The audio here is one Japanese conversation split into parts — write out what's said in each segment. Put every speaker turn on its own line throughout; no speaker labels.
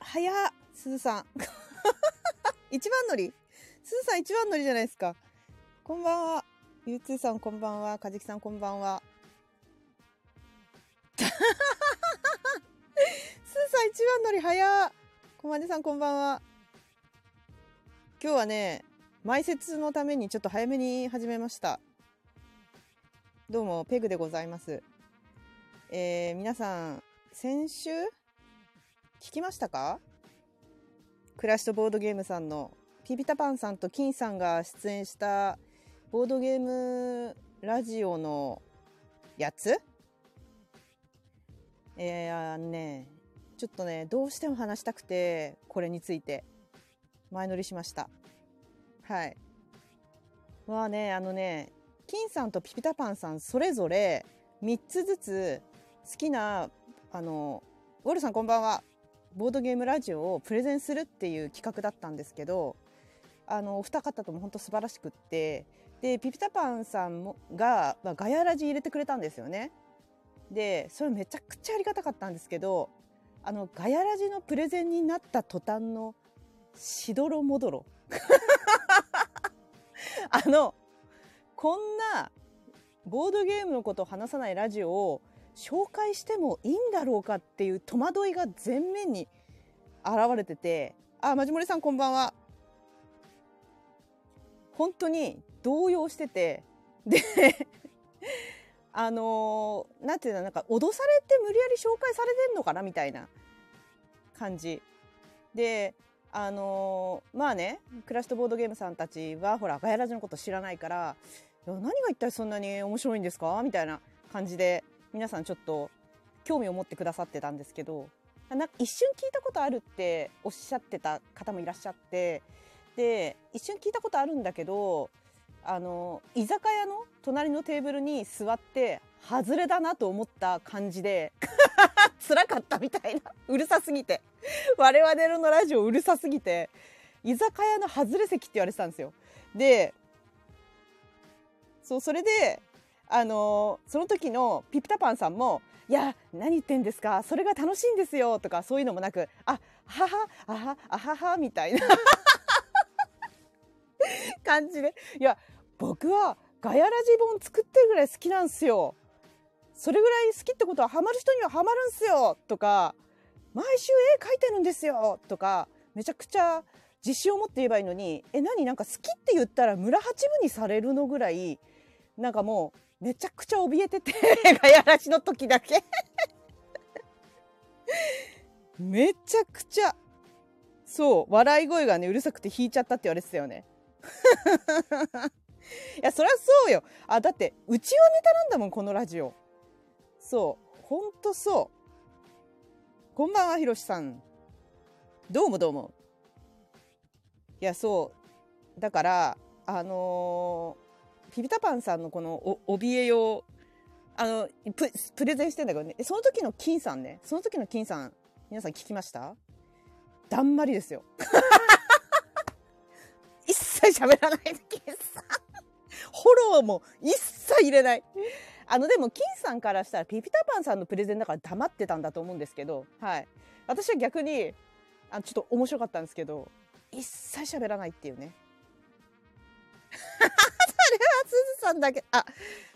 早っすずさん。 一番乗りすずさん一番乗りじゃないですか。こんばんは。ゆうつーさんこんばんは。かじきさんこんばんは。 すずさん一番乗り早っこまねさんこんばんは。今日はね、前説のためにちょっと早めに始めました。どうも、ペグでございます。えー、皆さん、先週聞きましたかクラッシュとボードゲームさんのピピタパンさんと金さんが出演したボードゲームラジオのやつえー、あのね、ちょっとね、どうしても話したくて、これについて前乗りしました。はい。まあね、あのね、金さんとピピタパンさんそれぞれ3つずつ好きな、あの、ウォルさんこんばんは。ボードゲームラジオをプレゼンするっていう企画だったんですけどあのお二方とも本当素晴らしくってでピピタパンさんもが、まあ、ガヤラジ入れてくれたんですよね。でそれめちゃくちゃありがたかったんですけどあのガヤラジのプレゼンになった途端のしどろもどろ あのこんなボードゲームのことを話さないラジオを紹介してもいいんだろうかっていう戸惑いが前面に現れてて、あ、まじもりさんこんばんは。本当に動揺してて、であのー、なんていうの、なんか脅されて無理やり紹介されてんのかなみたいな感じ。で、あのー、まあね、クラシットボードゲームさんたちは、ほら、ガヤラジのこと知らないから、何が一体そんなに面白いんですかみたいな感じで皆さんちょっと興味を持ってくださってたんですけどなんか一瞬聞いたことあるっておっしゃってた方もいらっしゃってで一瞬聞いたことあるんだけどあの居酒屋の隣のテーブルに座って外れだなと思った感じで 辛かったみたいなうるさすぎて我々のラジオうるさすぎて居酒屋の外れ席って言われてたんですよ。でそうそれであのー、その時のピピタパンさんも「いや何言ってんですかそれが楽しいんですよ」とかそういうのもなく「あははあはあはは」みたいな 感じで「いや僕はガヤラジ本作ってるぐらい好きなんすよ」「それぐらい好きってことはハマる人にはハマるんすよ」とか「毎週絵描いてるんですよ」とかめちゃくちゃ自信を持って言えばいいのに「え何なんか好きって言ったら村八分にされるの」ぐらいなんかもうめちゃくちゃ怯えて てガヤラシの時だけめちゃくちゃそう笑い声がねうるさくて引いちゃったって言われてたよね いやそりゃそうよあだってうちはネタなんだもんこのラジオそうほんとそうこんばんはひろしさんどうもどうもいやそうだからあのーピピタパンさんのこのお怯え用あのプレゼンしてんだけどねその時の金さんねその時の金さん皆さん聞きましただんまりですよ 一切喋らないで金さんフォローも一切入れないあのでも金さんからしたらピピタパンさんのプレゼンだから黙ってたんだと思うんですけどはい私は逆にあちょっと面白かったんですけど一切喋らないっていうねそれはすずさんだけ。あ、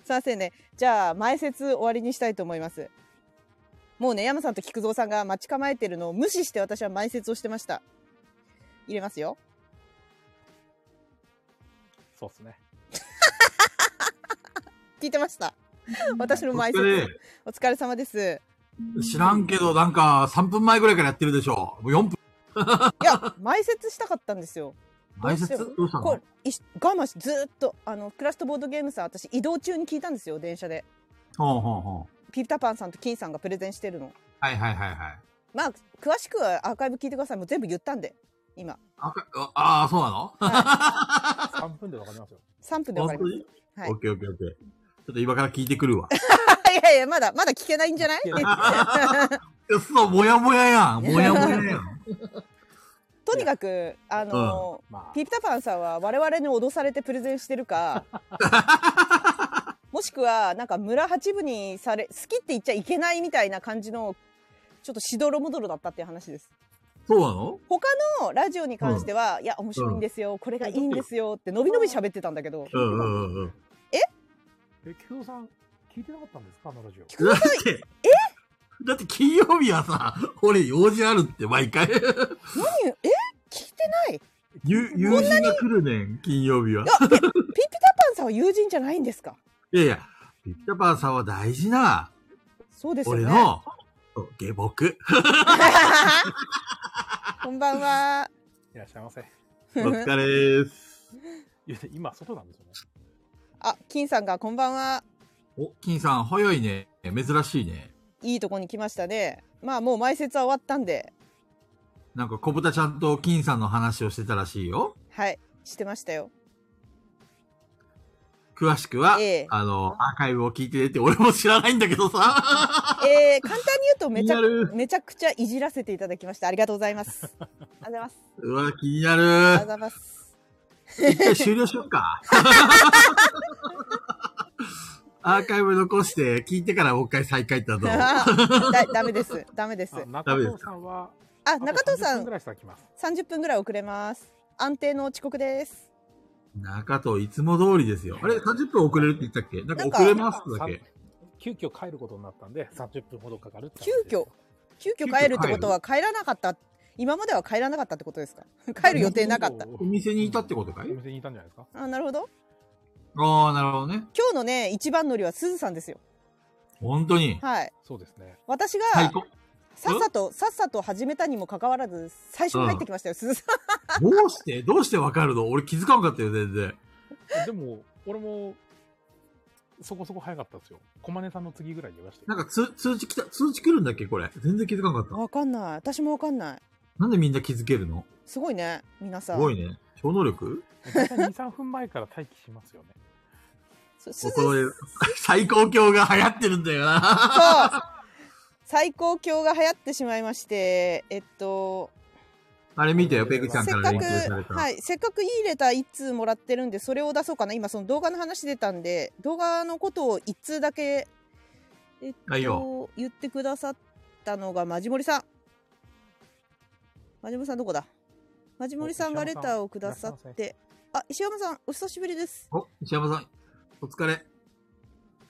すいませんね。じゃあ、前説終わりにしたいと思います。もうね、山さんと菊蔵さんが待ち構えてるのを無視して私は前説をしてました。入れますよ。
そうっすね。
聞いてました。私の前説。お疲れ様です。
知らんけど、なんか、3分前ぐらいからやってるでしょ。もう4分。
いや、前説したかったんですよ。
前説どうしたの
我慢しずっとあのクラストボードゲームさん私移動中に聞いたんですよ電車で
ほうほうほ
うピピタパンさんと金さんがプレゼンしてるの
はいはいはいはい
まあ詳しくはアーカイブ聞いてくださいもう全部言ったんで今
ああそうなの、、
はい、3分でわかりま すよ
3分でわかります
はい、オッケーオッケーオッケーちょっと今から聞いてくるわ
いやいやまだまだ聞けないんじゃない
そうもやもややん もやもややん
とにかく、あの、うん まあ、ピピタパンさんは我々に脅されてプレゼンしてる か、もしくは、なんか村八分にされ、好きって言っちゃいけないみたいな感じの、ちょっとしどろもどろだったっていう話です。
そうなの
他のラジオに関しては、いや、面白いんですよ、これがいいんですよって、のびのび喋ってたんだけど、
うんうんうんうん。
え、菊蔵さん、聞いてなかったんですかあのラジオ。
だって、えだって金曜日はさ、俺用事あるって毎回。
何、え聞いてない
友友人が来るねん、金曜日は。
ピピタパンさんは友人じゃないんですか
いやいや、ピピタパンさんは大事な、
そうですよ
俺
ね。
の、そう下僕。
こんばんは。
いらっしゃいませ。
お疲れです。
いや今、外なんですよね。
あ、金さんがこんばんは。
お、金さん、早いね。珍しいね。
いいとこに来ましたね。まあもう前説は終わったんで、
なんか、小豚ちゃんと金さんの話をしてたらしいよ。
はい、してましたよ。
詳しくは、
ええ
あの、アーカイブを聞いてねって、俺も知らないんだけ どさ。
えー、簡単に言うとめちゃ
気になる
めちゃくちゃいじらせていただきました。ありがとうございます。ありがとうございます。
うわ、気にな
ありがとう
る。
ございます。
一回終了しよっ か。アーカイブ残して、聞いてからもう一回再 開だぞ。
だダメです。ダメです。
あ中藤さんは、
あ、中藤
あと30
さ
分
ん
ぐらいしたら来ます。
30分ぐらい遅れます。安定の遅刻です。
中藤、いつも通りですよ。あれ、30分遅れるって言ったっけなんか遅れますだけ。
急遽帰ることになったんで、30分ほどかかるって話
急
です
遽急遽帰るってことは帰らなかった。今までは帰らなかったってことですか帰る予定なかった。
お店にいたってことかい
お店にいたんじゃないですか
あ、なるほど。
ああ、なるほどね。
今日のね、一番乗りはすずさんですよ。
本当に。
はい。
そうですね。
私が、
最高。
さっさと、さっさと始めたにもかかわらず、最初に入ってきましたよ、すずさん。
どうしてどうしてわかるの俺気づかなかったよ、全然。
でも、俺も、そこそこ早かったですよ。駒根さんの次ぐらいにいましたよ
なんか通通知来た、通知来るんだっけこれ。全然気づかなかっ
わかんない。私もわかんない。
た。なんでみんな気づけるの
すごいね、皆
す
さん。
ごいね。超能力
大体2、3分前から待機しますよね。
すすず
これ、 最高鏡が流行ってるんだ よな。
そう最高鏡が流行ってしまいまして、えっと、
あれ見てよ、ペグちゃん
せ
か
っ
ら
か
連携され
く、
た。
はい、せっかくいいレター1通もらってるんで、それを出そうかな。今、その動画の話出たんで、動画のことを1通だけ、えっ
はい
と
よ、
言ってくださったのが、まじもりさん。まじもりさんどこだまじもりさんがレターをくださって、あ、石山さん、お久しぶりです。
お、石山さん、お疲れ。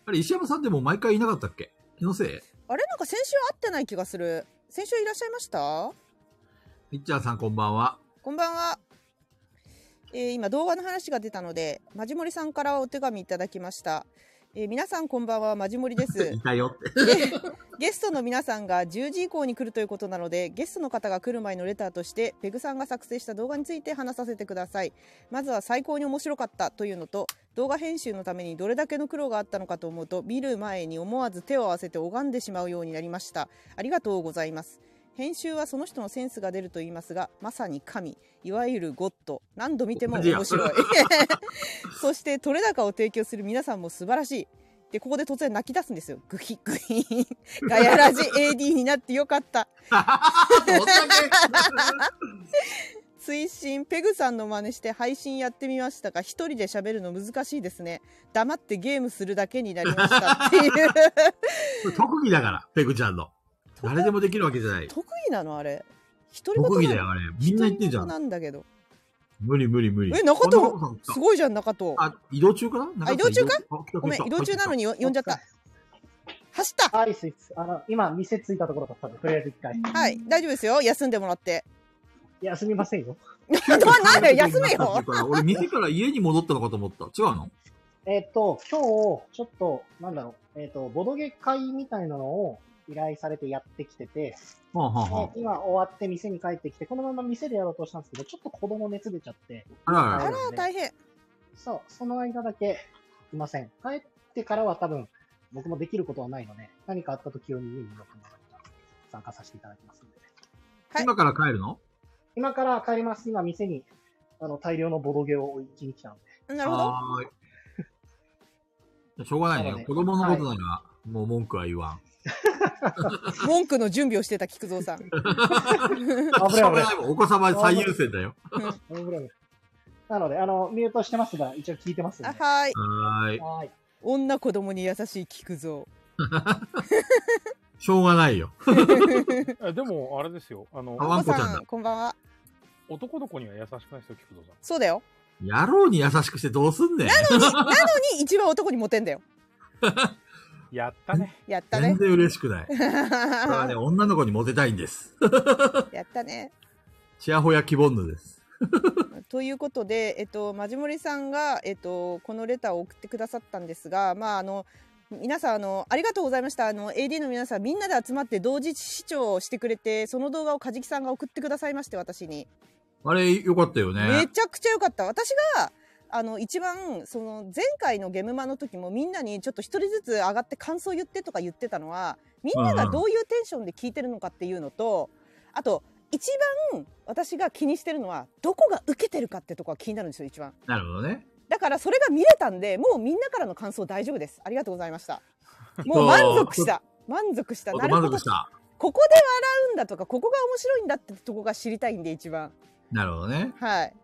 あれ、石山さんってもう毎回いなかったっけ気のせい
あれなんか先週会ってない気がする。先週いらっしゃいました
みっちゃんさんこんばんは。
こんばんは。えー今動画の話が出たので、まじもりさんからお手紙いただきました。えー皆さんこんばんは、まじもりです
い。たよって。
ゲストの皆さんが10時以降に来るということなので、ゲストの方が来る前のレターとして、ペグさんが作成した動画について話させてください。まずは最高に面白かったというのと、動画編集のためにどれだけの苦労があったのかと思うと、見る前に思わず手を合わせて拝んでしまうようになりました。ありがとうございます。編集はその人のセンスが出ると言いますが、まさに神、いわゆるゴッド。何度見ても面白い。 そして、取れ高を提供する皆さんも素晴らしい。で、ここで突然泣き出すんですよ。グヒグヒ。ガヤラジ AD になってよかった。
どんだ
推進ペグさんの真似して配信やってみましたが一人で喋るの難しいです ね黙ってゲームするだけになりましたっていう
け 特技だから、ペグちゃんの。誰でもできるわけじゃない。
特技なのあれ一人
特技
言
だよ、あれ。みんな言ってんじゃん。
なんだけど
無理無理無理。
え中藤
あ中さん来た
すごいじゃん中藤
あ、移動中かな中
あ移動中か
さんあ来た来た
ごめん移動中なの
に。
によ呼んじゃった走った
アイスイス。あの、今、店着いたところだったんで、とりあえず一回。
はい大丈夫ですよ休んでもらって
休みませんよ。
なんだよ休め
だ
よ
から俺、店から家に戻ったのかと思った。違うの
えっ、と、今日、ちょっと、なんだろう、えっ、と、ボドゲ会みたいなのを依頼されてやってきてて、
はあ、はあは
で今終わって店に帰ってきて、このまま店でやろうとしたんですけど、ちょっと子供熱出ちゃって、
あ、あらあ
あ
ら
ら
は
大変
そう、その間だけ、いません。帰ってからは多分、僕もできることはないので、何かあった時用に家にいようと思って参加させていただきますので。
はい
今から帰るの
今から帰ります。今、店に、あの、大量のボドゲを置きに来たので。
なるほど
はーい。しょうがない
な
ね
の。で
子供のことなら、もう文句は言わん。
文句の準備をしてた菊蔵さん
危ない危ない
しょうがもんお子様最優先だよ。
ノーブレムなので、あの、ミュートしてますが、一応聞いてますんで
あはい
はーい。
はーい。
女子供に優しい菊蔵
しょうがないよ。
あでも、あれですよ。あの、
あワンコちゃんだ
ワこんばんは。
男の子には優しくないですよ、菊蔵さん。
そうだよ。
野郎に優しくしてどうすんねん。
に一番男にモテんだよ。
やっ たね。
やった
全
ね。
然嬉し くない。これはね、女の子にモテたいんです。
やったね。
チヤホヤキボンヌです。
ということで、えっと、マジモリさんが、えっと、このレターを送ってくださったんですが、まあ、あの。皆さんあのありがとうございましたあの AD の皆さんみんなで集まって同時視聴をしてくれてその動画をカジキさんが送ってくださいまして私に
あれ、よかったよ
め
ね。
ちゃくちゃ良かった私があの一番その前回のゲムマの時もみんなにちょっと一人ずつ上がって感想言ってとか言ってたのはみんながどういうテンションで聞いてるのかっていうのとあと一番私が気にしてるのはどこが受けてるかってとこが気になるんですよ一番
なるほどね。
だからそれが見れたんでもうみんなからの感想大丈夫ですありがとうございま したもう満足した満足した
僕
なる
満
ほ
足
ど
した。
ここで笑うんだとかここが面白いんだってとこが知りたいんで一番
なるほどね。
はい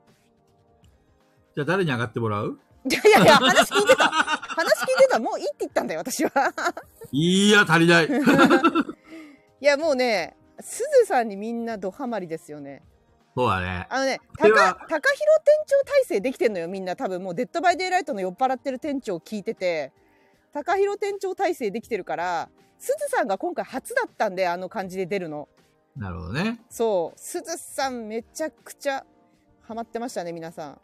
じゃあ誰に上がってもらう
いやいやいや、話聞いてた。話聞いてた。もういいって言ったんだよ、私は。
いや、足りない。
いや、もうね、すずさんにみんなドハマりですよね。
そうだね。
あのね、高、
で
高
は
広店長体制できてんのよ、みんな。多分もう、デッドバイデイライトの酔っ払ってる店長聞いてて、高広店長体制できてるから、すずさんが今回初だったんで、あの感じで出るの。
なるほどね。
そう、すずさんめちゃくちゃハマってましたね、皆さん。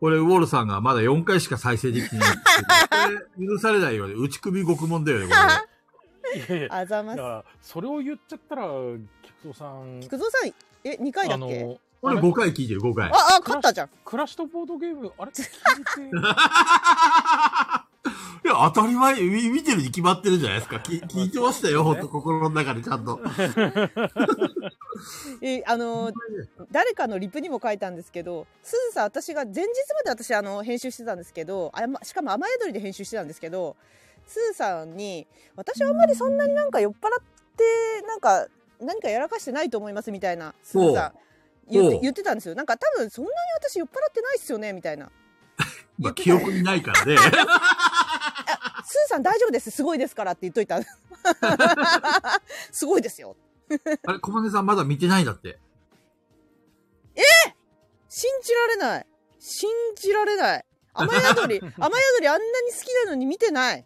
これ、ウォールさんがまだ4回しか再生できてないっていう。これ許されないよね。打ち首獄門だよね、これ。
いやいや。
あざま
だ
す
か。ら、それを言っちゃったら、菊蔵さん、
菊蔵さん、え、2回だっけ
これ
あれ
5回聞いてる、5回。
あ、あ、勝ったじゃん。
クラッシュとボードゲーム、あれ聞いて
いや、当たり前、み見てるに決まってるじゃないですか。き聞いてましたよ、
ま
ほ
あ
んと、心の中でちゃん と。
えあの誰かのリプにも書いたんですけどすずさん私が前日まで私あの編集してたんですけどあやましかも雨宿りで編集してたんですけどすずさんに「私はあんまりそんなになんか酔っ払ってなんか何かやらかしてないと思います」みたいなすずさん言っ
お
て
う
言ってたんですよなんか多分そんなに私酔っ払ってないっすよねみたい な
ま
言
あ、
ってた
記憶にないから
「
ね。
すずさん大丈夫ですすごいですから」って言っといた すごいですよ
あれ、小金さんまだ見てないんだって。
信じられない信じられない雨宿 り雨宿りあんなに好きなのに見てない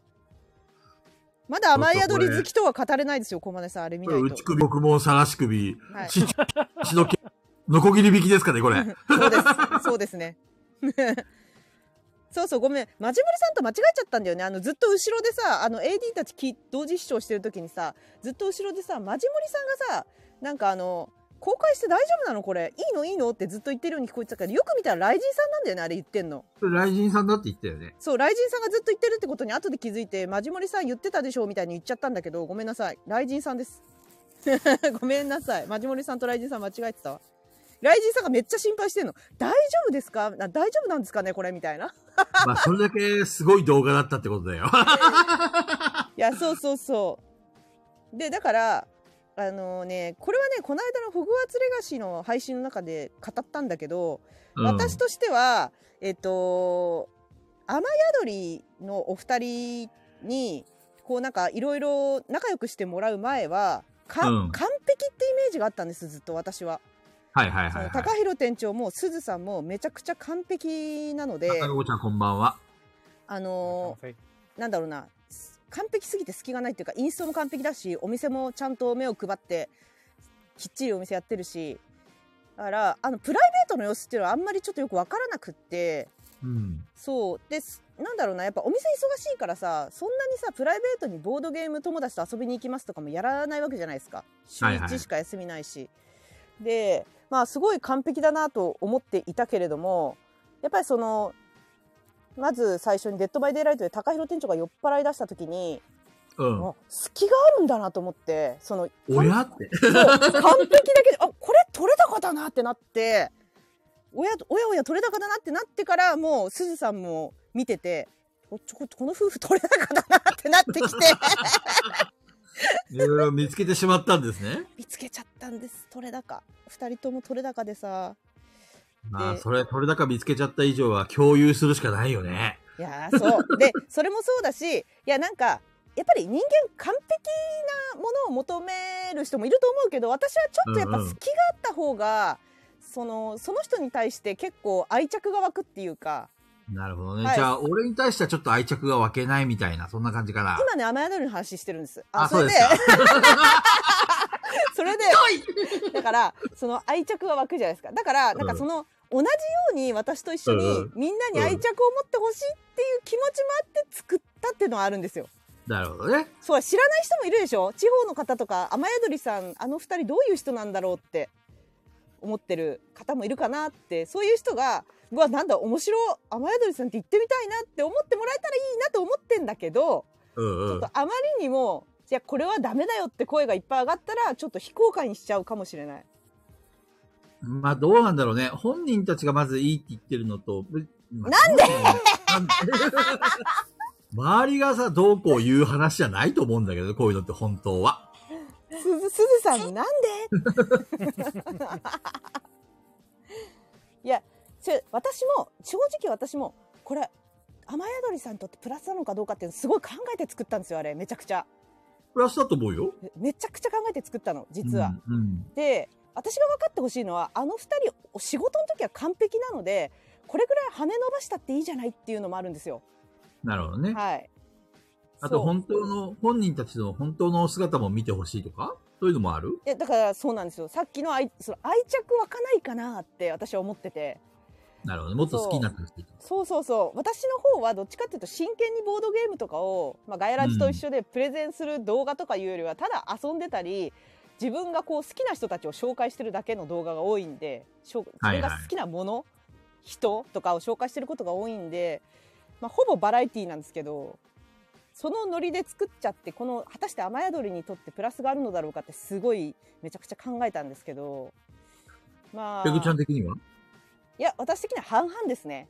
まだ雨宿り好きとは語れないですよ小金さんあれ見
こ
な
れ、
い
打
と
ち首、僕もさらし首、
はい
し、 しのけ、のこぎり引きですかね、こ れ。
そうですそうですね そうそうごめんマジモリさんと間違えちゃったんだよねあのずっと後ろでさあの AD たちき同時視聴してる時にさずっと後ろでさマジモリさんがさなんかあの公開して大丈夫なのこれいいのいいのってずっと言ってるように聞こえてたからよく見たらライジンさんなんだよねあれ言ってんの
これ、雷神さんだって言ったよね。
そう、雷神さんがずっと言ってるってことに後で気づいて、マジモリさん言ってたでしょみたいに言っちゃったんだけど、ごめんなさい。雷神さんです。 ごめんなさい。マジモリさんと雷神さん間違えてたわ。雷神さんがめっちゃ心配してんの。大丈夫ですかな大丈夫なんですかねこれみたいな。
まあ、それだけすごい動画だったってことだよ。
いや、そうそうそう。で、だから、あのね、これはね、この間のホグワーツレガシーの配信の中で語ったんだけど、
うん
私としては、えっと、雨宿りのお二人に、こうなんかいろいろ仲良くしてもらう前は、か
うん
完璧ってイメージがあったんです、ずっと私は。
はいはい
そ
はい、
の
はい。
高弘店長もすずさんもめちゃくちゃ完璧なので、
高子ちゃん、こんばんは。
あのなんだろうな完璧すぎて隙がないっていうかインストも完璧だしお店もちゃんと目を配ってきっちりお店やってるしだからあのプライベートの様子っていうのはあんまりちょっとよく分からなくって
うん。
そうですなんだろうなやっぱお店忙しいからさそんなにさプライベートにボードゲーム友達と遊びに行きますとかもやらないわけじゃないですか週
はいはい
1しか休みないし、でまあすごい完璧だなと思っていたけれどもやっぱりそのまず最初に「デッド・バイ・デイ・ライト」で高弘店長が酔っ払い出した時に、
うん。
あ隙があるんだなと思ってその
親って。
完璧だけであこれ取れ高だなってなっておやおやおや取れ高だなってなってからもうすずさんも見てておちょここの夫婦取れ高だなってなってきて
いろいろ見つけてしまったんで すね。
見つけちゃったんです取れ高2人とも取れ高でさ
まあ、それ、取れ高見つけちゃった以上は共有するしかないよね。
いやーそうでそれもそうだしいやなんかやっぱり人間完璧なものを求める人もいると思うけど私はちょっとやっぱ
うんうん
隙があった方が、そのその人に対して結構愛着が湧くっていうか
なるほどね。
はい
じゃあ、俺に対してはちょっと愛着が湧けないみたいな、そんな感じかな。
今ね雨宿りの話してるんです。
あ、そうで
そ
す
れ
か
で。 それでだからその愛着が湧くじゃないですかだからなんかその、同じように私と一緒に
うんうん
みんなに愛着を持ってほしいっていう気持ちもあって作ったっていうのはあるんですよ。
なるほどね。
そう知らない人もいるでしょ地方の方とか雨宿りさんあの二人どういう人なんだろうって思ってる方もいるかなってそういう人がうわなんだ面白い雨宿りさんって行ってみたいなって思ってもらえたらいいなと思ってんだけど、
うん
ち
う
ょっ
ん
と。あまりにもいやこれはダメだよって声がいっぱい上がったらちょっと非公開にしちゃうかもしれない。
まあ、どうなんだろうね。本人たちがまずいいって言ってるのと、ぶ
なんで
なんで 周りがさ、どうこう言う話じゃないと思うんだけど、こういうのって本当は。
すずすずさんになんで いやそれ私も正直私もこれ雨宿りさんにとってプラスなのかどうかっていうのすごい考えて作ったんですよあれめちゃくちゃ
プラスだと思うよ。
めめちゃくちゃ考えて作ったの実は、
うん。うん
で私が分かってほしいのはあの二人仕事の時は完璧なのでこれぐらい羽伸ばしたっていいじゃないっていうのもあるんですよ
なるほどね。
はい
あ
そ
と
う
本当の、本人たちの本当の姿も見てほしいとかそういうのもある
えだからそうなんですよさっきの愛その愛着湧かないかなって私は思ってて
なるほどね。もっと好きになってほしいとか。
そうそうそう私の方はどっちかっていうと真剣にボードゲームとかを、まあ、ガヤラジと一緒でプレゼンする動画とかいうよりはただ遊んでたり自分がこう好きな人たちを紹介してるだけの動画が多いんでしょ自分が好きなもの、人とかを紹介してることが多いんで、まあ、ほぼバラエティーなんですけどそのノリで作っちゃってこの果たして雨宿りにとってプラスがあるのだろうかってすごいめちゃくちゃ考えたんですけどまあ
ペグちゃん的にはい
や私的には半々ですね。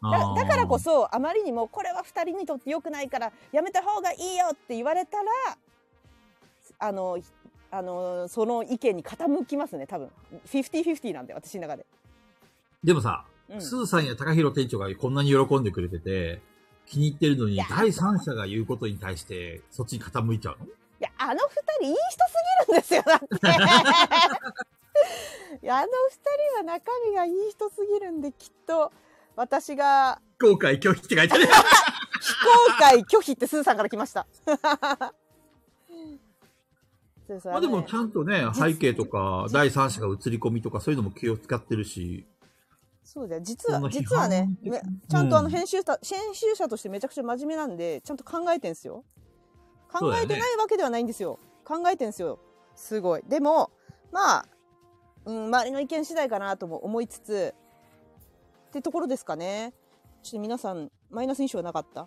あ
だ
ー
だからこそあまりにもこれは2人にとって良くないからやめた方がいいよって言われたらあのあのその意見に傾きますね多分50-50なんで私の中で、
でもさ、
うん、
スーさんや高弘店長がこんなに喜んでくれてて、気に入ってるのに
いや、
第三者が言うことに対して、そっちに傾いちゃうの
いや、あの二人いい人すぎるんですよ、だ って。いや、あの二人は中身がいい人すぎるんで、きっと、私が、
非公開拒否って書いてある。
非公開拒否ってスーさんから来ました。 スーさん
ま
は
あ
ね
でもちゃんとね、
実
背景とか、第三者が映り込みとか、そういうのも気を使ってるし、
そうだよ、実
そん
は、
な批判
実はね、
的
めちゃんとあの
うん
編集者、編集者としてめちゃくちゃ真面目なんで、ちゃんと考えてんすよ。
そう
考
だ
え
よ
て
ね
ないわけではないんですよ。考えてんすよ。すごい。でも、まあ、うん、周りの意見次第かなとも思いつつ、ってところですかね。ちょっと皆さん、マイナス印象はなかった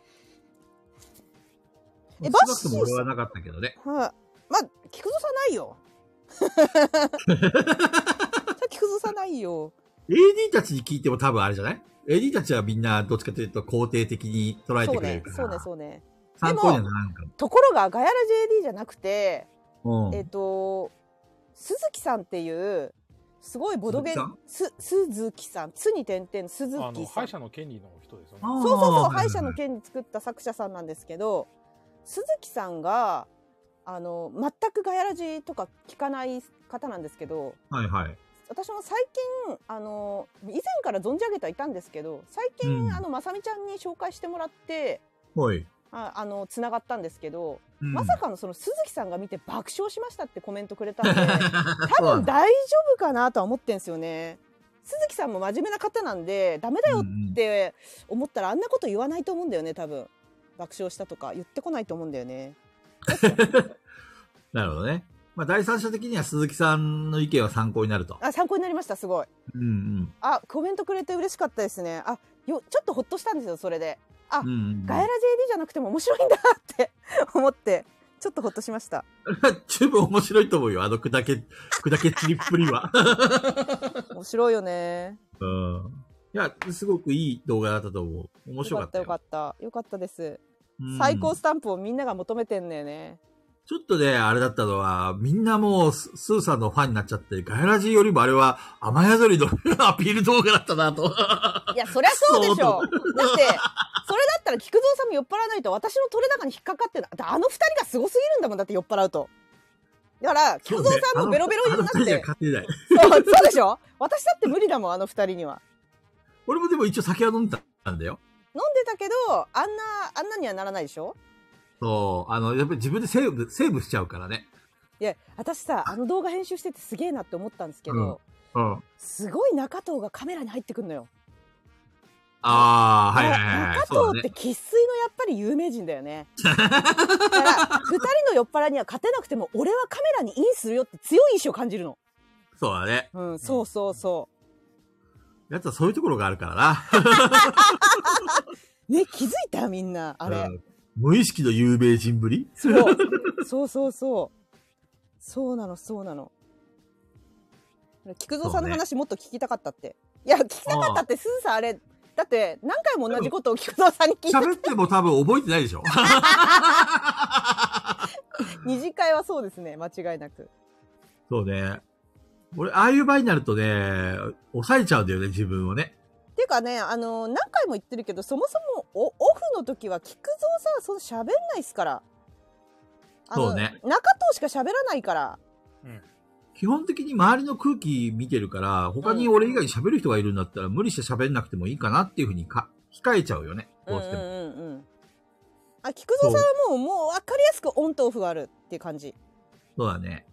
え
少
バッ
な
シー
くとも俺はなかったけどね。
はい、まあ、菊蔵さんない よ。それ菊蔵さんない よ。
AD たちに聞いても多分あれじゃない ?AD たちはみんなどっちかというと肯定的に捉え
そ
て
う
くれる
ね
か、ら。
そうね、そうね。
参考にはならんか
ところが、ガヤラ JD じゃなくて、
も。うん。
えっと鈴木さんっていうすごいボドゲ
鈴
す
木
鈴木さん「つ」に点々鈴
あの
木さ
歯
ん
医
そう
者の権利の人ですよね
あー
そうそう
はいはいはい
歯医者の件に作った作者さんなんですけど鈴木さんがあの全くガヤラジとか聞かない方なんですけど
はいはい。
私も最近あの以前から存じ上げてはいたんですけど最近、
うん
あのまさみちゃんに紹介してもらって
ほい。
ああのつながったんですけど、
うん
まさかのその鈴木さんが見て爆笑しましたってコメントくれたんで。 多
そうな
分
ん
大丈夫かなとは思ってんすよね。鈴木さんも真面目な方なんでダメだよ
うんうん
って思ったらあんなこと言わないと思うんだよね多分爆笑したとか言ってこないと思うんだよね
なるほどね。まあ、第三者的には鈴木さんの意見は参考になると。
あ参考になりましたすごい
うんうん。
あコメントくれて嬉しかったですねあよちょっとほっとしたんですよそれであ
うんうん、
ガヤラ JD じゃなくても面白いんだって 思ってちょっとほっとしました
十分面白いと思うよ。あの砕け、砕け散りっぷりは。
面白いよね
うん。いや、すごくいい動画だったと思う。面白かったよ。
よかったよかったよかったです
うん
最高スタンプをみんなが求めてんだよね
ちょっとね、あれだったのは、みんなもうス、スーさんのファンになっちゃって、ガヤラジよりもあれは、雨宿りのアピール動画だったな と。
いや、そりゃそうでしょ。だって、それだったら菊蔵さんも酔っ払わないと私の取れ高に引っかかってる。だってあの二人がすごすぎるんだもん、だって酔っ払うと。だから、菊蔵さんもベロベロにな
あの二人
っ
じゃ
て。
勝てない。
そう、そうでしょ私だって無理だもん、あの二人には。
俺もでも一応酒は飲んだんだよ。
飲んでたけど、あんな、あんなにはならないでしょ
そう。あの、やっぱり自分でセーブ、セーブしちゃうからね。
いや、私さ、あの動画編集しててすげえなって思ったんですけど、
うんうん。あ
すごい中藤がカメラに入ってくんのよ。
あー、はいはいはいはい。そ
中藤
うだ
って
ね。
生粋のやっぱり有名人だよね。だから、二人の酔っ払いには勝てなくても、俺はカメラにインするよって強い意志を感じるの。
そうだね。
うん、そうそうそ
やつはそういうところがあるからな。
う。ね、気づいたみんな、あれ。
うん無意識の有名人ぶり
そう。そうそうそう。そうなの、そうなの。菊蔵さんの話もっと聞きたかったって。いや、聞きたかったって、すずさんあれ、だって何回も同じことを菊蔵さんに聞いた。
喋っても多分覚えてないでしょ
二次会はそうですね、間違いなく。
そうね。俺、ああいう場合になるとね、抑えちゃうんだよね、自分をね。
ていうかね、あの何回も言ってるけど、そもそもオオフの時は菊蔵さんはその喋んないっすから。あの
そうね
中藤しか喋らないから。
基本的に周りの空気見てるから、他に俺以外に喋る人がいるんだったら、無理して喋んなくてもいいかなっていうふうにか、控えちゃうよね。
うん
ど
う
うんし
う
ても。
んうん。あ、菊蔵さんはもうもう分かりやすくオンとオフがあるっていう感じ。
そうだね。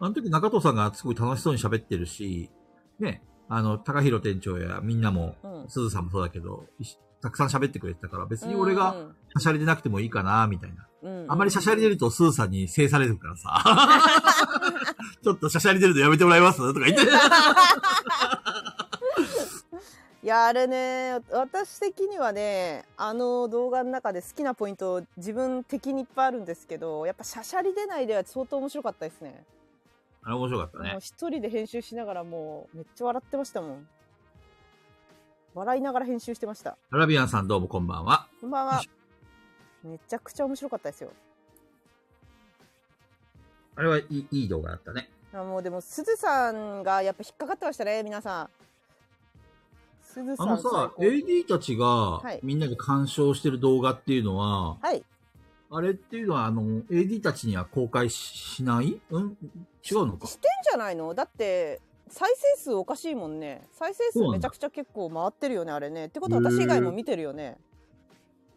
あの時中藤さんがすごい楽しそうに喋ってるし、ね、あの、高弘店長やみんなも、
うん。
鈴さんもそうだけど、いしたくさん喋ってくれてたから、別に俺が
うん
しゃしゃりでなくてもいいかな、みたい
うん
な。
うん
あまりしゃしゃり出るとスーさんに制されるからさ。 ちょっとしゃしゃり出るとやめてもらいますとか言って。
いやあれね私的にはねあの動画の中で好きなポイント自分的にいっぱいあるんですけどやっぱしゃしゃり出ないでは相当面白かったですね
あれ面白かった
もう
ね。
一人で編集しながらもうめっちゃ笑ってましたもん笑いながら編集してました
アラビアンさんどうもこんばんは。
こんばんは
よし
めちゃくちゃ面白かったですよ
あれはいいいい動画だったね。
あもうでもすずさんがやっぱ引っかかってましたね皆さんすずさ
あ
ん
のさ、
最高
AD たちが
はい
みんなで鑑賞してる動画っていうのは、
はい
あれっていうのは、あの、AD たちには公開ししないうん違うのか。
してんじゃないのだって再生数おかしいもんね再生数めちゃくちゃ結構回ってるよねあれねってことは
へー
私以外も見てるよね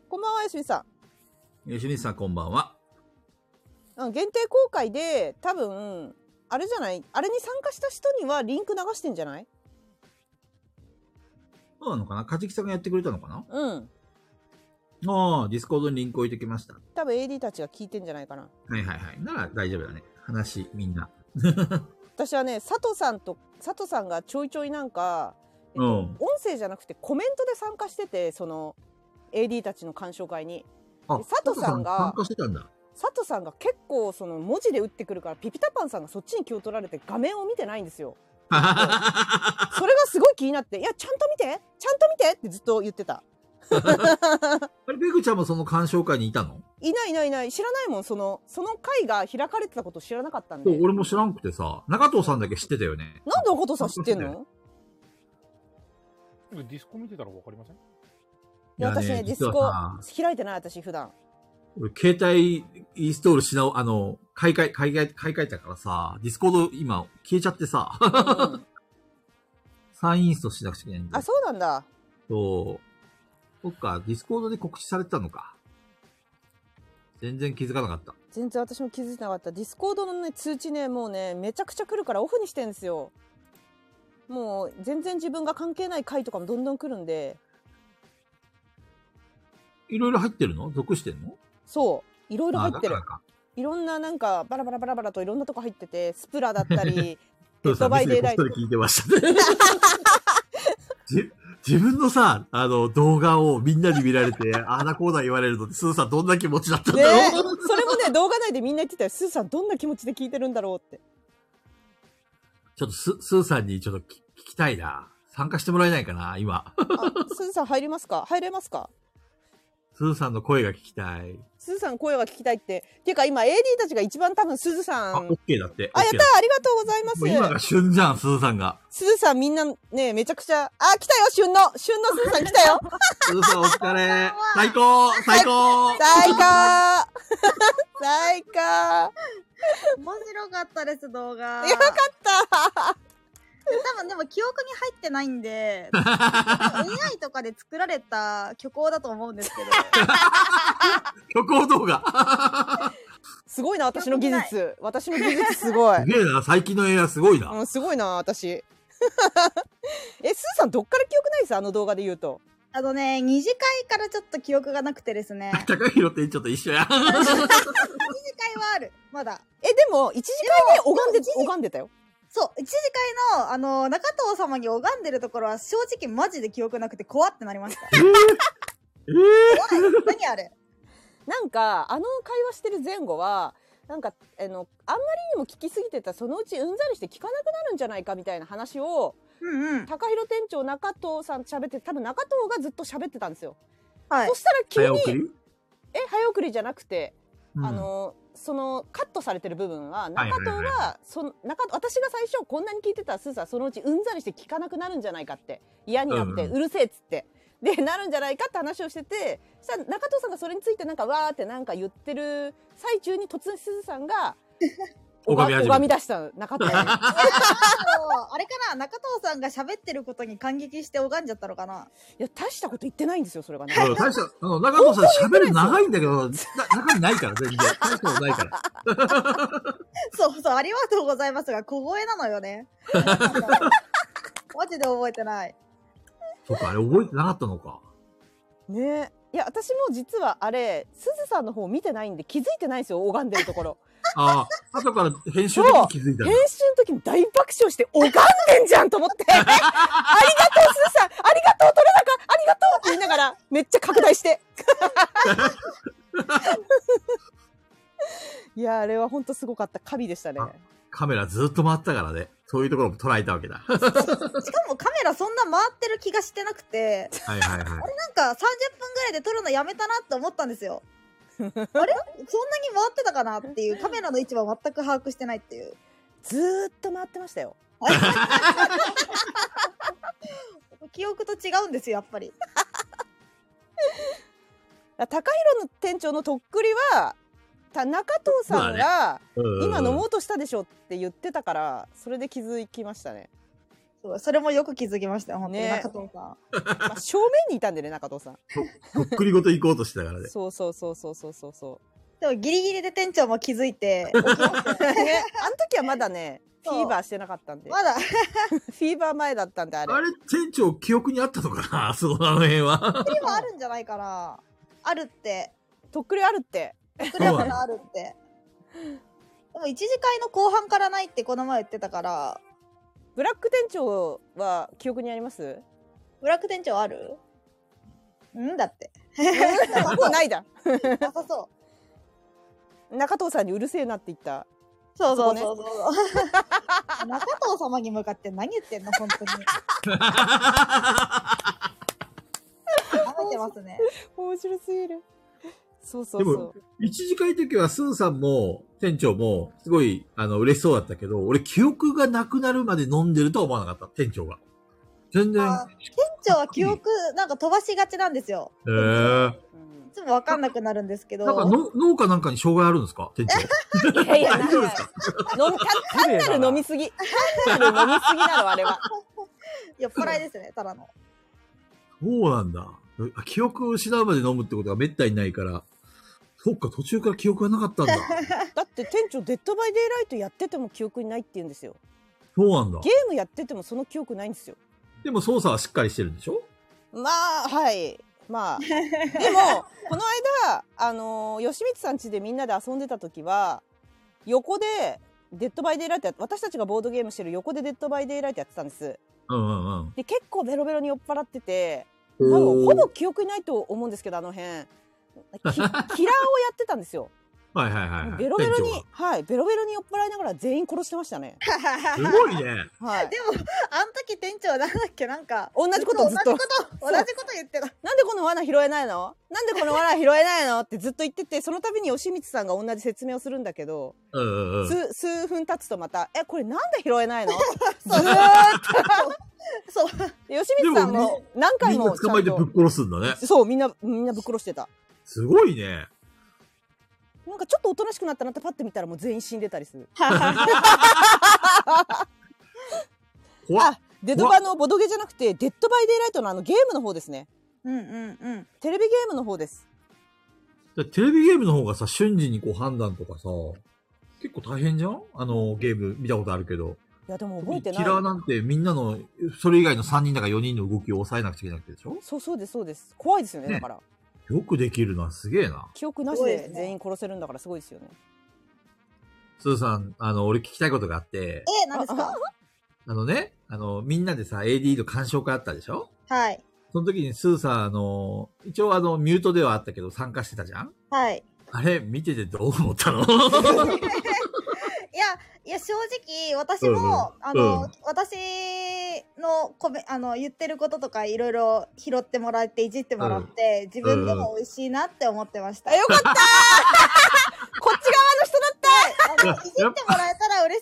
こんばんはよしみさ
吉水さんこんばんは。
んうん限定公開で多分あれじゃないあれに参加した人にはリンク流してんじゃない
そうなのかなカジキさんがやってくれたのかな
うん
ああ、ディスコードにリンク置いてきました。
多分 AD たちが聞いてんじゃないかな
はいはいはい。なら大丈夫だね。話、みんな。
私はね佐藤さんと佐藤さんがちょいちょいなんか、えっと
うん
音声じゃなくてコメントで参加しててその AD たちの鑑賞会に
あ
で佐藤さんが
佐藤参加してた んだ。
佐藤さんが結構その文字で打ってくるからピピタパンさんがそっちに気を取られて画面を見てないんですよそれがすごい気になって「いやちゃんと見てちゃんと見て!」ってずっと言ってた
あれ、ペグちゃんもその鑑賞会にいたの
いないいないいない知らないもんそのその会が開かれてたこと知らなかったんで
そう俺も知らんくてさ、中藤さんだけ知ってたよね。
なんでおことさん知ってん の
ディスコ見てたらわかりません
いや私ねディ
実
ス
は
コ
さ
開いてない私普 段
俺、携帯インストールしなお、あの、買い替え、買い替え、買い替えたからさ、ディスコード今消えちゃってさ、
うんうん
再インストしなくちゃいけないんだ
あ
よ。
そうなんだ
そう。そっか、ディスコードで告知されてたのか。全然気づかなかった。
全然私も気づいてなかったディスコードのね通知ねもうねめちゃくちゃ来るからオフにしてんですよもう全然自分が関係ない回とかもどんどん来るんで
いろいろ入ってるの属してんの
そういろいろ入
あ
ってる
だからか。
いろんななんかバラバラバラバラといろんなとこ入っててスプラだったりデ
そう
ッ
さ、
ドバ
ミ
イ
ス
デ
で
イ
こ
ラ
っ
イ
そ
ト
り聞いてましたね。 じ自分のさ、あの、動画をみんなに見られて、ああだこうだ言われるのって、スーさんどんな気持 ちだったん
ね
だ
えそ
ろ、
うれもね動画内でみんな言ってたよスーさんどんな気持ちで聞いてるんだろうって
ちょっとス、スーさんにちょっとき聞きたい な。参加してもらえないかな、今。
あスーさん入りますか入れますか
ススーさんの声が聞きたい。
すずさんの声が聞きたいって。っていうか今 AD たちが一番多分すずさん。
あ、
あ、やっ
OK だって。
た
OK だっ
ありがとうございま
てもう今
す
が。旬じゃん、スーさ んが。
すずさんみんなね、めちゃくちゃ、あ、来たよ、旬の旬のすずさん来た よ
スーさんお 疲れ。最高最高
最 高最高やっ
面白かったです、動画。
た
多分でも記憶に入ってないんで、多分 AI とかで作られた虚構だと思うんですけど、
虚構動画。
すごいな、私の技術。私の技術すごい
す。げえな、最近の映画すごいな。
うん、すごいな、私。 え、すずさんどっから記憶ないですあの動画で言うと。
あのね、二次会からちょっと記憶がなくてですね、
高弘店長と一 緒や。
二次会はある、まだ。
え、でも、一時間で拝んで
で、も
拝んでたよ。
そう、一次会の、あの、中藤様に拝んでるところは正直マジで記憶なくて怖ってなりました。
えー
怖い何あれ
なんかあの会話してる前後はなんかあのあんまりにも聞きすぎてたらそのうちうんざりして聞かなくなるんじゃないかみたいな話を
うんうん。
高弘店長中藤さんと喋って多分中藤がずっと喋ってたんですよ。
はい
そ。したら急
早
に
送り
え早送りじゃなくて、
うん
あのそのカットされてる部分は中藤が、
はいはい
その中私が最初こんなに聞いてたらすずさんそのうちうんざりして聞かなくなるんじゃないかって嫌になって、
う
うんるせえっつってでなるんじゃないかって話をしててそしたら中藤さんがそれについてなんかわーってなんか言ってる最中に突然すずさんが
拝み始めた
拝み出したの中藤に
いやあれかな中藤さんが喋ってることに感激して拝んじゃったのかない
や大したこと言ってないんですよそれがね。
うん大した、あの、中野さん喋る長いんだけど、な中身ないから、全然。大したことないから。
そうそう、ありがとうございますが、小声なのよね。マジで覚えてない。
そうか、あれ覚えてなかったのか。
ねいや私も実はあれすずさんの方見てないんで気づいてないんですよ拝んでるところ。
ああ、後から編集で気づいたんだ
編集の時に大爆笑して拝んでんじゃんと思 って、ありがとう、すずさん、ありがとう、取れ高、ありがとうって言いながら、めっちゃ拡大 して。いや、あれは本当すごかった。神でしたね。
カメラずっと回ったからね。そういうところも捉えたわけだ。は
しかもカメラそんな回ってる気がしてなくて、
いはいはい。
なんか30分ぐらいで撮るのやめたなって思ったんですよ。あれそんなに回ってたかなっていう、カメラの位置は全く把握してないっていう。
ずーっと回ってましたよ。
記憶と違うんですよ、やっぱり。
高弘の店長のとっくりは、た中藤さんが、
うん
今飲もうとしたでしょって言ってたから、それで気づきましたね。
そうそれもよく気づきましたよ、本当に
ね
中藤さん。
まあ正面にいたんでね、中藤さん。
とっくりごと行こうとしてた からね。
そうそうそうそうそうそうそう。
でもギリギリで店長も気づいて、
ね、あの時はまだね、フ
そう
ィーバーしてなかったんで。
まだ、
フィーバー前だったんで、あれ。
あれ、店長記憶にあったのかなそ のあの辺 は。
でもあるんじゃないかな。あるって。
とっくりあるって。
それはまだあるって。でも一次会の後半からないってこの前言ってたから、
ブラック店長は記憶にあります
ブラック店長あるんだって。
もうないだ。
なさそう。
中藤さんにうるせえなって言った。
そうそ
そこ
う
ね
そうそう。 中藤様に向かって何言ってんの本当に。舐めてますね。
面白すぎる。そうそう
で
そ
も
う。、
一時会の時はスーさんも店長もすごい、あの、嬉しそうだったけど、俺記憶がなくなるまで飲んでるとは思わなかった、店長が。全然。
あ店長は記憶なんか飛ばしがちなんですよ。
えー。
うん
いつもわかんなくなるんですけど。
なんかの農家なんかに障害あるんですか店長。
いやいや、
大丈夫ですか
飲み単単なる飲みすぎ。単なる飲みすぎなの、あれは。
酔っ払いですね、ただの。
そうなんだ。あ記憶を失うまで飲むってことが滅多にないから、そっか、途中から記憶がなかったんだ。
だって店長、デッドバイデイライトやってても記憶にないって言うんですよ。
そうなんだ
ゲ。ームやっててもその記憶ないんですよ。
でも操作はしっかりしてるんでしょ
まあはいまあでもこの間あのー吉光さん家でみんなで遊んでた時は横で「デッドバイデイライトや」私たちがボードゲームしてる横で「デッドバイデイライト」やってたんです
うんうんうん。
で結構ベロベロに酔っ払ってて多分
お
ほぼ
ー
記憶にないと思うんですけどあの辺きキラーをやってたんですよ
はいはいはいはい。
ベロベロ
店
に、はい、ベロベロに酔っ払いながら全員殺してましたね。
長はすごいね。
はい。
でも、あん時店長なんだっけなんか、
同じことずっと
同じこと、同
そう
じこと言ってた。
なんでこの罠拾えないのなんでこの罠拾えないのってずっと言ってて、その度に吉光さんが同じ説明をするんだけど、
うんうんうん。
数数分経つとまた、え、これなんで拾えない の
そう
ずーっ
そう。
と。吉光さんも何回
みんな
も
捕まえてぶっ殺すんだね。
そう、みんな、みんなぶっ殺してた。
すごいね。
なんかちょっとおとなしくなったなってパッて見たらもう全員死んでたりする。
怖っ
あ。デドバのボドゲじゃなくて、デッドバイデイライトのあのゲームの方ですね。
うんうんうん。
テレビゲームの方です。
だテレビゲームの方がさ、瞬時にこう判断とかさ、結構大変じゃんあの、ゲーム見たことあるけど。
いや、でも覚えてな
キ
い。
ラーなんてみんなの、それ以外の3人だか4人の動きを抑えなくちゃいけないわけでしょ
そうそうです、そうです。怖いですよね、
ね
だから。
よくできるのはすげえな。
記憶なし
そうです
で
ね
全員殺せるんだからすごいですよね。
スーさん、あの、俺聞きたいことがあって、
え、何ですか
あのね、あの、みんなでさ、AD の鑑賞会あったでしょ
はい。
その時にスーさん、あの、一応あの、ミュートではあったけど参加してたじゃん
はい。
あれ、見ててどう思ったの
いや、いや、正直、私
うんうん
も、あの、
うん
私のコメ、あの、言ってることとか、いろいろ拾ってもらって、いじってもらって、自分でも美味しいなって思ってました。
あよかった ーこっち側の人だった
あのいじってもらえたら嬉しい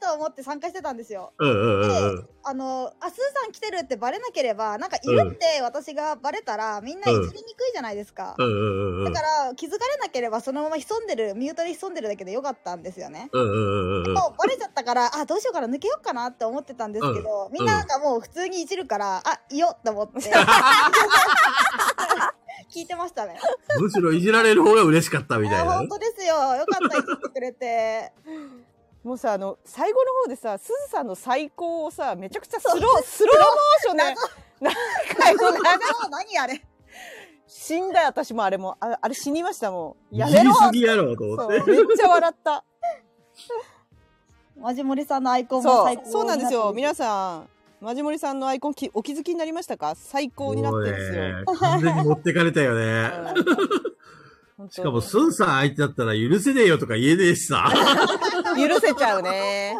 なと思って参加してたんですよ。
うんうんうんうん。
あの、あ、スーさん来てるってバレなければ、なんかいるって私がバレたら、みんないじりにくいじゃないですか。
うんうんうんうん
だから、気づかれなければ、そのまま潜んでる、ミュートに潜んでるだけでよかったんですよね。
うんうんうんうん。
もうバレちゃったから、あ、どうしようかな、抜けようかなって思ってたんですけど、みんななんかもう普通にいじるから、あ、いいよって思って。 聞いてましたね。
むしろいじられる方が嬉しかったみた
あ
いな
本。当ですよ。よかった、いじってく れて。
もうさあの最後の方でさすずさんの最高をさめちゃくちゃスロースローモーションで何回も流
何あれ。
死んだよ私もあれもああれ死にましたもう
い
や
じ
め
り
ろ
すぎやろと思
そうめ
って
っ。ちゃ笑った
マジモリさんのアイコンも
そ
最
う
高
そうなんですよ
になって
皆さんマジモリさんのアイコンきお気づきになりましたか最高になってるんですよ、
もうね完全に持ってかれたよね。
うん
しかも、スンさん相手だったら許せねえよとか言えねえしさ。
許せちゃうね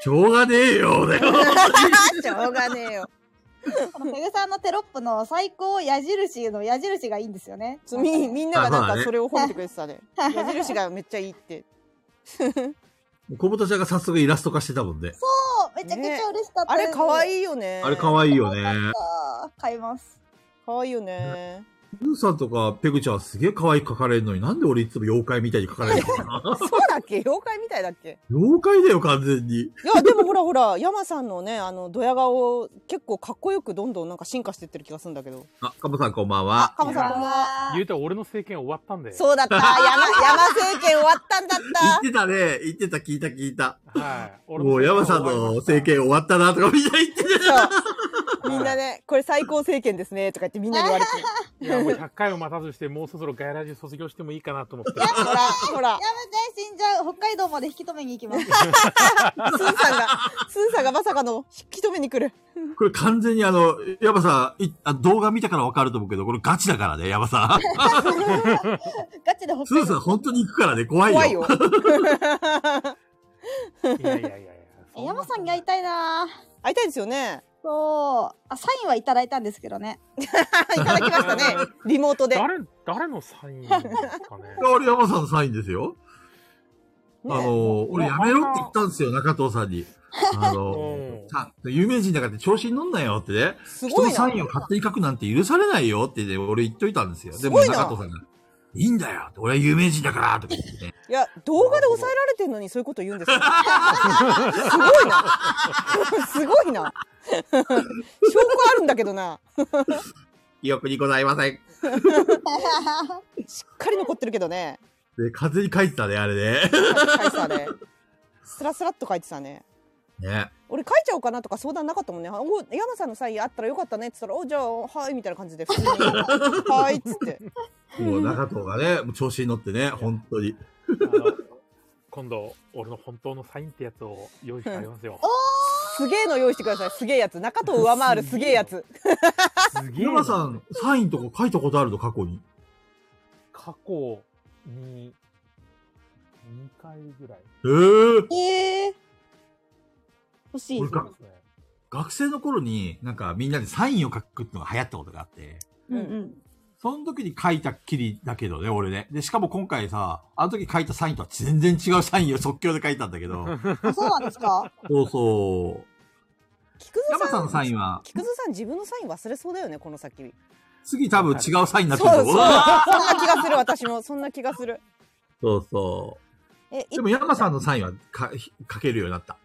しょうがねえよ、だよ。
しょうがねえよ
このペグさんのテロップの最高矢印の矢印がいいんですよね。
そうみみんなが
あま
な
あ
ん
ね
かそれを褒めてくれてたね矢印がめっちゃいいって
小本ちゃんが早速イラスト化してたもんね。
そう、めちゃくちゃ嬉しかった
あ れ可
い。
愛いよね
あれ可愛いよね。
あー買います。
可愛いよね
スンさんとかペグちゃんはすげえ可愛く描かれるのになんで俺いつも妖怪みたいに描かれるのかな
そうだっけ妖怪みたいだっけ
妖怪だよ、完全に。
いやでもほらほら山さんのねあのドヤ顔結構かっこよくどんどんなんか進化してってる気がするんだけど
あ、カモさんこんばん
あ
は。
カモさんこんばんは
あ
言うたら俺の政権終わったんで。
そうだった山山政権終わったんだっ
言ったてたね。言ってた、聞いた、聞いた。
はい。俺の
もう山さん
終わ
の
りました
政権終わったなとかみんな言って
そ
た。
うみんなねこれ最高政権ですねとか言ってみんなに言われて
いや、もう100回も待たずして、もうそろそろガイラジ卒業してもいいかなと思って。
ほらほら
やめて、死んじゃう。北海道まで引き止めに行 きます。
スーさんがスーさんがまさかの引き止めに来る
これ完全にあの、山さん、いあ動画見たからわかると思うけど、これガチだからね、山 さん。
ガチで北
スー
海
さん
道。
本当に行くからね、怖いよ。
怖いよ
いやいやいやいや。
え山さんに会いたいなぁ
会いたいですよね
そう。あ、サインはいただいたんですけ どね。
いただきましたねリモートでね
誰、誰のサインですか ね。
あれ山さんのサインですよ。あの、俺やめろって言ったんですよ、中藤さんに。あの
う、ん
さ、有名人だからって調子に乗んなよってね。
す
人
ご
の
いな
サインを勝手に書くなんて許されないよってね、俺言っといたんですよ。ですも
ごいな
中藤さんが、いいんだよって俺は有名人だからとか言ってね。
いや動画で抑えられてんのにそういうこと言うんですよすごいな すごいな証拠あるんだけどな
記憶にご ざいません。
しっかり残ってるけどね
で、風に書いてたね、あれね。
書いてたねスラスラっと書いてたね
ね。
俺書いちゃおうかなとか相談なかったもんね「あお山さんのサインあったらよかったね」って言ったら「おじゃあはい」みたいな感じで普通に「はい」っつって
もう中藤がね、もう調子に乗ってね、本当に。
あの今度、俺の本当のサインってやつを用意してありますよ。
すげえの用意してくださいすげえやつ中藤を上回るすげえやつ
すげえな。
山さん、サインとか書いたことあるの、過去に。
過去に、 2回ぐらい。
えー、
ええ欲しい
俺。
そう
が
ですね。
学生の頃になんかみんなでサインを書くってのが流行ったことがあって、
うん うん。
その時に書いたっきりだけどね、俺ね。で、しかも今回さ、あの時書いたサインとは全然違うサインを即興で書いたんだけ ど、
あそうなんですか
そうそう。
菊
ヤマ
津
さ
さ
ん
ん
のサインは、
菊津さん自分のサイン忘れそうだよねこの先
次多分違うサインにな
そう
ってる
そう
ぞ。
そんな気がする私もそんな気がする
そうそ
え
う。
い
でも山さんのサインはか書けるようになった。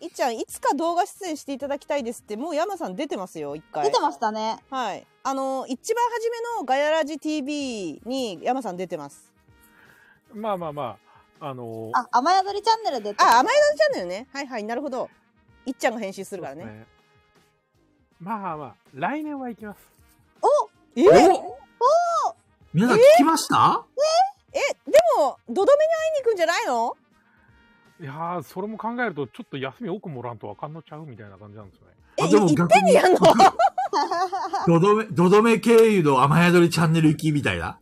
いっちゃんいつか動画出演していただきたいですってもう山さん出てますよ一回
出てましたね。
はいあの一番初めの「ガヤラジ TV」に山さん出てます
まあまあまあ、あのー
あ、雨宿りチャンネルで。
あ甘えだチャンネルねはいはいなるほどいっちゃんが編集するからね
そうですねまあまあ、来年は行きます。
え
お
え
皆さん聞きました、
でもドドメに会いに行くんじゃないの
いやー、それも考えると、ちょっと休み多くもらんとわかんのちゃうみたいな感じなんですよね。
え
あでも
いいっ
逆
ぺんにやんの
どどめ、どどめ経由の雨宿りチャンネル行きみたいな。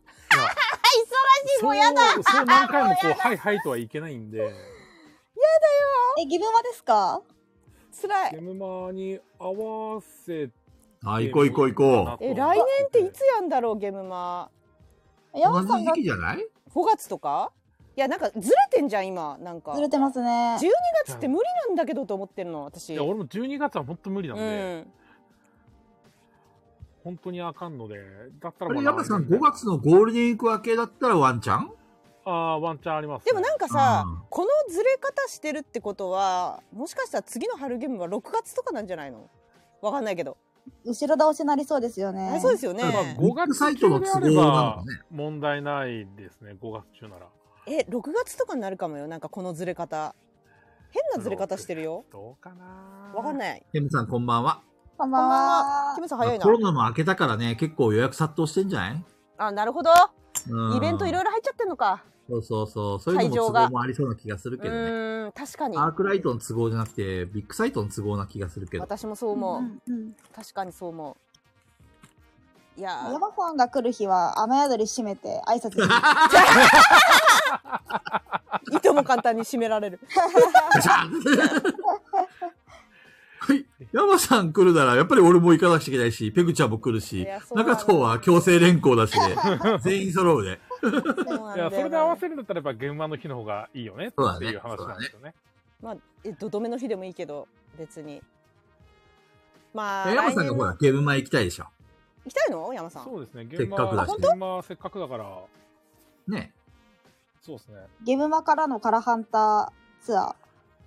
しいもうやだ
そうそう何回もこう、はいはいとはいけないんで、
え、ギブマですか
つらい
ゲムマに合わせて。
あ、行こう行こう行こ
え来年っていつやんだろうゲームマ
う。
山
同
本さ
じ
んが
時期じゃない
5月とかいやなんかずれてんじゃん今なんか
ずれてますね。
じ5月って無理なんだけどと思ってるの私
いや、俺も12月は本当無理なん
う
で、
ん
本当にあかんので、だった
あ
ら
れ、
う
山さん
来年
5月のゴールデンウィーク明けだったらワンチャン
ああ、ワンチャンあります、
でもなんかさ、
うん
このずれ方してるってことはもしかしたら次の春ゲームは6月とかなんじゃないのわかんないけど、
後ろ倒しになりそうですよね。
あそうですよね、
まあ
5月
サイ
中
トの
で
都
あ
合
れ
な
ば
のね。
問題ないですね、5月中なら。
え6月とかになるかもよなんかこのずれ方変なずれ方してるよ
どうかな
わかん
い。
ない
ケムさんこんばんは。
こんばんは
キ。ムさん早いな
コロナも明けたからね、結構予約殺到してんじゃない
あなるほど
うん
イベントいろいろ入っちゃってんのか
そうそうそう。そういう
会
のも
場
都
が
合もありそうな気がする
う
けどね。
ーん確かに
アークライトの都合じゃなくて、ビッグサイトの都合な気がするけど。
私もそう思う、
んうんうん
確かにそう思ういやー
山さんが来る日は雨宿り閉めて挨拶に
いとも簡単に締めら れる
ガシャンはい。山さん来るなら、やっぱり俺も行かなくちゃいけないし、ペグちゃんも来る
い
し
や、そうなの
中藤は強制連行だし ね、全員揃うね。
そうなんだ
い
よ
や、
な
それで合わせるんだったら、やっぱ現場の日の方がいいよね
そうだ
っ
ね
ていう話なんですよね。
まあえどどめの日でもいいけど別にまあ
山さ
来
んが
年
ほら、ゲーム前行きたいでしょ。
行きたいの山さん
そうですね、
せっ
現場
かくだ
は、
し
現場はせっかくだから、
ね。
そうですね。
ゲブマからのカラハンターツア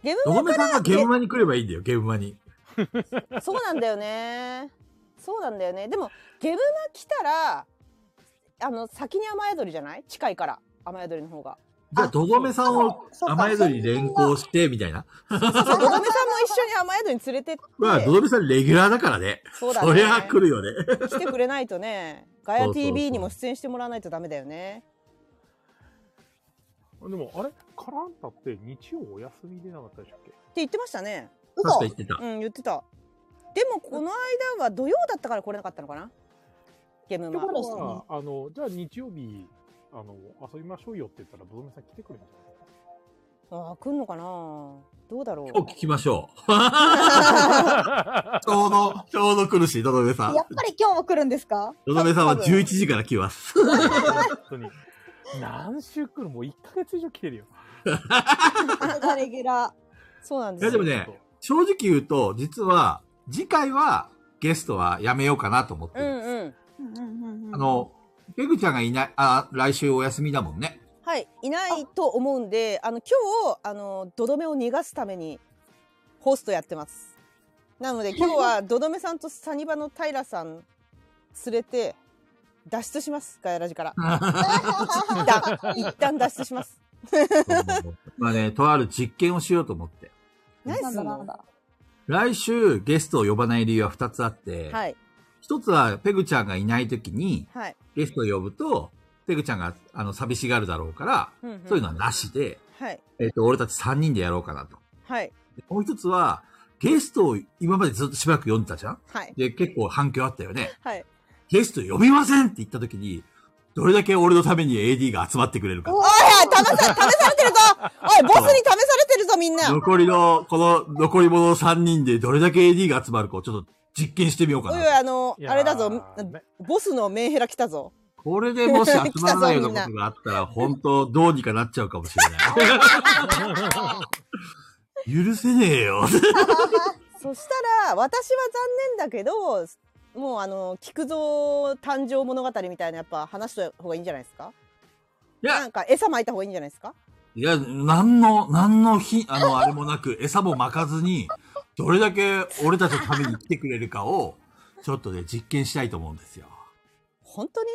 ゲ
の
ー
ど
ム
め
マ
さ
から
んがゲーム前に来ればいいんだよ、ゲーム前に。
えそうなんだよねそうなんだよねでもゲームマ来たらあの先に雨宿りじゃない近いから雨宿りの方 が
じゃあ、どどめさんを
ーそっか
雨宿り連行して、みたいな。
そうそうどどめさんも一緒に雨宿りに連れてって、
まあ、どどめさんレギュラーだからね。
そうだ
そりゃあ来
ね
るよね。
来てくれないとねガ
そ
ヤ
うそうそう
TV にも出演してもらわないとダメだよね
でも、あれカランタって日曜お休みでなかったでしたっけ
って言ってましたね
確か
嘘
言ってた。
うん言ってたでもこの間は土曜だったから来れなかったのかなゲーム
って
マ
こ
そ
と
うです
は、
ね
あのじゃあ日曜日あの遊びましょうよって言ったら、ぶどめさん来てくれるんじ
あー来んのかなどうだろう
今日聞きましょう。ちょうど、ちょうど来るし、どどめさん
や。っぱり今日も来るんですか
どどめさんは
多分
11時から来ます。
ゃないですか本当に。何週来るもう1ヶ月以上来てるよ。
レギュラ
そうなんで
いや
す
でも
よ
ね正直言うと、実は、次回はゲストはやめようかなと思って
う
る。
んうん
ー
あの、ペグちゃんがいない、あ、来週お休みだも んね。
はいいないと思うんであの今日あのどどめを逃がすためにホストやってますな ので今日はどどめさんとサニバの平さん連れて脱出しますガヤラジ から一旦一旦脱出します
まあね、とある実験をしようと思って。
何
なん
す
だ
ん
なん
の
だ
来週ゲストを呼ばない理由は2つあって、
はい
一つはペグちゃんがいない時に
はい、
ゲストを呼ぶと、ペグちゃんがあの寂しがるだろうから、
うんうん
そういうのはなしで、
はい
えっ、と、俺たち3人でやろうかなと。
はい
でもう一つは、ゲストを今までずっとしばらく呼んでたじゃん
はい
で、結構反響あったよね。
はい
ゲスト呼びませんって言った時に、どれだけ俺のために AD が集まってくれるか。
おい試さ、試されてるぞおい、ボスに試されてるぞ、みんな
残りの、この残り者3人でどれだけ AD が集まるかをちょっと実験してみようか
おいおい、
な。
あの
い、やー
あれだぞ、
ね
ボスのメンヘラ来たぞ。
これでもし集まらないようなことがあったら、本当どうにかなっちゃうかもしれない。許せねえよ。
そしたら、私は残念だけど、もうあの、菊蔵誕生物語みたいなやっぱ話した方がいいんじゃないですか
いや
なんか餌撒いた方がいいんじゃないですか
いや、なんの、なんのひ、あの、あれもなく、餌も巻かずに、どれだけ俺たちのために来てくれるかを、ちょっとね、実験したいと思うんですよ。
本当に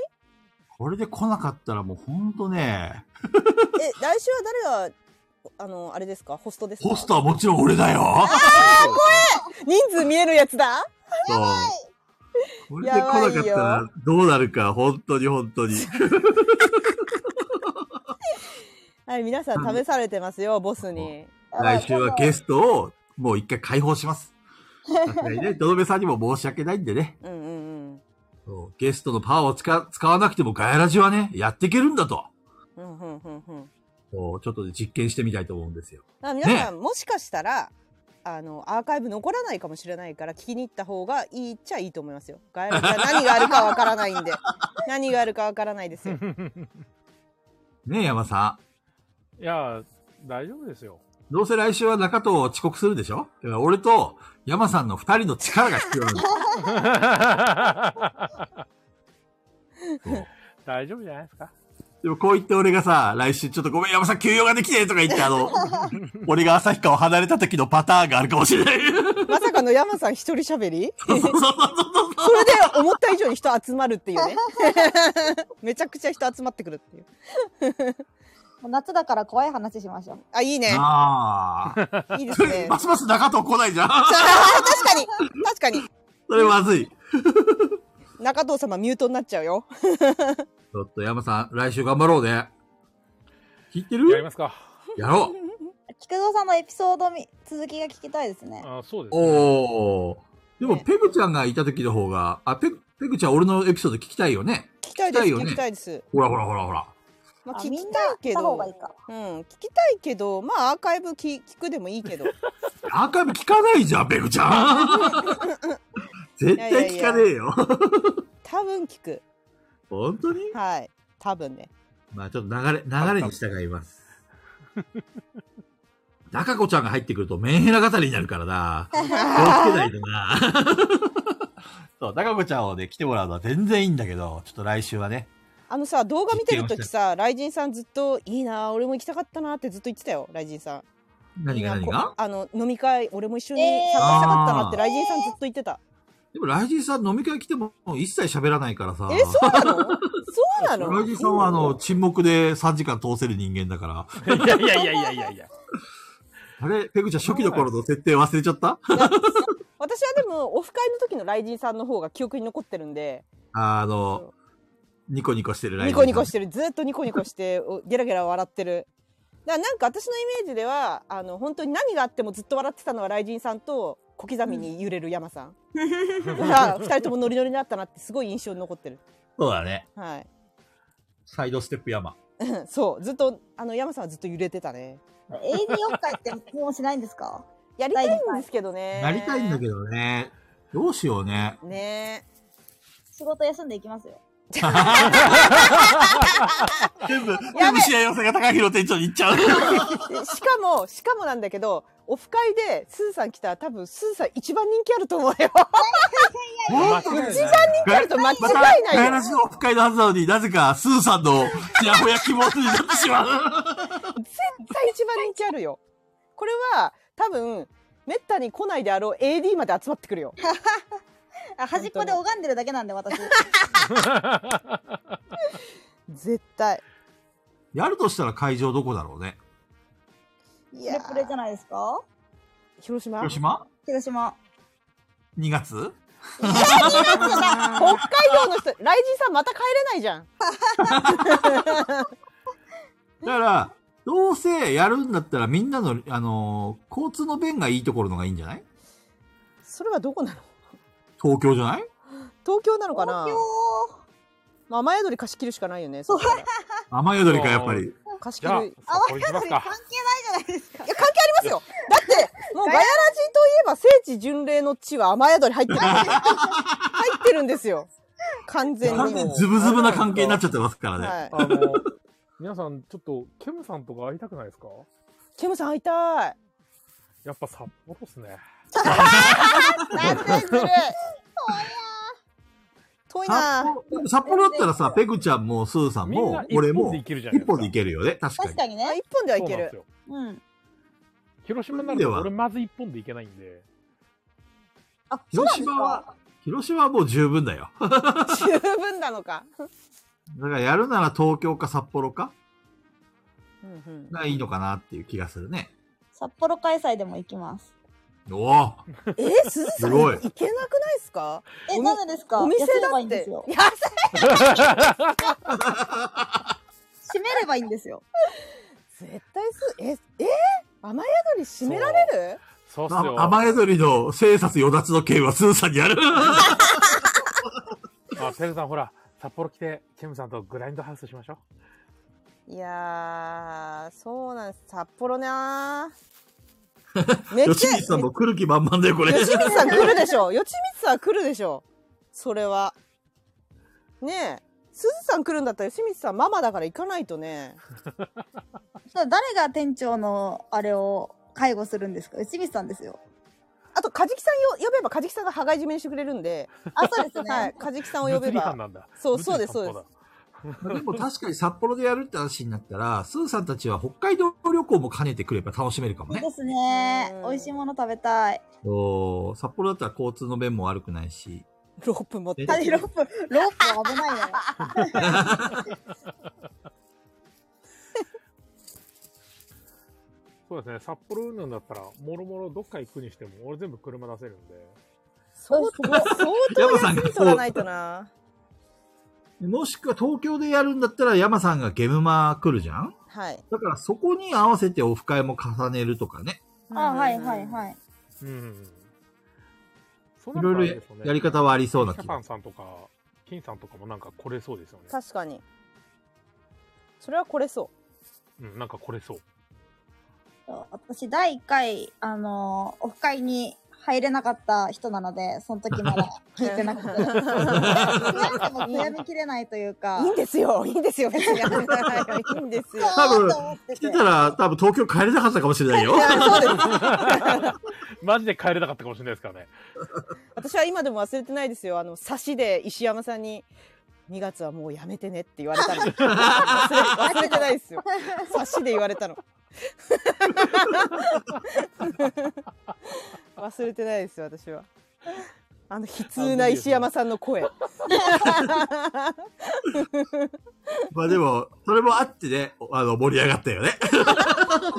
これで来なかったらもうほんとね、
え、来週は誰が、あの、あれですかホストですか
ホストはもちろん俺だよ
人数見えるやつだ
そう。これで来なかったらどうなるか、本当に本当に。
はい、皆さん試されてますよ、ボスに。
来週はゲストをもう一回解放します。さすがにね、どのめさんにも申し訳ないんでね。
うんうん
そうゲストのパワーを使使わなくてもガヤラジはね、やっていけるんだと。
うん。うんうんうんうん。
そうちょっとね、実験してみたいと思うんですよ。
だから皆さん、もしかしたらあのアーカイブ残らないかもしれないから聞きに行った方がいいっちゃいいと思いますよ。ガヤラジ は何があるかわからないんで何があるかわからないです よ。
ねえ、山さ
いや、大丈夫です よ。
ん。どうせ来週は中藤遅刻するでしょだから俺と山さんの二人の力が必要なんだ。そう
大丈夫じゃないですか。
でもこう言って俺がさ、来週ちょっとごめん山さん休養ができねえとか言って、あの、俺が旭川を離れた時のパターンがあるかもしれない。
まさかの山さん一人喋りそ
そう
れで
そうそうそう
思った以上に人集まるっていうね。 めちゃくちゃ人集まってくるっていう。
もう夏だから怖い話しましょう。
あいいね。
ああ。
いいです
それ、
ね。
ま
あ
すます中藤来ないじゃん。
確かに確かに
それまずい。
中藤様ミュートになっちゃうよ。
ちょっと山さん、来週頑張ろうね。聞いて
やり
る
ますか。
やろう。
菊蔵さんのエピソードみ続きが聞きたいですね。
あ、そうです、ね。
おー。でも、
ね
ペグちゃんがいた時の方が、あ、ペグ、ペグちゃん俺のエピソード聞きたいよね。
聞きたいです
聞きたいよね
聞きたいです。
ほらほらほらほら。
まあ
あ
聞
み
き
んな
たいけ
した方
ど
がいいか。
うん聞きたいけどまあアーカイブ聞聞くでもいいけど。
アーカイブ聞かないじゃん、ペグちゃん。絶対聞かねえよ。
多分聞く。
本当に
はい。多分ね。
まあちょっと流れ、流れに従います。中子ちゃんが入ってくるとメンヘラ語りになるからな。気をつけないとな。 そう、中子ちゃんをね、来てもらうのは全然いいんだけど、ちょっと来週はね。
あのさ動画見てる
実験を
時
し
さ雷神さんずっと「いいな俺も行きたかったな」ってずっと言ってたよ雷神さん。
何が
いい
何
なこ
が
あの飲み会俺も一緒に
えー
参加したかったなって雷神さんずっと言ってた。
でも、ライジンさん飲み会来ても一切喋らないからさ。
えそうな のそうなの
ライジンさんはあの、沈黙で3時間通せる人間だから。
いやいやいやいやいやいや。
あれ、ペグちゃん初期の頃の設定忘れちゃった
私はでもオフ会の時の雷神さんの方が記憶に残ってるんで
あの、ニコニコしてるライジ
ニ
ン。
コニコしててるずっとニコニコして おゲラゲラ笑ってる。だからなんか私のイメージではあの本当に何があってもずっと笑ってたのは雷神さんと小刻みに揺れる山さん。 が二人ともノリノリになったなってすごい印象に残ってる。
そうだね。
はい。
サイドステップ山。
そう、ずっと、あの、山さんはずっと揺れてたね。
営業会ってもうしないんで すか
やりたいんですけどね。
なりたいんだけ
ど。
どね。どうしようね。
ね
仕事休んでいきますよ。
全部、
全部
試合寄せが高弘店長に行っちゃう。
え。でしかも、しかもなんだけど、オフ会でスーさん来たら多分スーさん一番人気あると思うよ。
間
一番
違い
人
ない
気あると間違
また、ガ
いない
ヤ
よ。
ラジのオフ会のはずなのになぜか、スーさんの、ちやほや希望通になってしまう。
絶対一番人気あるよ。これは、多分、めったに来ないであろう AD まで集まってくるよ。
あ端っこで拝んでるだけなんで私。
絶対。
やるとしたら会場どこだろうね。
いやプレじゃないですか
広島
広島
広島。
?2 月
北海道の人、雷神さんまた帰れないじゃん。
だから、どうせやるんだったらみんなの、あのー交通の便がいいところのがいいんじゃない
それはどこなの
東京じゃない
東京なのかな
東京。
雨宿り貸し切るしかないよね。そしたら
雨宿りか、やっぱり。
貸し切
じゃあ
る。、
札幌行きますか。
ないじゃないですか。
いや、関係ありますよ。だって、もうガヤラジといえば聖地巡礼の地は雨宿り入 ってる。入ってるんですよ。完全にもう。
完全にズブズブな関係になっちゃってますからね。
はい。
あの、皆さん、ちょっと、ケムさんとか会いたくないですか
ケムさん会いたい。
やっぱ札幌っすね。
断念する。遠い
札
な。
幌札幌だったらさ、ペグちゃんもスーさん
みん
も
な、一
俺
本
も
で行、けるじゃない
一
ですか。
本で行けるよね。確かに
確。かに
あ、
ね。
一本ではい
そう
け
なんです
る。
よ。
うん。
広島になる
で
と
は
俺まず一本で行けないん で。
あ、そうな
広
んです
島
か
は、広島はもう十分だよ。
十分なのか。
だからやるなら東京か札幌か
うんうん
がいいのかなっていう気がするね。
札幌開催でも行きます。
おぉ
えー、鈴さ
す
ん、
ごい
行けなくないですかお
え、
み
なぜですか
お店
休め
だ
ばいい
っ
んで
て。
すよ。
いや
閉めればいいんですよ。
絶対す、え、え雨宿り閉められる
そうっすよ。
あ雨宿りの生殺与奪の件はスーさんにやる。
あ、ペグさんほら、札幌来て、ケムさんとグラインドハウスしましょ
いやー、そうなんです。札幌なー。 めっ
吉
ちゃ、
光さんも来る気満々だよ、これ。
吉光さん来るでしょ。吉光さん来るでしょ。それは。ねえ。鈴さん来るんだったら吉光さんママだから行かないとね。
ただ誰が店長のあれを介護するんですか内光さんで すよ。
あと、カジキさんよ呼べばカジキさんが羽交い締めにしてくれるんで、
あ、そうですね。
はい、カジキさん
う。
を呼
物
べ
理班
ば。
なんだ。
そうそうです
物理
そ
班
う
だ
でも確かに札幌でやるって話になったら、スーさんたちは北海道旅行も兼ねてくれば楽しめるかも
いい
ね。
ですね
う。ん
美味しいもの食べたい。
おー札幌だったら交通の便も悪くないし。
ロープ持って。
え
はい、ロープ、ロープ危ない よ。
そうですね。札幌云々だったら、もろもろどっか行くにしても、俺全部車出せるんで。
相当、相当休み取らないとな。
もしくは東京でやるんだったら山さんがゲムマ来るじゃん
はい。
だからそこに合わせてオフ会も重ねるとかね。
あ、はいはいはい。
うん。そ
いろいろやり方はありそうな
キャ
気
パ
が
ン。さんとか、金さんとかもなんかこれそうですよね。
確かに。それはこれそ
うん、なんかこれそう。
そう私、第1回、あのーオフ会に入れなかった人なので、その時まだ聞いてなくて。 悔やんでも悔やみきれないという
う。
か
いい、んですよ。いいんですよ。別 にやめないよ。いいんですよ。
多分
そうと思って
来てたら多分東京帰れなかったかもしれないよ。
マジで帰れなかったかもしれないですからね。
私は今でも忘れてないですよ。あの、差しで石山さんに、2月はもうやめてねって言われ たの。忘れ忘れてないですよ。差しで言われたの。忘れてないですよ、私は。あの、悲痛な石山さんの 声。
まあでも、それもあってね、あの、盛り上がったよね。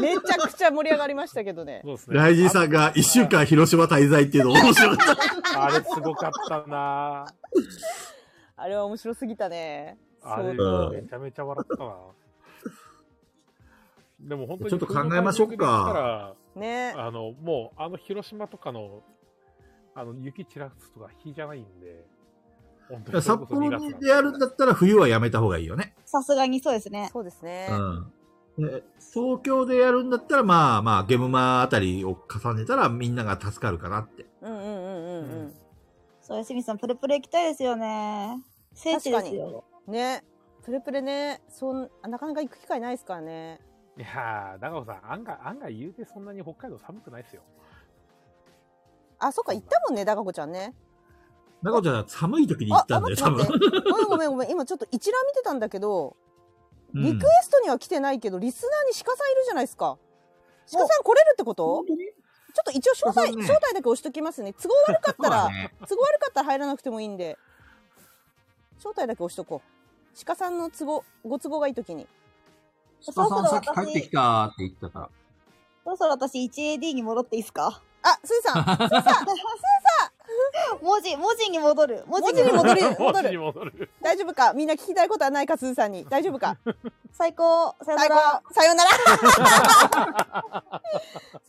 めちゃくちゃ盛り上がりましたけどね。
そうですね。
ライジンさんが一週間広島滞在っていうの面白かった。
ああれすごかったな
あれは面白すぎたね。
あれ
相当
めちゃめちゃ笑ったな でも本当に
ちょっと考えましょうか
ね
このタイミングで来たらあのもうあの広島とかのあの雪散らすとか日じゃないんで本 当にそれ
札
こそ2
幌
月なん
でやるんだったら冬はやめた方がいいよね。
さすがにそうですね。
そうですね
う。ん。で東京でやるんだったら、まあまあ、ゲムマあたりを重ねたらみんなが助かるかなって。
うんうんうんうん
そう、吉見さん、プルプル行きたいですよね。聖地ですよ。
うん。ね。プレプレね、そん、なかなか行く機会ないですからね。
いやー長尾さん案外案外言うてそんなに北海道寒くないですよ
あ、そっか、行ったもんね、ダカ子ちゃんね。
なこちゃんは寒い時に行ったんだよ、多
あ
分
待。って待ってごめんごめんごめん。今ちょっと一覧見てたんだけど、
うん
リクエストには来てないけど、リスナーに鹿さんいるじゃないですか。鹿さん来れるってことちょっと一応招待、
鹿さんね
招待だけ押しときますね。都合悪かった
そうだ
ら、
ね
都合悪かったら入らなくてもいいんで。招待だけ押しとこう。鹿さんの都合、ご都合がいいときに。
そ
さ
ろそろ
んさっき帰って
私
き、たって言ったから。
そろそろ私 1AD に戻っていいですか
あ、スーさん、
文字、文字に戻る。文字
文字に
に戻
戻
る。
る 戻
戻に
る。
戻る
大丈夫かみんな聞きたいことはないか、スーさんに。大丈夫か
最高。さよな
最
ら。
高さような ら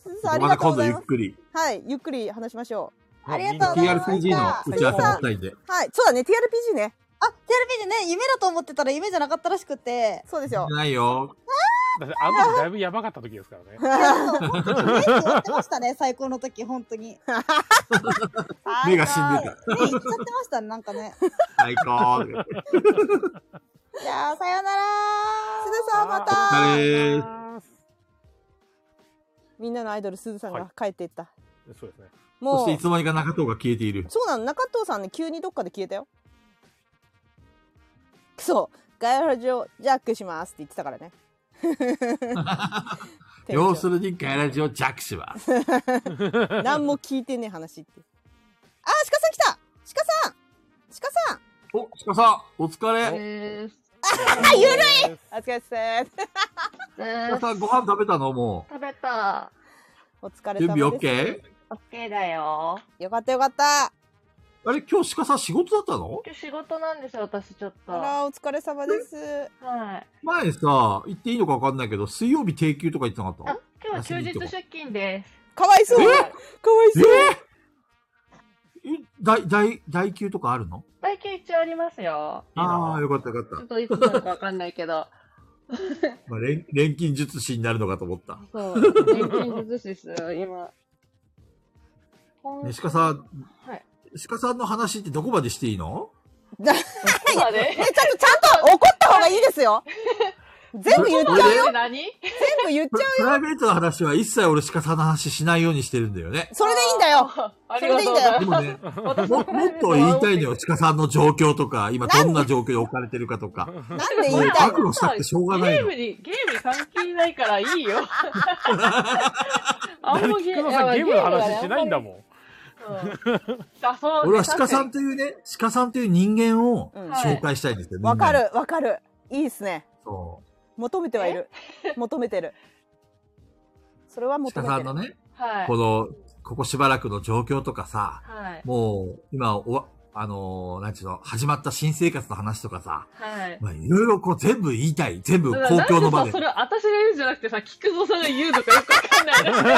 すずさんあり
ま
がとう
た今
ご
度
ざ
ゆ
い
っ
ます。
くり。
はい、ゆっくり話しましょ
ありがとうございます
TRPG の打ち合わせもしたいんで。
う。はい、そうだね、TRPG ね。
テレビでね、夢だと思ってたら夢じゃなかったらしくて。
そうですよ。
ないよ。
だってあの時だいぶやばかった時ですからね。
ねやってましたね、最高の時、本 当に。
目が死んでた。
ね、行っちゃってましたね、なんかね。
最高。
じゃあ、さようなら
すずさんま
お疲
た
れー
みんなのアイドルすずさんが帰っていった。
そうですね。
そ
も
し
う
ていつの間にか中藤が消えている。
そうなの中藤さんね急にどっかで消えたよ。クソガヤラジオジャックしますって言ってたから ね。
要するにガヤラジオジャックします。
何も聞いてねえ話って。あー鹿さん来た鹿さん鹿さん
お、鹿さん、お疲れ。
です。
あ、ゆるい
お疲れっすー
で
鹿
す。
さん、ご飯食べたのも
食べた。
お疲
う。
れ
準
様
備
です。
OK?
オッケーだよ。
よかったよかった。
あれ、今日鹿さん仕事だったの
今日仕事なんですよ、私ちょっと。
あ
は
ら、お疲れ様です。
い。
前さ、言っていいのか分かんないけど、水曜日定休とか言ってなかっ
あ
た、
今日は休日出勤です。
かわいそう。かわいそう。
え大、大、大休とかあるの
代休一応ありますよ。
ああ ー、よかったよか
ちょ
っ
っといつなのかわかんないけど。
た。まあ、錬錬金術師になるのかと思った。
そう。 年金術師っすよ、今。
ね、鹿さん、
はい
鹿さんの話ってどこまでしていいの
そうだ
え、
ね。
ちょっとちゃんと怒った方がいいですよ。全部言っちゃう。
何
全部言っちゃう。
プライベートの話は一切俺鹿さんの話しないようにしてるんだよ ね。
それでいいんだよ。
ありがとうござ
で
い
も
ま
ね、
す。私
もも
のプライ
っ
ベート
と
は
言いたい の よ、鹿さんの状況とか、今どんな状況で置かれてるかとか。
なんで
も
言
う
いたい
暴露したってしょうがない
ゲー
の
ム。に、ゲーム関係ないからいいよ。 あんま
菊野さんゲームの話しないんだもん。
うんだそう
俺は鹿さん
ん
というね、鹿さんという人間を
うん
はい
紹介したいんですよ。みんな
わ
に
か。るわかる。いいですね。
そ
求めてはいる。求めてる。それは
う。
求
鹿
め
さ
て
んの
る。
ね、
はい
こ。の、ここしばらくの状況とかさ、
はい。
もう、今、おわ、あのーなんちゅうの、始まった新生活の話とかさ、
はい。
まあ、いろいろこう全部言いたい。全部
だ
公共の場
な
で
んでさそ。れ私が言うんじゃなくてさ、菊蔵さんが言うのかよくわかんな いね。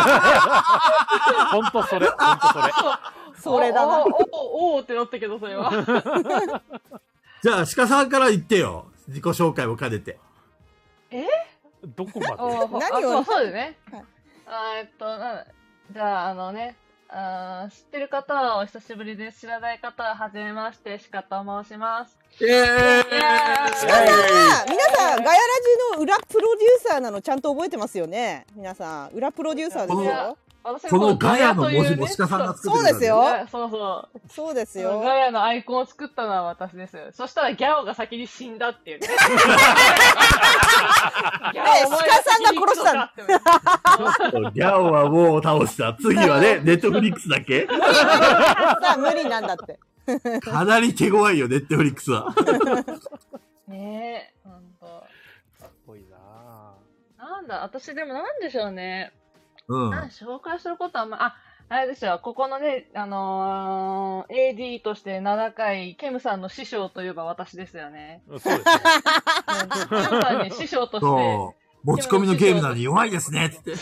ほんとそれ、ほんとそれ。
それだな
お。おおおってなったけど、それは。
じゃあ、鹿さんから言ってよ。自己紹介を兼ねて。
どこまで
お
何を
あそうそうですね
はい。
あーえっと、なんじゃあ、あのね、あー知ってる方はお久しぶりです。知らない方は、はじめまして、しかと申します。
ええ
イエーイ
皆さんは、皆さん、ガヤラジの裏プロデューサーなのちゃんと覚えてますよね。皆さん、裏プロデューサーですよ。
私
このガヤの文字も
し
鹿さんが作っ
そ
て
うですよ
そうそう。
そうです
そ
よ
の。ガヤのアイコンを作ったのは私です。そしたらギャオが先に死んだっていうね。ギャオお前先に行くのかって
そうギャオはもう倒した。次はね、ネットフリックスだっけ
さあ、無理なんだって。
かなり手強いよ、ネットフリックスは。
ねえ、ほんと。
ぽいな
なんだ、私でもなんでしょうね。
うん。
なんか紹介することはあんま、あ、あれですよ、ここのね、あのー AD として7回、ケムさんの師匠といえば私です よね。
ぁ。そうですね。
ケムさんに師匠として、
そう。持ち込みのゲームなのに弱いですね、つって。
ナイ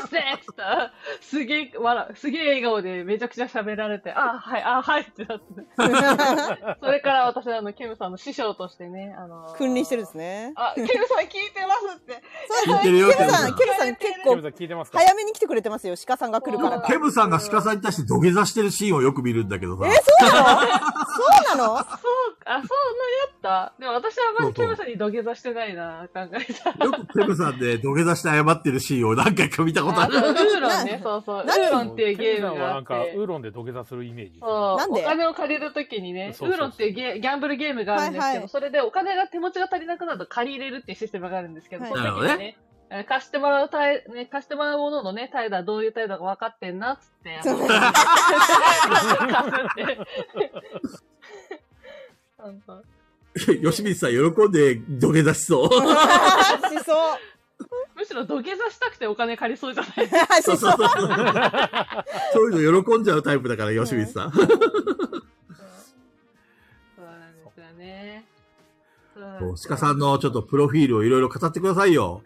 スねっつったら、すげえ、笑う、すげえ笑顔でめちゃくちゃ喋られて、あ、はい、あ、はいってなって。それから私、あの、ケムさんの師匠としてね、あのー
君臨してるんですね。
あ、ケムさん聞いてますって。
そう
聞いてるよ
ケルさん、
ケ
ケルさん結
ケム
構
さん聞いてますか
早めに来てくれてますよ。鹿さんが来るからか。
ケムさんが鹿さんに対して土下座してるシーンをよく見るんだけどさ。
そうなのそうなの
そうか、あ、そんなやったでも私はあんまり
そうそう
ケムさんに土下座してないな、考えたら。
よくケムさんで土下座して謝ってるシーンを何回か見たことあ
あ
る。
とウーロンね、そうそう。ウ
なんで
ーロンっていうゲームが
な
あ
ん
っ
か、ウ
て。
ーロンで土下座するイメージ。
そう
なんで
お金を借りるときにね、ウ
そうそうそう
ーロンっていうゲーギャンブルゲームがあるんですけど、
はいはい
それでお金が手持ちが足りなくなると借り入れるっていうシステムがあるんですけど、
はい
その時にね、えー貸してもらう態、ね、貸してもらうもののね、態度はどういう態度か分かってんなっつって、あの貸すって。なんか
吉光さん喜んで土下座しそう。
しそう。
むしろ土下座したくてお金借りそうじゃないですか
そう
しそ
そ
うう。
そう。 そういうの喜んじゃうタイプだから、吉光さん。
そうなんですよね。そ
そう
うなんですよ
鹿さんのちょっとプロフィールをいろいろ語ってくださいよ。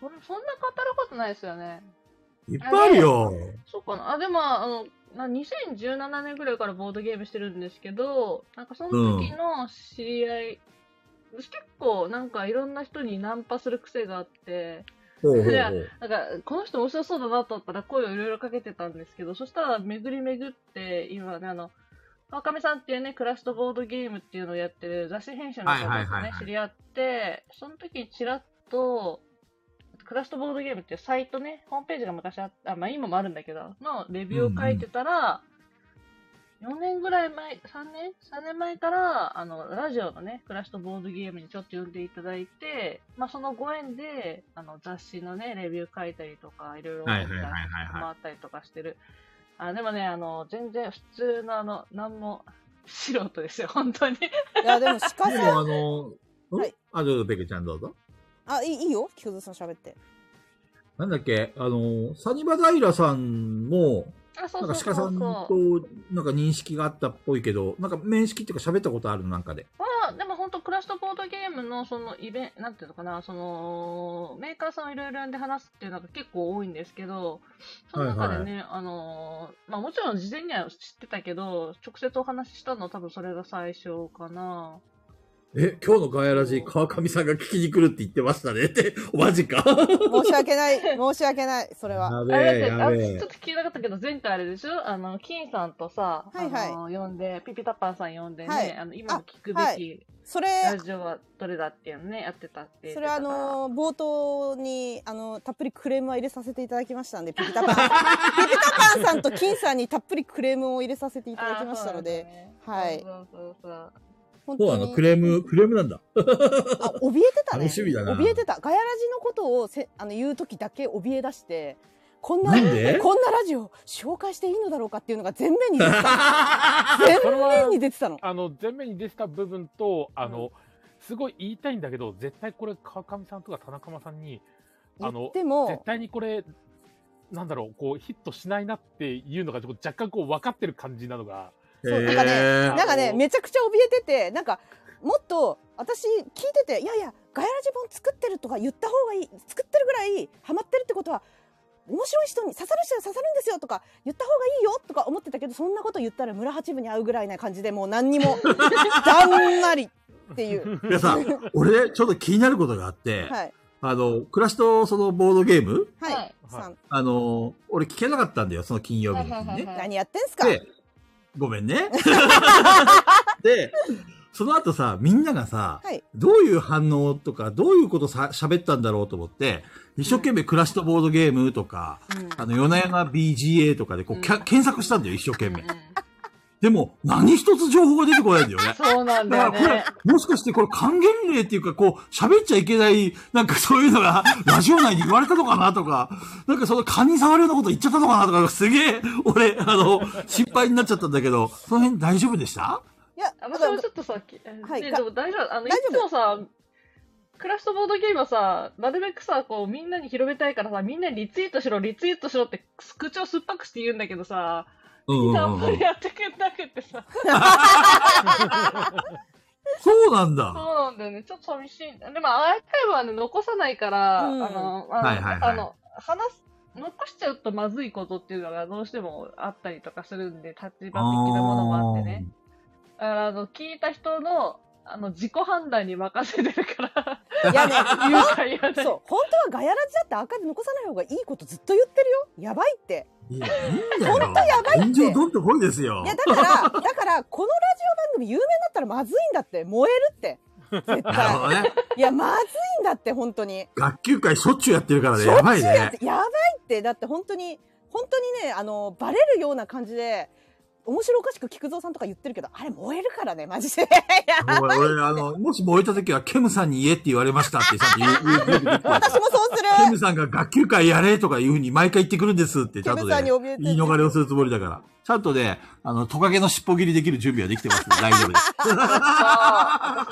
そんそんな語ることないですよね。
いっぱいあるよ。
そうかな。あ、でも、あの、な2017年ぐらいからボードゲームしてるんですけど、なんかその時の知り合い、私結構なんかいろんな人にナンパする癖があって、
ほうほうほ
いや
う。
なんかこの人面白そうだなと思ったら声をいろいろかけてたんですけど、そしたら巡り巡って、今ね、あの、川上さんっていうね、クラフトボードゲームっていうのをやってる雑誌編集の方とね、
はいはいはいはい
知り合って、その時にちらっと、クラフトボードゲームっていうサイトね、ホームページが昔あった、あまあ今もあるんだけど、のレビューを書いてたら、4年ぐらい前、3年 ?3 年前から、あの、ラジオのね、クラシとボードゲームにちょっと呼んでいただいて、まあ、そのご縁で、あの、雑誌のね、レビュー書いたりとか、いろいろ、
はいはいはいはいはい
回ったりとかしてる。あ、でもね、あの、全然普通の、あの、なんも、素人ですよ、本当に。
いやでも鹿さ
で
ん
もあの、ん
はい
あ、どうぞ、ペケちゃんどうぞ。
あいいいいよ菊蔵さん喋って
なんだっけ、あの、サニバダイラさんも、
あ、そ
なん
うそ
か
うそ
鹿
う
さん
そ
と
う。、
なんか認識があったっぽいけど、なんか面識っていうか喋ったことあるのなんかで。
まあ、でも本当、クラシとボードゲームの、その、イベント、なんていうのかな、その、メーカーさんをいろいろ呼んで話すっていうのが結構多いんですけど、その中でね、あのーまあもちろん事前には知ってたけど、直接お話ししたのは多分それが最初かな。
え、今日のガヤラジ、川上さんが聞きに来るって言ってましたねって、マジか。
申し訳ない申し訳ないそれは
や
あ
べえ、
れ
や
だって
べ
あ
え
ちょっ。と聞けなかったけど、前回あれでしょあの、金さんとさ、
はいはい
あのー呼んで、ピピタパンさん呼んでね、
はい
あの今の聞くべ
あは
き
それ
ラジオはどれだっていうのね、やってたって言
そ
ってた
れ
から
あの冒頭にあのたっぷりクレームは入れさせていただきましたんでピピタパンピピタパンさんと金さんにたっぷりクレームを入れさせていただきましたので、
あ
はい
ーそうなんだねそうそうそう
本
そう
当
な
に
の、クレーム、クレームなんだ。
あ怯えてたね
楽しみだな
怯えてたガヤラジのことをせあの言う時だけ怯え出してこんな
なんで
こんなラジオ紹介していいのだろうかっていうのが全面に出てた 全
それ
面に
は、
出てたの
あの、前面に出てた部分と、あの、すごい言いたいんだけど、絶対これ、川上さんとか田中間さんに、
言
あ
っ
の、
て
絶
も
対にこれ、なんだろう、こう、ヒットしないなっていうのが、若干こう、分かってる感じなのが、
そう
へ
なんかね
え
なんかね
あの
めちゃくちゃ怯えててなんかもっと私聞いてていやいやガヤラジ本作ってるとか言った方がいい作ってるぐらいハマってるってことは面白い人に刺さる人は刺さるんですよとか言った方がいいよとか思ってたけどそんなこと言ったら村八分に会うぐらいな感じでもう何に もだんまりっていう、
いやさ、俺、ちょっと気になることがあって、
はい
あの、暮らしとそのボードゲーム、
はい、
はい
さん
あの、俺聞けなかったんだよ、その金曜日の日
はいは
に
い
ね
は。い
何やってんすか
で、ごめんね。で、その後さ、みんながさ、
はい
どういう反応とか、どういうことさ喋ったんだろうと思って、一生懸命暮らしとボードゲームとか、
うん
あの、夜な夜な BGA とかでこう、きゃ検索したんだよ、一生懸
うんう
命
ん。
でも、何一つ情報が出てこないんだよね。
そうなんだ
だ
よ
からこ
ね
れ。、もしかしてこれ還元令っていうか、こう、喋っちゃいけない、なんかそういうのが、 ラジオ内に言われたのかなとか、なんかその勘に触るようなこと言っちゃったのかなとか、すげえ、俺、あの、心配になっちゃったんだけど、その辺大丈夫でした
いや
あ、
だ
私
から
もちょっとさ、き
はい
ね、
か
でも大丈夫。あの、い
大丈夫
つもさ、クラッシュとボードゲームはさ、なるべくさ、こう、みんなに広めたいからさ、みんなにリツイートしろ、リツイートしろって、口を酸っぱくして言うんだけどさ、
うん
み
うんん
なあんま
うん
りやってくれなくてさ、
そうなん
そう
だ。
なんだよね、ちょっと寂しいんだ。でも、アーカイブはね、残さないから、
うん
あの、あの、
はいはいはい
あの話す、残しちゃうとまずいことっていうのがどうしてもあったりとかするんで、立場的なものもあってね。だからあの聞いた人のあの自己判断に任せてるから
いやね
言うか言わない
そう本当はガヤラジだって赤で残さない方がいいことずっと言ってるよやばいって
いや、いいんだよ。本当
やばいって
炎上どんとこいですよ
いや。だからだからこのラジオ番組有名だったらまずいんだって燃えるって絶
なるほ
対
どね。
いやまずいんだって本当に
学級会しょっちゅうやってるからね、やばい
や
ね。
つやばいってだって本当に本当にねあのバレるような感じで面白おかしく菊蔵さんとか言ってるけどあれ燃えるからねマジでいや
俺、俺あの、もし燃えた時は、ケムさんに言えって言われましたって、ちゃんと言う言う言う言う
私もそうす
ケ
る
ムさんが学級会やれとかいうふうに毎回言ってくるんですって、ち
ケ
ゃんと
ムさん
ね
に、怯えて
言い逃れをするつもりだから。ちゃんとね、あの、トカゲの尻尾切りできる準備はできてますん で、大丈夫です。
私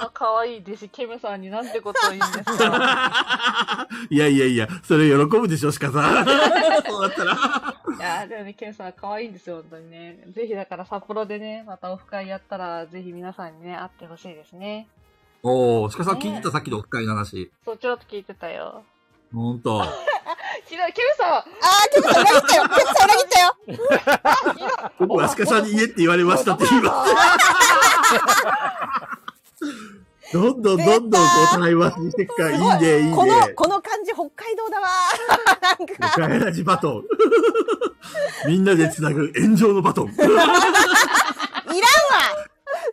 の可愛い弟子ケムさんになんてことを言うんですか
いやいやいや、それ喜ぶでしょ、鹿さん。 そうだったら。
いやーでもねケムさんは可愛いんですよ本当にねぜひだから札幌でねまたオフ会やったらぜひ皆さんにね会ってほしいですね
おー、鹿さん
ね
聞いてた、さっきのオフ会の話。
そうちょっと聞いてたよ
ほんと。
ひどいケムさん
あ
は
ーケムさん裏切ったよケムさん裏切ったよ
ひどい
おやすかさんに言えって言われましたって言います。どんどんどんどんこう対話していくから、いいね、いいね。
この、この感じ、北海道だわー なんか、
ガヤラジバトン。みんなでつなぐ炎上のバトン。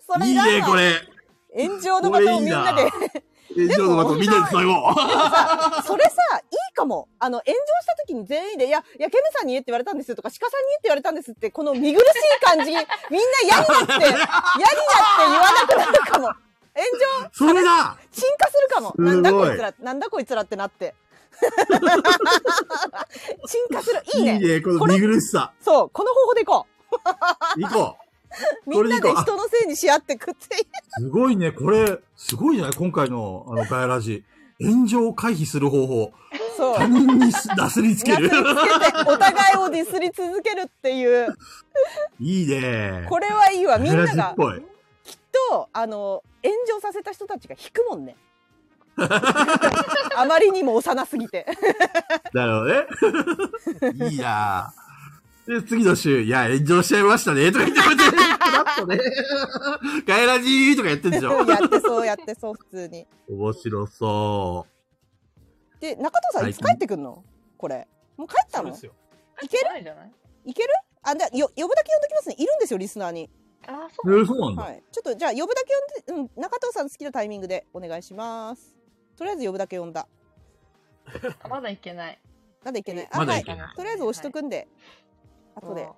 それ
いい
いらんわ
ね、これ。
炎上のバトンを
こ
み
れいい
ん
な
なで。
炎上のバトン、みんなでつなごう。
それさ、いいかも。あの、炎上した時に全員で、いや、いや、ケムさんに言えって言われたんですよとか、鹿さんに言えって言われたんですって、この見苦しい感じ、みんな嫌になって、嫌になって言わなくなるかも。炎上、
それだ
沈下するかも。
すごい
なんだこいつら、なんだこいつらってなって。 沈下する。いい
いい
ね。
ね、この
こ
見
れ
苦しさ。
そう、この方法でいこ
いこ
う。
う。
み
こ
ん
れでい
な
こう
で人のせいにし合ってくっていう。
すごいね、これ、すごいじゃない今回の、あの、ガヤラジ。炎上を回避する方法。
そう。
他人にすなすりつけ
なすり
る
つ。けて、お互いをディスり続けるって いう。
いいね。
これはいいわ。みん
ガヤ
なが。
ラジっぽい。
とあの炎上させた人たちが引くもんねあまりにも幼すぎて
なるほどね。いいなぁ。で、次の週、いや、炎上しちゃいましたね、とか言って、こうやって、ふらっとね、ガヤラジーとかやってんでし ょ
やってそうやってそう普通に
面白そ
で中藤さん
はい。
いつ帰ってくんのこれもう帰った
そう
の
ですよ。
いける
ないんじゃない
いけるあじゃあよ呼ぶだけ呼んできますねいるんですよリスナーに、
ああ、そうう。
え、そうなんだ。
はい、ちょっとじゃあ呼ぶだけ呼んで、うん、中藤さん好きなタイミングでお願いしますとりあえず呼ぶだけ呼んだ
あまだいけない。
なんでいけない
まだい
は
けない
い、とりあえず押しとくんで、後で
そう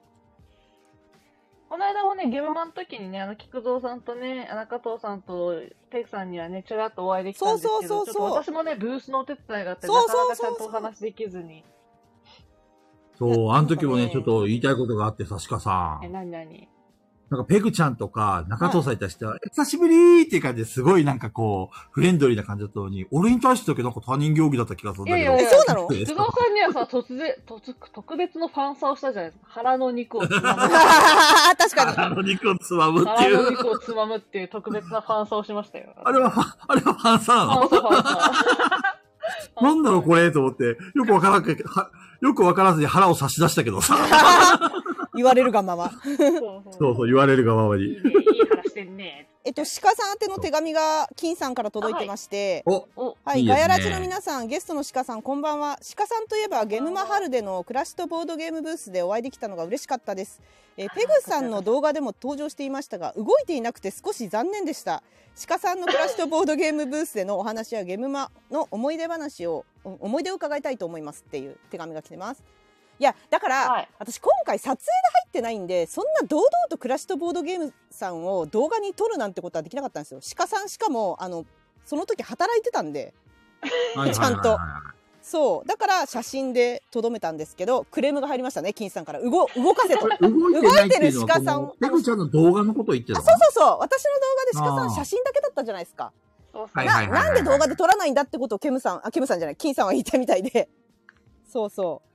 この間もね、現場の時にね、あの、菊蔵さんとね、中藤さんと、ペクさんにはね、ちらっとお会いできたんですけど、
そうそうそうそう
ちょっと私もね、ブースのお手伝いがあって、
そう
な
そ
か
う
なかち
そ
ゃ
うんそ
と
う
お話できずに。
そう、あの時も
なん
ね、
か
ちょ
ね
っと言いたいことがあって、さしかさ
え、
ん。
なになに
なんか、ペグちゃんとか、中藤さんに対しては、え久しぶりーっていう感じですごいなんかこう、フレンドリーな感じだったのに、俺に対してだけなんか他人行儀だった気がするんだけど。
いやい
え
や
そうなの
どうで
菊
す
蔵
か
さんにはさ、突然、突特別のファンサをしたじゃないですか。腹の肉をつまむ。
確かに
あの肉をつまむってい
腹の
う。
肉をつまむっていう特別なファンサをしましたよ。
あれは、あれはファンサな
フ
の
ァンサ、ファンサ。
なんだろうこ
れ。
れと思って、よくわからんけ、はよくわからずに腹を差し出したけどさ。
言われるがまま
そうそう
そうそう、言われるがまま
い
に
い。ね、いい話してんね。
えっと、鹿さん宛ての手紙が金さんから届いてまして、
お、
お、
はい、
いいです
ガ
ね
ヤラジの皆さん、ゲストの鹿さん、こんばんは。鹿さんといえば、ゲムマハルでのクラシとボードゲームブースでお会いできたのが嬉しかったです。えーペグさんの動画でも登場していましたが、動いていなくて少し残念でした。鹿さんのクラシとボードゲームブースでのお話やゲムマの思い出話を、お思い出を伺いたいと思いますっていう手紙が来てます。いや、だから、
はい。
私今回撮影で入ってないんでそんな堂々とクラシとボードゲームさんを動画に撮るなんてことはできなかったんですよ鹿さんしかもあのその時働いてたんで
はい
ちゃんとそうだから写真でとどめたんですけどクレームが入りましたね金さんから動動かせと
これ動いてないってい
動いて
うの
る
は、
鹿さんを
このペグちゃんの動画のことを言って
あ
る
そ
の
う
かな
そうそう私の動画で鹿さ
あ
ん
ー
写真だけだったじゃないですか
そうそう
はい
ななんで動画で撮らないんだってことをケムさんあケムさんじゃない金さんは言ったみたいでそうそう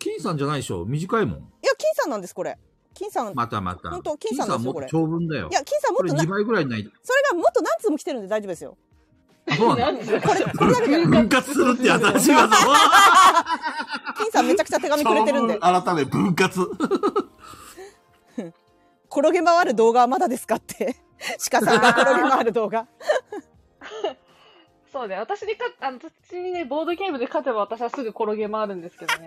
金さんじゃないでしょ短いも
い
ん。
や金さんなんですこれ金さん、
またまた。
ほんと金
金
さんで
さ
す
ん
よ
もっ
ことれ
長文だよ
い。や金さんも
こ
っ
れ
とな
2倍ぐらい ない。
それがもっと何通も来てるんで大丈夫ですよ
あ、そうなんだ。
何それ
これこれだけじゃない
分割するって新しい技。
金さんめちゃくちゃ手紙くれてるんで
長文改め、分割。
転げ回る動画はまだですかって鹿さんが転げ回る動画
そうね、私に勝っあの、私にね、ボードゲームで勝てば私はすぐ転げ回るんですけどね。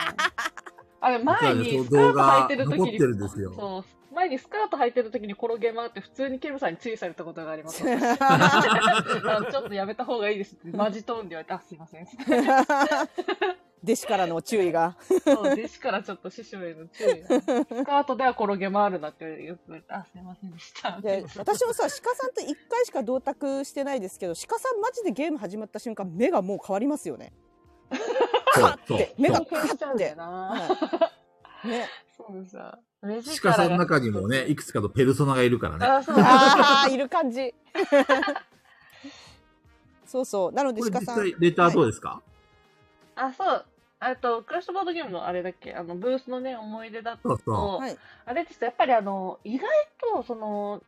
あれ、前にスカート履いてる時
動画残っ
に、
てるんですよ
そう、前にスカート履いてる時に転げ回って普通にケムさんに注意されたことがあ ります。あのちょっとやめた方がいいですって、マジトーンで言われて、あ、すいません。
弟子からの注意が
そう、弟子からちょっと師匠への注意が。スカートでは転げ回るなってよく言われて、あ、すいませんでした。
で私もさ鹿さんと1回しか同卓してないですけど鹿さんマジでゲーム始まった瞬間目がもう変わりますよね
そうそう
で目が
興奮しちゃうんだよな。
はいね
そうですよ。目
鹿
力
さんの
が
中にもね、いくつかのペルソナがいるからね。
あ、そうだ
あ あいる感じそうそうなので
これ
鹿
実
さん
際、レターどうですか、
あ、そう。あと、クラッシュボードゲームのあれだっけ、あの、ブースのね、思い出だ
そうそ
と、
はい
あれですやっぱりあの、意外と、その、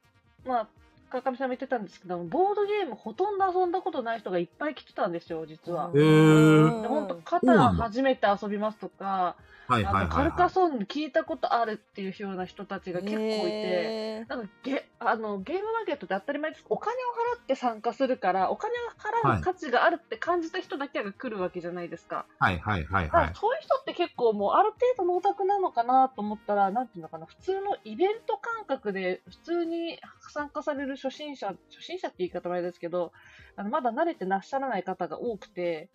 まあ、川上さんも言ってたんですけど、ボードゲームほとんど遊んだことない人がいっぱい来てたんですよ、実は。
えー、
で本当
そうな
肩
んだ
初めて遊びますとか、
はいはいは
あ
い、
とカルカ
は
ソンヌ聞いたことあるっていうような人たちが結構いて、
え
なんかゲあのゲームマーケットって当たり前ですお金を払って参加するからお金を払う価値があるって感じた人だけが来るわけじゃないですか、
いはいはい
だか
はい。
らそういう人って結構もうある程度のオタクなのかなと思ったらなんていうのかな普通のイベント感覚で普通に参加される初心者初心者って言い方もあれですけどあのまだ慣れてらっしゃらない方が多くて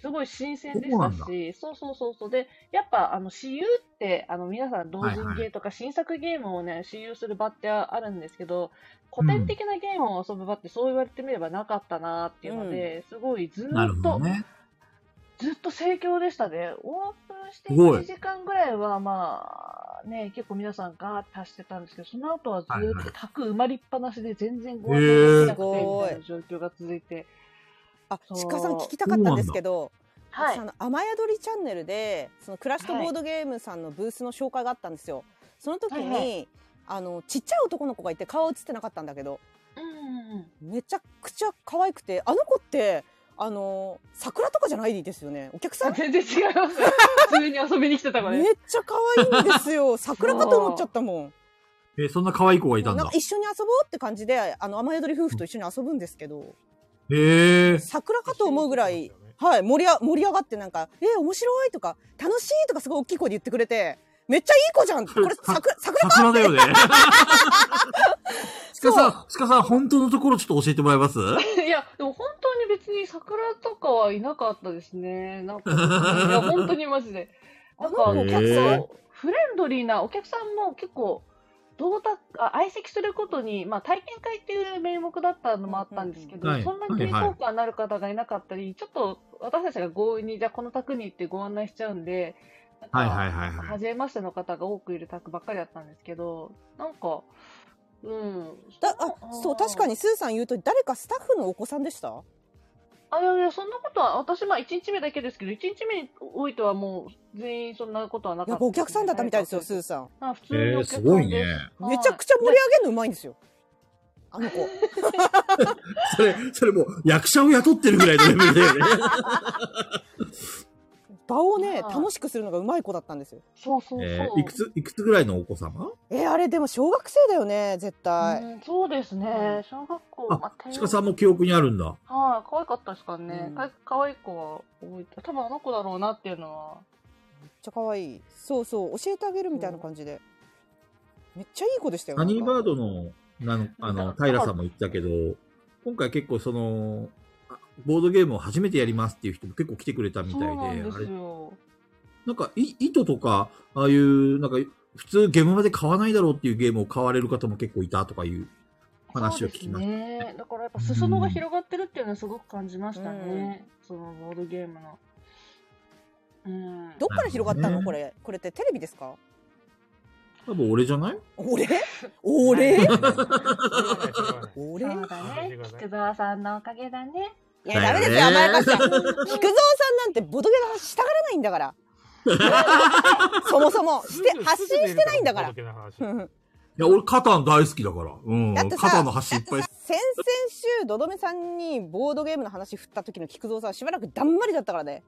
すごい新鮮でしたしそうそうそうそうでやっぱあの私有ってあの皆さん同人ゲーとか新作ゲームをね私有する場ってあるんですけど古典的なゲームを遊ぶ場ってそう言われてみればなかったなっていうので、すごいず
なる
ー
ほ
っと
どね。
ずっと盛況でしたね。オープンして
すごい
1時間ぐらいは、まあ、ね、結構皆さんが足してたんですけど、その後はず
はい
ー
は
っ
い
と宅埋まりっぱなしで全然ご
へ
案内
ー
できなくて、みたいな状況が続いて。
あ
そう
鹿さん聞きたかったんですけど
は
私あ
い。
の雨宿りチャンネルでそのクラシットボードゲームさんのブースの紹介があったんですよ。その時に、
はいは
あのちっちゃい男の子がいて顔は映ってなかったんだけど
うん。
めちゃくちゃ可愛くてあの子ってあの桜とかじゃないですよねお客さ
あ
ん
全然違い ます。普通に遊びに来てたから
めっ
ね。
ちゃ可愛いんですよ桜かと思っちゃったもん。
えーそんな可愛い子がいたん
なんか。
だ
一緒に遊ぼうって感じであの雨宿り夫婦と一緒に遊ぶんですけど
えー、
桜かと思うぐらい。はい、盛りあ盛り上がってなんか「えー、面白い」とか「楽しい」とかすごい大きい声で言ってくれて「めっちゃいい子じゃんこれ桜桜か!」
桜だ よね。
そ
鹿
う
さん、鹿さん、本当のところちょっと教えてもらえます
いや、でも本当に別に桜とかはいなかったですね。なん か、いや、本当にマジで。なんか、
あ
お
なん
客
か
さん、
へー
フレンドリーなお客さんも結構、同卓あ相席することに、まあ、体験会っていう名目だったのもあったんですけど、
はい
そんなに
はいはい
効果になる方がいなかったり、ちょっと私たちが強引に、じゃあこの卓に行ってご案内しちゃうんで、なんか
はいはいはいはい。
初めましての方が多くいる卓ばっかりだったんですけど、なんか、うん。
だあそう確かにスーさん言うと誰かスタッフのお子さんでした
あ、いやいや、そんなことは、私、まあ、1日目だけですけど、1日目においてはもう、全員そんなことはなか
や
っ。
ったぱお客さんだったみたいですよスーさん
あ普通
え
に
ー、
お客さ
す
ん
ごいね
で。はい
めちゃくちゃ盛り上げるのうまいんですよあの子
それ、それもう役者を雇ってるぐらいのレベルだよね。
場をね
あー
楽しくするのがうまい子だったんですよ
そうそうそう。
えーいくつ、いくつぐらいのお子様
えーあれでも小学生だよね絶対、
うんそうですね。小学校、
あ
まあ、
鹿さんも記憶にあるんだ。
はい、可愛かったですからね。
うん
か可愛い子は覚えて、多分あの子だろうなっていうのは。
めっちゃ可愛いそうそう教えてあげるみたいな感じで、めっちゃいい子でしたよ
ハニーバー
ド
ドの、あの、あの、平さんも言ったけど、今回結構その、あボードゲームを初めてやりますっていう人も結構来てくれたみた
そ
いうで、
なんで
あ
す
れ、
よ。
なんか、い糸とか、ああいう、なんか、普通ゲームまで買わないだろうっていうゲームを買われる方も結構いたとかいう話を聞きまし
そ
た。
うですね。だからやっぱ裾野が広がってるっていうのはすごく感じましたね。そのボードゲームの。うん。
どっから広がったの
なる
こ
ほ
れこれってテレビですか
多分俺じゃない
俺俺
そ
俺
うだね。菊沢さんのおか げだね。
いやダメですよ
だよね
甘やかしちゃ菊蔵さんなんてボドゲの話したがらないんだから そもそもして発信してないんだから うん
いや、俺、カタン大好きだから。うん。
だってさ
カタンの端いっぱ
先
い。
々週どどめさんにボードゲームの話振った時の菊蔵さんしばらくだんまりだったからね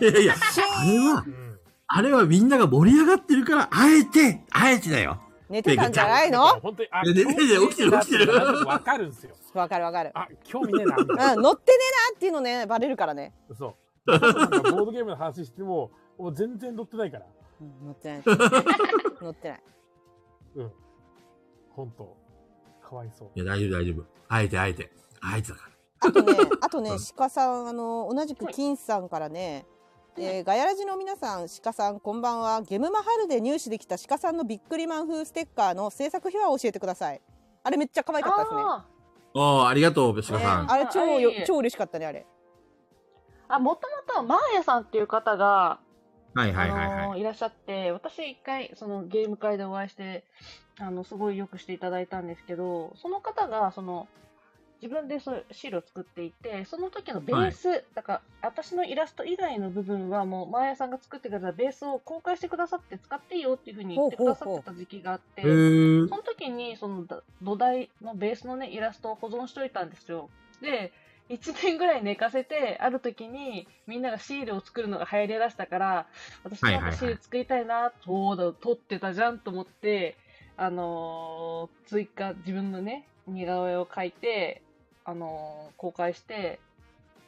いやいや、あれは、あれはみんなが盛り上がってるから、あえて、あえてだよ。
寝てたんじゃないの
本当に、あ
いや寝てる寝てる起きてる起きてる
わかるんですよ。
わかるわかる
あ、興味ねえな、みたいな
うん乗ってねえなっていうのねバレるからね、
そう。なんかボードゲームの話しても、もう全然乗ってないから。
うん乗って ない乗ってない
うん。本当。かわいそう。
いや、大丈夫、大丈夫。あえて、あえて。あえてだから。
あとね、あとね
うん、
鹿さん、あの、同じく金さんからね、えーガヤラジの皆さん、鹿さん、こんばんは。ゲムマ春で入手できた鹿さんのビックリマン風ステッカーの制作秘話を教えてください。あれめっちゃ可愛かったですね。
あ
ああ、ありがとう、吉川さん。
ね
あれ超よ
あいい
超嬉しかったね、あれ。
ーあ、もともとマーヤさんっていう方が、
はいはいはい
あの
はい。
ーいらっしゃって、私一回、そのゲーム会でお会いして、あの、すごいよくしていただいたんですけど、その方が、その、自分でそうシールを作っていて、その時のベース、だから私のイラスト以外の部分はもう、マーヤさんが作ってくれたベースを公開してくださって使っていいよっていうふうに言ってくださってた時期があって、
へー
その時にそのだ土台のベースのねイラストを保存しといたんですよ。で1年ぐらい寝かせてある時にみんながシールを作るのが流行りだしたから私も
はい
な
はいは
ん
い
かシール作りたいな、そうだ撮ってたじゃんと思ってあのー追加自分のね似顔絵を描いてあのー公開して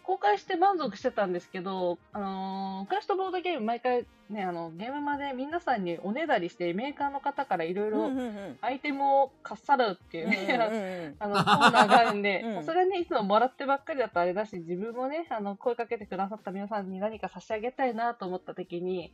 公開して満足してたんですけど、あのークラッシュとボードゲーム毎回ねあのゲームまで皆さんにおねだりしてメーカーの方からいろいろ
うんうん
アイテムをかっさらうっていうね、
うん
あの、コーナーがあるんで、
うん
それはね、いつももらってばっかりだとあれだし、自分もね、あの、声かけてくださった皆さんに何か差し上げたいなと思った時に、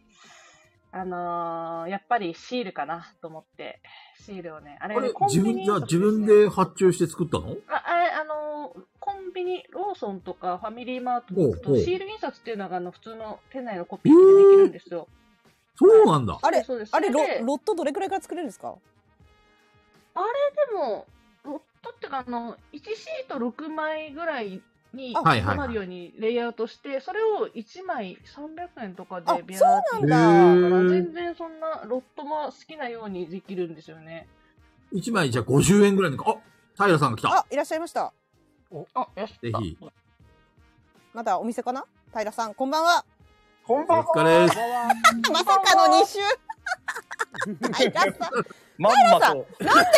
あのーやっぱりシールかなと思って、シールをね、あれ,、
あ
ね、
れ
コンビ
自
ニ
分、じゃあ
とか
自
す
分
ね
で発注して作ったの
あ、あれ、あのーコンビニ、ローソンとかファミリーマートに行く
おう
と、
おう
シール印刷っていうのが、あの、普通の店内のコピーでできるんですよ。
そうなんだ。
あれ
そうです
あれ
そ
ロ
で
ロットどれくらいから作れるんですか
でも、ロットってか、あの、1シート6枚ぐらいに
あ
はいはいはい
なるようにレイアウトして、それを1枚300円とか
あ
でビャーって
そう
や
なんだ
ったら、
へー
全然そんなロットも好きなようにできるんですよね。
一枚じゃあ50円ぐらいのか。あ平さんが来た。
あいらっしゃいました
あ、よし。
ぜひ。
まだお店かな平さんこんばんは
こん
お
ばんは。
疲れです。
は
まさかの2週平さん
まんまと。
なんで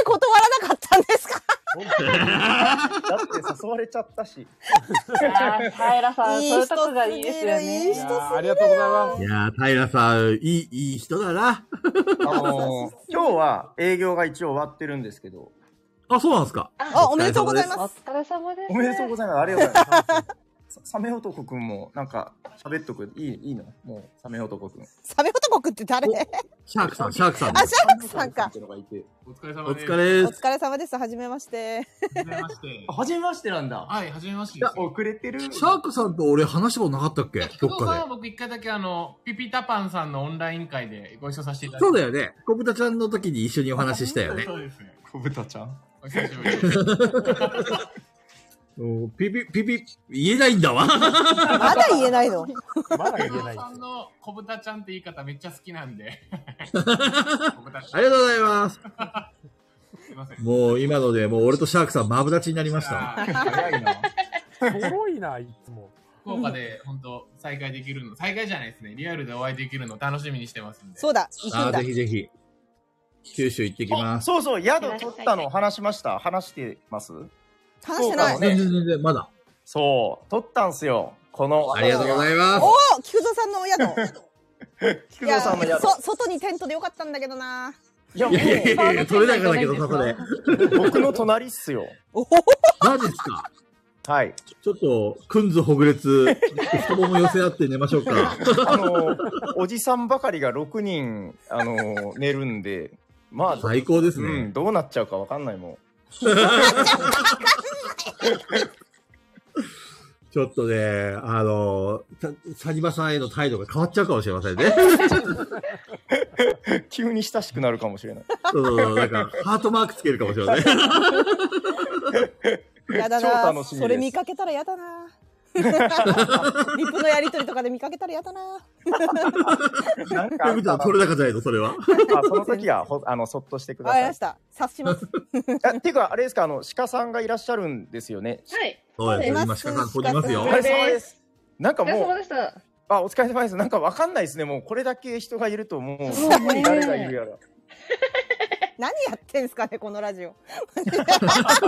断らなかったんですか
本当にだって誘われちゃったし。
あー、平さん、
いい
そういう
人
とこがいいですよ
すぎるいい
い
人
や
ね。
ーありがとうございま
い
す。
やー、平さん、いい、いい人だな。
あのー 今日は営業が一応終わってるんですけど、
あ、そうなんですか。
あおめでとうござい
お
ます
疲れ様です。
おめでとうご
ざい
ざいます。ありがとうございます。 ササメ男くんも、なんか、喋っとく。いい、いいのもう、サメ男くん。
サメ男くんって誰
お
あ
シャークさん、シャークさん。
シャークさんか
っていうのがいて
お疲れ
お
様です。
疲
は
お
れです。
疲れ様ですはじめまして
じめまして
あ。はじめましてなんだ。
はい、はじめましてです。
遅れてる。
シャークさんと俺話したことなかったっけ
工
どっ
藤さんは
か
僕一回だけあの、ピピタパンさんのオンライン会でご一緒させていただ
で。
いて。
そうだよね。小豚ちゃんの時に一緒にお話ししたよね。
そうですね。
小豚ちゃん。
お久しぶりです。
うんピピ、ピピ、言えないんだ わ。
まだ言えない の
まだ
工
言えない
藤。さんの小豚ちゃんって言い方めっちゃ好きなんで。 小豚ちゃ
ありがとうございます。
ん、すいません。
もう今ので、もう俺とシャークさん、マブダチになりました。
あー
早いな。
おもろいな、いつも。
福岡で本当再会できるの、再会じゃないですね。リアルでお会いできるの楽しみにしてますんで。
そうだ行く
あ
ん
ー
だ
ぜひぜひ。九州行ってきます。
そうそう、宿取ったの話しました。話してます
話してない
そうかもね
全然全然、まだ。
そう、取ったんすよ。この、
ありがとうございます。
おお菊蔵さんのお宿
菊蔵さんの
いや
宿。
そ外にテントでよかったんだけどない
や、
い
も
やいやいやいや、取れなかったけど、そこで。
う、僕の隣っすよ。
おお
マジですか。
はい。
ちょっと、くんずほぐれつ、太もも寄せ合って寝ましょう か。
あの、おじさんばかりが6人、あの、寝るんで、まあ、
最高です
う
ね
ん、。どうなっちゃうかわかんないもん。
ちょっとね、あの、さサニバさんへの態度が変わっちゃうかもしれませんね。
急に親しくなるかもしれない。
そうそうそう、なんか、ハートマークつけるかもしれない。
やだ
超
な
楽しみです
それ見かけたらやだ なリップのやりとりとかで見かけたらやだ な
なんか
ペ
あ
グ
っ
ちゃ
た
ん、
な
取れなかったないの、それは。
あその時は、ほあの、そっとしてくだ
わかり
さ
ま
い
し。た察します
あていうか、あれですか、あの、鹿さんがいらっしゃるんですよね。
す。はい。
そうですよ、今、鹿さん、ここにいますよ
お。疲れ様です。なんか
お疲れ
も
様
う、
でした。
あ、お疲れ様です。なんかわかんないですね。もう、これだけ人がいると、もう、そこに誰がいるやら。
何やってんすかねこのラジオ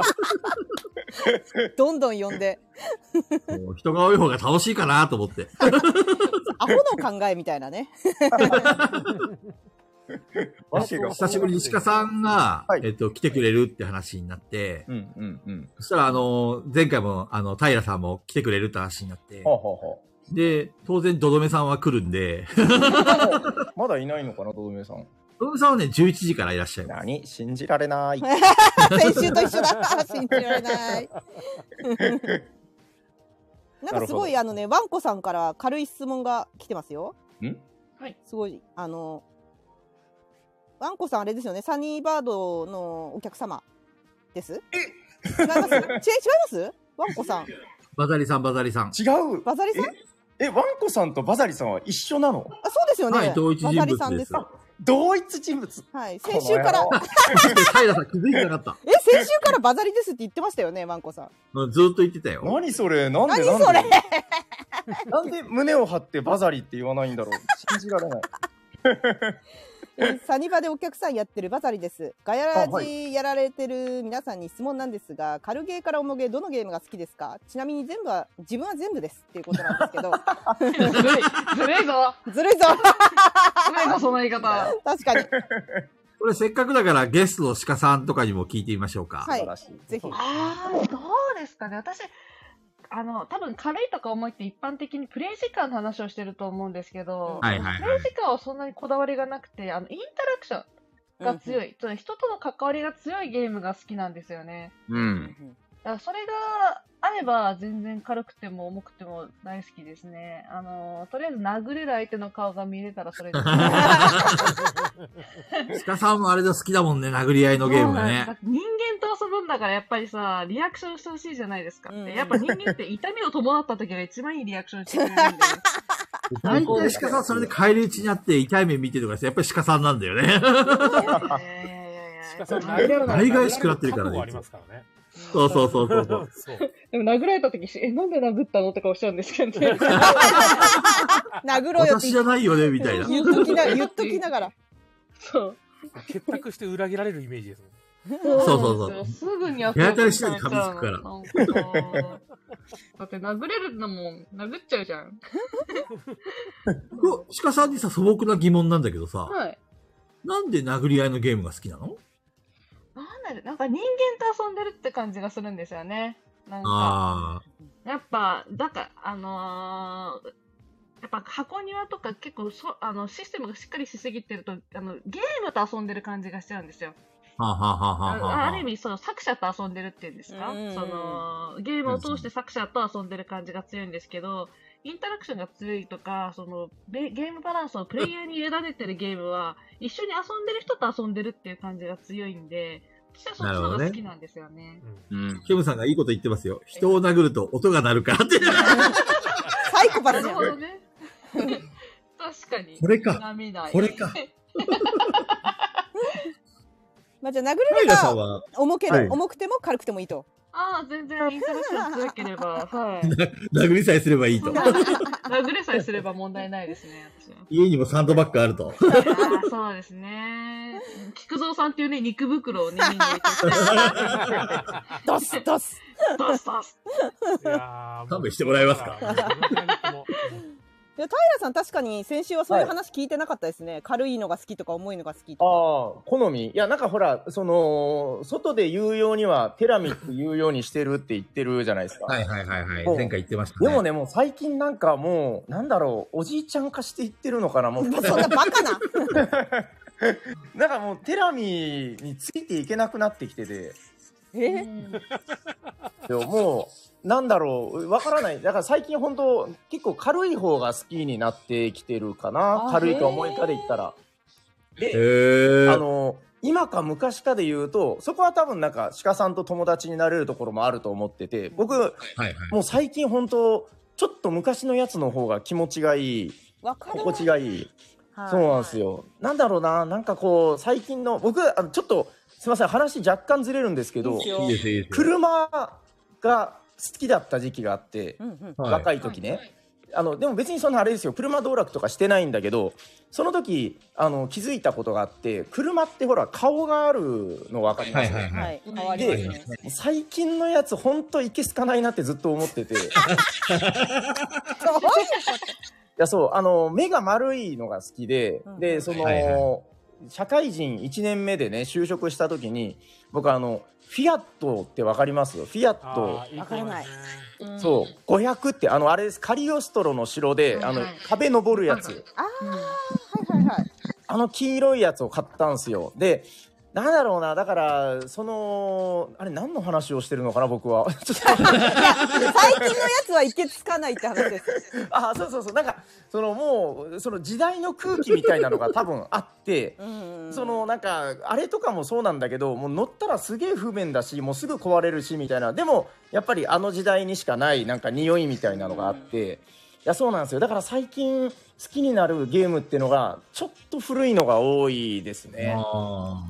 どんどん呼んで
もう人が多い方が楽しいかなと思って。
アホの考えみたいなね
わけが。
久しぶりに鹿さんが、
はい
えっと、来てくれるって話になって、
うんうんうん。
そしたら、あの、前回も、あの、平さんも来てくれるって話になって
は、あ、はあは
で、当然、どどめさんは来るんで、
あ、まだいないのかな、ドドメさん。
どどめさんはね、11時からいらっしゃいます。
何信じられ ない。
先週と一緒だ信じられない なんかすご
なるほ
い
ど
あのねわんこさんから軽い質問が来てますよ
ん
はい
すごいあのわんこさんあれですよねサニーバードのお客様です違います違いますワンコさん。
バザリさん、バザリさん。
違う
バザリさん
え、ワンコさんとバザリさんは一緒なの
あ、そうですよね。
はい、同一人
バ
物
ザリさん
で。
です す。
同一人物
はい。先週から
こ、の野郎
平さん気づいてなかった。
え、先週からバザリですって言ってましたよね、ワンコさん。
うんずっと言ってたよ。
何それなんで
何
なんで
それ
なんで胸を張ってバザリって言わないんだろう信じられない。
えサニバでお客さんやってるバザリです。ガヤラ
あは
ジやられてる皆さんに質問なんですが、軽ゲーから重ゲーどのゲームが好きですか？ちなみに全部は自分は全部ですっていうことなんですけど、
ずるい。ずるいぞ。
ずるいぞ。
ずるいぞ、その言い方。
確かに。
これせっかくだからゲストの鹿さんとかにも聞いてみましょうか。
はい
素晴らしい。
ぜひ
ああ、どうですかね。私、あの、多分軽いとか重いって一般的にプレイ時間の話をしてると思うんですけど、
はいはい
プ
は
レイ
い。
時間はそんなにこだわりがなくて、あの、インタラクションが強い、その人との関わりが強いゲームが好きなんですよね。
う。
うんん。
だからそれがあれば全然軽くても重くても大好きですね。あの、とりあえず殴れる相手の顔が見れたらそ れで。
鹿さんもあれだ好きだもんね、殴り合いのゲームがね
だ。って人間と遊ぶんだからやっぱりさ、リアクションしてほしいじゃないですか。
うん
でやっぱ人間って痛みを伴った時が一番いいリアクションしてくれるんで。
大体鹿さんそれで帰り討ちになって痛い目見てるとかして、やっぱり鹿さんなんだよね。
いやいやいやいや
鹿さん、
で
大概しくらってるから
覚
ね
悟ありますからね。
そうそうそうそうそう。
そう。
も殴られた時え、なんで殴ったのとかおっしゃるんですけどね。
殴ろうよって
私じゃないよね、みたいな。
言っときな言っときながら。
そう。
結託して裏切られるイメージですね。
そう
そう
なんですよすぐにやっ
手当たり次第に噛みつくから
だって殴れるのも殴っちゃうじゃん。
こ鹿さんにさ、素朴な疑問なんだけどさ、
はい。
なんで殴り合いのゲームが好きなの
なんだろう、なんか人間と遊んでるって感じがするんですよね。なんか、
あ
やっぱ、だから、あのーやっぱ箱庭とか結構そあのシステムがしっかりしすぎてるとあのゲームと遊んでる感じがしちゃうんですよ。
あ、はあはあは
あ
あはあ
ある
は
意味その作者と遊んでるっていうんですか、
うん
そのゲームを通して作者と遊んでる感じが強いんですけどインタラクションが強いとかそのべゲームバランスをプレイヤーに委ねてるゲームは一緒に遊んでる人と遊んでるっていう感じが強いんで私はそっちの方が好きなんですよね。
うん。
ケムさんがいいこと言ってますよ。人を殴ると音が鳴るからって。
サイコパス
な
じゃ
るほ
ん。
どね 確かに
これか
波ない
これか。
まあじゃあ殴
カ
れれ
イラさん
ば
は、
重け
はい
れ重くても軽くてもいいと。
ああ全然インタラクション強ければはい
殴りさえすればいいと。
殴れさえすれば問題ないですね私 は。
家にもサンドバッグあると。
あーそうですね。菊蔵さんっていうね、肉袋を ね、目に入れて
ドスドス。
ドスドス。
いやー
勘弁してもらえますか
もうも
いや平さん確かに先週はそういう話聞いてなかったですね。軽いのが好きとか重いのが好きと
ああ
か。、
好みいや、なんかほら、その、外で言うようには、テラミって言うようにしてるって言ってるじゃないですか。
はいはいはいはい。
そう
前回言ってましたね。
でもね、もう最近なんかもう、なんだろう、おじいちゃん化していってるのかな、もう。
そんなバカ な。
なんかもう、テラミについていけなくなってきてて、
え
でももう、なんだろう、わからない。だから最近本当結構軽い方が好きになってきてるかな。
あ
軽いか重いかで言ったら。
へ
あ
ー。
の、今か昔かで言うと、そこは多分なんか鹿さんと友達になれるところもあると思ってて、僕、
はいはい。
もう最近本当ちょっと昔のやつの方が気持ちがいい、
わかるわ。
心地がいい。
はい
そうなんですよ。なんだろうな、なんかこう、最近の、僕、あのちょっと、すいません、話若干ずれるんですけ
いい
ど
っ、すよ
いいですいいです。
車が好きだった時期があって
う、んうん。
はい
若い時ね。あのでも別にそのあれですよ車道楽とかしてないんだけどその時あの気づいたことがあって車ってほら顔があるの分かります、
はいはい
はい。変わりま
です
ね。
最近のやつほんといけすかないなってずっと思ってていやそうあの目が丸いのが好きで、
うん
でその、
はいは
社会人1年目でね就職した時に僕あのフィアットって分かりますフィアット
あー
わからない。
そう500ってあのあれですカリオストロの城で、
はいはい
あの壁登るやつ
ああ、はいはいはい。
あの黄色いやつを買ったんすよでなんだろうな、だから、その、あれ、何の話をしてるのかな、僕は。 ちょっと
最近のやつは行けつかないって話 です。
あそうそうそうなんかそのもうその時代の空気みたいなのが多分あって
うん
そのなんかあれとかもそうなんだけどもう乗ったらすげえ不便だしもうすぐ壊れるしみたいなでもやっぱりあの時代にしかないなんか匂いみたいなのがあって。いやそうなんですよだから最近好きになるゲームってのがちょっと古いのが多いですね
あ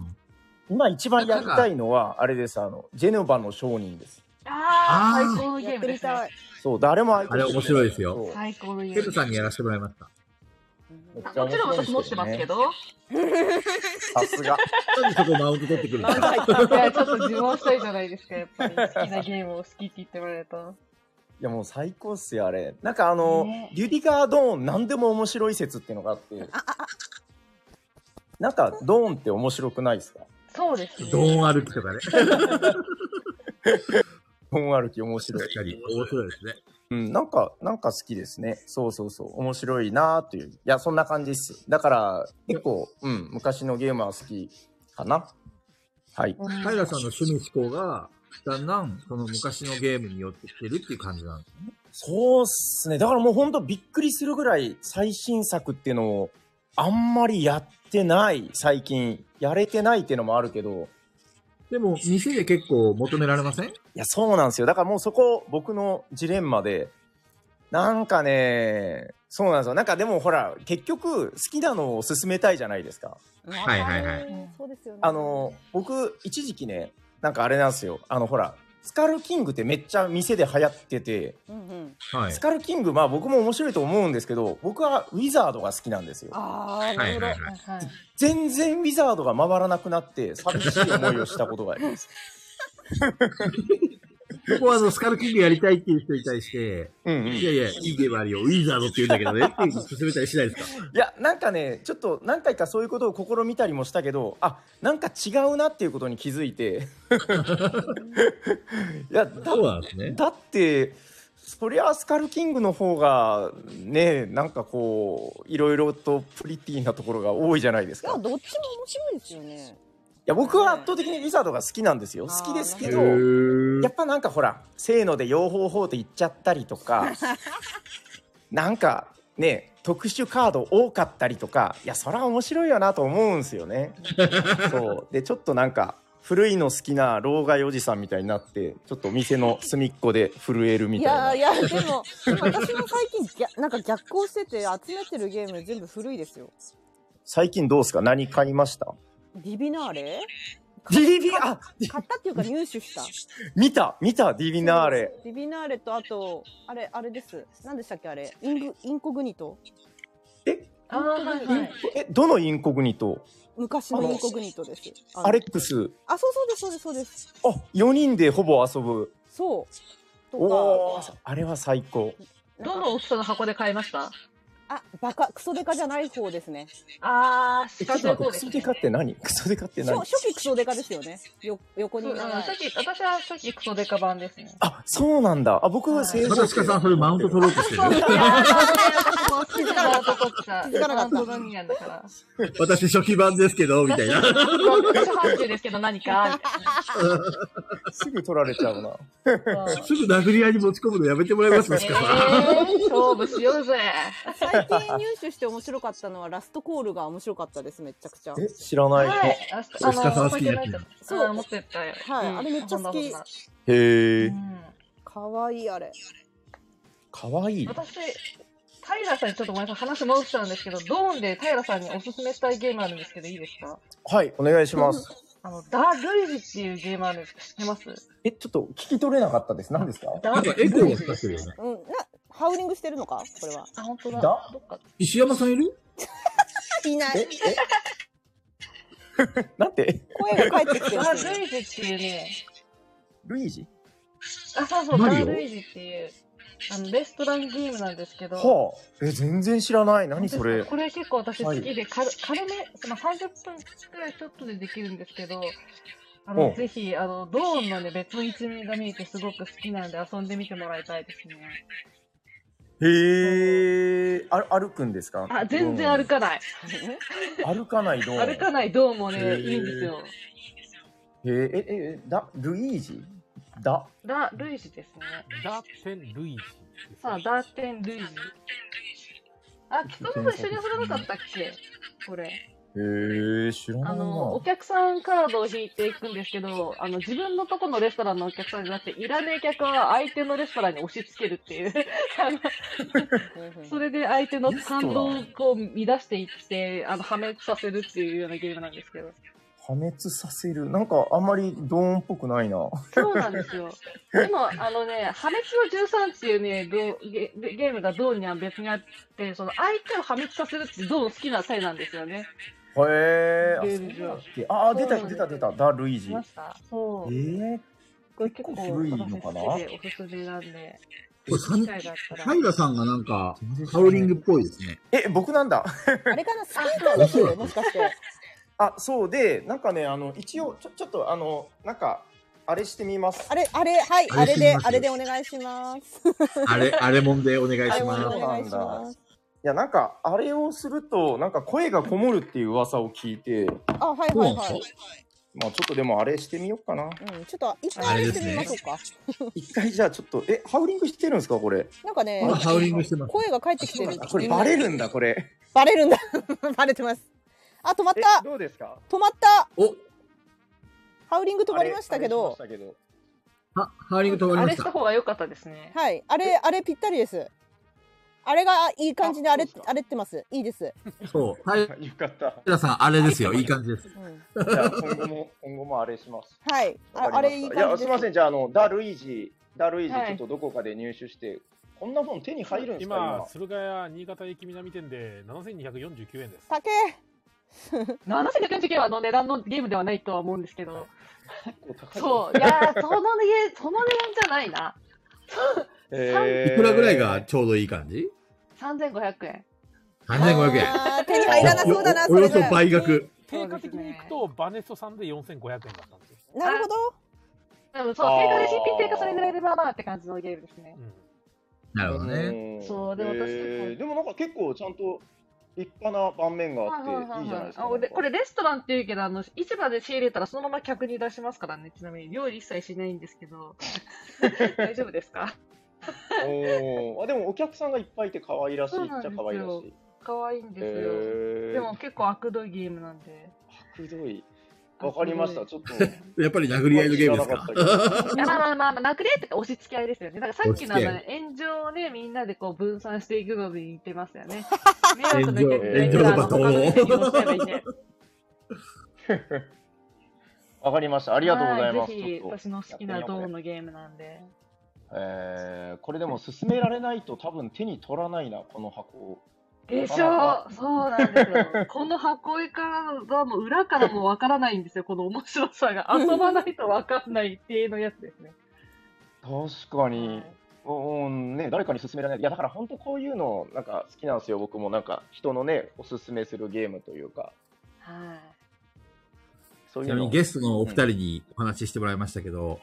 今一番やりたいのはあれですあのジェノバの商人です
あ
あ
ー
あ、最高のゲームです、ね。
そう誰も
あれ面白いですよ
そう
最高のゲ
ー
ー
ケ
ム
ルさんにやらせてもらいました。
めっ
あ
ちゃ
も
面
ちろん
白
私
いですよね
持ってますけど。
さすが
なんでそこマウント取ってくるんですか
いや、ちょっと自慢したいじゃないですか、やっぱり。好きなゲームを好きって言ってもらえると。
いやもう最高っすよあれなんかあの、
ね
リュディガー・ドーン何でも面白い説っていうのがあってなんかドーンって面白くないですか
そうですね。
ドーン歩きとかね。確
ドーン歩き面白い、
かに、面白いですね。
うん、なんかなんか好きですねそうそうそう面白いなーっていういやそんな感じっすだから結構、うん、昔のゲームは好きかなはい
平さんの趣味思考が、だんだん、その昔のゲームによってきてるっていう感じなんですね。
そうっすねだからもうほんとびっくりするぐらい最新作っていうのをあんまりやってない最近やれてないっていうのもあるけど
でも、店で結構求められません
いや、そうなんですよ。だからもうそこ、僕のジレンマで、なんかね、そうなんですよ。なんかでもほら、結局、好きなのを勧めたいじゃないですか。
はいはいはい
うんそうですよね。
あの、僕、一時期ね、なんかあれなんですよ。あの、ほら、スカルキングってめっちゃ店で流行ってて、
うんうん、
はい
ス。カルキング、まあ僕も面白いと思うんですけど、僕はウィザードが好きなんですよ。
ああ、
は
ないるほど
はい。はい。
はいはい
全然ウィザードが回らなくなって、寂しい思いをしたことがあります。
僕はあの、スカルキングやりたいっていう人に対して、
うんうん。
いやいや、いいゲームあるよ、ウィザードって言うんだけどね、っていう勧めたりしないですか
いやなんかねちょっと何回かそういうことを試みたりもしたけどあなんか違うなっていうことに気づい ていやだ
そうなんですね。
だってそりゃスカルキングの方がねなんかこういろいろとプリティなところが多いじゃないです
い
か
や、
い
どっちも面白いですよね。
や僕は圧倒的にリザードが好きなんですよ
あー
好きですけ
な
ど
ー
やっぱなんかほらせーので用法法って言っちゃったりとかなんかね特殊カード多かったりとかいやそれは面白いよなと思うんですよね。そうでちょっとなんか古いの好きな老害おじさんみたいになってちょっと店の隅っこで震える
い
みたい
や
ない
や、でも、でも私も最近ぎゃ、なんか逆行してて、集めてるゲーム全部古いですよ。
最近どうですか何買いました
ディビナーレ
ディビあ
買ったっていうか入手した。デ
見た見たディビナーレ。
ディビナーレと、あと、あれ、あれです。何でしたっけ、あれ。イングインコグニト。
え
あーはいはい。
えどのインコグニト
昔のインコグニトです。あの
アレックス
あ、そうそうです、そうです、そうです。
あ4人でほぼ遊ぶ
そう。と
おお
か、
あれは最高
どの大きさの箱で買いました
あ、バカ、クソデカじゃない方ですね。
あー、
え
四
ちょっと
角い方
待っ
で
てク
す、
ソ
ね。
デカって何クソデカって
初
何
初期クソデカですよね。よ横
う
に
んうん
長い
初期、私は初期クソデカ版ですね。
あそうなんだあ僕
はい
は正
また鹿さん、それマウント取ろうとして
そうい
る。
やー私も気づかなかったことさ。
気づかなかった
本当の人間だから。
私、初期版ですけど、みたいな。
私半中ですけど何か
すぐ取られちゃうな
みたいな。 そう
すぐ殴り合いに持ち込むのやめてもらえます
え
か、鹿さん。
ー、勝負しようぜ。
最近入手して面白かったのはラストコールが面白かったですめちゃくちゃ
え知らない、
はい。あ
吉川さん
の、
好きな
お酒
や
ない
つ
と
だ。
そう
あー持ってったよ。
はい
うん
あれめっちゃ好き
そんなそ
へえ
んな
かわいいあれ
かわい
うん
い
私、平さんにちょっとごめんなさい、話戻しちゃうんですけど、ドーンで平さんにおすすめしたいゲームあるんですけど、いいですか
はいお願いします
あの、ダ・ルイジっていうゲームあるんです知ってます
えちょっと聞き取れなかったです何ですか
ダ
なんかエコーが聞かせるよね。
うんなハウリングしてるのかこれは
あ、本当だ。
ダ
どっか。
石山さんいる
いな
え
い
え なんて
声が返ってきてる
ダ・
し
ルイジっていうね、
ルイージ
あ、そうそう、
マ
ダ・
リオ
ルイジっていう、あの、レストランゲームなんですけど、
はあえ全然知らない何それ
これ結構私好きで、軽軽め、まあ、30分くらいちょっとでできるんですけど、あ
お
の、
う
ぜひ、あの、ドーンのね、別の一面が見えてすごく好きなので遊んでみてもらいたいですね。
へえ。あ歩くんですか
あ、全然歩かない。
どうも歩かないどうも。
歩かないどうも
へー
ね、いいんですよ。
へーえ、え、え、だ、ルイージだ。
ダ・ルイジですね。
ダーテン・ルイージです。
さあ、ダーテン・ルイジ。あ、菊間さん一緒に遊ばなかったっけこれ。
へえ、知らないな。
あの、お客さんカードを引いていくんですけど、あの、自分のとこのレストランのお客さんじゃなくて、いらねえ客は相手のレストランに押し付けるっていう。あのそれで相手の感動をこう乱していって、あの、破滅させるっていうようなゲームなんですけど。
破滅させる。なんか、あんまりドーンっぽくないな。
そうなんですよ。でも、あのね、破滅の13っていうね、どうゲゲゲームがドーンには別にあって、その相手を破滅させるってドーン好きなタイなんですよね。
へ
ゲ
え。
ーム上。
あそうだっけあー、出た、
そう
出た、出た。ダ・ルイー
し
ジ。
ましたそう。
ええ。
これ
結構古いのかな
好きでおすすめなんで、
これさん
機会があったら。
平さんがなんか、ハウリングっぽいですね。
え、僕なんだ。
あれかなスケーターですよねもしかして
あ、そうで、なんかね、あの、一応、ちょ、ちょっと、あの、なんか、あれしてみます。
あれあれはい
あ
あれ
れ
で
します
あれでお願いします
あれ、あれもんでお願い
あ
し
れもお
ます。
願いします
いや、なんか、あれをすると、なんか声がこもるっていう噂を聞いて、
あはいはいはい
まあ、ちょっとでもあれしてみよう かな。
うんちょっと一回あれしてみましょうか
一回じゃあちょっと、え、ハウリングしてるんですかこれ。
なんかね
今ハウリングしてます。
声が返ってきてる
あこれバレるんだ、これ。
バレるんだ バレてますあ止まっ
え
た
どうですか
止まった
お、
ハウリング止まりましたけど
あれあれしましたけど
は、ハウリング止まり
あ
ま
れ
し
した
た。
方が良かったですね。
はいあれあれぴったりですあれがいい感じで
あ
あれ
そうですか
あれってますいいです、
そう。はい。
よかった。
平さん、あれですよ。いい感じです。
うん
じゃあ今後も、今後もあれします。
はいあ
わか
あ
りまし
れ
た
いい感じです
や、すみません。じゃあ、あの、ダ・ルイージ、ダ・ルイージ、
はい
ちょっとどこかで入手して、こんな本手に入るんですか
今
今、
駿河屋新潟駅南店で7249円です。
竹
7249円はあの値段のゲームではないとは思うんですけど、
結構高い
そう、いやー、その値、その値段じゃないな。
え
い
ー
くらぐらいがちょうどいい感じ
3500円。
?3500 円。
あー手に入らなそうだな
お
そ
およ
れ
そ
じゃ
倍額。
定価的にいくと、バネストさんで4500円だったんですよ。
なるほど
うん、そう、
あー
定価で新品定価それぐらいでまあまあって感じのゲームですね
う。ん
なるほどね。
ん
そうでも私
えーでもなんか結構ちゃんと立派な盤面があ
はいはい
っていいじゃない
は
で
い
すか。
あ俺これレストランっていうけど、あの、市場で仕入れたらそのまま客に出しますからね。ちなみに料理一切しないんですけど。大丈夫ですか
おーあでもお客さんがいっぱいいて可愛らしい
そう
っ
なん
ち
で
ゃ
すよ
可愛らしい。
可愛いんですよ。
えー
でも結構悪どいゲームなんで。
くどい。わかりました。ちょっと。
やっぱり殴り合いのゲームですか
知。
ら
なかったけど
いやまあまあまあ、まあ、なくねってか押し付け合いですよね。だからさっきのあの
押し
炎上をね、みんなでこう分散していくのに似てますよね。
炎上
迷惑な客がいた
炎上
ら
の罵倒
他の人に乗せればいいんで
わかりました。ありがとうございます。
はぜ
ち
ひ、
ょっと
私の好きなドーンのゲームなんで。
えーこれでも進められないと多分手に取らないな、この箱を。
でし
なか
ょうそうなんですよ。この箱絵からがもう裏からもわからないんですよ。この面白さが。遊ばないとわかんないっていうのやつですね。
確かに。うんね、誰かに勧められない。いや、だから本当こういうの、なんか好きなんですよ。僕もなんか人のね、おすすめするゲームというか、
はい。
そう
ち
い
な
う
み
の
に。ゲストのお二人にお話ししてもらいましたけど、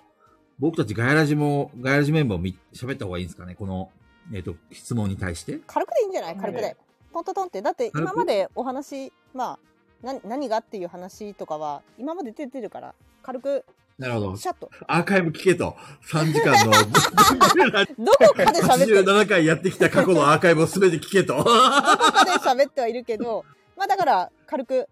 僕たちガヤラジも、ガヤラジメンバーもみ喋った方がいいんですかねこの、えっ、と、質問に対して。
軽くでいいんじゃない軽くで
ね。
トントントンって。だって
軽く
今までお話、まあ、な何がっていう話とかは、今まで出てるから、軽く、
なるほど。
シャッと。
アーカイブ聞けと。3時間の
どこかで喋ってる、ど
87回やってきた過去のアーカイブを全て聞けと。
こかで喋ってはいるけど、まあだから、軽く、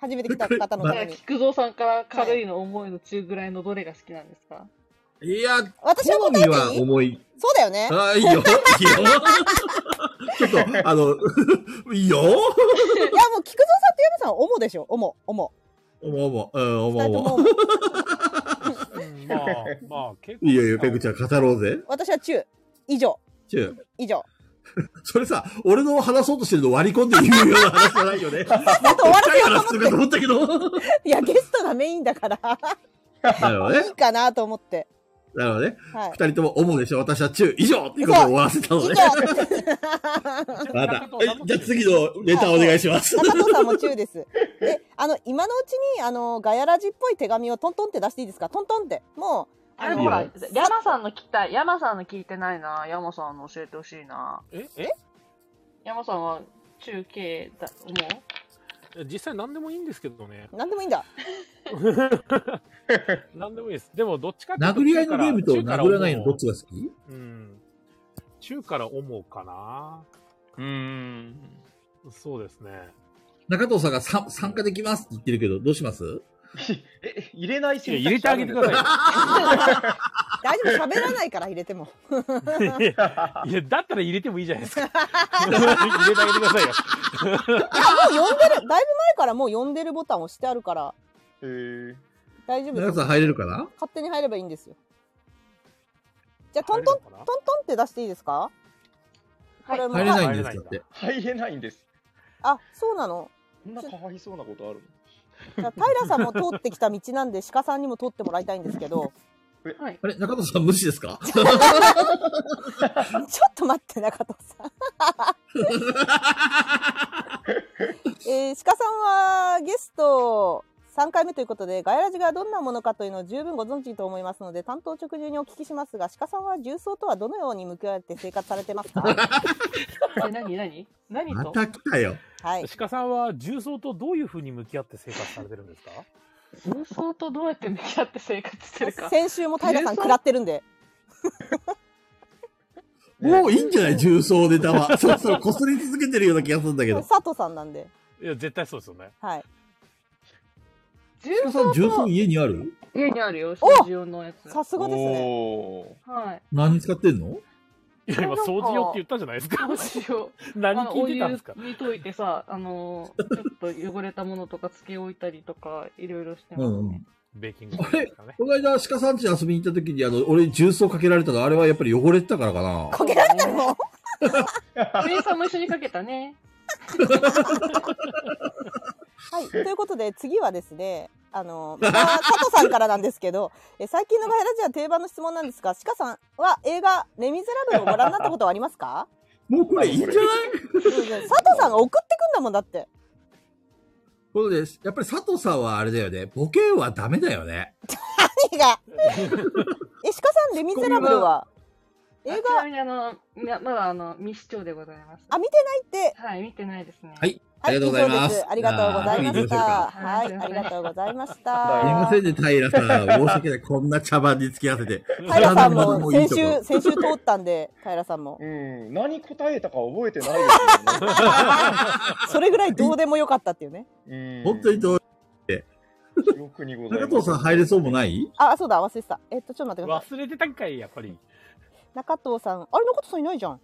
初めて来た方の
じ
た
ゃ あ、
めに。
菊蔵さんから軽いの重いの中ぐらいのどれが好きなんですか
いや、
私は
好
答え
み
て
はい
い
重い。
そうだよね。
あいいよ。いい よ。ちょっと、あの、いいよ。
いや、もう菊蔵さんと山さんは主でしょ。主、主。
思う思う。うん、
二
思う
人とも
思う。
主
うんまあ、まあ、結構。
いいよいいよ、ペグちゃん語ろうぜ。
私は中。以上。
ちゅ
以 上。
それさ、俺の話そうとしてるの割り込んで言うような話じゃないよね。もっ
だと終わらせよう
話するかと思ったけど。
いや、ゲストがメインだから、
なるほどね
いい。かなと思って。
なるほどね。
はい。
二人とも主でしょ。私は中以上っていうことで終わらせたの
以
ね。
上。
また。えじゃあ次のネタお願いします。
中藤さんも中です。で、あの、今のうちに、あの、ガヤラジっぽい手紙をトントンって出していいですかトントンって。もう、
あれほら、山さんの聞きたい。山さんの聞いてないな。山さんの教えてほしいな。
ええ
山さんは中継だ、も
実際何でもいいんですけどね。
なんでもいいんだ。
何でもいいです。でもどっちかっていうと
殴り合いのゲームと
中から
殴らないのどっちが好き
うん。中から思うかな。
うーん。
そうですね。
中藤さんがさ参加できますって言ってるけど、どうします
え、入れない
いや、入れてあげてくだ
い。
さ
大丈夫、喋らないから入れても。
いよ。いや、いやだったら入れてもいいじゃないです か。入れてあげてくださいよ。
あ、もう呼んでる。だいぶ前からもう呼んでるボタン押してあるから、
えー
大丈夫
中
で
藤
す。
さん
勝
入れるかな
手に入ればいいんですよ。じゃあ、トントン、トン
入れるのかな
トンって出していいですかこれも
入れないんで
入れ
す
ないんだ
だって。
入れないんです。
あ、そうなの。
こんなかわいそうなことある
じゃあ平さんも通ってきた道なんで、鹿さんにも通ってもらいたいんですけど、
う、はい。
あれ、中藤さん無視ですか
ちょっと待って、中藤さん。えー、鹿さんはゲスト3回目ということで、ガヤラジがどんなものかというのを十分ご存知と思いますので、担当直入にお聞きしますが、鹿さんは重曹とはどのように向き合って生活されてますか
え、何何何
ま
と
た来たよ。
はい。
鹿さんは重曹とどういうふうに向き合って生活されてるんですか
重曹とどうやって向き合って生活してるか。
先週も平さん食らってるん で、
もういいんじゃない重曹ネタは。 そろそろ擦り続けてるような気がするんだけど。
佐藤さんなんで、
いや、絶対そうですよね。
はい。
重
中藤さん、
曹
重曹
と
家にある
家にあるよ、ス
お
タジオのやつ。
さすがですね。
お
はい。
何に使ってんの
いや、今、掃除よって言ったじゃないですか。
どうしよう。
何
あの
聞い
お
て
湯
たんですか
に溶いてさ、あのー、ちょっと汚れたものとかつけ置いたりとか、いろいろしてます、ね。
うんうん
ベーキングパウダーですかね。
この間、鹿さん家遊びに行った時に、あの、俺重曹かけられたの、あれはやっぱり汚れてたからかな。
こけられた の
お湯さんも一緒にかけたね。
はい、ということで次はですねあの、また佐藤さんからなんですけどえ最近の「ガイラジア」定番の質問なんですが鹿さんは映画「レ・ミゼラブル」をご覧になったことはあります か
もうこれいいんじゃない
うん佐藤さんが送ってくんだもんだって
ことで、やっぱり佐藤さんはあれだよね。ボケはダメだよね。
何がえ鹿さん「レ・ミゼラブルは」映
ちなみにあの、ままだあの、未視聴でございます。
あ見てないって
はい、見てないですね。
はい
は
ありがとうございます
以上でありがとうございまし
あ
たは
ーす
い
いません
ありがとうございまし
すみま
た
せんね、平さん。申し訳ない。こんな茶番に付き合わせて。
平さん
平さん
も
もい
先
いとこ
週先週通ったんで平さんも
ー。うん。何答えたか覚えてないですよ
それぐらいどうでもよかったっていうね
ねうん。
本当にどう、
記憶にございま
中
す。
藤さん入れそうもない
あそうだ忘れてたえっとちょっと待ってください
忘れてたんかい、やっぱり。
中藤さん、あれ中藤さんいないじゃん。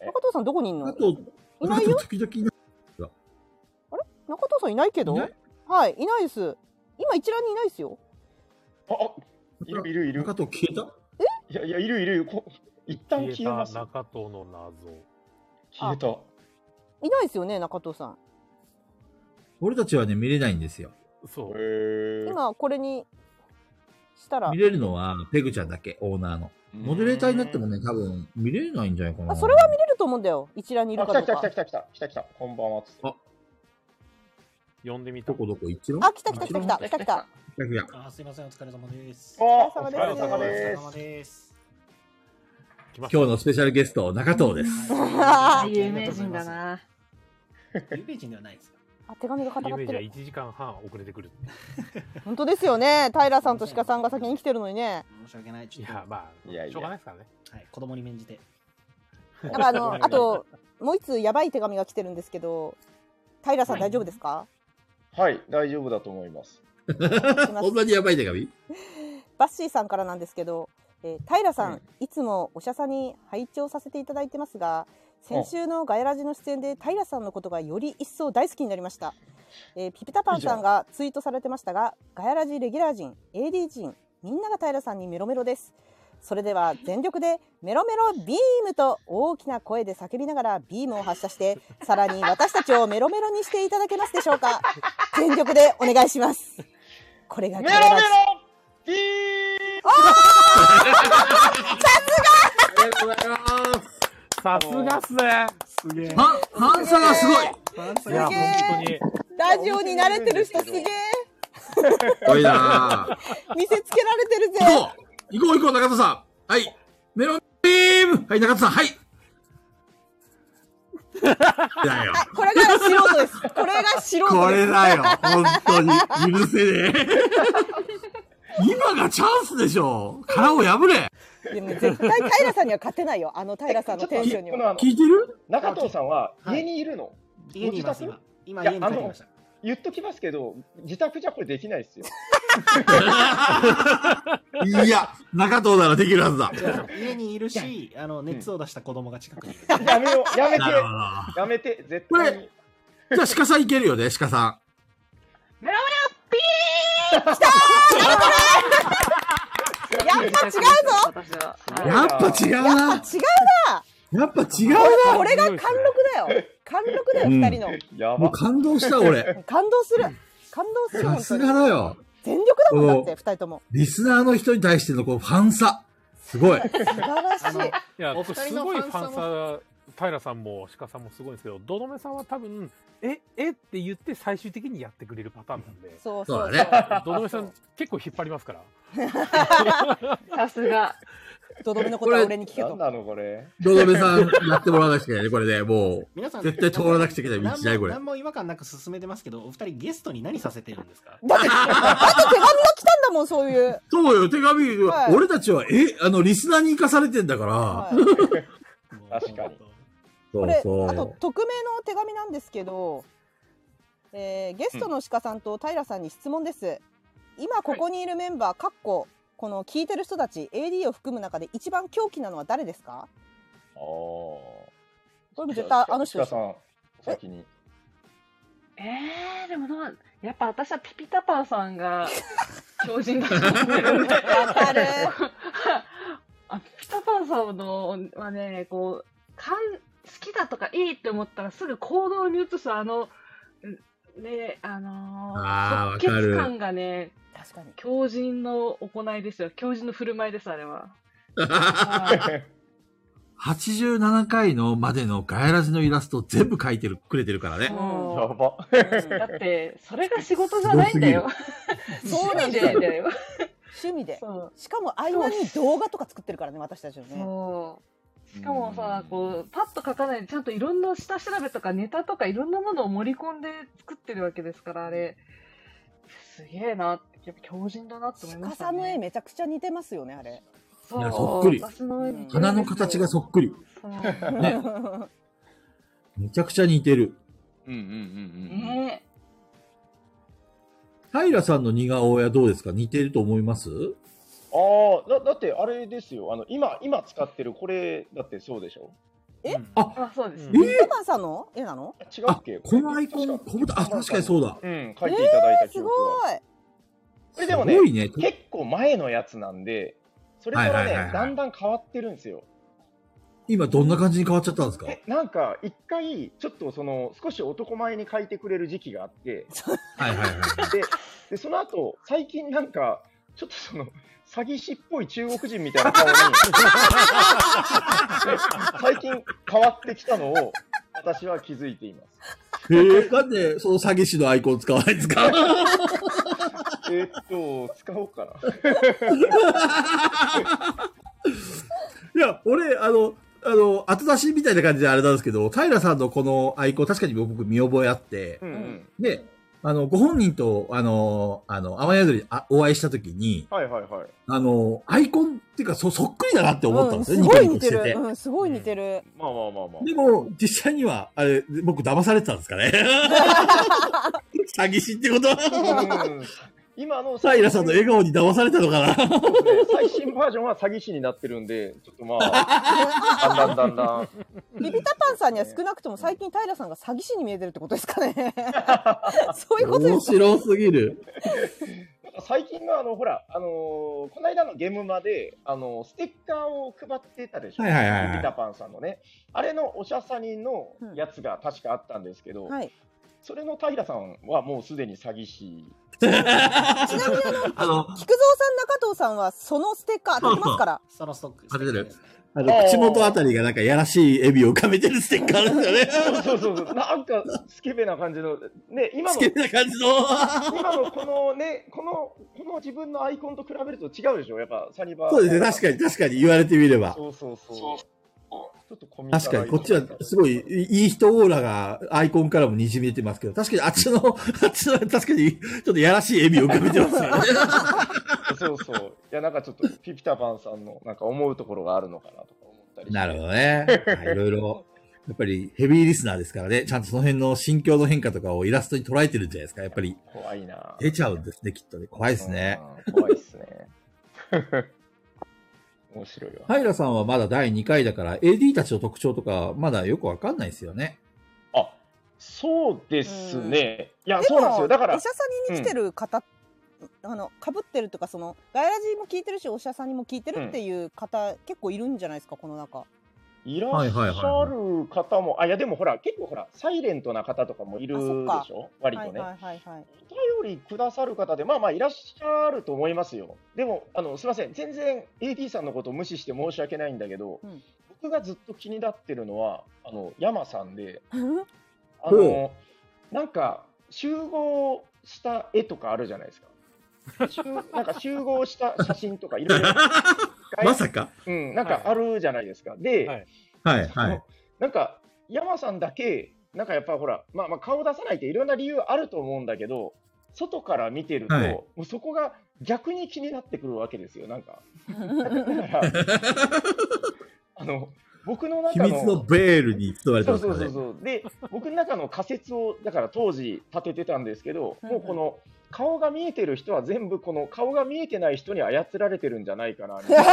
え
中藤さんどこにいんの
あ
中
と、
い
あ
ない
と
よ
時々いな
藤さんいないけど
いない
はい、いないです。今一覧にいないですよ。
あ、あ、いるいるいる。
中藤消えた
いやいや、いるいる。こ一旦消え
消
ま
えた
す。
中藤の謎。
消えた。
いないですよね、中藤さん。
俺たちはね、見れないんですよ。
そう。
えー。
今これにしたら
見、れるのは、ペグちゃんだけ、オーナーの。モデレーターになってもね、多分、見れないんじゃないかな。
あそれは見れると思うんだよ。一覧にいる
あ、
か
来
ど
た
う
来た来た。
か
来た来た来た来た。こんばんは。
呼んでみた。
どこどこ一郎
あ、来た来た来た来た来た来た。
いやいや
あーすいません、お疲れ様です。
あ
お疲れ
お疲
様
お疲
れ
れ
様
様
です。
です。
来ました
今日のスペシャルゲスト、中藤です。
あ
あ
ー
有名人だ。な。
有名人ではないですか。
あ、手紙が固
有
まっ
名
て
人は
る。
1時間半遅れてくる。
本当ですよね。平さんと鹿さんが先に来てるのにね。
申し訳ない。ち
い
ょっと、
や、まあ、
いやいや
しょうがないですからね。
はい、子供に免じて。
なんかあの、あと、もう一通やばい手紙が来てるんですけど、平さん大丈夫ですか
はい、大丈夫だと思います。
こんなにやばい手紙
バッシーさんからなんですけど、えー平さん、
うん
いつもおしゃさに拝聴させていただいてますが先週のガヤラジの出演で平さんのことがより一層大好きになりました、えーピピタパンさんがツイートされてましたがガヤラジレギュラー陣 AD 陣みんなが平さんにメロメロですそれでは全力でメロメロビームと大きな声で叫びながらビームを発射してさらに私たちをメロメロにしていただけますでしょうか全力でお願いしますこれが
メ
ガ
ロ
ヤ
メ
ラ
ロ
ジ
ピー
ありがとうございます。
さすがっすね。すげえ。い
は、反差がすごい
すげ
や、
え
本当に。
ラジオに慣れてる人すげえ。
多いなぁ。
見せつけられてるぜ。
行こう行こう行こう、中田さん。はい。メロンビームはい、中田さん、はい。 だよ。
はい、これが素人です。これが素人です。
これだよ。本当に。許せねえ。今がチャンスでしょ。殻を破れ。
でも絶対平さんには勝てないよ。あの平さんのテンションに
こ
は。
のあの
聞いてる
中藤さんは
はい
家にいるの、
家にいます、
ご自
今。今、
いや
家に帰りました。
言っときますけど、自宅じゃこれできないです よ。
いや、中藤ならできるはずだ。
違う家にいるし、あの、熱を出した子供が近くにいる。
やめよう、やめて
な、るほ
やめて、絶対に。
ど。じゃあ、鹿さんいけるよね、鹿さん。
やっぱ違うぞ
私は。はい
やっぱ違う
やっぱ。違う
な
な。
やっぱ違う
これが貫禄だよ。貫禄だよ、
うん
二人の。
や
な。もう
ば。
感動した、俺。
感動する。感動する、
さ
本当
す
に
が。だよ。
全力だもんだって、二人とも。
リスナーの人に対してのこう、ファンさ。すごい。
素晴らし
あの
い。
いや、
お
僕
二
す
人の
ごいファン
ファン
サ
さん
ー、平さんも鹿さんもすごいんですけど、どどめさんは多分、え、えって言って最終的にやってくれるパターンなんで、
そうそうそう。
そう
どどめさん結構引っ張りますから。
さすが。
ドドメのことは俺に聞け
なん
と。
なのこれ。
ドドメさん、やってもらわなくちゃいけないね、これね、も
皆さん、
絶対通らなくちゃいけない道だよこれ
何も何も違和感なく進めてますけど、お二人ゲストに何させてるんですか
だって、だって手紙が来たんだもん、そういう。
う。そうよ、手紙、
はい
俺たちは、え、あの、リスナーに生かされてんだから。
はい
もう
確かに
本
こ
そう
れ、あ
そう。
と、匿名の手紙なんですけど、えーゲストの鹿さんと平さんに質問です。今ここにいるメンバー、かっこ、この聞いてる人たち、AD を含む中で一番狂気なのは誰ですか
ああ。
これも絶対あの人で
鹿
し
さ
ょ。
ん、先に。
えー、でもどう、やっぱ私はピピタパンさんが超人だと思ってるんで。
わかる。
あピピタパンさんのはね、こう、かん好きだとかいいって思ったらすぐ行動に移すあの、んね、あの
あー
即
わかる
決感がね、
確かに。
狂人の行いですよ。狂人の振る舞いです、あ れは。
87回のまでのガヤラジのイラスト全部描いてるくれてるからね。
うん
やば。
だって、それが仕事じゃないんだよ。
そうなん
じ
だ
ゃないん
よ。
だよ。
趣味で。
そう。
しかも合間に動画とか作ってるからね、私たちのね。
そう。しかもさ
う、ん
こう、パッと書かないで、ちゃんといろんな下調べとかネタとかいろんなものを盛り込んで作ってるわけですから、あれ、すげえな、やっぱ強靭だなって思いま
鹿
し
さ
た、
んの絵
ね。
めちゃくちゃ似てますよね、あれ。
そ、
いうやそっくり
私の絵に似てるんですよ
花の形がそっくり。
そう。
ね。めちゃくちゃ似てる。
うんうんうんうん。
ね
平さんの似顔絵はどうですか似てると思います
ああ、だだってあれですよ。あの、今、今使ってるこれ、だってそうでしょ
え
うん
あ
あ、そうです
う
ね。
ん
え
トマンさんの絵なの
違う
あ
っけ、
このアイコン、こぶあ、確かにそう
だ。
だ。
うん、書いていただいた記
す
憶
ご
は。
い。
これでも
す
ね
ごいね。
結構前のやつなんで、それか
は
ら
いは
ね、
いはいはい
だんだん変わってるんですよ。
今どんな感じに変わっちゃったんですか
え、なんか、一回、ちょっとその、少し男前に書いてくれる時期があって、
はいはいはい。
で、でその後、最近なんか、ちょっとその、詐欺師っぽい中国人みたい な顔に、最近変わってきたのを、私は気づいています。
えー、なんでその詐欺師のアイコン使わないんですか
えーっと、使おうかな。
いや、俺、あの、あの、後出しみたいな感じであれなんですけど、平さんのこのアイコン、確かに僕見覚えあって、
うんうん。
で、あの、ご本人と、あの、あの、雨宿りであお会いしたときに、
はいはいはい。
あの、アイコンっていうか、そ、そっくりだなって思ったんです
う
よ、
ん
ニ
すごい
コニコ
似
しててて
る。。うん、すごい似てる。
まあまあまあまあ。
でも、実際には、あれ、僕騙されてたんです かね。詐欺師ってことは、
うん今の
平さんの笑顔に騙されたのかな。
そうですね最新バージョンは詐欺師になってるんで、ちょっと まあ、だんだんだんだん。
ビビタパンさんには少なくとも最近平さんが詐欺師に見えてるってことですか ね。そういうことで
面
すか。
白すぎる。
最近のあの、ほら、あのーこの間のゲームまで、あのーステッカーを配ってたでしょ。
はいはいはいはい
ピピタパンさんのね。あれのおしゃさにのやつが確かあったんですけど、
はい。
それの平さんはもうすでに詐欺師。
ちなみにあの
あの、
菊蔵さん中藤さんはそのステッカー当たってますから。
そのストック。
当ててる
ストックですね
あの、口元あたりがなんかやらしい笑みを浮かべてるステッカーあるんですよね。
そうそうそうそう。なんか、スケベな感じの、ね、今の。
スケベな感じの
今のこのね、この、この自分のアイコンと比べると違うでしょやっぱ、サニバー。
そうですね、確かに確かに言われてみれば。
そうそうそう。ちょっとコミカル
確かに、こっちはすごいいい人オーラがアイコンからも滲み出てますけど、確かにあっちの、 あっちの、確かにちょっとやらしい笑みを浮かべてますよね。
そうそう。いや、なんかちょっと、ピピタパンさんの、なんか思うところがあるのかなとか思ったりして
なるほどね。はいいろいろ。やっぱりヘビーリスナーですからね、ちゃんとその辺の心境の変化とかをイラストに捉えてるんじゃないですか、やっぱり。
怖いな
出ちゃうんですね、きっとね。怖いですね。
怖いっすね。 面白いわ。
平さんはまだ第2回だから、AD たちの特徴とか、まだよくわかんないですよ ね。
そうですね。いや、
で
そうなんです
も
よ。だから
おし、ゃさにに来てる方、あのかぶってるとかそのガイラジも聞いてるしおしゃさんにも聞いてるっていう方、結構いるんじゃないですかこの中
いらっし
はいはい
ゃる方も、あ、いや、でもほら、結構ほら、サイレントな方とかもいるでしょ割とね。
はいはいはいはい
お便りくださる方で、まあまあいらっしゃると思いますよ。でも、あの、すいません。全然 AD さんのことを無視して申し訳ないんだけど、僕がずっと気になってるのは、あの、山さんで、 あの、なんか、集合した絵とかあるじゃないですか。集なんか集合した写真とかいろい ろ。
まさか。
うん、なんかあるじゃないですか。で、
はい、はい。
なんか山さんだけ、なんかやっぱほら、まあ、まあ顔出さないっていろんな理由あると思うんだけど、外から見てると、
はい
もうそこが逆に気になってくるわけですよ、なんか。 あの僕の
秘
中の
密のベールに包まれて
そう
ますか
そう
らね。
そうそう。で、僕の中の仮説を、だから当時立ててたんですけど、もうこの、顔が見えてる人は全部この顔が見えてない人に操られてるんじゃないかなみたいな。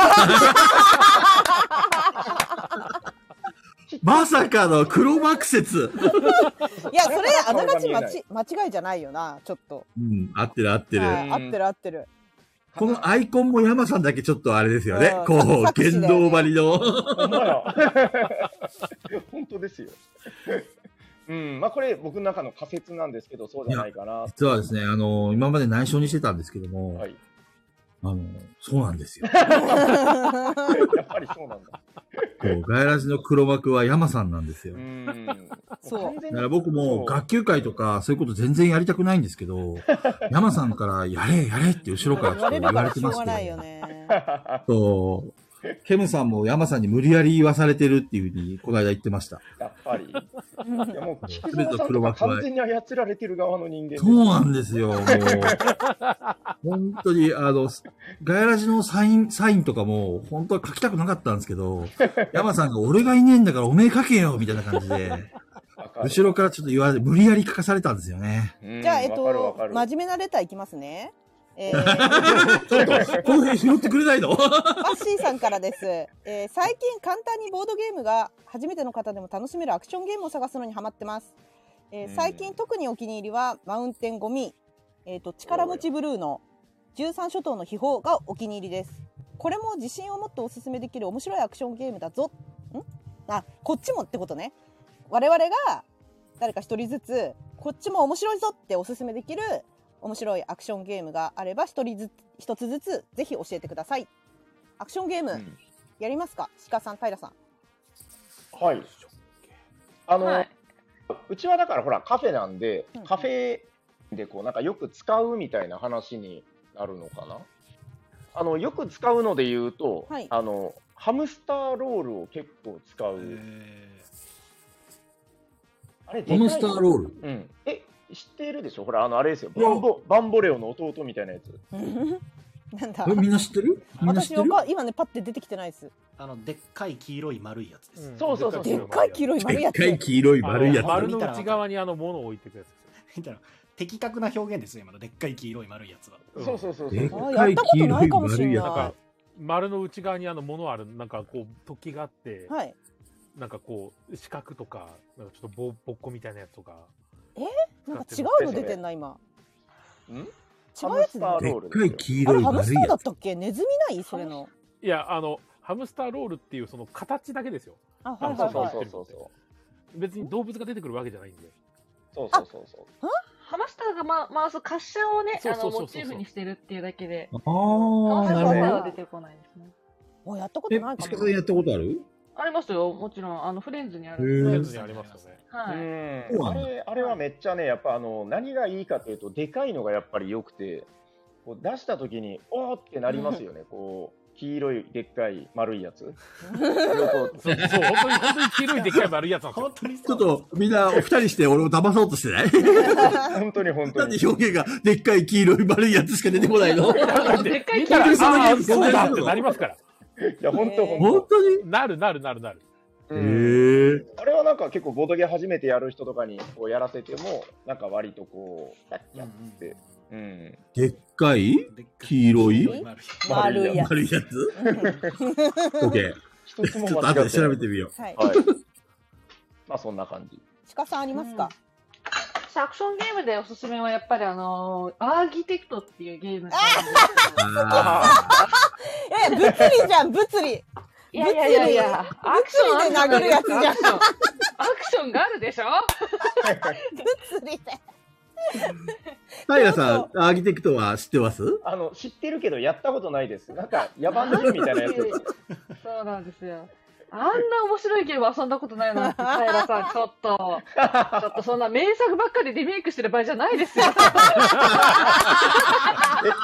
まさかの黒幕説。
いやそれあながち
顔
間
が見えない
ち間違いじゃないよなちょっと
うん、合ってる合ってる。
はい合ってる合ってる
このアイコンも山さんだけちょっとあれですよね
うん。
こう、
作詞だよ
言
ね
動張りの。
ほんまやいや本当ですよ。うん、まあこれ僕の中の仮説なんですけど、そうじゃないかな。
実はですね、あの、今まで内緒にしてたんですけども、あの、そうなんですよ。
やっぱりそうなんだ。
こう、ガイラジの黒幕は山さんなんですよ。
うん。
そう。
だから僕も学級会とかそういうこと全然やりたくないんです けど、山さんからやれやれって後ろからちょっと言われてますけど、
いよね。
そう、ケムさんも山さんに無理やり言わされてるっていうふうにこの間言ってました。
やっぱり。いやもう、菊
全
蔵
て
さん
黒
とか
幕は
完全に操られてる側の人間です
そうなんですよ、もう。本当に、あの、ガヤラジのサイン、サインとかも、本当は書きたくなかったんですけど、山さんが俺がいねえんだからおめえ書けよみたいな感じで、後ろからちょっと言われて、無理やり書かされたんですよね。
じゃあえっ
わかるわ
と
かる
真面目なレターいきますねえー
ちょっと、 この辺拾ってくれないの
アッシーさんからです、えー最近簡単にボードゲームが初めての方でも楽しめるアクションゲームを探すのにハマってます、えー
うん
最近特にお気に入りはマウンテンゴミ、えー、と力持ちブルーの13諸島の秘宝がお気に入りですこれも自信を持っておすすめできる面白いアクションゲームだぞんあこっちもってことね我々が誰か一人ずつこっちも面白いぞっておすすめできる面白いアクションゲームがあれば一人ずつ一つずつぜひ教えてくださいアクションゲーム、やりますか鹿さん平さん
はい。あの、うちはだからほらカフェなんで、カフェでこうなんかよく使うみたいな話になるのかな。あのよく使うので言うと、
はい
あのハムスターロールを結構使う。あれでかい
ハムスターロール。
うん。え知っているでしょ。ほらあのあれですよ。バンボバンボレオの弟みたいなやつ。
なん だ
えみんな知ってる
私わか今ねパッて出てきてないです
あの、でっかい黄色い丸いやつです。
そうそうそうでっかい黄色い丸いやつでっかい
黄色い丸いやつ
あ
丸の
見たら
内側にあの物を置いてくやつ
見たら的確な表現ですね、今の。でっかい黄色い丸いやつは。
そうそうそ
そ
う
うでっかい
やったこと
黄色い
かもしれない
なんか丸の内側にあの物ある、なんかこう、突起があって、
はい
なんかこう、四角とか、なんかちょっとぼぼっこみたいなやつとか。
えなんか違うの出てんな今
ん違
うやつだ
ハムスターロール
でっかい黄
あ
色
れ
い
ハムス
丸い
ターだ
や
っ
つ。
たっけネズミないそれの
いや、あの、ハムスターロールっていうその形だけですよ。
あはいはいはい
そうそうそう。別に動物が出てくるわけじゃないんで。
そうそうそうそう。
ハマスターが、ま、回す滑車をね、
そう
あ
そ
の
うそうそう
モチーフにしてるっていうだけで、
ああ、
ハ
な
マスター
る
は
ほ
出
ど。
てこないですね。
あやったこと
え、
ない
ス
か
ケ
も
さんやったことある
ありますよ、もちろん。あの、フレンズにある。
へーフレン
ズに
あ
りますよね。
はい。
うんあれあれはめっちゃね、やっぱあの何がいいかというと、でかいのがやっぱり良くて、こう出した時に、おーってなりますよね、こう黄色い、でっかい、丸いやつ。そう、
本当に、本当に黄色い、でっかい、丸いやつなんですよ。
ちょっと、みんな、お二人して俺を騙そうとしてない
本当に
当
本
に。なんで表現が、でっかい黄色い丸いやつしか出てこない の
でっかい黄色い丸いやつそうだってなりますから。
いや、本当、
本当に
なるなるなるなる。
へ
あれはなんか結構ボードゲー初めてやる人とかにこうやらせても、なんか割とこう、やっやって、うん。
でっかい黄色い
丸いやつ
丸いやつ ?OK。
一つも間違ってない
ちょっと後で調べてみよう。
はい
まあそんな感じ。
鹿さんありますか、
アクションゲームでおすすめはやっぱりあのーアーキテクトっていうゲームが
いやいや物理じゃん物 理
いやいやいやいや
物理
アクションあるじゃ
物理で殴
ない
る
です
やつ
か
じゃん
アクアクションがあるでしょ
物理で
平さん、アーキテクトは知ってます
あの、知ってるけどやったことないです。なんか、野蛮人みたいなやつ。
そうなんですよあんな面白いゲーム遊んだことないの平さんちょっとちょっとそんな名作ばっかりリメイクしてる場合じゃないですよ
え、ちょっ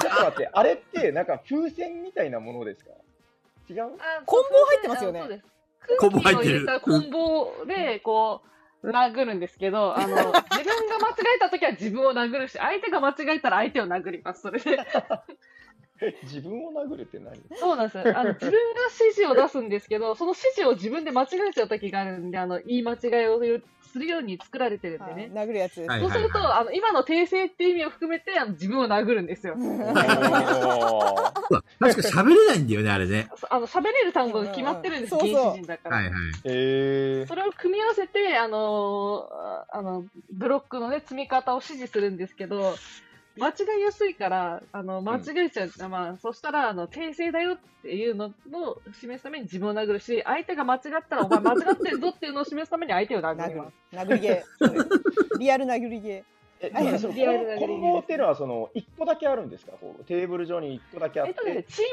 と待って、あれって、なんか風船みたいなものですか違う
コンボ入ってますよね
そうです
コンボ
空気を
入っ
入
て
れ
る
たコンボでこう殴るんですけどあ の自分が間違えた時は自分を殴るし相手が間違えたら相手を殴りますそれ で
自分を殴るって何
そうなんですよ。あの、自分が指示を出すんですけど、その指示を自分で間違えちゃう時があるんで、あの、言い間違いをするように作られてるんでね。
殴るやつ
そうすると、あの、今の訂正っていう意味を含めて、あの、自分を殴るんですよ。
確か喋れないんだよね、あれね。
あの、喋れる単語が決まってるんです、原始人だから。
はいはい。
へ
それを組み合わせて、あのーあの、ブロックのね、積み方を指示するんですけど、間違いやすいから、あの、間違えちゃう。まあ、そしたら、あの、訂正だよっていうのを示すために自分を殴るし、相手が間違ったら、お前間違ってるぞっていうのを示すために相手を殴る。
殴り ゲーリアル殴りゲ
え、
ー
そのコンコンボっていうのは、その、一個だけあるんですかこうテーブル上に一個だけあっ
え
て
っと。ね、チーム戦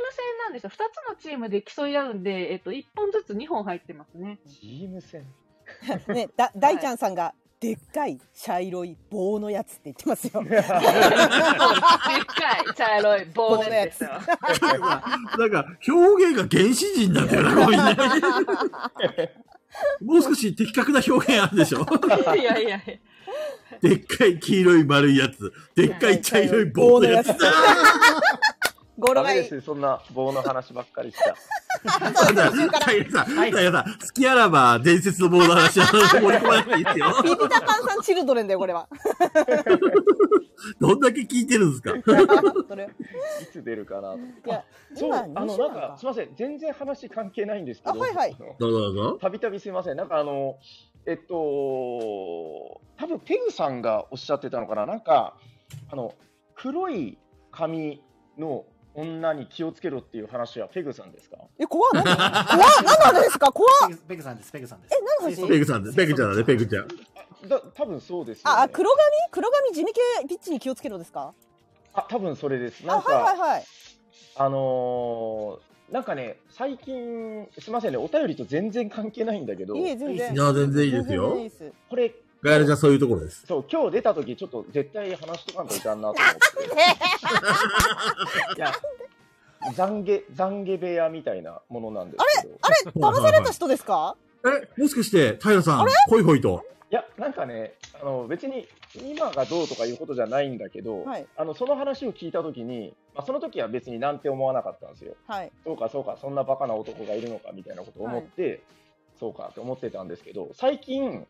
なんですよ。2つのチームで競い合うんで、えっと、1本ずつ2本入ってます ね。
チーム戦
ーねだ大ちゃんさんが、でっかい茶色い棒のやつって言ってますよでっか
い茶色い棒のやつ
なんか、表現が原始人なんだよな、こうみんな。 もう少し的確な表現あるでしょ
いやいやいや。
でっかい黄色い丸いやつ。でっかい茶色い棒のやつ。
ゴ
ロがいですそんな棒の話ばっかりした。
そうだ、平さん、平さん、好きあらば伝説の棒の話は盛り込まなくていいですよ。
ビビタパンさんチルドレンだよこれは
どんだけ聞いてるんですか
いつ出るかなと。
いや、
そう、
今
あの、なん
二週間
か、すみません、全然話関係ないんですけど。
あはいはい
どうぞどうぞ。
たびたびすみません、なんかあの、えっと、多分ペグさんがおっしゃってたのかな、なんか、あの、黒い髪の女に気をつけろっていう話はペグさんですか
え怖っ何怖っ何なんですか怖っ
ペグペグさんです、ペグさんです。
え何の話
ペグさんで、ペグちゃんだね、ペグちゃん。
だ多分そうですよ、ね。
ああ黒髪黒髪地味系ピッチに気をつけろですか
あ、多分それです。
あ
なんか、
はいはいはい
あのーなんかね、最近、すみませんね、お便りと全然関係ないんだけど、
いえ全然
いや全然いいですよ全然いい
です
これ、
ガエルじゃそういうところです。
そう、今日出た時ちょっと絶対話しとかんといかんなと思 って。いや、懺悔、懺悔部屋みたいなものなんですけど。
あれ騙された人ですか
え、もしかして、平さん、ホイホイと。
いや、なんかね、あの、別に今がどうとかいうことじゃないんだけど、
はい
あの、その話を聞いた時に、まあ、その時は別になんて思わなかったんですよ。
はい
そうか、そうか、そんなバカな男がいるのかみたいなことを思って、そうかって思ってたんですけど、最近、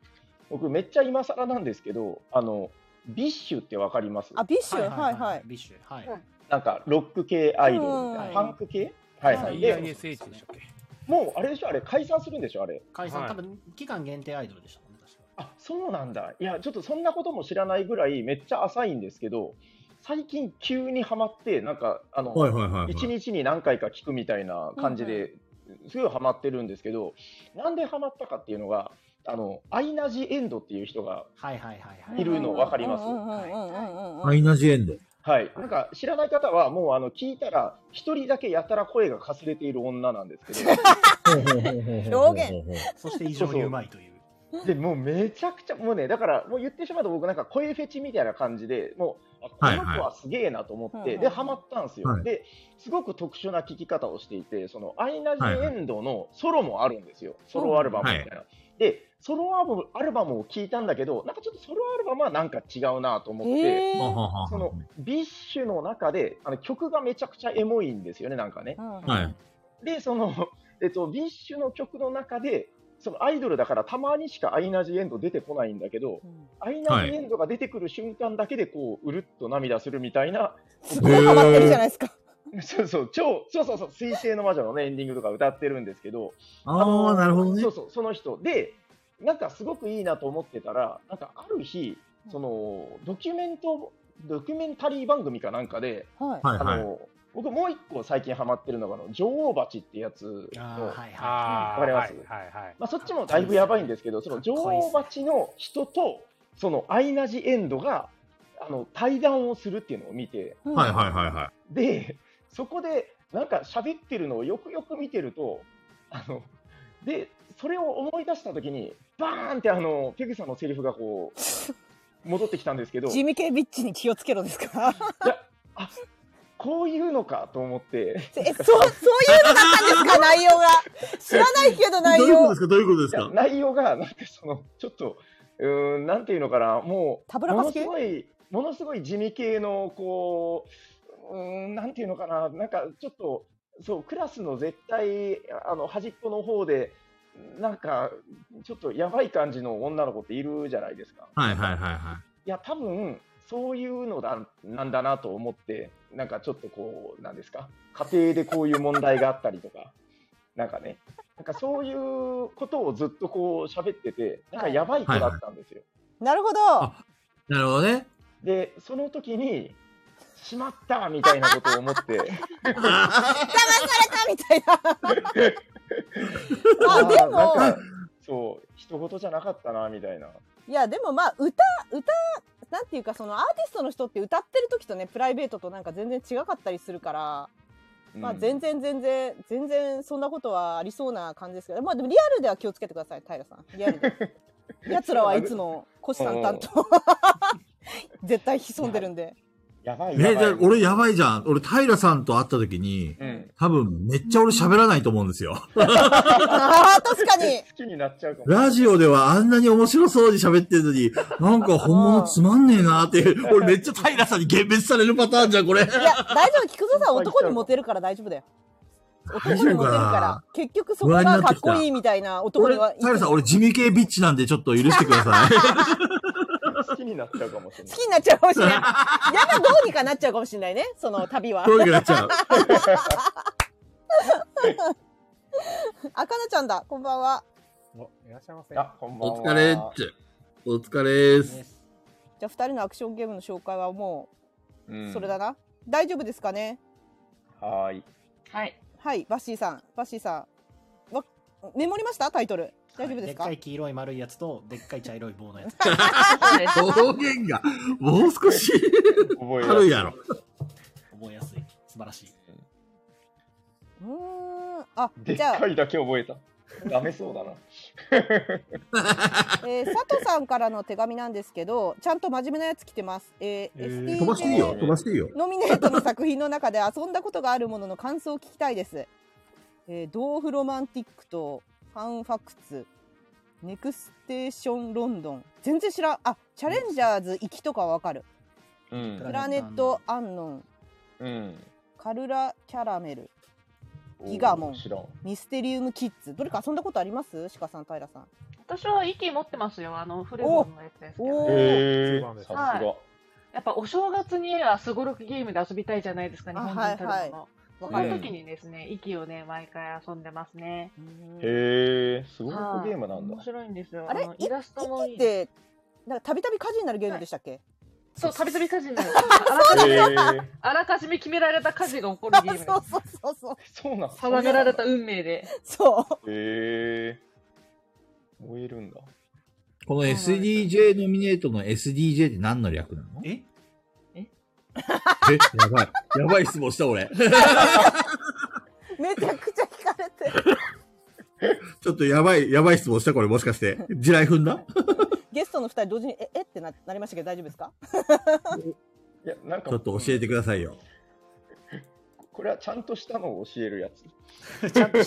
僕めっちゃ今更なんですけど、あの、ビッシュってわかります
あビッシュはいはい
ビッシュはい
なんかロック系アイドルみたいな、
うん
パンク系はいはい。
EISH
で、
でしたっけ
もうあれでしょ、あれ解散するんでしょ、あれ。
解散、多分期間限定アイドルでしたもんね、確か
あそうなんだ。いや、ちょっとそんなことも知らないぐらい、めっちゃ浅いんですけど、最近急にハマって、なんか、あの、
はいはいはいはい
一日に何回か聞くみたいな感じで、すごいハマってるんですけど、なんでハマったかっていうのが、あの、アイナジ・エンドっていう人が
はいはいはい
るの分かります
うんうんうんうんうんうんうん
アイナジエンド。
はい、なんか知らない方は、もうあの聞いたら、一人だけやたら声がかすれている女なんですけど、
表現
そして異常にうまいという。 でもうめちゃくちゃ、もうね、だからもう言ってしまうと、僕、なんか声フェチみたいな感じで、もう、あ
はい
こ
はい
の子はすげえなと思って、
うんうん
で、ハマったんですよ、
はい
ですごく特殊な聞き方をしていて、そのアイナ・ジ・エンドのソロもあるんですよ、ソロアルバムみたいな。でソロアルバムアルバムを聞いたんだけど、なんかちょっとソロアルバムはなんか違うなと思って、
へー
そのビッシュの中であの曲がめちゃくちゃエモいんですよね、なんかね。
はい。
で、その、えっと、ビッシュの曲の中で、そのアイドルだからたまにしかアイナ・ジ・エンド出てこないんだけど、アイナ・ジ・エンドが出てくる瞬間だけでこう、うるっと涙するみたいな。 す
ごいハマってるじゃない
ですか。
そうそう、超、そうそうそう、水星の魔女のね、エンディングとか歌ってるんですけど、
あーなるほどね
そうそう、その人。で、なんかすごくいいなと思ってたら、なんかある日、その、ドキュメント、ドキュメンタリー番組かなんかで、
はい
はい
あ
はい
の、僕もう一個最近ハマってるのが、あの、女王蜂ってやつの、
あ
わかります、
はいはいはい
まあ、そっちもだいぶやばいんですけど、その女王蜂の人と、そのアイナ・ジ・エンドが、あの、対談をするっていうのを見て、
はいはいはいは
で、そこで、なんか喋ってるのをよくよく見てると、あの、で、それを思い出したときに、バーンってあの、ペグさんのセリフがこう、戻ってきたんですけど、
地味系ビッチに気をつけろですか
こういうのかと思って。
え、そう、そういうのだったん ですか内容が。知らないけど内容。
かどういうことですか内容が、なんかその、ちょっと、うーん、なんていうのかな、もう、
たぶらか
もの
す系
すごい、ものすごい地味系の、こう、うーん、なんていうのかな、なんかちょっと、そう、クラスの絶対、あの、端っこの方で、なんか、ちょっとやばい感じの女の子っているじゃないですか。
はいはいはいはい
や、多分、そういうのだ、なんだなと思って、なんかちょっとこう、なんですか、家庭でこういう問題があったりとか、なんかね、なんかそういうことをずっとこう喋ってて、なんかやばい子だったんですよ。
なるほど。
なるほどね。で、その時に、しまったみたいなことを思って、
みたいな。
あ
あ、でも、
なんかそう、人事じゃなかったな、みたいな。
いや、でもまあ、歌、歌、なんていうか、そのアーティストの人って歌ってる時とね、プライベートとなんか全然違かったりするから、まあ、
うん
全然全然、全然そんなことはありそうな感じですけど、まあ、でもリアルでは気をつけてください、平さん。リアルで。奴らはいつも、虎視眈々と、 絶対潜んでるんで。
やば
え、じゃあ俺やばいじゃん。俺、平さんと会った時に、
うん
多分めっちゃ俺喋らないと思うんですよ。
ああ、確かに。
好きになっちゃうかも。
ラジオではあんなに面白そうに喋ってるのに、なんか本物つまんねえなーっていう、俺めっちゃ平さんに幻滅されるパターンじゃん、これ。
いや、大丈夫、菊蔵さん男にモテるから大丈夫だよ。男
大
に
丈
モテる
夫か
から
な。
結局そこがかっこいいみたいな男
俺
には。、
平さん、俺地味系ビッチなんでちょっと許してください。
好きになっちゃうかもしれ
好きになっちゃうかもしれない。やっぱどうにかなっちゃうかもしれないね、その旅は。
どうにかなっちゃう。
あかなちゃんだ、こんばんは。
いらっしゃいませ。
あ、こんばん
お疲れっち。お疲れーす。
じゃあ二人のアクションゲームの紹介はも
う
うんそれだな。大丈夫ですかね。
はーい。
はい。
はい、バッシーさん、バッシーさん。わメモりましたタイトル。大丈夫
で
です
っ
か。
かい黄色い丸いやつと、でっかい茶色い棒のやつ。
方言が、もう少し
覚
えやすい
軽いやろ。
覚えやすい。素晴らしい。
うーん、あ、
でっ
じゃあ
か、いだけ覚えた。ダメそうだな。
えー、佐藤さんからの手紙なんですけど、ちゃんと真面目なやつ来てます。えー、STJ
飛ばしていいよ、飛ばしていいよ。
ノミネートの作品の中で遊んだことがあるものの感想を聞きたいです。えー、ドーフロマンティックとファンファクツ、ネクステーションロンドン。全然知らん。あ、チャレンジャーズ行きとかはわかる。
うん
プラネットアンノン、
うん。
カルラキャラメル、ギガモン、
知らん。
ミステリウムキッズ。どれか遊んだことあります鹿さん、平さん。
私は息持ってますよ、あの、フレモンのやつですけど。
へ
ー
さすが。
やっぱお正月にはすごろくゲームで遊びたいじゃないですか、日本人たるもの。
はいはい
そ
わ
かる
の時にですね、息をね、毎回遊んでますね。
へえ、すごい
はい
ゲームなんだ
面。白いんですよ。
あれ
のイラストもいい。
で、なんかたびたび火事になるゲームでしたっけ、
そう、たびたび火事になる。
そうだ
あらかあらかじめ決められた火事が起こるゲームです。
そうそうそう。
そうなん。
定められた運命で。
そう
へえ。燃えるんだ。
この SDJ ノミネートの SDJ って何の略なの
え
え、やばい。やばい質問した、俺。
めちゃくちゃ聞かれて
ちょっとやばい、やばい質問した、これ、もしかして。地雷踏ん だ
ゲストの2人同時にええってななりましたけど大丈夫ですか
いや、なんか
ちょっと教えてくださいよ。
これはちゃんとしたのを教えるやつ。
分かって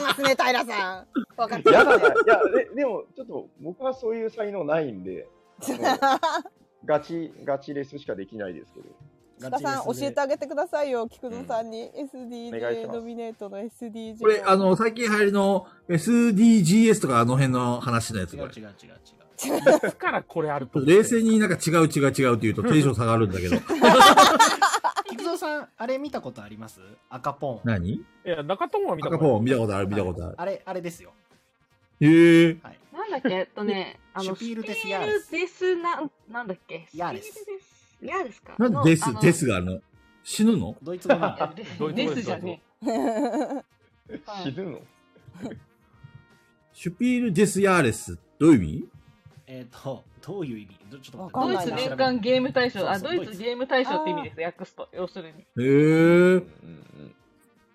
ますね平さん分かって
や
ますね
だ な。いや、ででも、ちょっと僕はそういう才能ない んで、ガチ、ガチレスしかできないですけど。
塚さん教えてあげてくださいよ菊野さんに
お願いし
SDJ
ます
ノミネートの SDJ
これ、あの、最近流行りの SDGs とかあの辺の話のやつ、これ。
違う違う
いつからこれあると
冷静になんか違う違う違うって言うとテンション下がるんだ けど。
菊蔵さん、あれ見たことあります赤ポン。
何い
や、中友は見
たことある。赤ポン見たことある、見たことある。
あれ、あれですよ。
へえ。
なんだっけ、えっとね、あ
シュ
の、
ピールデス
シュピールデスなん、なんだっけ。ヤーです。ヤーですか。
なんでデス
のあ、の
デスがあるの死ぬの
ドイ
いやデスデスじゃねえ。
死ぬの
シュピール・デス・ヤーレス。どういう意味
えっ、と、どういう意味どちょっと待
ドイツ年間ゲーム大賞、あ、
そう
ド
そう
イツゲーム大賞って意味です。訳すと、要するに。
へえ。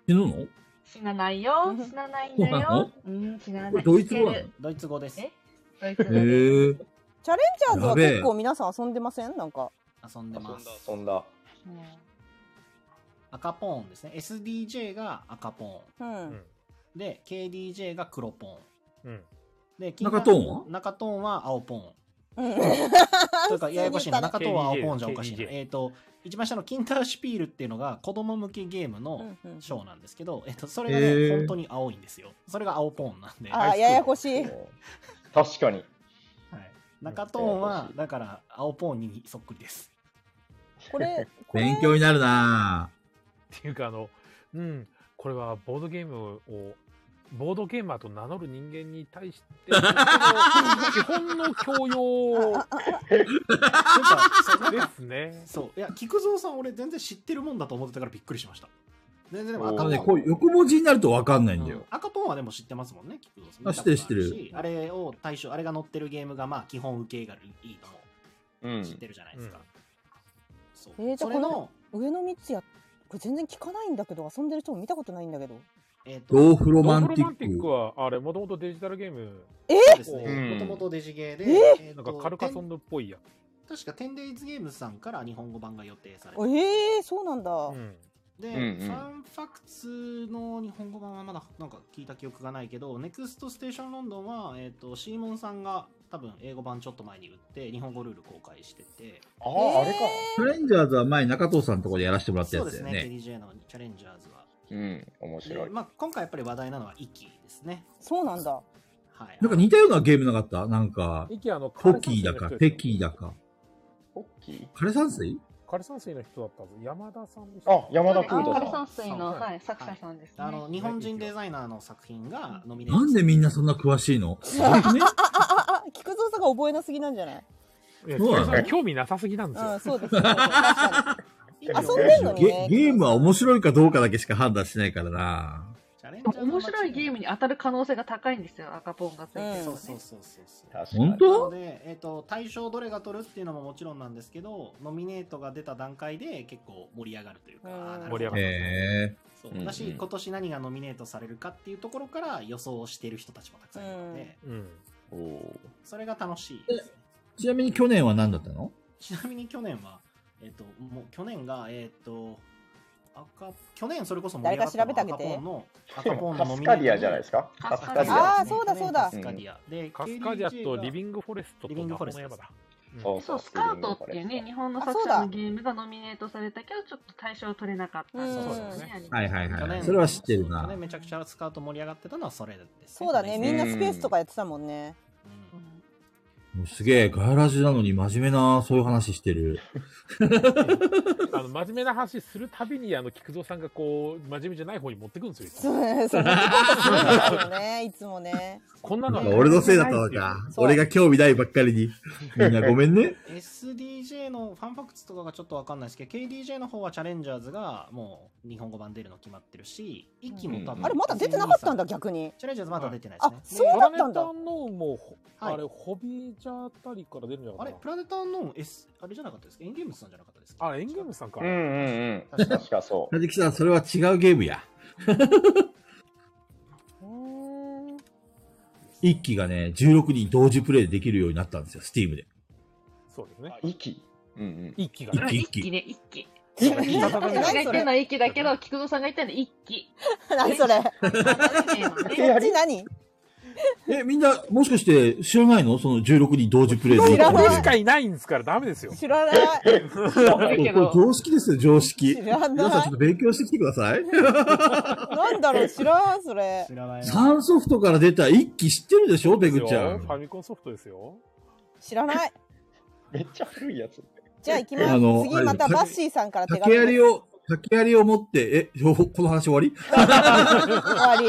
死ぬの
死なないよ、死なないん
そう
だ
なの
よ。うん、死
こ
なな
れ
い。
ドイツ語なの
いける
ドイツ語です。
えドイツ語です
へえ。
チャレンジャーズは
やべえ
結構皆さん遊んでませんなんか
遊んでます。
遊んだ。
赤ポンですね。SDJ が赤ポ
う
ン。
ん
で、KDJ が黒ポン。
うん。
で、
中トーンは
中トーンは青ポン。
うん。
というか、ややこしいな。中トーンは青ポンじゃおかしいな。
KDJ
えっと、一番下のキンターシュピールっていうのが子供向けゲームの賞なんですけど、えっと、それが
へ
ね、
ー
本当に青いんですよ。それが青ポンなんで。
あややこしい
確かに。
中トーンは、だから、青ポーンにそっくりです。
これ、
勉強になるな
っていうかあの、うん、これはボードゲームを、ボードゲーマーと名乗る人間に対して、基本の教養ですね。
そう。いや、菊蔵さん、俺全然知ってるもんだと思ってたからびっくりしました。全然でも
あの
赤ポ
ね、
ーン、
こう横文字になるとわかんないんだよ。
赤ポーンはでも知ってますもんね、菊蔵さん。
あ知ってる知ってる
見たことあしあれを対象、あれが載ってるゲームが、まあ、基本受けがいいと思
う。
知ってるじゃないですか。
えー、じゃ
そ
あ
れ
こ
の
の上野三ツ矢これ全然聞かないんだけど遊んでる人も見たことないんだけど
えっ
ドーフロマンティッ
ドーフ
ク
ロマンティックは、あれ、もともとデジタルゲーム。
え
そうですね。もともとデジゲーで、えー
なん
と
かカルカソンヌっぽいや。
確か 10days ゲームズさんから日本語版が予定されてて
ええー、そうなんだ、
で、
うんうん
ファンファクツの日本語版はまだなんか聞いた記憶がないけど、ネクストステーションロンドンは、えっ、と、シーモンさんが多分英語版ちょっと前に売って、日本語ルール公開してて。
あ
あ、あれか。
チャレンジャーズは前中藤さんのところでやらせてもらったや
そう
つ
で
だ
す
よ
ね、
ね。
KDJ のチャレンジャーズは。
うん、面
で、まあ、今回やっぱり話題なのは、イキですね。
そうなんだ
なんか似たようなゲームなかったなんか、
息あの、
ポキーだか、
枯
テ
山水の人ですよ
キーだか。
ポッキー
枯山水
枯山水の人だったぞ。山田さんでし
あ山田
君
君
だ
だ
っ
ったた
山水の、はい、作者さんですね。
あの、日本人デザイナーの作品がノミネート
なんでみんなそんな詳しいのすごいね。
菊蔵さんが覚えなすぎなんじゃない
いや
そうなの
それ興味なさすぎなんですよ。
うんそうですね確かに遊んでんのにね
ゲゲームは面白いかどうかだけしか判断しないからな。
面白いゲームに当たる可能性が高いんですよ、赤ポンがついてるとね。
そうそうそうそう
そう
本当
なので、えっと対象どれが取るっていうのももちろんなんですけどノミネートが出た段階で結構盛り上がるというか、あーなるほど
へえ。
そう私、今年何がノミネートされるかっていうところから予想をしている人たちもたくさんいるので、
うん。
それが楽しいですね
ちなみに去年は何だったの
ちなみに去年は、えっともう去年が、えっと赤去年それこそ盛り上がったの
誰か
は
調べてあげて
赤ポンの赤ポンのノミネートに
カスカディアじゃないですかカスカディア
あー そうだそうだ
カスカディアで
カスカディアとリビ
ン
ングフォレストと
リビングフォ
魔
レ
法の山
ストです
だ。
そう
そう、スカウトっていうね、日本の作者のゲームがノミネートされたけど、ちょっと対象取れなかったってい
うん
う
そうです
ね。
はいはい
去
はい。
年
それは知ってる
去
な
年。めちゃくちゃスカウト盛り上がってたのはそれですね
そうだねみんなスペースとかやってたもんね
もうすげえ、ガヤラジなのに真面目な、そういう話してる。
あの、真面目な話するたびに、あの、菊蔵さんがこう、真面目じゃない方に持ってくんですよいつ
そう
も。
ねそう持ってこうとするんだよねいつもね
こんな
な
の
んか俺のせいだったのか。俺が興味ないばっかりに。みんなごめんね。
SDGs KDJ のファンファクツとかがちょっとわかんないですけど、KDJ の方はチャレンジャーズがもう日本語版出るの決まってるし、一期も多分、
あれまだ出てなかったんだ逆に
チャレンジャーズまだ出てないですね。
そうだったんだ
プラネタのもう、あれ、ホビージャーあたりから出るんじゃな
あ
かっ
れ、プラネターの S、あれじゃなかったですかエンゲームズさんじゃなかったですか
たあれ、エンゲームさんか。
うんうん
うん。確かそ
なじきさん、それは違うゲームや。一機がね、16人同時プレイできるようになったんですよ、Steam で。
そうですね。
一期。うんうん。
一期が
ね
一気ね、一気。
一気
私が言ってるのは一気だけど、菊蔵さんが言ったのは一気。
何それ
こ
っち何
え、みんな、もしかして知らないのその16人同時プレイできるように
僕
な
し
った
かいないんですから、ダメですよ。
知らない。
これ常識ですよ、常識。
知らない
皆さんちょっと勉強してきてください。
なんだろう知らんそれ
知らない
サンソフトから出た一機知ってるでしょ、ペグちゃ
フ
ん。
ァミコンソフトですよ。
知らない
めっちゃ古いやつ。
じゃあ行きます
あの
次また
あれ
バッシーさんから手
竹
紙
槍を、竹槍を持って、え、ほこの話終わり
終わり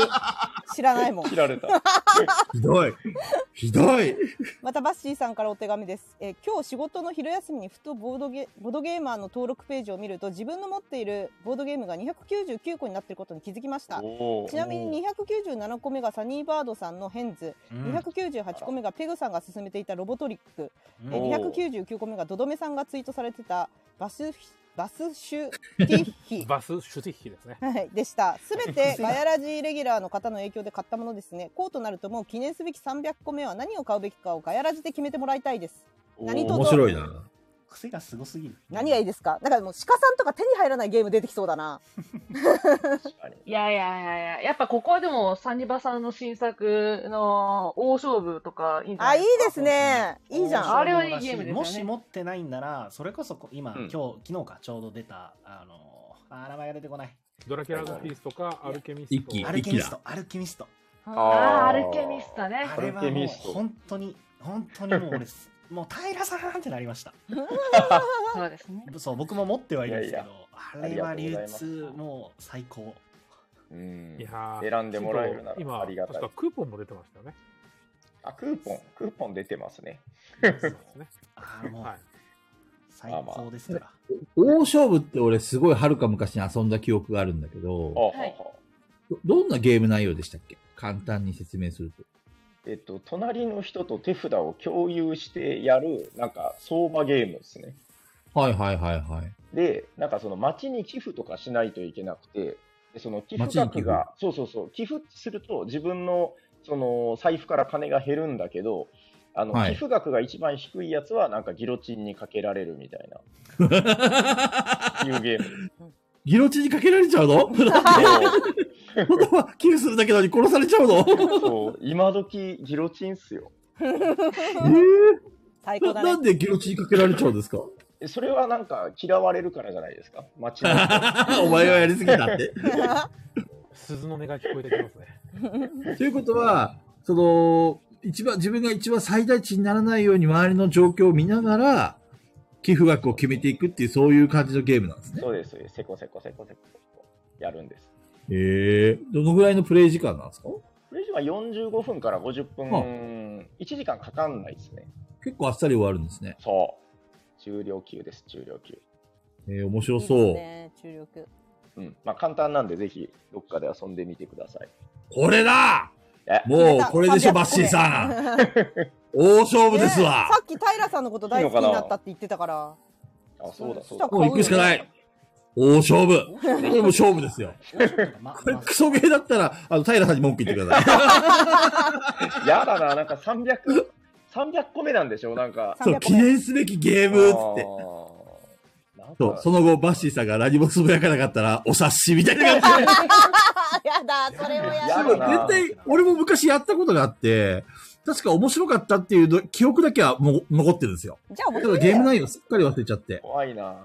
知らないもん
切られた。
ひどい。ひどい。
またバッシーさんからお手紙です、えー今日仕事の昼休みにふとボードゲボードゲーマーの登録ページを見ると自分の持っているボードゲームが299個になっていることに気づきました
おー
ちなみに297個目がサニーバードさんのヘンズ、
うん
298個目がペグさんが進めていたロボトリック、えー
おー
299個目がドドメさんがツイートされてたバスバスシュティッヒ
バス主席機ですね。
はい、でした。すべ てガヤラジーレギュラーの方の影響で買ったものですね。こうとなるともう記念すべき300個目は何を買うべきかをガヤラジで決めてもらいたいです。何とぞ
面白いな。
癖がすごすぎる。
何がいいですか。なんかもう鹿さんとか手に入らないゲーム出てきそうだな。
いやいやいやいや、やっぱここはでもサニバさんの新作の大勝負とかいいんじゃないですか。
ですね。いいじゃん。
あれはいいゲームですよね
もし持ってないんなら、それこそこ今、今日、昨日か、ちょうど出た、あのー、あー、名前が出てこない。
ドラキュラのピースとか、アルケミスト。
アルケミスト、アルケミスト。
あーアルケミストね
あれは
アルケ
もう
ミスト
本当に、本当にもう俺、もう平さんってなりました。
そうですね。
そう、僕も持ってはいるんですけど、
いやいや
あれは
あり
流
がとうございます
通、もう最高。
うん。
いやー
選んでもらえるな
今
らありがたい
確。かクーポンも出てましたよね。
あ、クーポン、クーポン出てますね。
あーもう、最
まあまあ
高ですから。
大勝負って俺すごい遥か昔に遊んだ記憶があるんだけど、
はい
どどんなゲーム内容でしたっけ簡単に説明すると。
えっと、隣の人と手札を共有してやる、なんか、相場ゲームですね。
はいはいはいはい。
で、なんかその町に寄付とかしないといけなくて、でその寄付
町に寄
額
付
が、そうそうそう、寄付すると自分のその財布から金が減るんだけど、あの
はい
寄付額が一番低いやつはなんかギロチンにかけられるみたい な。いうゲーム。
ギロチンにかけられちゃう のだって本当は寄付するだけなのに殺されちゃ うの
そう、今時ギロチンっすよ。
最
ななんでギロチンにかけられちゃうん ですか
えそれはなんか嫌われるからじゃないですか、町の
お前はやりすぎだって。
鈴の音が聞こえてきますね。
ということは、その、一番、自分が一番最大値にならないように周りの状況を見ながら、寄付額を決めていくっていう、そういう感じのゲームなんですね。
そうです、そうですせこせこせこせこせこやるんです。
へえ。どのぐらいのプレイ時間なんですか
これ以上は45分から50
はあ
分、1時間かかんないですね。
結構あっさり終わるんですね。
そう。重量級です、重量級。
えー、面白そう。
ね、注力。
うん。まあ、簡単なんで、ぜひ、どっかで遊んでみてください。
これだ
え
もう、これでしょ、バッシーさん。 大勝負ですわ。
さっき平さんのこと大好きになったって言ってたから。
あ、そうだ、そう
だ
もう行くしかない。大勝負。これもう勝負ですよ。これクソゲーだったら、あの、平さんに文句言ってください。
やだな、なんか300、300個目なんでしょなんか。
そう、記念すべきゲームっつって。
なん
そう
か、、
その後、バッシーさんが何もつぶやかなかったら、お察しみたいな感じで。
やだ、それをや
やだな
絶。対、俺も昔やったことがあって、確か面白かったっていうの記憶だけはもう残ってるんですよ。
じゃあ
た
面
だ
白い
ゲーム
ね。
内容すっかり忘れちゃって。
怖いな。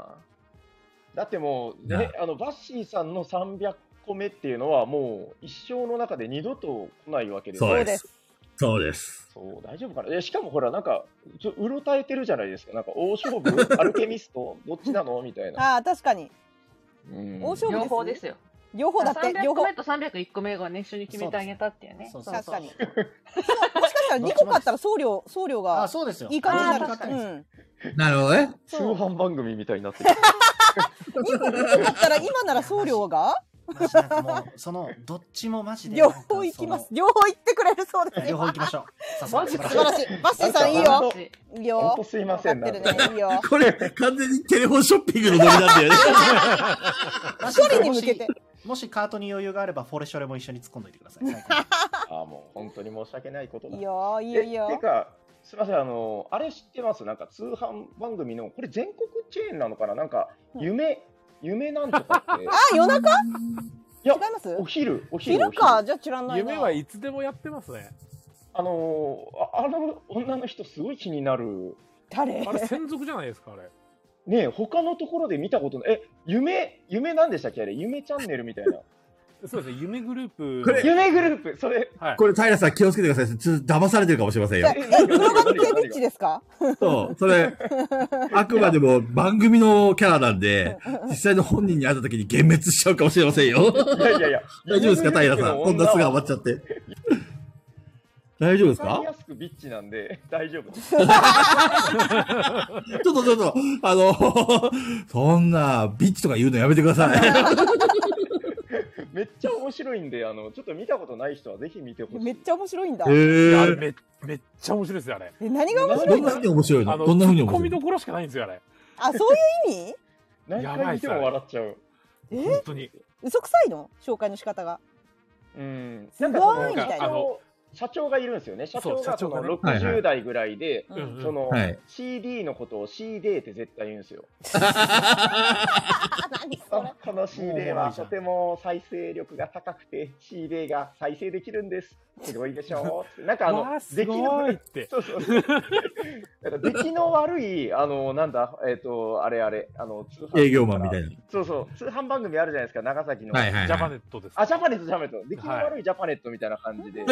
だってもう、ね、あの、バッシーさんの300個目っていうのは、もう、一生の中で二度と来ないわけですよ
そうです。。そうです。
そう、大丈夫かなえしかもほら、なんか、ちょうろたえてるじゃないですか。なんか、大勝負アルケミストどっちなのみたいな。
ああ、確かに。
うん
大勝負
両方
で。
ですすよ。
両方だって、
300
両
個
方。
目と301個目がね、一緒に決めてあげたっていうね。
そうそう
確
そう
かに。もしかしたら2個買ったら送料、送料が
あ、そうですよ。
いい感じになる。
あー確かに
うん。
なるほどね。
通販番組みたいになってる。
今だったら今なら送料が
もう、その、どっちもマジで。
両方行きます。両方行ってくれるそうですね。
両方行きましょう。
マジ素晴らしい。バ
マ
ッシーさんいいよ。いいよ。
すいません
な。いいよ。
これ、完全にテレフォンショッピングのノリなんだよね。
距離に向けて。
もしカートに余裕があれば、フォレショレも一緒に突っ込んでおいてく ださい。
ああ、もう本当に申し訳ないことだ。
いいよ、いいよ、いい
え
よ
て。か、すみません、あの、あれ知ってますなんか通販番組の、これ全国チェーンなのかななんか、夢、夢なんとかっ て。
あ、夜中
いや、お昼、お昼。
昼か、じゃあ知らないな。
夢はい
つでもやってますね。
あのーああの女の人すごい気になる。
誰
あれ専属じゃないですかあれ。
ねえ、他のところで見たことない。え、夢、夢なんでしたっけあれ、夢チャンネルみたい な。
そうですね、夢グループ。
これ
夢グループ、それ。
これ、平さん気をつけてください。ちょっと騙されてるかもしれません
え、
よ。
え黒髪系ビッチですか
そう、それ、あくまでも番組のキャラなんで、実際の本人に会った時に幻滅しちゃうかもしれませんよ。
いやいやいや
大丈夫ですか、平さん。こんなすぐ余っちゃって。大丈夫です
わか
か
りやすくビッチなんで、 大丈夫で
ち
す。
ょっとちょっと、あの、 そんな、ビッチとか言うのやめてくださ い。
めっちゃ面白いんで、あの、ちょっと見たことない人はぜひ見てほしい。
めっちゃ面白いんだ。
へー
いやあれめめっちゃ面白いですよあれ。
え何が面白
ど
い
ん
の
なふうに面白い
あ
の
の
どんなふうに
ツッ
面
コ
白
ミ
いの
どころしかないんですよあれ。
あ、そういう意味
何
やばいっ
回見
す
て
あれ
も笑っちゃう。
本当に。
嘘くさいの紹介の仕方が。
うん。
すごい
なんかその
みたいな
あの社長がいるんですよね。社長
そう社
がそ
長が
の
ね
はいはい
60代ぐらいで、
うん
うん
その
はい
CD のことを CD って絶対言うんですよ。
あ、何それ
あ。この CD はとても再生力が高くて CD が再生できるんです。すごいでしょう。なんかあ
わ
の
あすごいって
出来のそうそう。 なんか出来の悪いあのなんだえっ、とあれあれあの通販
営業マンみたいな。
そうそう通販番組あるじゃないですか長崎の。
はいはい
ジャパ
は
ネ
い。
ットです。
あジャパネットジャパネット出来の悪いジャパネットみたいな 感じで。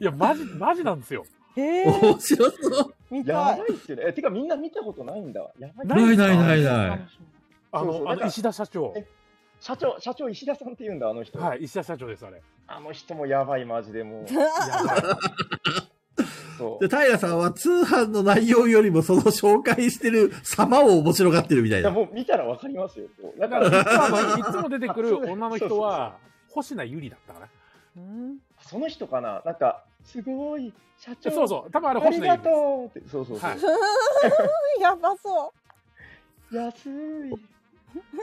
いやマジマジなんですよ。
えー、
面白そう。
見た
やば
い。
いっすよね。えてかみんな見たことないんだわ。やばい。
ないないないない。
あ
そうそう
のあ
だか
の
ら
石田社長。
え社長、社長石田さんって言うんだ、あの人。
はい石田社長ですあれ。
あの人もやばい、マジ でもう。そ
で、。
う
平さんは通販の内容よりもその紹介してる様を面白がってるみたい
いや、
な。
もう見たらわかりますよ。 こうだ
だ
か
からいつ
ら、
もあのいつも出てくる女の人は星名ゆりだったかな。
うん
その人かな、なんか、すごい、社長。
そうそう多分あれ
あり
星名
が
ゆりです。
とうって、そうそうそう。
はい
やばそ
安い。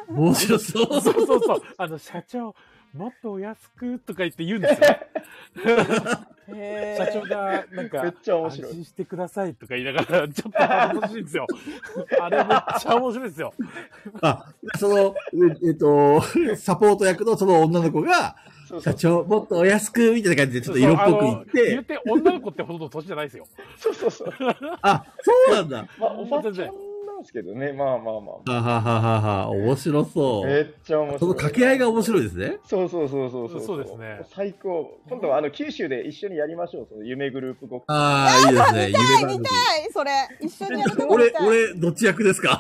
面白そう。
そうそうそうあの社長もっとお安くとか言って言うんですよ。
う。へー
社長がなんか
めっちゃ面白い
安心してくださいとか言いながらちょっと楽しいんです よ。あれめっちゃ面白いですよ。
あ、その、ええっと、サポート役のその女の子が、
そうそ
社
う。
長、もっとお安く、みたいな感じで、ちょっと色っぽく言っ、
そうあの言ってて女の子ってほとんど年じゃないですよ。
そうそうそう。
あ、そうなんだ。
まあ、おばちゃ
全
ん
然
なんですけどね、まあまあま
ははははは、面白
あ。
そ
め
う。
っちゃ面白い。
その掛け合いが面白いですね。
そうそうそうそうそう。
そうですね
最高。今度はあの九州で一緒にやりましょう。その夢グループごっこ。
ああ、いいですね。夢番組。
はい、それ。一緒にやるとこ見
俺、
たい。
俺、どっち役ですか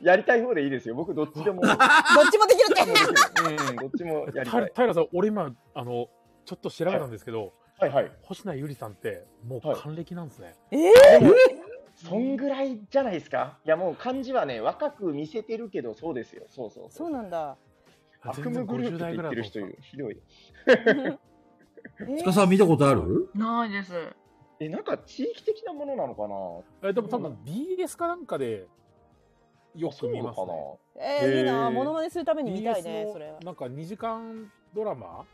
やりたい方でいいですよ。僕どっちでも。どっ
どっちもできるっ
ち
て
もで。きるうん、どっちもやりた
平
い。
平さん俺今あのちょっと調べたんですけど、
はいはい。
星名ゆりさんってもう
はい
還暦なんですね。
え
そんぐらいじゃないですか。いやもう漢字はね、若く見せてるけど、そうですよ。そうそう
ー、そうなんだ。
悪夢グループって言ってる人いる。ひどい。
え
塚
ー、
さん見たことある
ないです。
え、なんか地域的なものなのかな
えでも多分 BS かなんかでよく見ます
そうな
ね。
の
えーいいな。
へー
モノマネするために見たいね、
BS
それは
の。なんか2時間ドラマ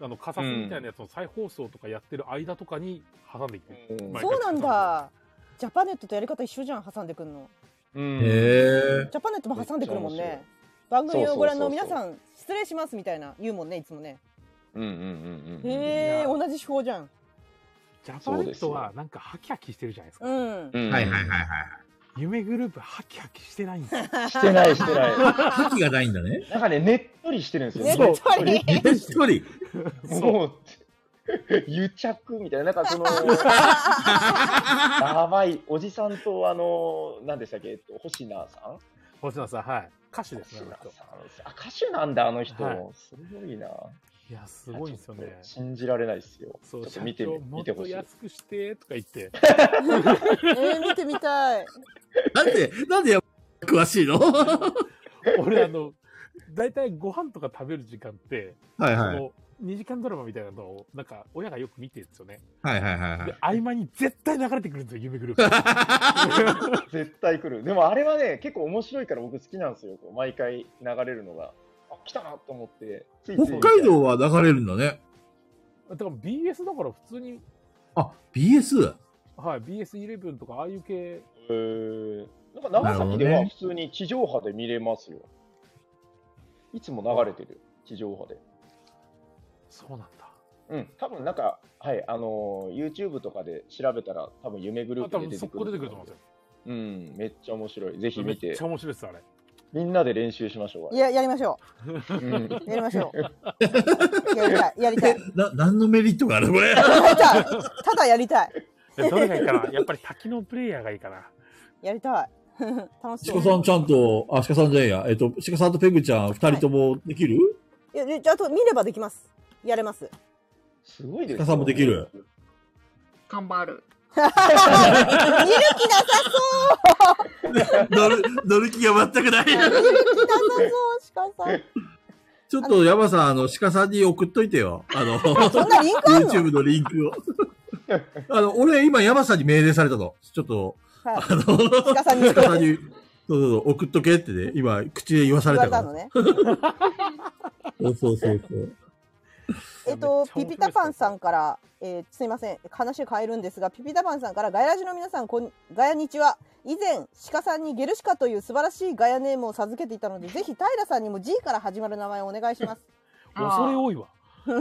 あのカサスみたいなやつの再放送とかやってる間とかに挟んでいく。
かな
まあ
そうなんだ。ジャパネットとやり方一緒じゃん、挟んでくんの。
うん。
へえ。
ジャパネットも挟んでくるもん
めっちゃ面
ね。番組をご覧の
そう
皆
そうそうそ
さん、失礼しますみたいな言うもんね、いつもね。
うんうんうんうん。
へえ、同じ手法じゃん。
ジャパネットはなんかハキハキしてるじゃないですか。
うん。
うん
はいはいはいはい。
夢グループハキハキしてないんですよ。
してないしてない。
覇気がないんだね。
なんかね、ねっとりしてるんですよ。
ねっとり。
えっとり。
もう、 癒着みたいな、な んかその、やばい、おじさんと、あの、何でしたっけ、えっと、星名さん
星野さんはい歌手です
星
ね
名
あの
さん
人。
あ、歌手なんだ、あの人。
はい
すごいな。
いや、すごいんですよね。
信じられないですよ。
ちょ
っと見てみ
社長も
見
って
ほ
と
しい。
安くしてとか言って。
えー、見てみたい。
なんで、なんでや詳しいの
俺、あの、大体ご飯とか食べる時間って、
はいはい
その2時間ドラマみたいなのを、なんか、親がよく見てるんですよね。
はいはいはいはい
で。、合間に絶対流れてくるんですよ、夢グル ープ。
絶対来る。でもあれはね、結構面白いから僕好きなんですよ。こう毎回流れるのが。あ、来たなと思って。ついつい
北海道は流れるんだね。
だから BS だから普通に、
あ、BS?
はい、BS11 とかああいう系。
えーなんか長崎では普通に地上波で見れますよ。いつも流れてる、地上波で。
そうなんだ。
うん、多分なんか、はい、あのー YouTube とかで調べたら、多分夢グルー
あ多
プで
分
出て
速
く
攻
る
出てくると思うんです
うん、めっちゃ面白い。ぜひ
よ。め
見
っち
て
ゃ、面白いです、あれ。
みんなで練習しましょう。
いや、やりましょ
うん
う。やりましょ う。やりたい、やりたい。
な、何のメリットがあるこれ。
やりたい。ただやりたい。
でどれがいいかな やっぱり多機能プレイヤーがいいかな。
やりたい。 楽し
シ
そ
カ
う。
さんちゃんと、あ、シカさんじゃんや。えっと、シカさんとペグちゃん二人ともできる、
いやでちゃんと見ればできます。やれます。
すごい
シカさんもできる。
頑張る。見る気なさそう。見る
乗る、 乗る気が全くない。
気なさそう、鹿さん。
ちょっとヤマさん、あの、シカさんに送っといてよ。あ の、
そんなリンクあん の
YouTube のリンクを。あの、俺今ヤマさんに命令されたの。ちょっと、
はい。
あの、
鹿さんに
鹿さんに、そうそうそう、送っとけってね、今、口で言わさ
言
れ
わ
た
れ
か
た
ら。
のね。
そうそうそうそう。
えっと、ピピタパンさんから、えーすいません、話を変えるんですが、ピピタパンさんから、ガヤラジの皆さん、こん、ガヤにちは。以前、鹿さんにゲルシカという素晴らしいガヤネームを授けていたので、ぜひ平さんにも G から始まる名前をお願いします。
恐れ多いわ。
どう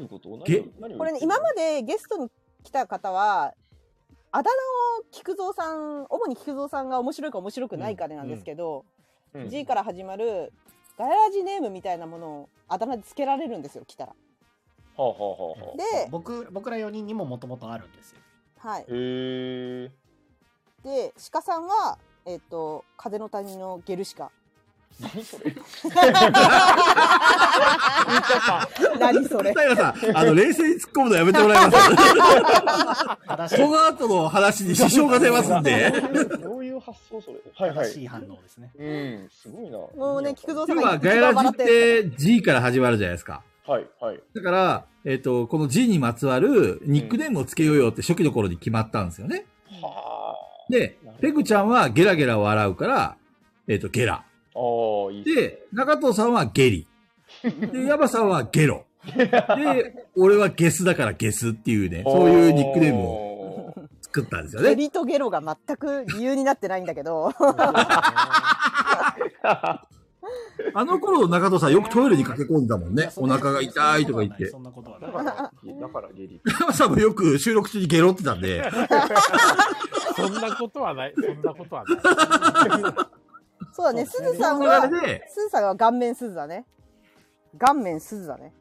いうこと
げ
これね、今までゲストに来た方は、あだ名を菊蔵さん、主に菊蔵さんが面白いか面白くないかでなんですけど、
うんうん
G から始まるガヤラジネームみたいなものをあだ名で付けられるんですよ、来たら。
はあはあはあはあ。
で
僕僕ら4人にももともとあるんですよ。
はい。
へえ。
で、鹿さんは、えっ、と、風の谷のゲルシカ。何それ。
平さん、あの、冷静に突っ込むのやめてもらい ます。この後の話に支障が出ますんで。
どういう発想それはいはい。しい反応ですね。うん、すごいな。
もうね、菊蔵さん
要は、
が
ガ
一
ヤ
番笑
ラジっ
ってる。
て G から始まるじゃないですか。
はいはい。
だから、えっ、と、この G にまつわるニックネームをつけようよって初期の頃に決まったんですよね。
は
で、ペグちゃんはゲラゲラ笑うから、えっ、と、ゲラ。
あ。ああ、いい。
で、中藤さんはゲリ。で、ヤバさんはゲロ。で、俺はゲスだからゲスっていうね、そういうニックネームを作ったんですよ
ゲ
ね。
リとゲロが全く理由になってないんだけど。
あの頃の中藤さんよくトイレに駆け込んだもんね。お腹が痛いとか言って。
そんなことは
だから、だからゲ リ。
ヤバさんもよく収録中にゲロってたんで。
そんなことは ない。そんなことはない。
そうだね、すずさん
そ
は、
の流れです
ずさんは顔面すずだね。顔面すずだね。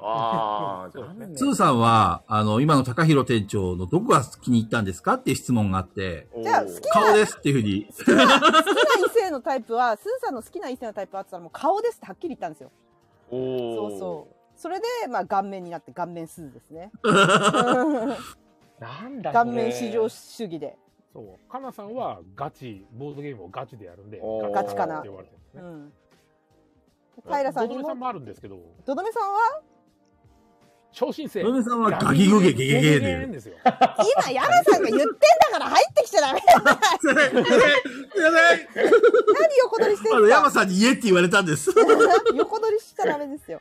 ああ、そうね。
スーさんは、あの、今の高弘店長のどこが気に入ったんですかっていう質問があって、
じゃあ、好きな、
顔ですっていうふうに。
好きな異性のタイプは、すずさんの好きな異性のタイプはって言ったら、もう顔ですってはっきり言ったんですよ。
お
そ
お。
うそう。それで、まあ、顔面になって顔面すずですね。
なんだ
顔面至上主義で。
そう。かなさんはガチ、ボードゲームをガチでやるんで、
おー
ガチかな
って言われてるんですね。
うん。平さん
ド
に
ドメさん
も、
もあるんですけど、
どどめさんは
超新星。
ドドメさんはガギグゲゲゲゲで
ゲゲですよ。
今、ヤマさんが言 ってんだから入ってきちゃダメだよ
やばい
何横取りして
あ
ん
の、
す
山
か
さんに言えって言われたんです。
横取りしちゃダメですよ。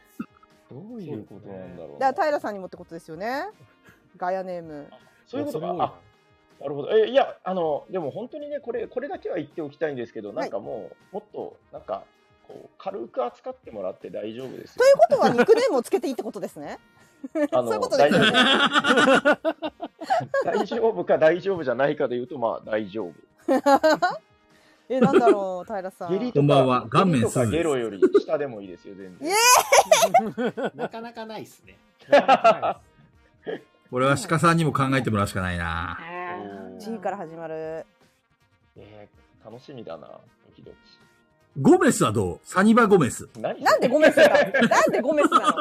どういうことなんだろう。
だから平さんにもってことですよね。ガヤネーム。
そういうことか。あなるほど。え、いや、あの、でも本当にね、これ、これだけは言っておきたいんですけど、なんかもう、もっと、なんか、こう、軽く扱ってもらって大丈夫ですよ。
ということはニックネームをつけていいってことですね。
あ
そういう
の
ことですよね。
大丈夫か大丈夫じゃないかで言うと、まあ、大丈夫。
え、なんだろう、平さん。
下痢と
こんばん
か、
は顔面
下痢と
す
か
ずです
ゲロより下でもいいですよ、全然。
なかなかないですね。
俺は鹿さんにも考えてもらうしかないな。
G から始まる。
えー、楽しみだな、ドキドキ。
ゴメスはどうサニバゴメス。
なんでゴメスだなんでゴメスなの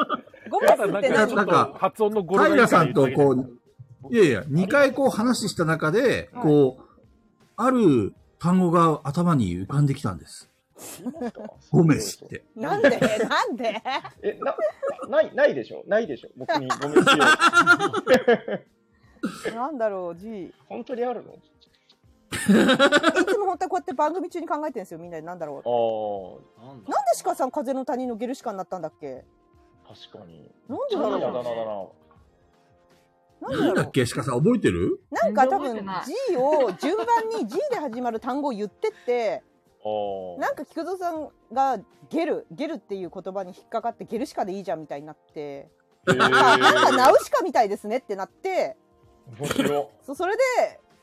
ゴメス
な
っ
ん
て
か
何
ちょっと発音の語呂がいい
平
か
さ
ら
んと
言
こ
っといて
う、いやいや、2回こう話した中で、こう、ある単語が頭に浮かんできたんです。ゴメスって。
なんでなんで
え、な、ない、ないでしょないでしょ僕にごめんな
なんだろう G
本当にあるの
いつも本当はこうやって番組中に考えてるんですよみんなでなんだろう
あ
なんで鹿さん風の谷のゲルシカになったんだっけ
あ、確かに。
なんでだ
いいあだ
ろ
名だな。
なんだっけ鹿さん覚えてる
うなんか多
全
分
然覚え
G を順番に G で始まる単語を言ってってなんか菊蔵さんがゲルゲルっていう言葉に引っかかってゲルシカでいいじゃんみたいになってなんかなんかナウシカみたいですねってなってそそれで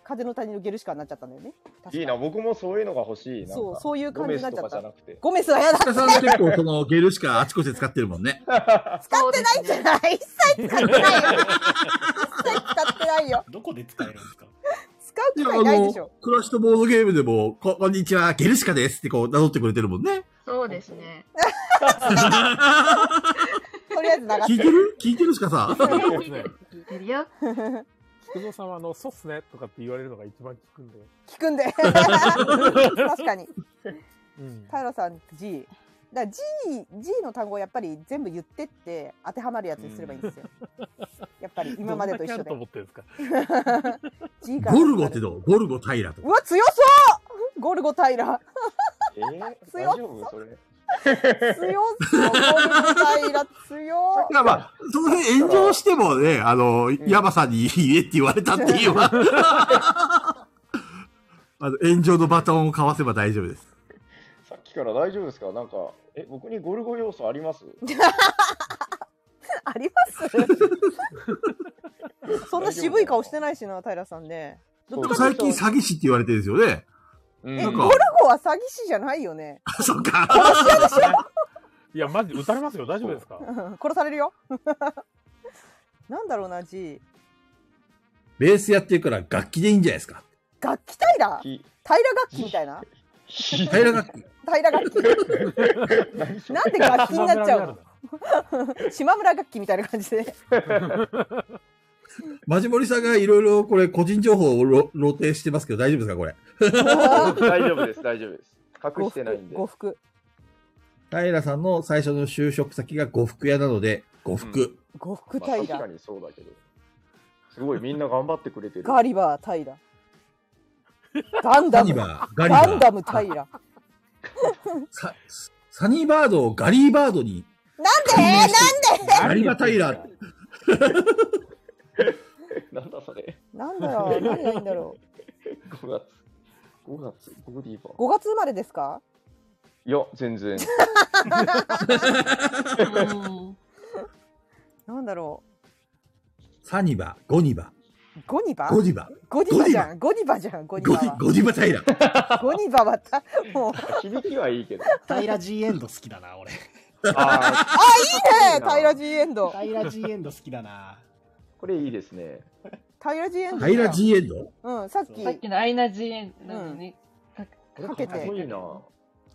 風の谷のゲルシカになっちゃったんだよね
いいな、僕もそういうのが欲しい。なんか
そうそういう感じになっちゃった
ゴメスとかじゃなくて。
ゴメスはやだ
鹿さん結構そのゲルしかあちこちで使ってるもんね。
使ってないんじゃない一切使ってないよ一切使ってないよ
どこで使えるんですか
使う機
あ
会ないで
の
しょ、
クラシとボードゲームでも、こ、こんにちは、ゲルシカですってこう、なぞってくれてるもんね。
そうですね。
とりあえず
聞いてる聞いてる鹿さん。
いるよ。
菊蔵さんはあの、そうっすねとかって言われるのが一番効くんで。
聞くんで確かに
うん。
平さん G だから G, G の単語をやっぱり全部言ってって当てはまるやつにすればいいんですよ、やっぱり今までと一緒で
どんだけあると思ってるんですか
G から
ゴルゴってどうゴルゴ平とか。
うわ強そうゴルゴ平
えー、
強
大丈夫それ。
強そうゴルゴ平強
だからまあ、その辺炎上してもね、あの、ヤマさんに言えって言われたっていうの はあの、炎上のバトンを交わせば大丈夫です。
さっきから大丈夫ですかなんか、え、僕にゴルゴ要素あります
ありま すそんな渋い顔してないしな平さんねどっちかとい
最
うと
近詐欺師って言われてるんですよね。
え
な
ゴ
ん
ル
か、
ゴは詐欺師じゃないよね
そっか。
いや、マジで撃たれますよ。大丈夫ですか
うん殺されるよ なんだろうな G
ベースやってるから楽器でいいんじゃないですか。
楽器平
平
楽器みたいな
平楽器。
平楽器 なんで楽器になっちゃうの島村楽器みたいな感じで
マジモリさんがいろいろこれ個人情報をろ露呈してますけど大丈夫ですかこれ。
大丈夫です、大丈夫です。隠してないんで。
呉服
平さんの最初の就職先が呉服屋なので、呉服。
呉服
まあ確
平
かにそうだけど。すごい、みんな頑張ってくれてる。
ガリバー平ガンダム
ガリバーガリバー
ガンダム平
さサニーバードをガリーバードに、
なんでなんで
ガリバタイラー。
なんだそれ。
なんだろう何がいいんだろ
5月。5月、ゴディバ
う5月生まれですか
いや、全 然。
なんだろ
サニバ、ゴニバ、
うゴニバ
ゴディバ、
ゴディバじゃんゴディバじゃんゴディ
ゴ
バ
ディ
は
ゴディバタイラー。
ゴニバはたもう
響きはいいけど。
平 G エンド好きだな、俺。
あ
あいいね平 G エンド
平 G エンド好きだな。
ーこれいいですね。
平 G エンド
平 G エンド
うんさっき
さ
か
っきのアイナジエンなのに、
け
かっこい
て
いな。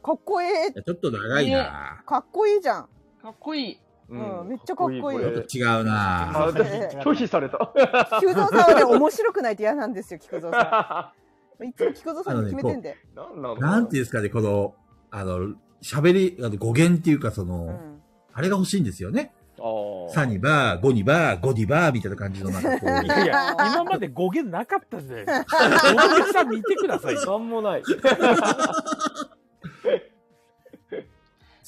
かっこええ
ちょっと長いな
かっこいいじゃん
かっこいい。
うんめっちゃかっこいい
こ
ちょっ
れ
と違うな
あ、 私、拒否された。
菊蔵さんはね面白くないと嫌なんですよ菊蔵さ んいつも菊蔵さんに決めてんで
なんなの
なんていうんですかね、この、あの、喋り、あの語源っていうかその、
うん
あれが欲しいんですよね。
あー
サニバー、ゴニバー、ゴディバーみたいな感じのなんか こ。
いうやいや、今まで語源なかったじゃないですか。語源さん見てくださいよ。
なん もない。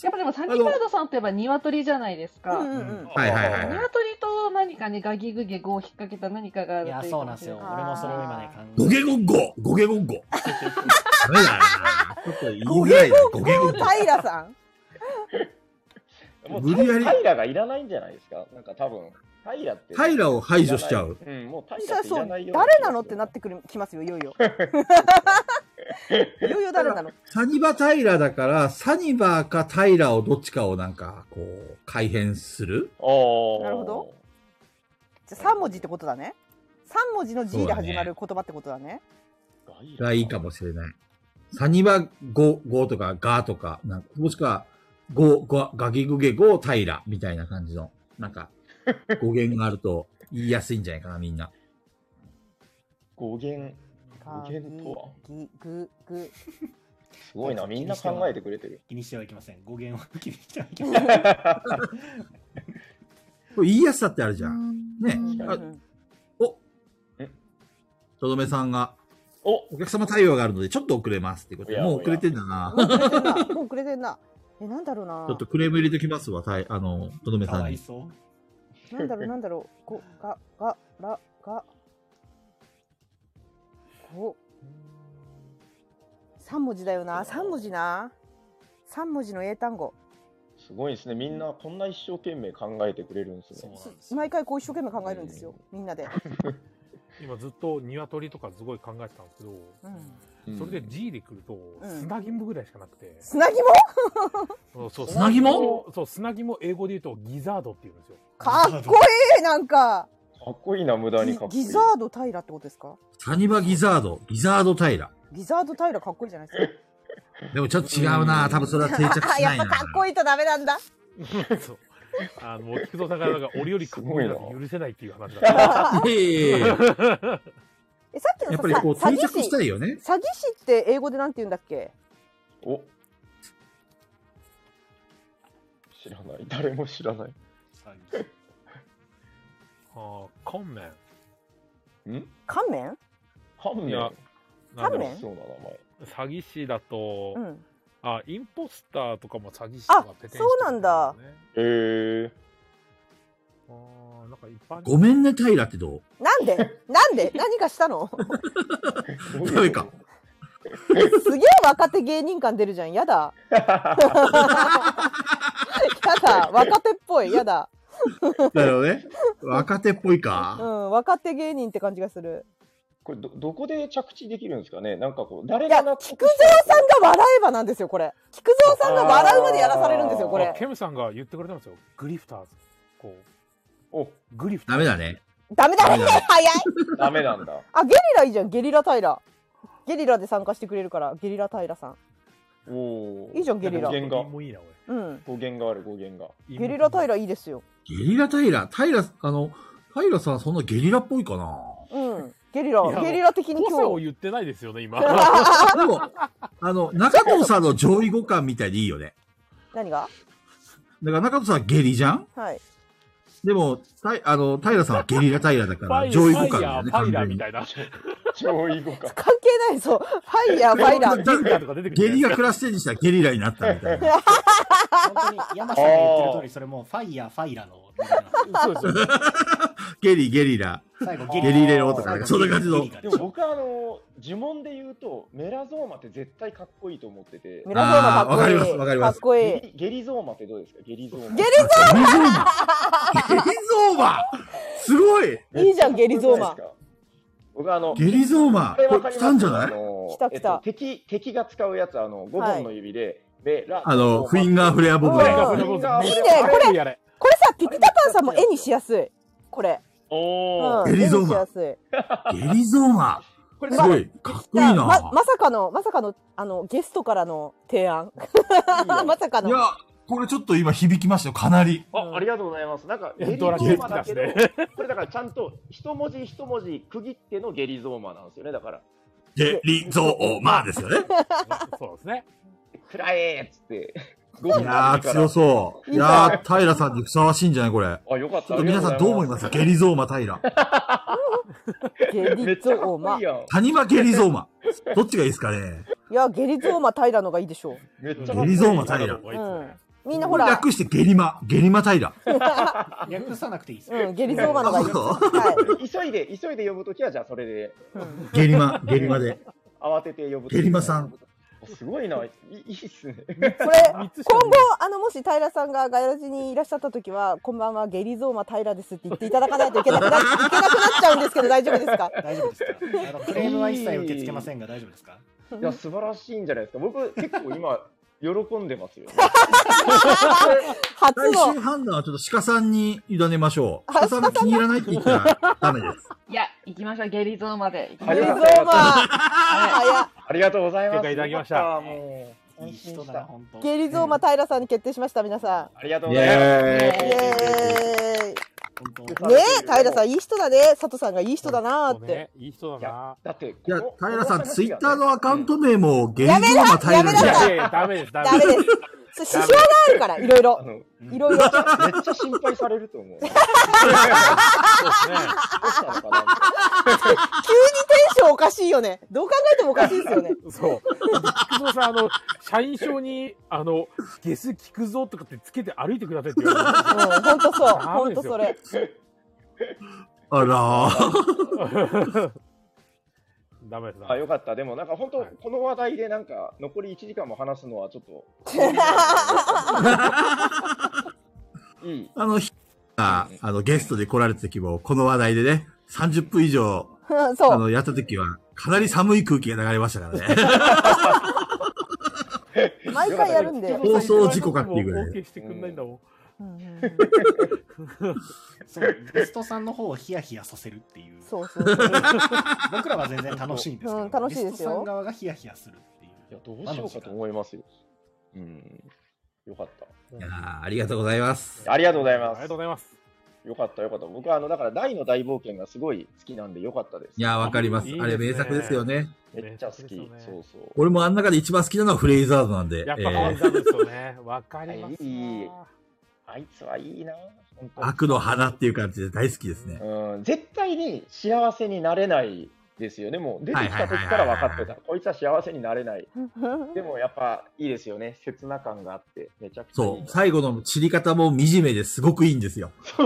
やっぱでもサニーバードさんといえば鶏じゃないですか。
うんうん
はいはいはいはい。
鶏と何かにガギグゲゴを引っ掛けた何かがある
いや、
とい
そうなんですよ。
かもし
俺もそれを今ね、
ゴ
考
ゲゴッゴゴゲゴッゴダメだなちょっと言いづらいな、ゴゲゴッゴ。
平さ ん
もう
無理やり
平がいらないんじゃないですかなんか多分。平って。
平を排除しちゃう。
うん、もう
そした
平っ
ら
てい
そ
ら
う
ないよ。
誰なのってなってくるきますよいよい よいよいよ誰なの
サニバタイラだから、サニバーかタイラをどっちかをなんか、こう、改変する
あー
なるほど。じゃあ3文字ってことだね3文字の G で始まる言葉ってことだね
ガイラ
がいいかもしれない。サニバゴ、ゴとかガとか、なんかもしくは、ゴ、ゴ、ガギグゲゴ、タイラみたいな感じの、なんか、語源があると言いやすいんじゃないかな、みんな。
語源。語源とは
ぐ、ぐ、ぐ。
すごいな、みんな考えてくれて る。
気にしてはいけません。語源は気にしてはいけません。
これ言いやすさってあるじゃん。ね
う。ん
あおとどめさんが、
お
お客様対応があるので、ちょっと遅れますってこ
お
とで、
や
もう遅れてんだな。
もうくれてんな。もうくれてんな。え、なんだろうな
ちょっ。とクレーム入れときますわ、たいあの、とどめさんに。
かわいそ
なんだろう、なんだろう。ご、が、が、ら、が。ご。三文字だよな。三文字な。三文字の英単語。
すごいですね。みんなこんな一生懸命考えてくれるんですね。
毎回こう一生懸命考えるんですよ。みんなで。
今ずっと鶏とかすごい考えてたんですけど、
うん
それで G で来ると
うん
砂肝ぐらいしかなくて、
砂肝
そうそう
砂肝
そう砂肝英語で言うとギザードって言うんですよ
かっこいいなんか。
かっこいいな、無駄にかっこい
ギ
い。
ザード平ってことですか
サニバギザード、ギザードタイラ。
ギザード平かっこいいじゃないですか。
でもちょっと違うな、多分それは定着しな
や
い
っ
な
ぱ。 かっこいいとダメなんだ。
そうあの菊蔵さんがなんか俺よりかっこいいなんて許せないっていう話だ
いやいやい
え、
や
さっきのさ
やっぱりこう
さ詐欺師
定着したいよね
詐欺師って英語でなんて言うんだっけ
お知らない。誰も知らない。
ああ乾麺
ん
乾麺
乾
いや
麺
なんだろう
乾麺そう
な
詐欺師だと、
うん
あインポスターとかも詐欺師と
あ
かペ、テン師
そ
と
うな
か
んだ。
えー、
あーなんか一般
ごめんね、タイラってど
なん でなんで何かした の
うダメか。
すげえ若手芸人感出るじゃん。や だ。やだ。若手っぽい。やだ。
なるほどね。若手っぽいか。
うん。若手芸人って感じがする。
これど、どこで着地できるんですかねなんかこう、誰
いや
が納、得
菊蔵さんが笑えばなんですよ、これ。菊蔵さんが笑うまでやらされるんですよ、こ
あ
れ。
ケムさんが言ってくれたんですよグリフターズこ
うお
グリフ
ターズダメだね
ダメだね。早い。
ダメなんだ。
あ、ゲリラいいじゃん。ゲリラ平ラ。ゲリラで参加してくれるから、ゲリラ平さん。
おー
いいじゃんゲリラ
語源が。
もいいな、
うん。
語源がある、語源が。
ゲリラ平いいですよ。
ゲリラタイラ、タイラ、あの、タイラさんそんなゲリラっぽいかな。
うん。ゲリ
い
ラ、
や
ゲリラ的に今
誤差を
日。
言ってないですよね 今
でも、あの、中藤さんの上位互換みたいでいいよね。
何が
だから中藤さんはゲリじゃん
はい。
でも、タイ、あの、タイラさんはゲリラタイラだか
パ
ら、
イ
上位互換だよね。
パイラー
完全に
みたいな
上位互換
関係ないぞ。ファイヤー、ファイラー。
ゲリがクラステージしたらゲリラになったみたいな。
本当に山下が言ってる通り、それもうファイヤー、ファイラの。
ゲリ、ゲリラ。
最後
ゲリレロとか、
あー
そんな感じの。
でも僕はあの呪文で言うとメラゾーマって絶対かっこいいと思ってて
メラゾーマかっこいいあーわかりますわかりますかっこいい
ゲリゲリゾーマってどうですかゲリゾーマ
ゲリゾーマ
ゲリゾーマすごい
いいじゃん、ゲリゾーマ。
僕あの
ゲリゾーマ
あれわか
これ来
ります
たんじゃない
あの
来た来た
えっと敵敵が使うやつあの5本の指で、メラ
あの、フィンガーフレアボブ
うんフィンガーフレアボブ
いいね、こ
やれ
れ、これさ、ピピタパンさんも絵にしやすい。これ。
お
ーゲリゾーマ
絵にしやすい。
ゲリゾーマ
これ
すごい、かっこいいな。
ま、まさかの、まさかの、あの、ゲストからの提案。 まさかの。
いや、これちょっと今響きましたよ、かなり。
あありがとうございます。なんか、ゲリゾ
ドラク
ー
エ
マだけど
好きだし、
これだからちゃんと一文字一文字区切ってのゲリゾーマなんですよね、だから。
ゲリゾーマですよね。
そうですね。
暗えーっつって。い
いやー、強そう。いやー、平さんにふさわしいんじゃないこれ。
あ、よかった
ちょっと皆さんどう思いますゲリゾーマ平。
ゲリゾーマ。い
谷間ゲリゾー マ。どっちがいいですかね
や、ゲリゾーマ平のがいいでしょう。
めっ
ちゃゲリゾーマ平。
うん。みんなほら。
略してゲリマ。ゲリマ平。
略さなくていいです。
うん、ゲリゾーマのがいいです。
急いで、急いで呼ぶときは、じゃあそれで。
ゲリマ、ゲリマ で。
慌てて呼ぶとき
ゲリマさん。
すごいな。いいいっすね。
これ、今後、あの、もし平さんがガヤラジにいらっしゃった時は、こんばんは、ゲリゾーマ平ですって言っていただかないといけな くな、いけなくなっちゃうんですけど、大丈夫ですか
大丈夫ですかあのクレームは一切受け付けませんが、大丈夫ですか
いや、素晴らしいんじゃないですか。僕、結構今、喜んでますよね。
初
最終判断はちょっと鹿さんに委ねましょう。
あ
鹿さんが気に入らないって言った らダメです。
いや、行きましょう、ゲリゾーまで。
ゲリゾーマ
ありがとうございます。
了解いただきました
よかっもう、いい
人
だな、本当
ゲリゾーマ平さんに決定しました、皆さん。
ありがとう
イ
ございます。
エーイねえ、平さん、いい人だね。佐藤さんがいい人だなーって。
いい人だな。
だって、
いや、平さん、ツイッターのアカウント名も、ゲリゾ
や
ー
めな
マ平
やめなさい
いやいやダメです、ダ
ダメです。そう、支障があるから、いろいろ。いろいろ。
めっちゃ心配されると思う。
急にテンションおかしいよね。どう考えてもおかしいですよね。
そう。菊蔵さん、あの、社員証に、あの、ゲス菊蔵とかってつけて歩いてくださいって言われて
うん、ほんとそう。
ダ
ほ
メ
んと
ですよ
それ。
あらー。
ダメです。
あ、よかった。でもなんか本当、この話題でなんか、残り1時間も話すのはちょっと、
あの、ひが、あの、ゲストで来られた時も、この話題でね、30分以上、
そ
あ
う。
の、やった時は、かなり寒い空気が流れましたからね。
毎回やるんで。
放送事故かっていうぐらい
消してくんないんだもん。
そうゲストさんの方をヒヤヒヤさせるっていう
そうそうそう
僕らは全然楽しいんですけど、
うん楽しいですよ
ゲストさん側がヒヤヒヤするっていう
いや、どうしようかと思いますよ。うん。よかった。
いやーありがとうございます。
ありがとうございます。ありが
とうございます。
よかったよかった。僕はあのだから大の大冒険がすごい好きなんでよかったです。
いやーわかりますいいですねあれ名作ですよね。
めっちゃ好き。そうそう。
俺もあん中で一番好きなのはフレイザードなんで。
やっぱ
え
ファン
ー
ザですよね。わかります。
いい。あいつはいいな。本当に
悪の花っていう感じで大好きですね。
うん絶対に幸せになれないですよね。もう出てきた時から分かってた。こいつは幸せになれない。でもやっぱいいですよね。切な感があって、めちゃくちゃいい。
そう。最後の散り方も惨めですごくいいんですよ。あ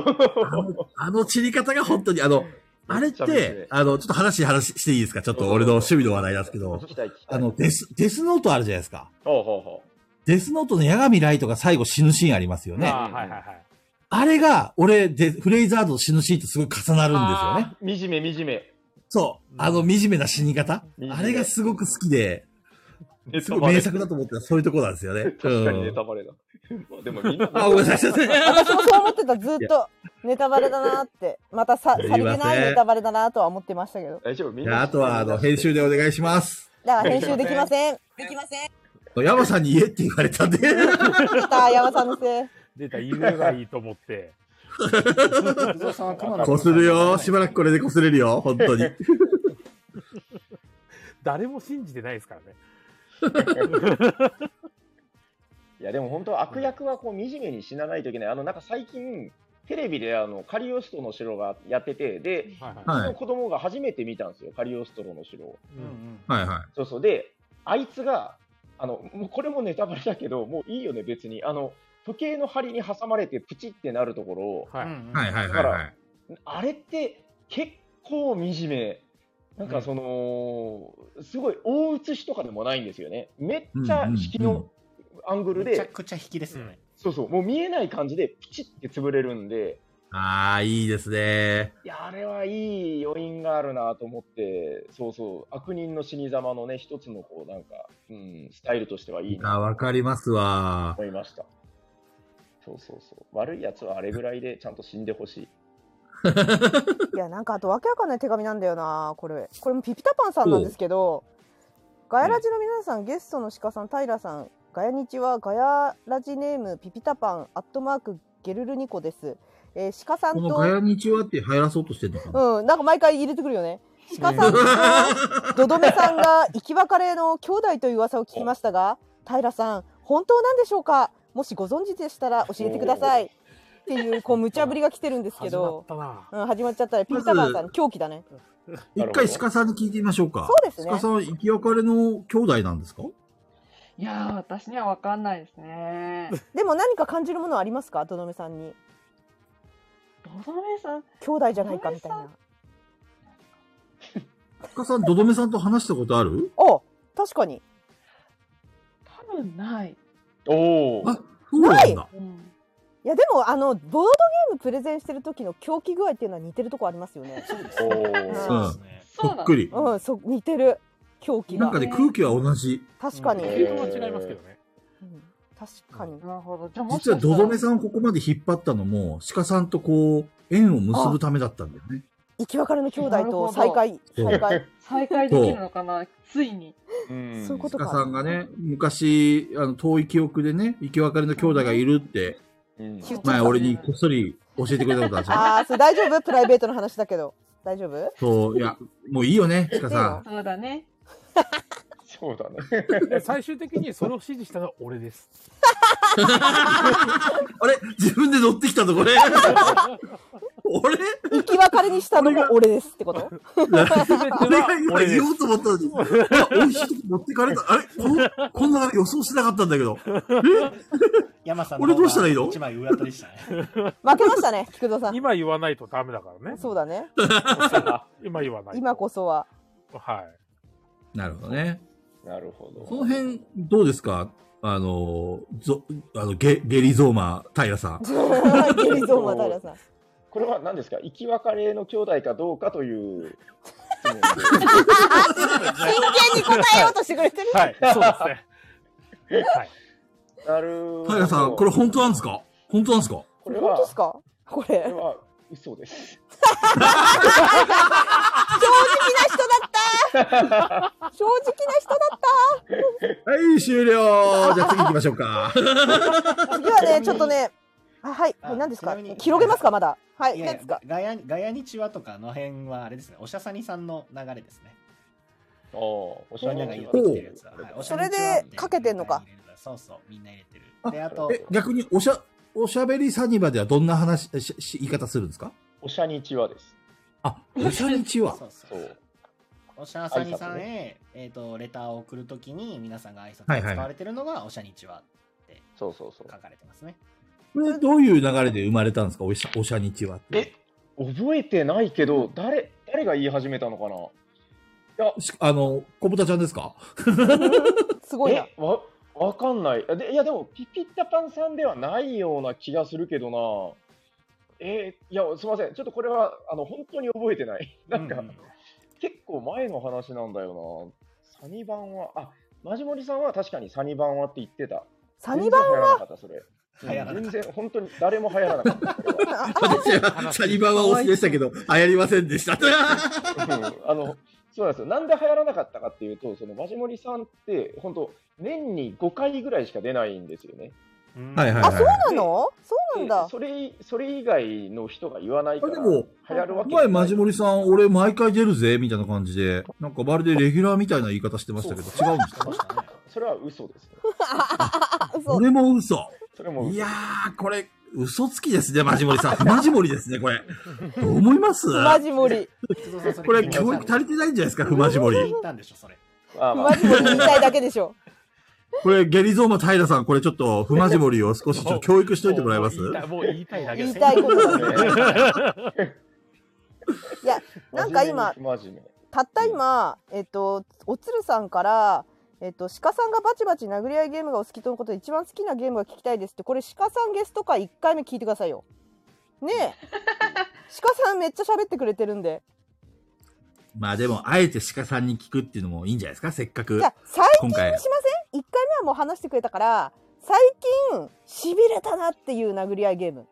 のあの散り方が本当に、あの、あれっ
めっちゃ惨め
て、あの、ちょっと話、話していいですかちょっと俺の趣味の話題なんですけど
聞きたい聞き、たい
あの、デス、デスノートあるじゃないですか。
ほうほうほ
デスノートの矢神ライトが最後死ぬシーンありますよ
あ
ね。
ーはいはいはい。
あれが、俺、で、フレイザードの死ぬシーンとすごい重なるんですよね。
う。惨め惨め。
そう。あの、惨めな死に方。
め
あれがすごく好きで、すご
ネタバ
い
レ
名作だと思ってたそういうとこなんですよね。
確かに
う
ネ
ん
タバレだ。まあ でもみんな。
あごめんなさいすいません
私もそう思ってた、ずっと。ネタバレだなーって。またさ、さ
す
り
い
げ
ません
ないネタバレだなーとは思ってましたけど。
大丈夫みん
じゃあ、
な
あ。とは、 あの、編集でお願いします。
だから編集できません。できません。
山さんに言えって言われたん で。
出た、山さんのせい。
出た、犬がいいと思って。
こするよ。しばらくこれでこすれるよ。本 当に。
誰も信じてないですからね。
いやでも本当悪役はこう惨めに死なないといけない。あのなんか最近テレビであのカリオストロの城がやっててで、うちの子供が初めて見たんですよカリオストロの城を。
はいはい。
そうそうであいつがあのもうこれもネタバレだけどもういいよね別にあの時計の針に挟まれてプチってなるところを、
はいはいはい
だか
は
ら
い。
あれって結構惨め。なんかその、すごい大写しとかでもないんですよね。めっちゃ引きのアングルで。めちゃ
くちゃ引きですよ
ね。そうそう。もう見えない感じでピチって潰れるんで、
ああ、いいですね。
いや、あれはいい余韻があるなと思って、そうそう。悪人の死に様のね、一つのこう、なんか、うん、スタイルとしてはいいな
あわかりますわ
と。思いました。そうそうそう。悪いやつはあれぐらいでちゃんと死んでほしい。
いや、なんかあとわけわかんない手紙なんだよな、これ。これもピピタパンさんなんですけど、ガヤラジの皆さん、ゲストの鹿さん、平さん、ガヤ日はガヤラジネームピピタパン、アットマーク、ゲルルニコです。えー、鹿さん
このガヤ
と、
日はって入らそうとしてんのかな
うん、なんか毎回入れてくるよね。鹿さんと、ドドメさんが生き別れの兄弟という噂を聞きましたが、平さん、本当なんでしょうかもしご存知でしたら教えてください。っていう、こう、無茶ぶりが来てるんですけど。
始まった
な。うん、始まっちゃったら、ピピタパンさん、狂気だね。
一回鹿さんに聞いてみましょうか。
そうですね
鹿さんは生き別れの兄弟なんですか
いやー、私には分かんないですね。
でも何か感じるものはありますか、とどめさんに。
とどめさん
兄弟じゃないかみたいな。
鹿さん、ドドメさんと話したことある
あ、確かに。
多分ない。
お
お。あ、そう
な。
ないん
い
だ。
や、でも、あの、ボードゲームプレゼンしてる時の狂気具合っていうのは似てるとこありますよね。
お
うん。そっくり。
うん、そう、似てる。狂気
な
が。
んかね、空気は同じ。
確かに。
系統は違いますけどね。
確かに。
なるほど。じゃあもし
実は
かした
ド
ら
ドメさんをここまで引っ張ったのも、鹿さんとこう、縁を結ぶためだったんだよね。
生き別れの兄弟と
なる
再
ほど
会。再会。
再会できるのかなついに。
そういうこと
鹿
か。
さんがね、昔、あの、遠い記憶でね、生き別れの兄弟がいるって、前俺にこっそり教えてくれたことあるじゃん。
ああ、それ大丈夫プライベートの話だけど。大丈夫
そう、いや、もういいよね、鹿さん。
そうだね。
そうだね。
で最終的にそれを指示したのは俺です。
あれ自分で乗ってきたぞ、こ れ。俺
生き別れにしたのも俺ですってこと
俺が今言おうと思ったのに、あ美味しいとこ持ってかれた。あれこの、 こんな流れ予想してなかったんだけど。
山さん
俺どうしたらいいの
一枚上当たりしたね。
負 けましたね、菊蔵さん。
今言わないとダメだからね。
そうだね。
今言わない。
今こそは。
は
なるほどね。
なるほど。
この辺、どうですかあの、ぞあのゲゲリゾーマ、平さん。
ゲリゾーマ平さん。
これは何ですか生き別れの兄弟かどうかと いう。
真剣に答えようとしてくれてる。
はい
そうですね。はい。なるほど。
平さん、これ本当なんですか本当なんですか
これ
本
は
当ですかこれ。
これは嘘です。
正直な人だった正直な人だった
はい、終了 じゃあ次行きましょうか。
次はね、ちょっとね、あはい、はい、何ですか広げますか、まだ。はい、
いや
何で
いや
すか
ガヤガヤ日はとかの辺はあれですね、おしゃさにさんの流れですね。
おお、おしゃ
みん
れ
な
な
が
言
入れ
う
てきてるやつは。はいおしゃ
それ
にちはっ
で
て
かけてんのか。
そうそう、みんな入れてる。
あ
で、あと、
え逆におしゃ、おしゃべりサニバではどんな話、しし言い方するんですか
おしゃにちはです。
あ、おしゃにちは。
そうそう
そう。
おしゃさにさ
挨
ん
拶
へ、えっ、と、レターを送るときに、皆さんが挨拶
はい
に
はい
使われてるのが、おしゃにちはって
そうそうそう
書かれてますね。
これどういう流れで生まれたんですかおしゃ、おしゃにちはって。
え、覚えてないけど、誰、誰が言い始めたのかな。いや、
しあの、小豚ちゃんですか
すごいな。
えわわかんないあでいやでもピピッタパンさんではないような気がするけどなえーいやすいませんちょっとこれはあの本当に覚えてない なんか、結構前の話なんだよなサニバンはあマジモリさんは確かにサニバンはって言ってた
サニバンは
全然流行らなかったそれ
流行らなか
全然本当に誰も流行らなかった
私 はサニバンはオスでしたけど、流行りませんでした。
うんあのそうなんですよなんで流行らなかったかっていうとそのマジモリさんって本当年に5回ぐらいしか出ないんですよね。
はいはいはい
あ、そうなのそうなんだ。
それそれ以外の人が言わないから
でも
流行るわけ
前、マジモリさん、俺毎回出るぜ、みたいな感じで、なんかまるでレギュラーみたいな言い方してましたけど、違うんですか
それは嘘です、ね、
それも嘘。
それも
いやー、これ、嘘つきですね、マジモリさん。マジモリですね、これ。どう思います
マジモリ。
これ、教育足りてないんじゃないですか、ふまじもり。
言ったんでしょ、それ。
あ
マジモリ言いたいだけでし ょ。
これ、ゲリゾーマ平さん、これちょっと、ふまじもりを少しちょっと教育しといてもらえます
い。もう言いたいだ
言
けで
い
す。
たいことだね。いや、なんか今、
真面目に
たった今、えっと、おつるさんから、えっと、鹿さんがバチバチ殴り合いゲームがお好きとのことで一番好きなゲームが聞きたいですって、これ鹿さんゲスト会1回目聞いてくださいよ。ねえ。 鹿さんめっちゃ喋ってくれてるんで。
まあでも、あえて鹿さんに聞くっていうのもいいんじゃないですか、せっかく
じゃあ。最近
今
にしません
回。
1回目はもう話してくれたから最近しびれたなっていう殴り合いゲーム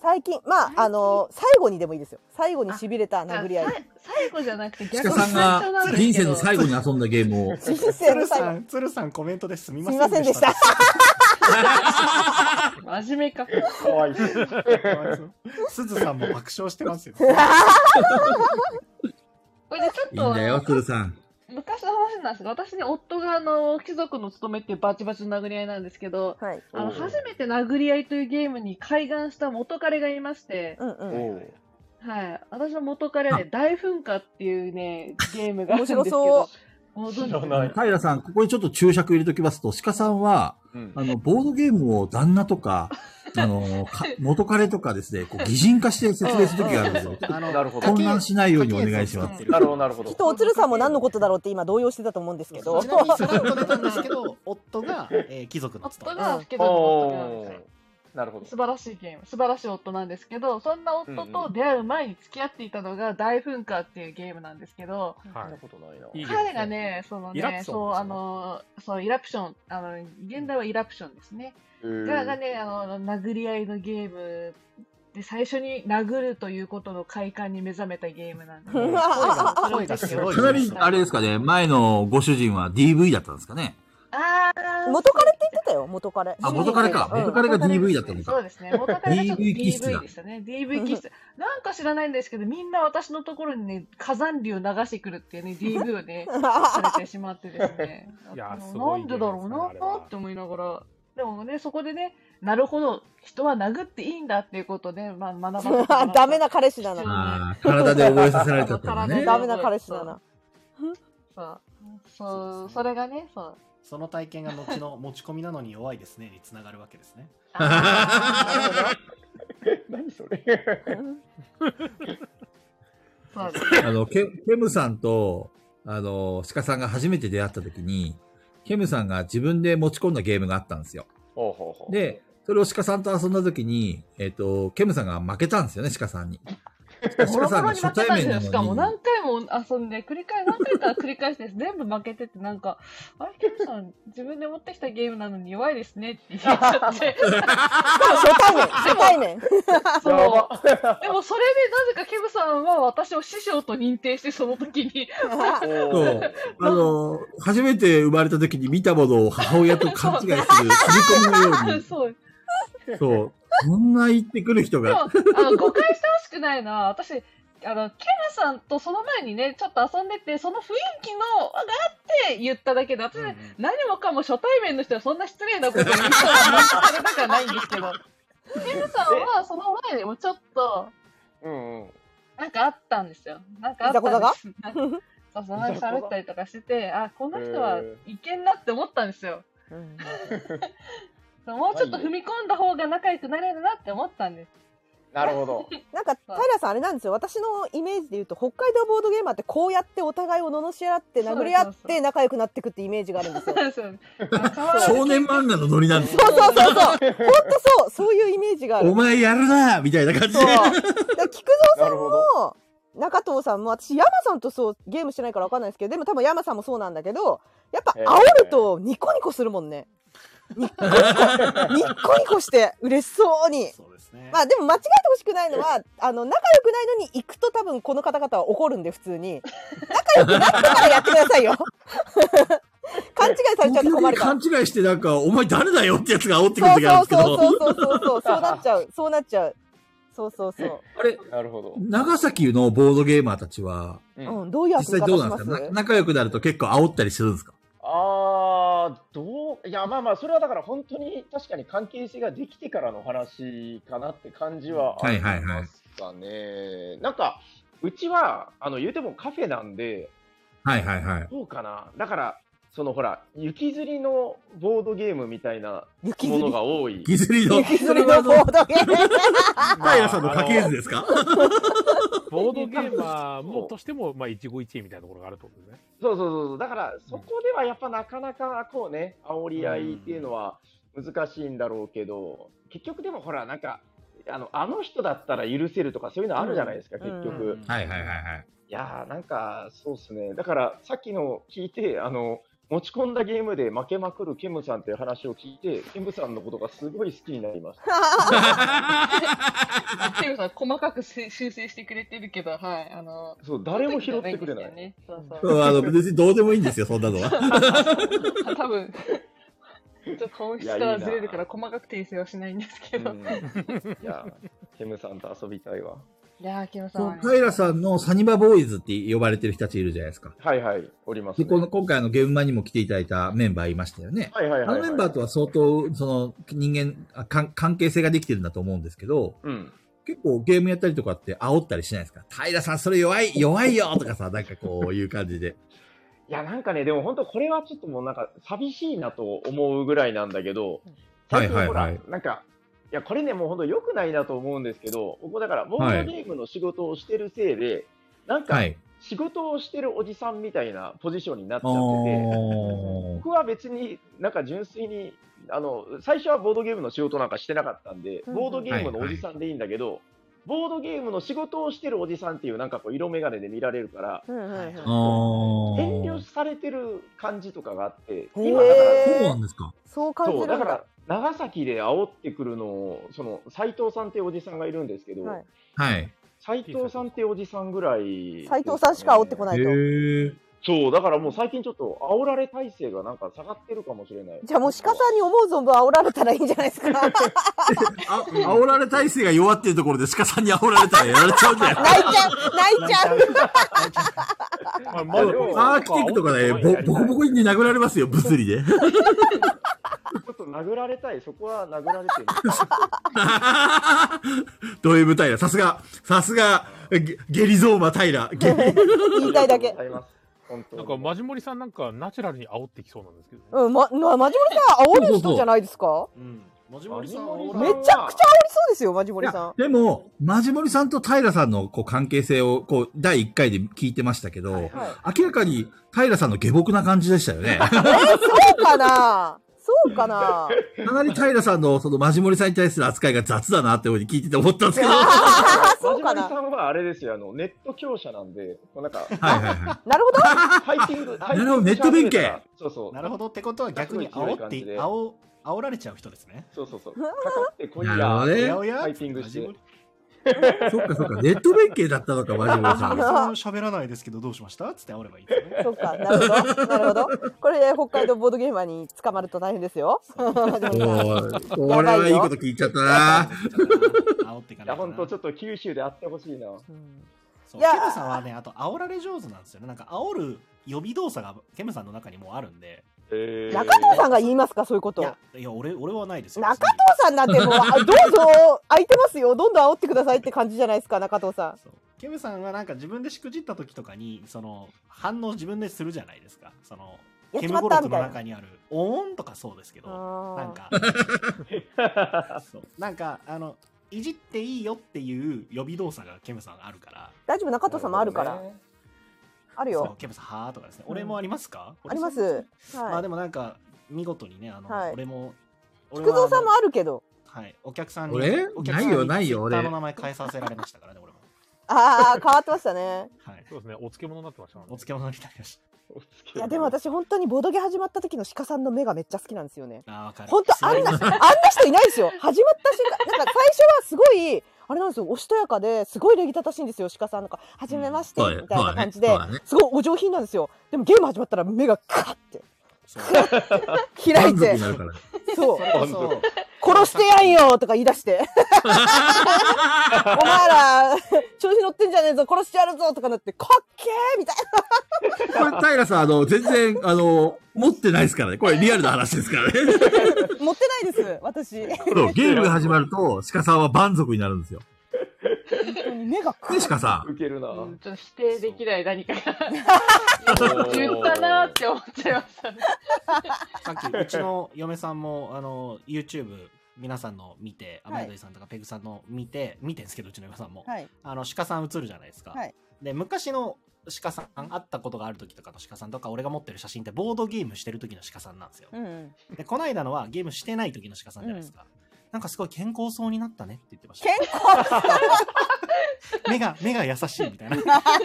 最近まああの最後にでもいいですよ最後にしびれた殴り合い
最後じゃなくて逆
鹿さんが人生の最後に遊んだゲームを。
人生の最後
鶴さん、鶴さんコメントですみ
すみませんでした。
真面目か。
かわいそう。
すずさんも爆笑してま すよ。
これでちょっ
いい
と
んだよ、鶴さん。
昔の話なんですが、私ね、夫があの貴族の務めっていうバチバチの殴り合いなんですけど、あの
おう
初めて殴り合いというゲームに開眼した元彼がいまして、
おう
はい、私の元彼はね、大噴火っていうね、ゲームがあるんですけ
面白そ
ど、ご存知
平さん、ここにちょっと注釈入れときますと、鹿さんは、あの、ボードゲームを旦那と か、あの、か元彼とかですね、こう、擬人化して説明するときがあるんですよ。
なるほ
混乱しないようにお願いします。
なるほど、なるほ
きっ
ど。
とおつるさんも何のことだろうって今動揺してたと思うんですけど
ちなみにそれを出たんですけど、夫が、えー貴族の
夫
務め。
が貴族の務めなんですよ。
なるほど。
素晴らしいゲーム、素晴らしい夫なんですけど、そんな夫と出会う前に付き合っていたのが大噴火っていうゲームなんですけど、
はい、なことないな。
彼がね、その
イラプ
ね、
ション
そう、あの、そう、イラプション、あの、現代はイラプションですね。ががね、あの、殴り合いのゲームで、最初に殴るということの快感に目覚めたゲームなんで、
う
わ
わ
それをぜひ
かなり、あれですかね、前のご主人は DV だったんですかね。
あ
元彼って言ってたよ、元彼。
あ、元彼か。元彼が DV だったのか。
そうですね。元彼がちょっと
DV 気質
DV
だ
でしたね。DV 気質。なんか知らないんですけど、みんな私のところにね、火山流流してくるっていうね、DV をね、されてしまってですね。
いや、す
な
ごい
んでだろうなって思いながら。でもね、そこでね、なるほど、人は殴っていいんだっていうことで、まあ、学ばさせてもらった
ダメな彼氏だな。
あー体で覚えさせられちゃったの ね。
ダメな彼氏だな。
そう。そう、それがね、そう。
その体験が後の持ち込みなのに弱いですねにつながるわけですね。
何それ。
そうです。
あの、ケケムさんと、あの、鹿さんが初めて出会った時に、ケムさんが自分で持ち込んだゲームがあったんですよ。
ほうほうほう。
で、それを鹿さんと遊んだ時に、えっ、と、ケムさんが負けたんですよね、鹿さんに。鹿
ボロボ
さん
ロ
が
に
初
負けたん
対面
です
な
よ。しかも
のに、
何回も遊んで、繰り返、何回か繰り返して、全部負けてて、なんか、あれ、ケムさん、自分で持ってきたゲームなのに弱いですねって言っち ゃって。
初対面、初対面。
そう。でもそれで、なぜかケムさんは私を師匠と認定して、その時に。
そう。あの、初めて生まれた時に見たものを母親と勘違いする、振り込みのように。
そう。
そう。こんな言ってくる人
でも
が。、
あの、誤解してほしくないな。私、あの、ケムさんとその前にね、ちょっと遊んでて、その雰囲気の、があって言っただけで、私、何もかも初対面の人はそんな失礼なことを言ったら、されたくはないんですけど。ケムさんは、その前にもちょっと、
うんうん。
なんかあったんですよ。なんかあったんです。なんかそうそう、なん
い
か
ざこざ
喋ったりとかしてて、あ、この人はいけんなって思ったんですよ。そうもうちょっと踏み込んだ方が仲良くなれるなって思ったんです。
なるほど。
なんか平さんあれなんですよ私のイメージで言うと北海道ボードゲーマーってこうやってお互いを罵り合って殴り合って仲良くなってくってイメージがあるんですよ。
そう
少年漫画のノリなんですよ。
そうそうそう本当そうそういうイメージがある。
お前やるなみたいな感じで。
菊蔵さんも中藤さんも私山さんとそうゲームしてないからわかんないですけどでも多分山さんもそうなんだけどやっぱ煽るとニコニコするもんね。ニッコニコニッコニコして嬉しそうに。まあでも間違えてほしくないのはあの仲良くないのに行くと多分この方々は怒るんで普通に仲良くなってからやってくださいよ。勘違いされちゃうと困るから
勘。違いしてなんか、お前誰だよってやつが煽ってくる
そう
時あるん
そう
ですけど。
そうそうそうそうそうなっちゃうそうなっちゃうそうそうそう。
あれ
なるほど。
長崎のボードゲーマーたちは、
うん、どういう遊び
実際
方
どう
し
なんで
ます
すかな仲良くなると結構煽ったりするんですか
ああ、どう、いや、まあまあ、それはだから本当に確かに関係性ができてからの話かなって感じはあ
はい
り
はいはい
ま。すかね。なんか、うちは、あの、言うてもカフェなんで、
はいはいはい。
どうかな。だから、そのほら、雪吊りのボードゲームみたいな
雪
ものが多い。
雪吊りの、
雪吊りのボードゲーム。
平さんの家系図ですか
ボードゲーマーもとしても、まあ、一期一会みたいなところがあるってことですね。
そうそうそうそう。だから、そこではやっぱなかなか、こうね、煽り合いっていうのは難しいんだろうけど、結局でもほら、なんか、あの、あの人だったら許せるとかそういうのあるじゃないですか、
うん
結局。
はいはいはいはい。
いやー、なんか、そうっすね。だから、さっきの聞いて、あの、持ち込んだゲームで負けまくるケムさんっていう話を聞いて、ケムさんのことがすごい好きになりました。
ケムさん、細かくせ修正してくれてるけど、はい。あの、
そう、誰も拾って くれない。
ね、そうそう。
うんあの、別にどうでもいいんですよ、そんなのは。
多分ちょっと顔質からずれるから細かく訂正はしないんですけど。
いやー、ケムさんと遊びたいわ。
いやー、キムさんはね。
平さんのサニバボーイズって呼ばれてる人たちいるじゃないですか。
はいはい、おります、
で
ね。
この今回あの現場にも来ていただいたメンバーいましたよね。
はいはいはいはい
あのメンバーとは相当、その人間あかん、関係性ができてるんだと思うんですけど、
うん。
結構ゲームやったりとかって煽ったりしないですか平さんそれ弱い、弱いよとかさ、なんかこういう感じで。
いや、なんかね、でも本当これはちょっともうなんか寂しいなと思うぐらいなんだけど、
はいはいはい。
なんか、いや、これね、もう本当良くないなと思うんですけど、僕だから、ボードゲームの仕事をしてるせいで、なん か、
はい。
仕事をしてるおじさんみたいなポジションになっちゃってて、
おー
僕は別になんか純粋にあの最初はボードゲームの仕事なんかしてなかったんで、
うん
ボードゲームのおじさんでいいんだけど、ボードゲームの仕事をしてるおじさんっていうなんかこう色眼鏡で見られるから、
あー
遠慮されてる感じとかがあって、
へー
今だから
そうなんですか
そう
感じるんだ
だから長崎で煽ってくるのをその斉藤さんっていうおじさんがいるんですけど、
はい
はい。
斉藤さんっていうおじさんぐらい、
斎藤さんしか煽ってこないと。
そうだからもう最近ちょっと煽られ体制がなんか下がってるかもしれない。
じゃあもう鹿さんに思う存分煽られたらいいんじゃないですか。
あ、煽られ体制が弱ってるところで鹿さんに煽られたらやられちゃうんだよ。
泣いちゃう、泣いちゃう。
あ
パーキティクとかね、ボボコボコに殴られますよ、物理で。
ちょっと殴られたい、そこは殴られてる。
どういう舞台ださすが、さすが、ゲゲリゾーマ平。ゲ
言いたいだけ。
なんかマジモリさんなんかナチュラルに煽ってきそうなんですけど、
うん、ま、ま、マジモリさん煽る人じゃないですか
マジモリさん
めちゃ
は
くちゃ煽りそうですよ、マジモリさん。
でも、マジモリさんと平さんのこう関係性を、こう、第1回で聞いてましたけど、明らかに平さんの下僕な感じでしたよね。
えー、そうかなそうかな
かなり平さんの、その、マジモリさんに対する扱いが雑だなってふうに聞いてて思ったんです けど。
マジモリさんはあれですよ、あのネット強者なんで、もうなんか、
はいはいはい。
なるほど。
ハイキ ング、ハイキングチャンネルだから。そうそう。
なるほどってことは逆に煽って煽煽られちゃう人ですね
そうそうそう
かか
ってこ
いやなるほどね
やおや
ハイキングして。
そっかそっか、ネット弁慶だったのか、マジモリ さん。
喋らないですけどどうしましたつって煽ればいいんです ね
そっか、なるほど。なるほど。これで北海道ボードゲーマーに捕まると大変ですよ。
おーこれはいいこと聞いちゃった な。
いや、本当ちょっと九州で会ってほしいな。
そ
い
う
や
ケムさんはね、あと煽られ上手なんですよね。なんか煽る予備動作がケムさんの中にもうあるんで。
中藤さんが言いますか、そういうこと。
いや、俺、俺はないですよ。
中藤さんなんてもう、あどうぞ、空いてますよ。どんどん煽ってくださいって感じじゃないですか、中藤さん。
ケムさんはなんか自分でしくじった時とかに、その、反応自分でするじゃないですか。その、
やっち
ケム
まっ
語
た
録の中にある、オーンとかそうですけど、なんか、そうなんか、あの、いじっていいよっていう予備動作がケムさんあるから。
大丈夫、中藤さんもあるから。ある
そう
よ。
ケムさん、はーとかですね。
うん
俺もありますか、
あります
俺そうですね
はい
まあでもなんか、見事にね、あの、
はい
俺も、俺
菊蔵さんもあ
る。
るけど。
はい、お客さんに、
俺
お客さん
ないよないよ俺
ツイッターの名前変えさせられましたからね、俺も。
ああ、変わってましたね。
はい。
そうですね、お漬物になってましたもんね。
お漬物になりました。
いや、でも私、本当にボドゲ始まった時の鹿さんの目がめっちゃ好きなんですよね。
あー、わかる。
本当あんな、あんな人いないですよ。始まった瞬間、なんか最初はすごい、あれなんですよ、おしとやかで、すごい礼儀正しいんですよ、鹿さんなんか、はじめまして、
うん
みたいな感じで
そうだねそうだね、
すごいお上品なんですよ。でもゲーム始まったら目がカッて、開いて
満足になるから、
そう
それこそ、
殺してやんよとか言い出して、お前ら、調子乗ってんじゃねえぞ、殺してやるぞとかなって、かっけーみたいな。
これ、平さん、あの、全然、あの、持ってないですからね。これ、リアルな話ですからね。
持ってないです、私。
そう、ゲームが始まると、鹿さんは満足になるんですよ。
目が
で、鹿さん。
受けるな。
ちょっと否定できない何かが言ったなーって思っちゃいましたね。
さ っき、うちの嫁さんも、あの、YouTube、皆さんの見て、
はい
雨宿りさんとかペグさんの見て、見てんですけど、うちの嫁さんも。
はい
あの、鹿さん映るじゃないですか。
はい
で、昔の鹿さん、会ったことがある時とかの鹿さんとか、俺が持ってる写真って、ボードゲームしてる時の鹿さんなんですよ。
うん。
で、この間のはゲームしてない時の鹿さんじゃないですか。なんかすごい健康そうになったねって言ってま した。
健康
目が、目が優しいみたいな。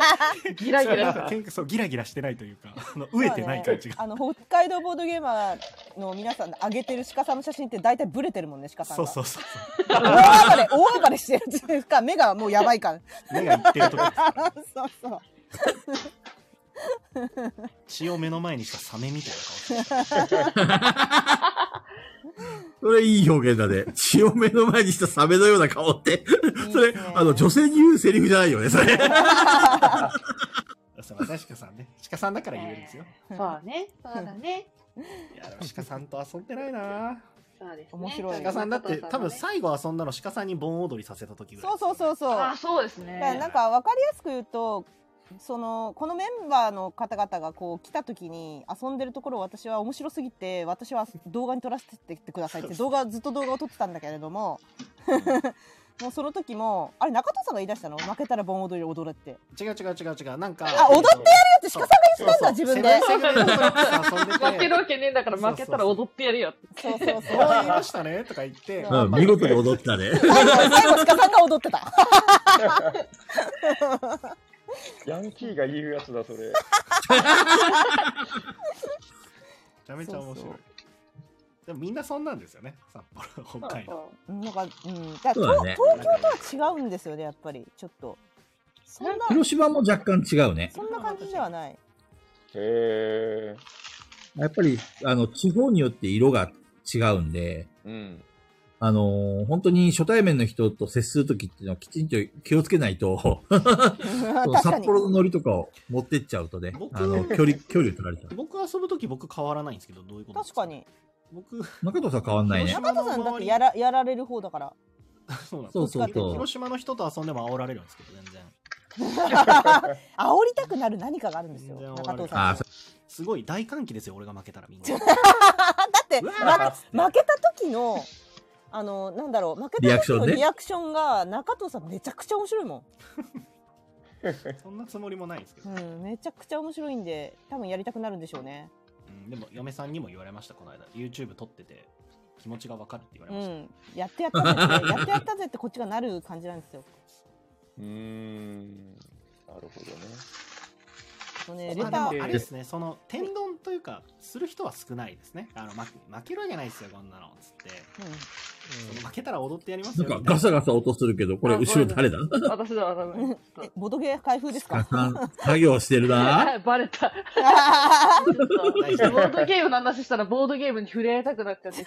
ギラギラ
そう健康そう、ギラギラしてないというか、あの飢えてない感じが。
あの北海道ボードゲーマーの皆さん上げてる鹿さんの写真って大体ブレてるもんね鹿さん
そ
が
うそうそう。
大暴れ大暴れしてるっていうか目がもうやばいから
目がいってる時です
そうそう
血を目の前にしたサメみたい
それ、いい表現だね。血を目の前にしたサメのような顔って。それ、あの、女性に言うセリフじゃないよね、それ。
な顔。すみません、鹿さんね。鹿さんだから言えるんですよ。
そうね、そうだね。
いや、でも鹿さんと遊んでないな。
そうですね。
鹿さんだって、多分
さ
最後遊んだの鹿さんに盆踊りさせた時ぐらい。
そうそうそうそう
あそうですね
だからなんか分かりやすく言うとそのこのメンバーの方々がこう来た時に遊んでるところを私は面白すぎて私は動画に撮らせてってくださいって動画ずっと動画を撮ってたんだけれどももうその時もあれ中藤さんが言い出したの負けたら盆踊り踊れって
違う違う違う違うなんか
あ踊ってやるやつ鹿さんが言ったんだ自分で
そうそうそう
負けるわけねえんだから負けたら踊ってやるよそうそうそう
そう言いましたねとか言って、
うん、見事に踊ったね。
最後鹿さんが踊ってた
ヤンキーが言うやつだ、それ。
めちゃめちゃ面白いでもみんなそんなんですよね札幌北海道
うんなんか、うん、だから
そうだね
東東京とは違うんですよねやっぱりちょっとそんな
広島も若干違うね。
そんな感じではない
へえ。
やっぱり、あの、地方によって色が違うんで、
うん。
あのー本当に初対面の人と接するときっていうのはきちんと気をつけないと、その
確か
札
に
幌のノリとかを持ってっちゃうとね、あの、距離、距離を取られちゃう。
僕遊ぶとき僕変わらないんですけどどういうこと
確かに
僕
中藤さん変わんないね。
中藤さんだってやらやられる方だ から
そうなんです
そうそうそう
広島の人と遊んでも煽られるんですけど全然
煽りたくなる何かがあるんですよ中藤さんだ
すごい大歓喜ですよ俺が負けたらみんな
ってま負けた時のあのなんだろう負け
リ
た
アクシ
時
ョン
の
ね
リアクションが中藤さんめちゃくちゃ面白いもん
そんなつもりもないですけど、
うん、めちゃくちゃ面白いんで多分やりたくなるんでしょうね
うん、でも嫁さんにも言われましたこの間 YouTube 撮ってて気持ちが分かるって言わ
う
れました、
んやってやったぜってやってやったぜってこっちがなる感じなんですよ
うーん。なるほどね。
もうねレ
ま
タ
あでもあ
ー
れですねその天丼というかする人は少ないですねあの負負けるわけないですよこんなのつって、その負けたら踊ってやります
な
よ
んかガサガサ音するけど、これ後ろ誰だ
私だわ
えボドゲー開封です
ガ
か
サン作業してる な。
バレた。ボードゲームの話したらボードゲームに触れ合いたくなっちゃって。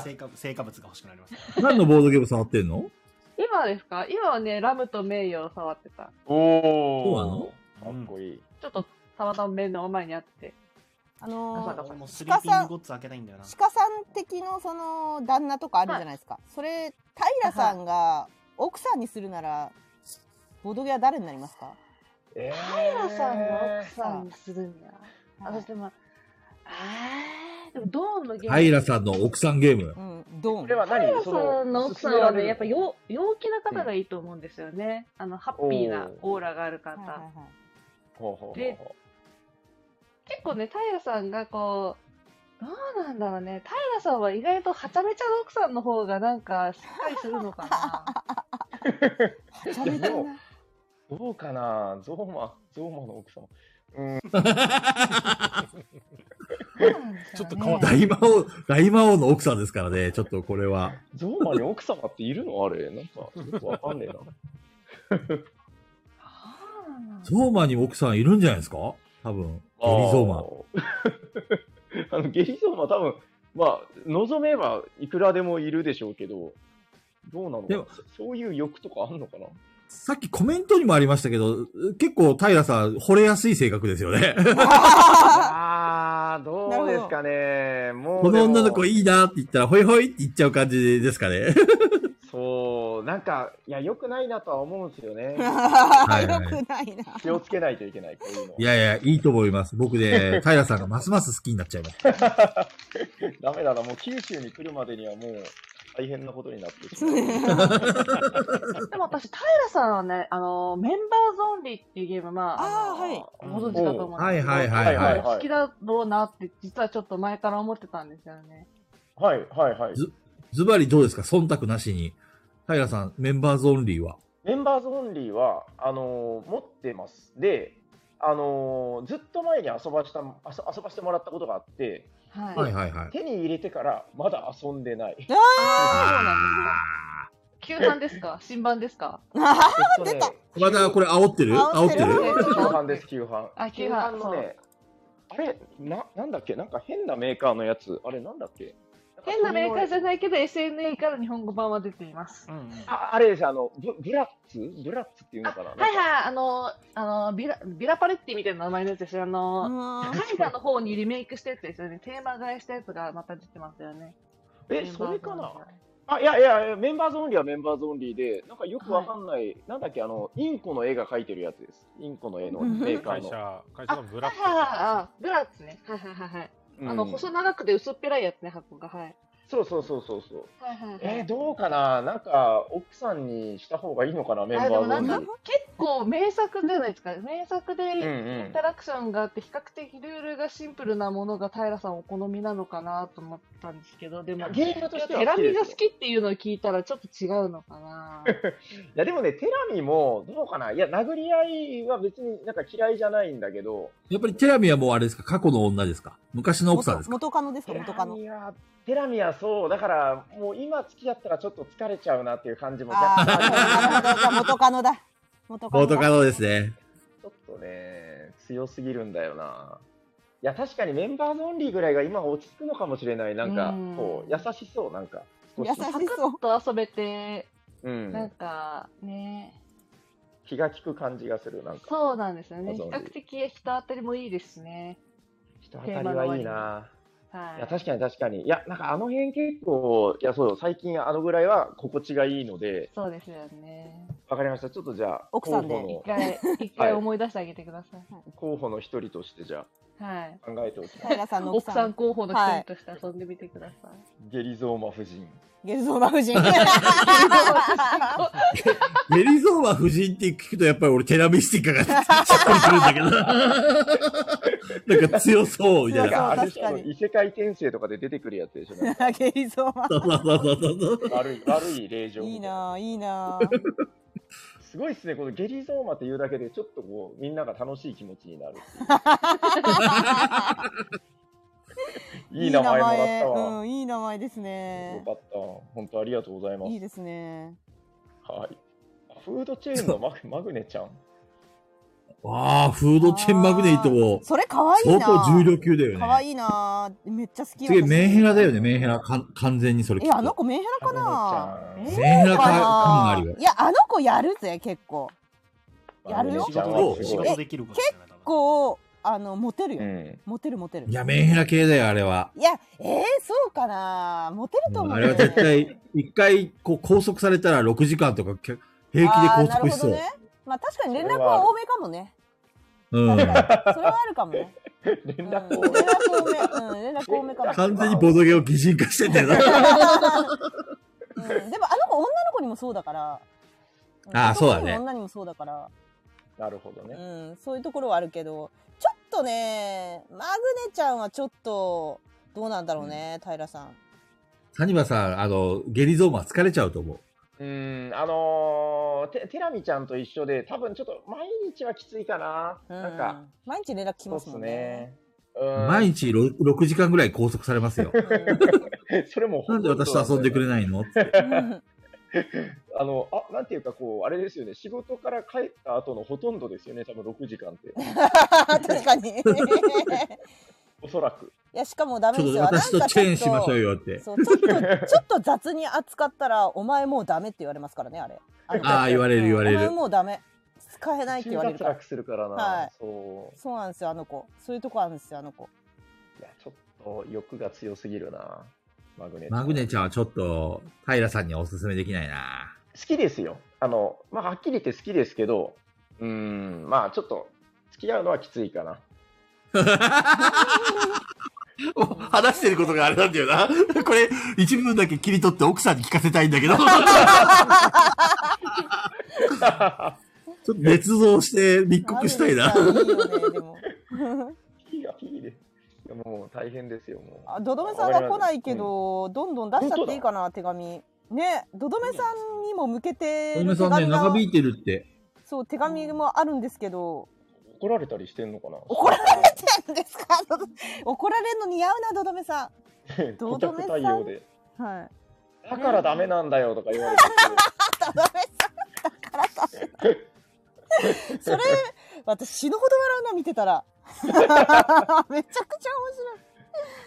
成果成果物が欲しくなりますね
何のボードゲーム触ってんの
今ですか今はね、ラムと名誉を触ってた。
お
そうなの
かっこいい。
ちょっとたまたま目の前にあって。
あのー
もうスリ
鹿
ーピン
さ
グ
ん
ゴッツ開けないんだよな
鹿さん的のその旦那とかあるじゃないですか、それ平さんが奥さんにするならボドゲは誰になりますか
え
平さんが奥さんにするんだ。私でも、あー、でもドーンのゲーム。
平さんの奥さんゲーム。
うん、ドーン。
これは
平さんの奥さんは
その勧められ
ね、
る
やっぱ陽陽気な方がいいと思うんですよね。あの、ハッピーなオーラがある方。
ほうほうほう
で
ほう。
結構ね、平さんがこう、どうなんだろうね。平さんは意外とはちゃめちゃの奥さんの方がなんかしっかりするのかな。
でもどうかなゾーマ、ゾーマの奥様。うん。
ちょっと
大魔王、大魔王の奥さんですからね、ちょっとこれは。
ゾーマに奥様っているのあれなんか、よくわかんねえな。
ゾーマに奥さんいるんじゃないですか多 分。ゲリゾーマ。
あのゲリゾーマ多分、まあ、望めばいくらでもいるでしょうけど、どうなのか
で
な
も
そういう欲とかあんのかな
さっきコメントにもありましたけど、結構平さん惚れやすい性格ですよね。
ああ、どうですかね。もう、
この女の子いいなって言ったら、ほいほいって言っちゃう感じですかね。
そう、なんか、いや、良くないなとは思うんですよね。
い はい
良くないな。
気をつけないといけない、こういうの。
いやいや、いいと思います。僕 で、平さんがますます好きになっちゃいました。
ダメだな、もう九州に来るまでにはもう大変なことになってしまう。
でも私、平さんはね、あの、メンバーゾンビっていうゲーム、まあ、あのご存知だと思うんですけど、
はいはいはいはい
好きだろうなって、実はちょっと前から思ってたんですよね。
はいはいはい。
ず、ズバリどうですか忖度なしに。平さん、メンバーズオンリーは。
メンバーズオンリーは、あのー持ってます。で、あのーずっと前に遊ばしたあそ遊ばしてもらったことがあって、
はい
はいはいはい
手に入れてからまだ遊んでない。
旧版ですか新版ですか
出た
まだこれ煽ってる煽ってる
旧版です、旧版。
あ、旧版
のね、あれな、なんだっけなんか変なメーカーのやつ。あれ、なんだっけ
変なメーカーじゃないけど、SNA から日本語版は出ています。
ああれですあの、ブブラッツブラッツっていうのかななんか
はいはい、あの、あのビラ、ビラパレッティみたいな名前のやつですよ。あの、絵画の方にリメイクしたやつですよね。テーマ替えしたやつがまた出てますよね。
え
メ、ンバー
そ
ゾーン
れかなあいやいやいや、メンバーズオンリーはメンバーズオンリーで、なんかよくわかんない、なんだっけ、あの、インコの絵が描いてるやつです。インコの絵のメーカー
会
の。
社、会社のブラック。
はいはいはい、あ、ブラッツね。はいはいはいはい。あの、
うん
細長くて薄っぺらいやつね、箱が。はい。
そうそうそうそうそう。
はいはいはい
えー、どうかななんか、奥さんにした方がいいのかなメンバ
あでもな
ー
んか
分
結。構名作じゃないですか名作で
んうん
インタラクションがあって比較的ルールがシンプルなものが平さんお好みなのかなと思ったんですけどでも
ゲームとしては好
選
きで
び
すよ
が好きっていうのを聞いたらちょっと違うのか な
いや、でもね、テラミも、どうかないや、殴り合いは別になんか嫌いじゃないんだけど、
やっぱりテラミはもうあれですか過去の女ですか昔の奥さんですか
元カノですか
元カノ。テラミはそう、だから、もう今付き合ったらちょっと疲れちゃうなっていう感じも若干ある
元カノだ。元カノだ
元カノですね。
ちょっとね、強すぎるんだよな。いや、確かにメンバーズオンリーぐらいが今落ち着くのかもしれない。なんか、こう、優しそう、なんか。少し
サクッと遊べて
う
なん
ん。
かね
気が利く感じがする、なんか。
そうなんですよね
ま
比
ずは
較的人当たりもいいですしね
人当たりはいいな。
はい
いや、確かに確かに。いや、なんかあの辺結構、いや、そうよ、最近あのぐらいは心地がいいので、
そうですよね
わかりました。ちょっとじゃあ、
奥さんで
候
一
補の
回一回思い出してあげてください
候補の一人として、じゃ
はい
あ、考えておきます。
平さんの奥
奥
さん
さん候補の一人として遊んでみてください
ゲリゾーマ夫人。
ゲルゾーマ夫 人。
メリゾーマ夫人って聞くとやっぱり俺テラミスティカがしっくりくるんだけど な。なんか強そうみ たい
やあ
な。
れあの異世界転生とかで出てくるやつでしょ。なんか
ゲリゾーマ。
そうそうそうそうそう。
悪い、悪い霊場。
いいなぁ、いいな
すごいですね、このゲリゾーマっていうだけで、ちょっとこう、みんなが楽しい気持ちになるって いう。いい名前もらった
う
わ。
ん、いい名前ですね
よ。かった。本当ありがとうございます。
いいですね。
はい。フードチェーンのマグマグネちゃ ん。
ああ、フードチェーンマグネイトも。
それ可愛いな
相当重量級だよ
可
ね。
愛いなぁ、めっちゃ好き
すげえ、
私
メンヘラだよね、メンヘラ。かん完全にそれ
え、あの子メンヘラかなメ
メンヘラか感があるよ
いや、あの子やるぜ、結構。やるよ。
仕事で仕事
え
できるかもし
結構、あの、モテるよ。
ん
モテるモテる。
いや、メンヘラ系だよ、あれは。
いや、えー、そうかなモテると思
あ
う
れ
よ。
は絶対、一回、こう、拘束されたら6時間とか、け平気で拘束しそう。
あーなるほどね。まあ確かに連絡は多めかもね。
うん。
それはあるかもね。
連絡
多め。うん、連絡多めか も。
完全にボドゲを擬人化してんだよな。
うんでもあの子女の子にもそうだから。ん
あーそうだ
男に
ね
も女にもそうだから。
なるほど
う
ね。
ん、そういうところはあるけど、ちょっとね、マグネちゃんはちょっと、どうなんだろうね、平さん。
サニバさん、あの、ゲリゾーマ疲れちゃうと思う。
うん、あのー、てテラミちゃんと一緒で、多分ちょっと毎日はきついかな。なんか、
毎日連絡来ますもんね。
毎日ろ6時間ぐらい拘束さ れますよ。
それも
なんで私と遊んでくれないの
あの、あ、なんていうか、こう、あれですよね、仕事から帰った後のほとんどですよね、多分6時間って。
確か に。い
おそら く。
や、しかもダメですよ。
ちょっと私
なんか
と
ちょっ
チェーンしましょうよって
そうちょっと、 ちょっと雑に扱ったら、お前もうダメって言われますからね、あれ。
ああ、言われる言われ
お前
る。
もうダメ。使えないって言われるから。
中脱落するからな
はい。
そ
そうなんですよ、あの子。そういうとこあるんですよ、あの子。
う。いや、ちょっと欲が強すぎるな。マグネ。
マグネちゃんはちょっと、平さんにはおすすめできないな。
好きですよ。あの、まあ、はっきり言って好きですけど、うーん、まあ、ちょっと、付き合うのはきついかな。
話してることがあれなんだよな。 これ、一部分だけ切り取って奥さんに聞かせたいんだ けど。ちょっと捏造して密告したいな。
いいがいいで。いやもう大変ですよ、もう。
あ、どどめさんが来ないけど、どんどん出しちゃっていいかな、手紙。ね、どどめさんにも向けて
小
る
梅
手
さんね、
紙が
長、引いてるって。
そう、手紙もあるんですけ ど、
怒られたりしてんのかな
怒られてるんですか怒られるの似合うな、どどめさ
顧客対応で。
ん。はい。
だからダメなんだよとか言われて。
それ、私死ぬほど笑うな、見てたら。 めちゃくちゃ面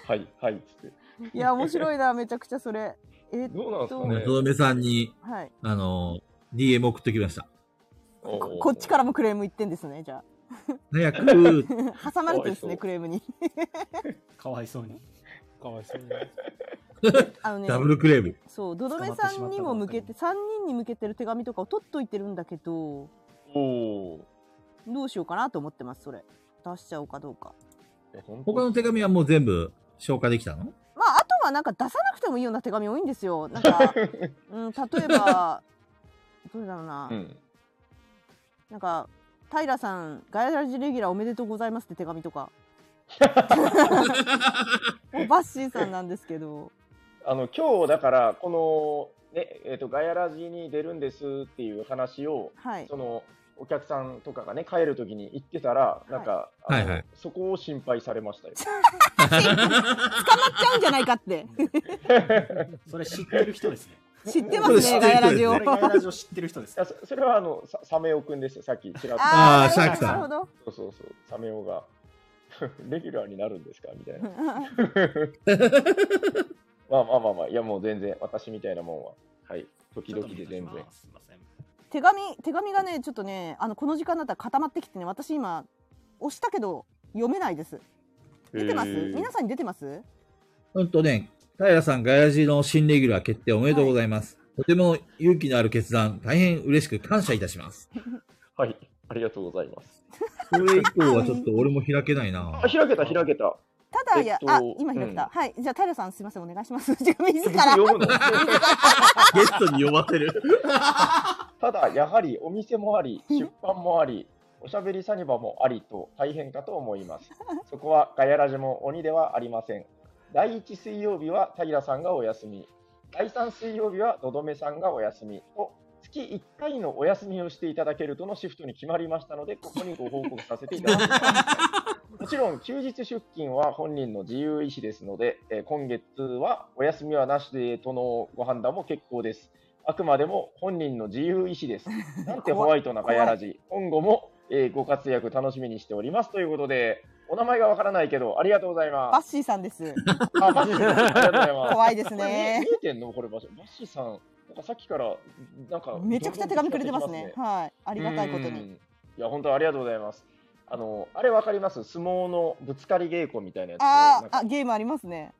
はい、はい、つって。
白い。いや、面白いな、めちゃくちゃそれ。えーっと、どうなん
とどめさんに、
はい。
あの、DM 送ってきました。
こっちからもクレーム言ってんですね、じゃ
早
あ。
く、
挟まれてるんですね、クレームに。
かわいそうに。
かわいそうに。
あのね
ダブルクレーム。
そう、どどめさんにも向けて、3人に向けてる手紙とかを取っといてるんだけど、
おお。
どうしようかなと思ってます、それ。出しちゃおうかどうか。
他の手紙はもう全部消化できたの
まあ、あはなんか出さなくてもいいような手紙多いんですよ。なんか、うん、例えば、どれだろうな、
うん
なんか、平さん、ガヤラジレギュラーおめでとうございますって手紙と か。バッシーさんなんですけど。
あの今日だからこの、ねえー、とガヤラジに出るんですっていう話を、
はい
そのお客さんとかがね帰るときに言ってたらなんか、
はいはい。
そこを心配されましたよ。
捕まっちゃうんじゃないかって。
それ知ってる 人ですね。
知ってますねそれ知ってる人ですねガヤラジを
これガヤラジを知ってる人です。
いやそそれはあのさサメオくんですよさっきちらっと
あーあーサクさんなるほ
ど
そうそうそうサメオが レギュラーになるんですかみたい なまあまあまあまあいやもう全然私みたいなもんははい時々で全然
手紙手紙がねちょっとねあのこの時間だったら固まってきてね私今押したけど読めないです出てます、
へー
皆さんに出てます
うんとね、平さん、ガヤジの新レギュラー決定おめでとうございます。とても勇気のある決断、大変嬉しく感謝いたします。
はいありがとうございます
それ以降はちょっと俺も開けないな
あ。開けた開けた
ただや、
えっと
あ今開いた、
うん
はいじゃあ平さんすいませんお願いします自ら
ゲストに呼ばせる。
ただやはりお店もあり出版もありおしゃべりサニバもありと大変かと思いますそこはガヤラジも鬼ではありません第1水曜日は平さんがお休み第3水曜日はのどめさんがお休みと月1回のお休みをしていただけるとのシフトに決まりましたのでここにご報告させていただきますもちろん休日出勤は本人の自由意志ですので、えー今月はお休みはなしでとのご判断も結構です。あくまでも本人の自由意志です。なんてホワイトなガヤラジ。今後も、えーご活躍楽しみにしておりますということで、お名前がわからないけど、ありがとうござい
バ
ま
ッシーさんです
す。あ、バッ シーさん、ありがとうございます。
怖いですね
こ れ見え見えてんのこれバッシーバッシーさん、なんかさっきから、なんか、
めちゃくちゃ手紙くれてますね
どんどん来ちゃっ
はい
てき
ありがたいこと
う
に
んいや、本当ありがとうございます。あの、あれわかります相撲のぶつかり稽古みたいなやつ。
あ
なん
ー
か
あゲームありますね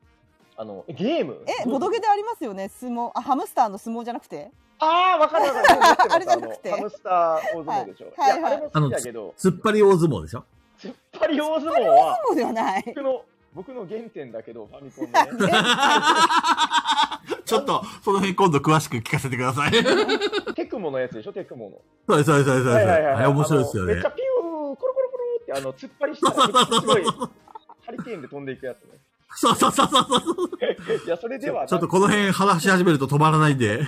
あの、ゲーム
えボドゲでありますよね相撲あハムスターの相撲じゃなくて
ああわかるわかる
あれじゃなくて
ハムスター大相撲でしょ。い
はい
や、あれも
あ
好
の、
きだ
つ
けど、
突っ張り大相撲でしょ
突っ張り大相撲は、
そうではない
僕の、僕の原点だけど、ファミコンのね。
ちょっと、その辺今度詳しく聞かせてください。
テクモのやつでしょ、テクモの。
そうです、そうです、そうです。
はいはいはい
あれ面白いですよ
め
ね
っち。ゃピュー、コロコロコロって、あの、突っ張りしたら、すごい、ハリケーンで飛んでいくやつね。
そうそうそうそう。
いや、それではなく
ちょっとこの辺話し始めると止まらないんで。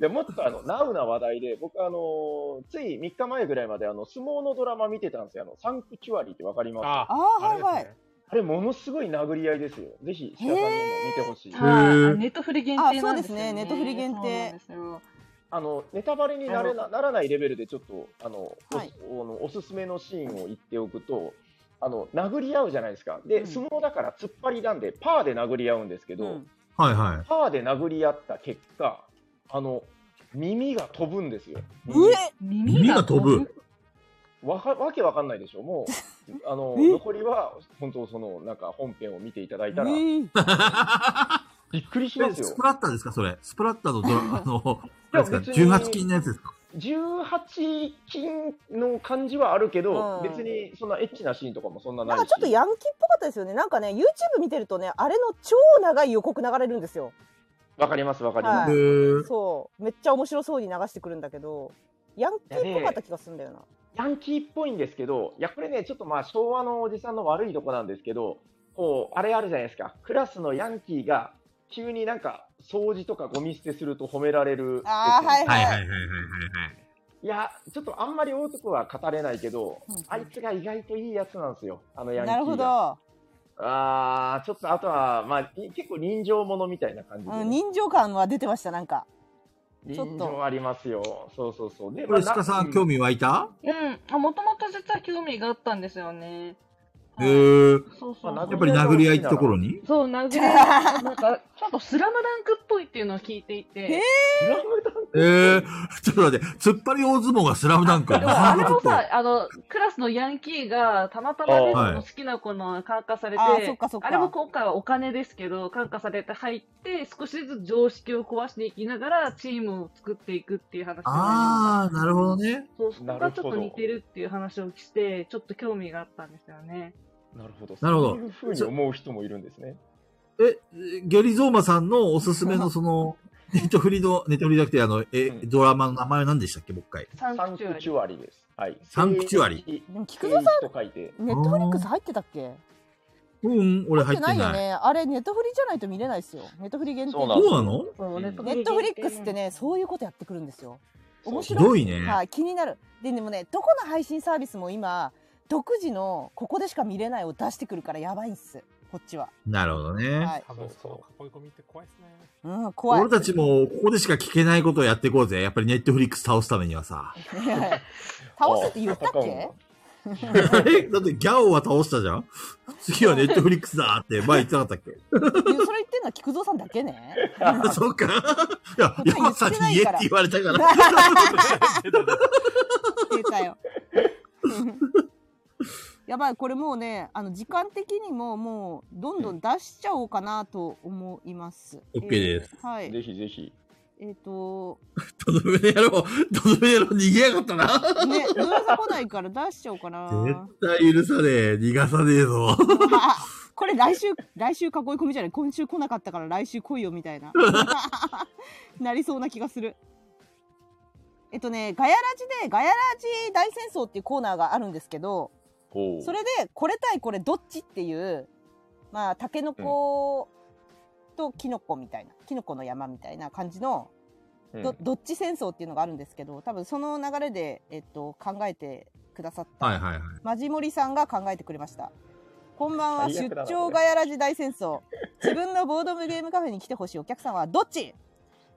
でもっとあの、ナウな話題で、僕あのつい3日前ぐらいまであの、相撲のドラマ見てたんですよ。あの、サンクチュアリってわかります
あ
あーはいはい
あれ、ものすごい殴り合いですよ。ぜひ、鹿さんにも見てほしい。
はいネットフリ限
あ
定
そ
な
うんで
ですすよ
ね
ね
ネットフリ限定
あの、ネタバレになれなならないレベルで、ちょっと、あの、
はい
おあのおすすめのシーンを言っておくと、あの、殴り合うじゃないですか。で、相撲だから突っ張りなんで、パーで殴り合うんですけど、
はいはい。
パーで殴り合った結果、あの、耳が飛ぶんですよ。
耳が飛ぶ。
わかわけわかんないでしょ、も う、あの
え
残りは本当、そのなんか本編を見ていただいたら、びっくりしますよ
スプ。ラッターですかそれ。スプラッターのドラ、あの、
いや
なんですか
別に
?18 禁のやつですか
18金の感じはあるけ
う
ど、
ん
別にそんなエッチなシーンとかもそんな
な
なんい
か
し
ちょっとヤンキーっぽかったですよねなんかね YouTube 見てるとねあれの超長い予告流れるんですよ
わかりますわかりま
は
す、
い、そうめっちゃ面白そうに流してくるんだけどヤンキーっぽかった気がするんだよな、
ヤンキーっぽいんですけどいやこれねちょっとまあ昭和のおじさんの悪いとこなんですけどこうあれあるじゃないですかクラスのヤンキーが急になんか掃除とかゴミ捨てすると褒められる
あーはいはいはいはい
はい
いや、ちょっとあんまり男は語れないけど、あいつが意外といいやつなんですよ、あのヤンキー
な
が。
るほど、
あーちょっとあとは、まあ、い結構人情ものみたいな感じで、
うん、人情感は出てましたなんかちょっ
人
と
情ありますよ。そうそうそう。で
これ、
まあ
鹿さ
うん
興味湧いた
うん、もともと実は興味があったんですよね。
へえ。
そうそう。
やっぱり殴り合いってところに
そう、殴り合い。なんか、ちょっとスラムダンクっぽいっていうのを聞いていて。え
ええ ちょっと待って、突っ張り大相撲がスラムダ ンク。
でもあれ
ちょ
も
っと
さ、あの、クラスのヤンキーが、たまたまね、
あー
その好きな子の感化されて、
はいあーそっかそっか
あれも今回はお金ですけど、感化されて入って、少しずつ常識を壊していきながら、チームを作っていくっていう話じゃ
あ
ない
あ、なるほどね。
ですか。そう、そこ
な
が
る
ちょ
ほ
っ
ど
と似てるっていう話をして、ちょっと興味があったんですよね。
なるほど。
なるほど
そういうふうに思う人もいるんですね。
ええ、ゲリゾーマさんのおすすめのその、ネットフリの、ネットフリじゃなくて、あの、え、ドラマの名前は何でしたっけ、もう一回。
サンクチュアリです。はい。
サンクチュアリ
で
も菊蔵さ
ん、と書いて。
ネットフリックス入ってたっけ
うん、俺入ってない。
よねあれネットフリじゃないと見れないですよネットフリ限定
そうなのそうなの
ネットフリックスってねそういうことやってくるんですよ面白い
ひどいね
はい、気になるででもねどこの配信サービスも今独自のここでしか見れないを出してくるからやばいんすこっちは
なるほどね。
はい
そうそう囲い込みって怖いですね
うん怖い
俺たちも、ここでしか聞けないことをやっていこうぜ。やっぱりネットフリックス倒すためにはさ。
いやいや倒すって言ったっけ
えだってギャオは倒したじゃん次はネットフリックスだって前言ってなかったっけ
いやそれ言ってんのは菊蔵さんだけね
そっか。いや、山さんに言えって言われたから。
出たよ。やばいこれもうねあの時間的にももうどんどん出しちゃおうかなと思います。
OK です
えーはい。
ぜひぜひ。
えっ、と
ドドメネ野郎、ドドメネ野郎逃げやがったな。
ねどうせ来ないから出しちゃおうかな。
絶対許さねえ。逃がさねえぞ。
あ これ来週来週囲い込みじゃない今週来なかったから来週来いよみたいな なりそうな気がするえっとねガヤラジでガヤラジ大戦争っていうコーナーがあるんですけど
ほう
それでこれ対これどっちっていうまあタケノコとキノコみたいなキノコの山みたいな感じのどどっち戦争っていうのがあるんですけど多分その流れで、えっと、考えてくださった、
はいはいはい
マジモリさんが考えてくれましたこんばんは
最
出
悪だな
張ガヤラジ大戦争自分のボードゲームカフェに来てほしいお客さんはどっち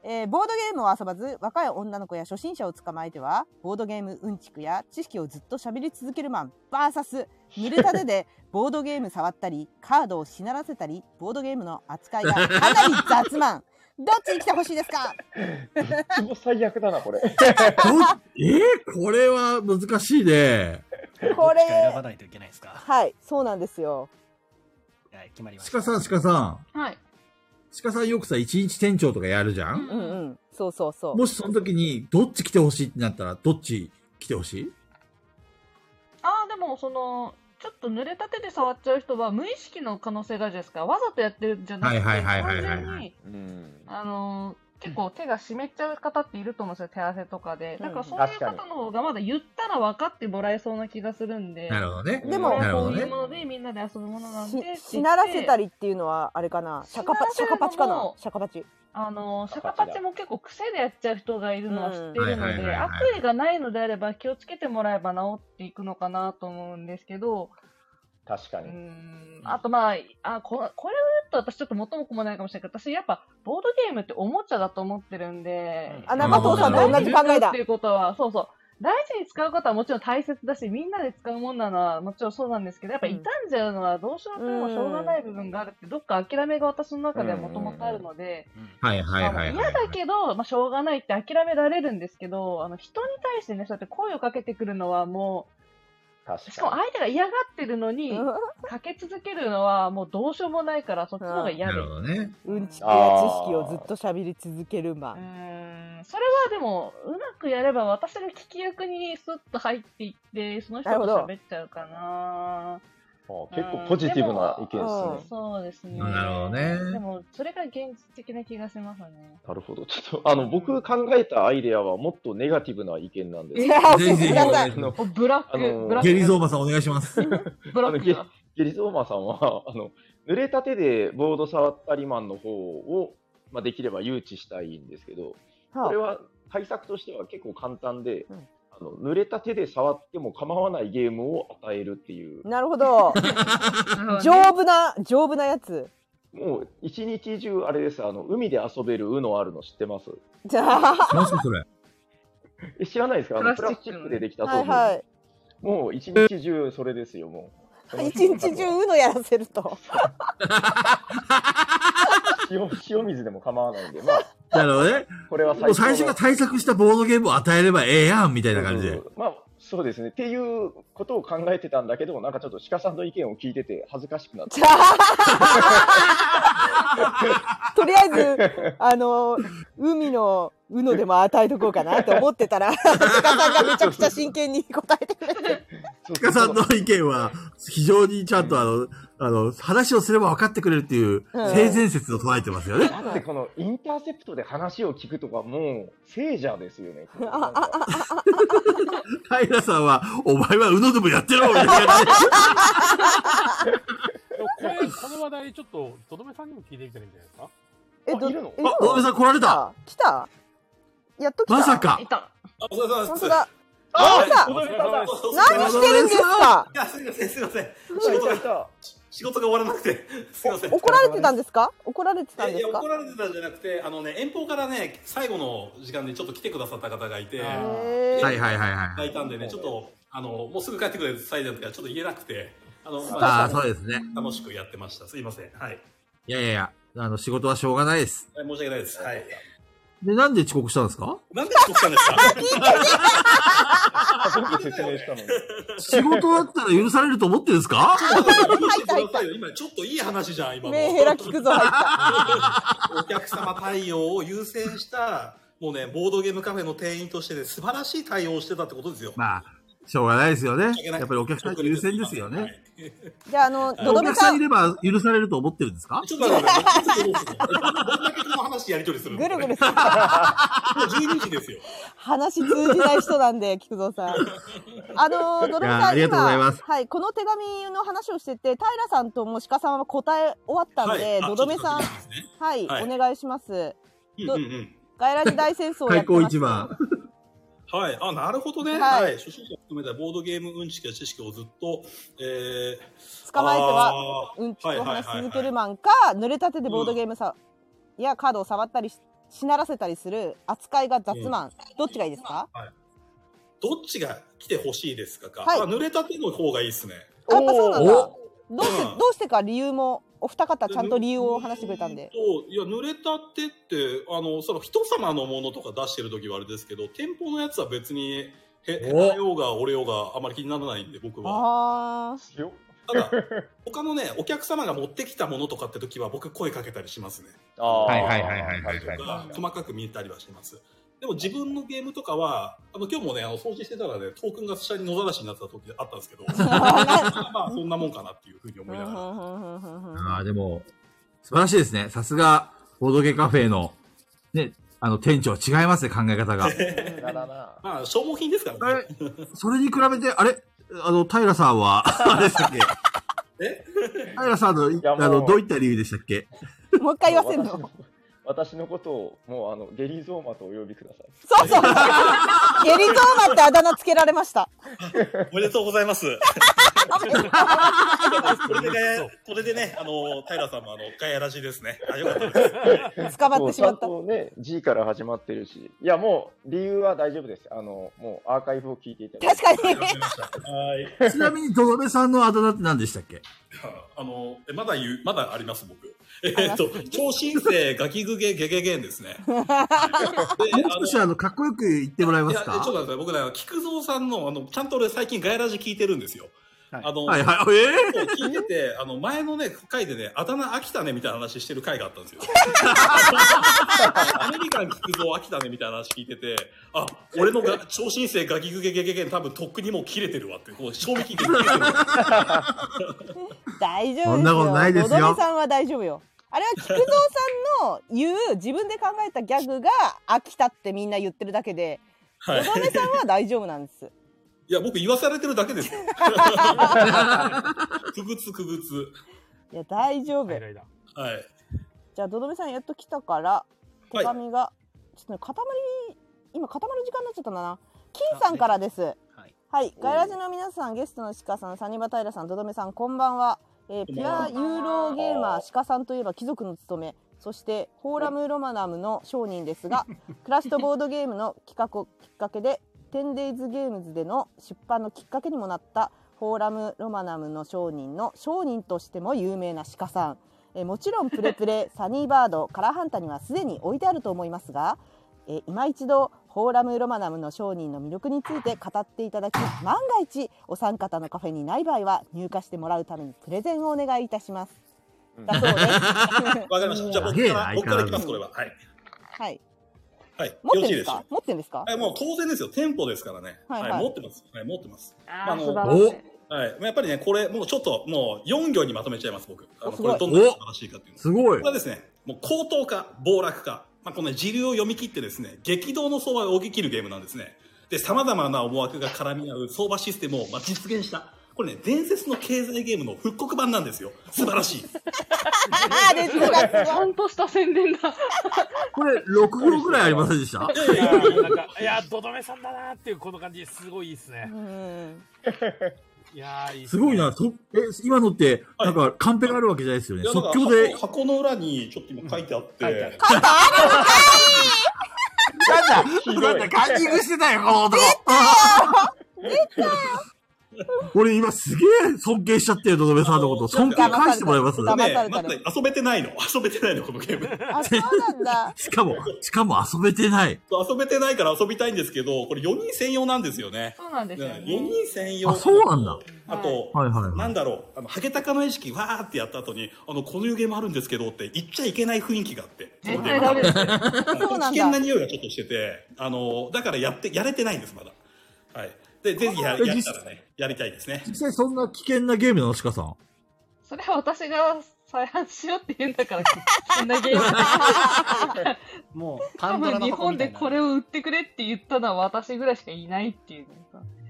えーボードゲームを遊ばず若い女の子や初心者を捕まえてはボードゲームうんちくや知識をずっと喋り続けるマン VS ぬれた手 でボードゲーム触ったりカードをしならせたりボードゲームの扱いがかなり雑マンどっちに来てほしいですか
もう最悪だな、これ。
えこれは難しいね。
これ
選ばないといけないですか。
はいそうなんですよ
はい、決まりました。
鹿さん、鹿さん。
はい
鹿さんよくさ、一日店長とかやるじゃん
うんうんそうそうそう
もしその時に、どっち来てほしいってなったら、どっち来てほしい
ああ、でも、その、ちょっと濡れた手で触っちゃう人は無意識の可能性があるじゃないですか。わざとやってるんじゃなくて、
はいはいはいはいはいはい
単純に
うん。
あのー結構手が湿っちゃう方っていると思うんですよ、手汗とかで。だからそういう
確かに
方の方がまだ言ったら分かってもらえそうな気がするんで。
なるほどね
でも
これ
なる
は
ほ
こ
ど
う
ね
いうものでみんなで遊ぶものなんでって言って。
ししならせたりっていうのはあれかなシャカパシャカパチかなシャカパチ
あの、シャカパチも結構癖でやっちゃう人がいるのは知ってるの
うんはいはい
で、
はいは
悪意がないのであれば気をつけてもらえば治っていくのかなと思うんですけど、
確かに。
あとまあ、あここれを言うと私ちょっと元も子もないかもしれないけど、私やっぱボードゲームっておもちゃだと思ってるんで、
あ中藤さんと同じ考えだ
っていうことは、そうそう。大事に使うことはもちろん大切だし、みんなで使うもんなのはもちろんそうなんですけど、やっぱ傷んじゃうのはどうしようともしょうがない部分があるって、どっか諦めが私の中ではもともとあるので、
はいはいはいはい。
嫌だけど、まあ、しょうがないって諦められるんですけど、あの人に対してね、そうやって声をかけてくるのはも
確
う、しかも相手が嫌がってるのに
うん、
かけ続けるのはもうどうしようもないから、そっちの方が嫌
な
で。
るほどね。
うんちくや知識をずっと喋り続けるマン
それはでも、うまくやれば私が聞き役にスッと入っていって、その人と喋っちゃうかな。
結構ポジティブな意見ですね
うんそうですね。
なるほどね
でも、それが現実的な気がしますね。
なるほど。ちょっと、あの、僕考えたアイデアはもっとネガティブな意見なんです。
いやぜひぜひ
あの
ブラック、
あの
ブラック。
ゲリゾーマさんお願いします。
あのゲゲリゾーマさんは、あの、濡れた手でボード触ったりマンの方を、まあ、できれば誘致したいんですけど、
はあ
これは対策としては結構簡単で、あの濡れた手で触っても構わないゲームを与えるっていう、
なるほど丈夫な丈夫なやつ
もう一日中、あれです、あの海で遊べるうのあるの知ってます
じゃあ
何すかそれ
え知らないですかあのプ
プ
ラ
ラ
ス
ス
チ
チック
ッ
の
ク
ね
でできたそう
はいはい
もう一日中それですよ、もう。
一日中うのやらせると
塩塩水でも構わないんで、まあ、
なるほどね。
これは
もう最初
の
が対策したボードゲームを与えればええやんみたいな感じで。
まあ、そうですね。っていうことを考えてたんだけど、なんかちょっと鹿さんの意見を聞いてて恥ずかしくなって。
とりあえずあの海のうのでも与えとこうかなと思ってたら鹿さんがめちゃくちゃ真剣に答えてくれて
鹿さんの意見は、非常にちゃんとあの、あの、話をすれば分かってくれるっていう、
うん
性善説を唱えてますよね。
だってこのインターセプトで話を聞くとかもう聖者ですよね。
平さんは、お前はうのでもやってろみたいな。
でもこれ、この話題、ちょっと、とどめさんにも聞いてみたらいいんじゃないですか
え、ど、い
るの
いるの
あ渡辺さん来られた
来たやっと来た
まさか
い
た
あ、お疲れ様です。
本当だ
あ
あ
お疲れ様です
何してるんですか
いや、すみません、すみません。
す
仕
ごい
事が、仕事が終わらなくて、すみません。
怒られてたんですか怒られてたん
い
で
や
すか
怒られてたんじゃなくてあのね遠方からね最後の時間でちょっと来てくださった方がいて
ーはいはいはいはい
いたんでねちょっとあのもうすぐ帰ってくれるサイズだったからちょっと言えなくてあの
あーそうですね
楽しくやってましたすいませんはい
いやいやいや、あの、仕事はしょうがないです。
はい申し訳ないですはい
で、なんで遅刻したんですか
なんで遅刻したんで すか
初めて説明したのに。
仕事だったら許されると思ってるんですか
ちょっと待ってくださいよ今ちょっといい話じゃん今の
メンヘラ聞くぞ入
お客様対応を優先したもうねボードゲームカフェの店員としてね素晴らしい対応をしてたってことですよ
まあ、しょうがないですよね。やっぱりお客さん優先ですよね。
じゃああの
お
どどめ
客さ
さ
んい
ん
れば許されると思ってるんですか
ちょっと待ってください。どんだけこの話やり取りするの
ぐるぐる
これもう12時ですよ。
話通じない人なんで菊蔵さんあのドロ
いや
さ
あ
ん
りがとうござい
今
ます
はいこの手紙の話をしてて平さんとも鹿さんは答え終わったんで
はいあ
どどめさん
ちょ
はい
はい
お願いします
うん
ど
うんうん
ガイラジ大戦争や
開
って
口
ま
一
す
番。
はい。あ、なるほどね。
はい
はい。初心者を含めたボードゲームうんちくや知識をずっと、えー、
捕まえて
あ
は
ー
うんちくを話し続ける
はい
マンか濡れたてでボードゲームさ、やカードを触ったりししならせたりする扱いが雑マン、どっちがいいですか、
どっちが来てほしいですかか。
はい
あ濡れたての方がいいですね。
やっぱそうなんだどうして、
うん
どうしてか理由もお二方ちゃんと理由を話してくれたんで
そういや濡れたてってあのその人様のものとか出してる時はあれですけど店舗のやつは別にへへたようが俺ようがあまり気にならないんで僕は
あ
ー
ただ他のねお客様が持ってきたものとかって時は僕声かけたりしますね
はいはいはいはいはいはい
とか細かく見えたりはしますでも自分のゲームとかはあの今日もねあの掃除してたらねトークンが下に野ざらしになってた時あったんですけどまあまあそんなもんかなっていうふうに思いながら
ああ、でも、素晴らしいですね。さすが、ボードゲカフェの、ね、あの、店長違いますね、考え方 が。
まあ消耗品ですからね
それに比べて、あれあの、平さん は、あれでしたっけ平さんの、
やもう
あの、どういった理由でしたっけ
もう一回
言わせんの私のことをもうあのゲリゾーマとお呼びください。。
そうそうゲリゾーマってあだ名つけられました
おめでとうござ います。これでガヤ、これでね、あの、平さんもあの、ガヤラジですね。あ、よかったで す。
捕まってしまった
ちゃんとね、G から始まってるし、いやもう理由は大丈夫です。あのもうアーカイブを聞いていただいて。
確かに。
はい。
ちなみに、とどめさんのあだ名って何でしたっけ
あの、えまだ言う、まだあります、僕。えーっと、超新星ガキグゲゲゲゲンですね。で、
もう少し、あの、かっこよく言ってもらえ
い
ます
や、ちょっと待
か
ってください。僕ね、あの菊蔵さんの、あの、ちゃんと俺最近ガヤラジ聞いてるんですよ。あの、
はいはいえ
そう聞いてて、あの、前のね、回でね、あだ名飽きたねみたいな話してる回があったんですよ。アメリカン聞くぞ飽きたねみたいな話聞いてて、あ、俺のが超新星ガキグゲゲゲゲン多分とっくにもう切れてるわって、こう、賞味期限切れてるわ。
大丈夫ですよ
そんなことないですよ
のどめさんは大丈夫よあれは菊蔵さんの言う自分で考えたギャグが飽きたってみんな言ってるだけで
はい
のどめさんは大丈夫なんです
いや、僕言わされてるだけですよ。 くぐつくぐつ。
いや大丈夫
はい。
じゃあどどめさんやっと来たから手紙が、ちょっとね固まり今固まる時間になっちゃったんだな金さんからですはい、ガイラジの皆さんゲストの鹿さんサニバタイラさんどどめさんこんばんは、えーピュアユーロゲーマー鹿さんといえば貴族の務めそしてフォーラムロマナムの商人ですがクラシとボードゲームの企画をきっかけで 10days ゲームズでの出版のきっかけにもなったフォーラムロマナムの商人の商人としても有名な鹿さんえーもちろんプレプレサニーバードカラーハンターにはすでに置いてあると思いますが、えー今一度フォーラム・ロマナムの商人の魅力について語っていただき万が一お三方のカフェにない場合は入荷してもらうためにプレゼンをお願いいたします。だそうです。
わかりました。じゃあ
す
僕
げえ
か
な
ら、僕からいきま
相
す、こ
変
れ
わ
は。はい。
はい。
はい。
持って
よろしい
る
です
んで
しょ
か
う
持ってるんですか
はい、もう当然ですよ。店舗ですからね。
はいはい
はい、持ってます。はい、持ってます。
あー
の
素晴らしい
おはい。まあやっぱりね、これ、もうちょっと、もう4行にまとめちゃいます、僕。あの、
す
こ
ごい
れどんなに素晴らしいかっていうの。
すご
これはですね、もう高騰か、暴落か、まあ、この時流を読み切ってですね、激動の相場を追い切るゲームなんですね。で、様々な思惑が絡み合う相場システムを、まあ、実現した。これね、伝説の経済ゲームの復刻版なんですよ。素晴らしい。
ああ、ですちゃんとした宣伝だ。
これ、6号ぐらいありませんでした
いやなんかいやどどめさんだなーっていうこの感じすごいいいですね。いやーいいっ
す
す
ごいな。とえ、今のって、なんか、カンペがあるわけじゃないですよね。即興で。
箱箱の裏にちょっと今書いてあって。
なんだ、なんだ、カンニングしてたよ、この男。俺今すげえ尊敬しちゃってる、ドドメさんのこと。尊敬返してもらいます。
ねえ待って遊べてないの。遊べてないの、このゲーム。
あ、そうなんだ。
しかも、しかも遊べてない。
遊べてないから遊びたいんですけど、これ4人専用なんですよね。
そうなんですよ、
4人専用。
あ、そうなんだ。
あと、
はいはいはい
なんだろう、あの、ハゲタカの意識、わーってやった後に、あの、この湯気もあるんですけどって言っちゃいけない雰囲気があって。
絶対ダメですよ。
そう危険な匂いがちょっとしてて、あの、だからやって、やれてないんです、まだ。はい。で、ぜひや、
え
やっ
実
たらね、やりたいですね。
実際そんな危険なゲームなの、シカさん。
それは私が再販しようって言うんだ から、そんなゲーム。
もう、
多
パンドラ
分
の
日
箱み
本
たい
でこれを売ってくれって言ったのは私ぐらいしかいないっていうね。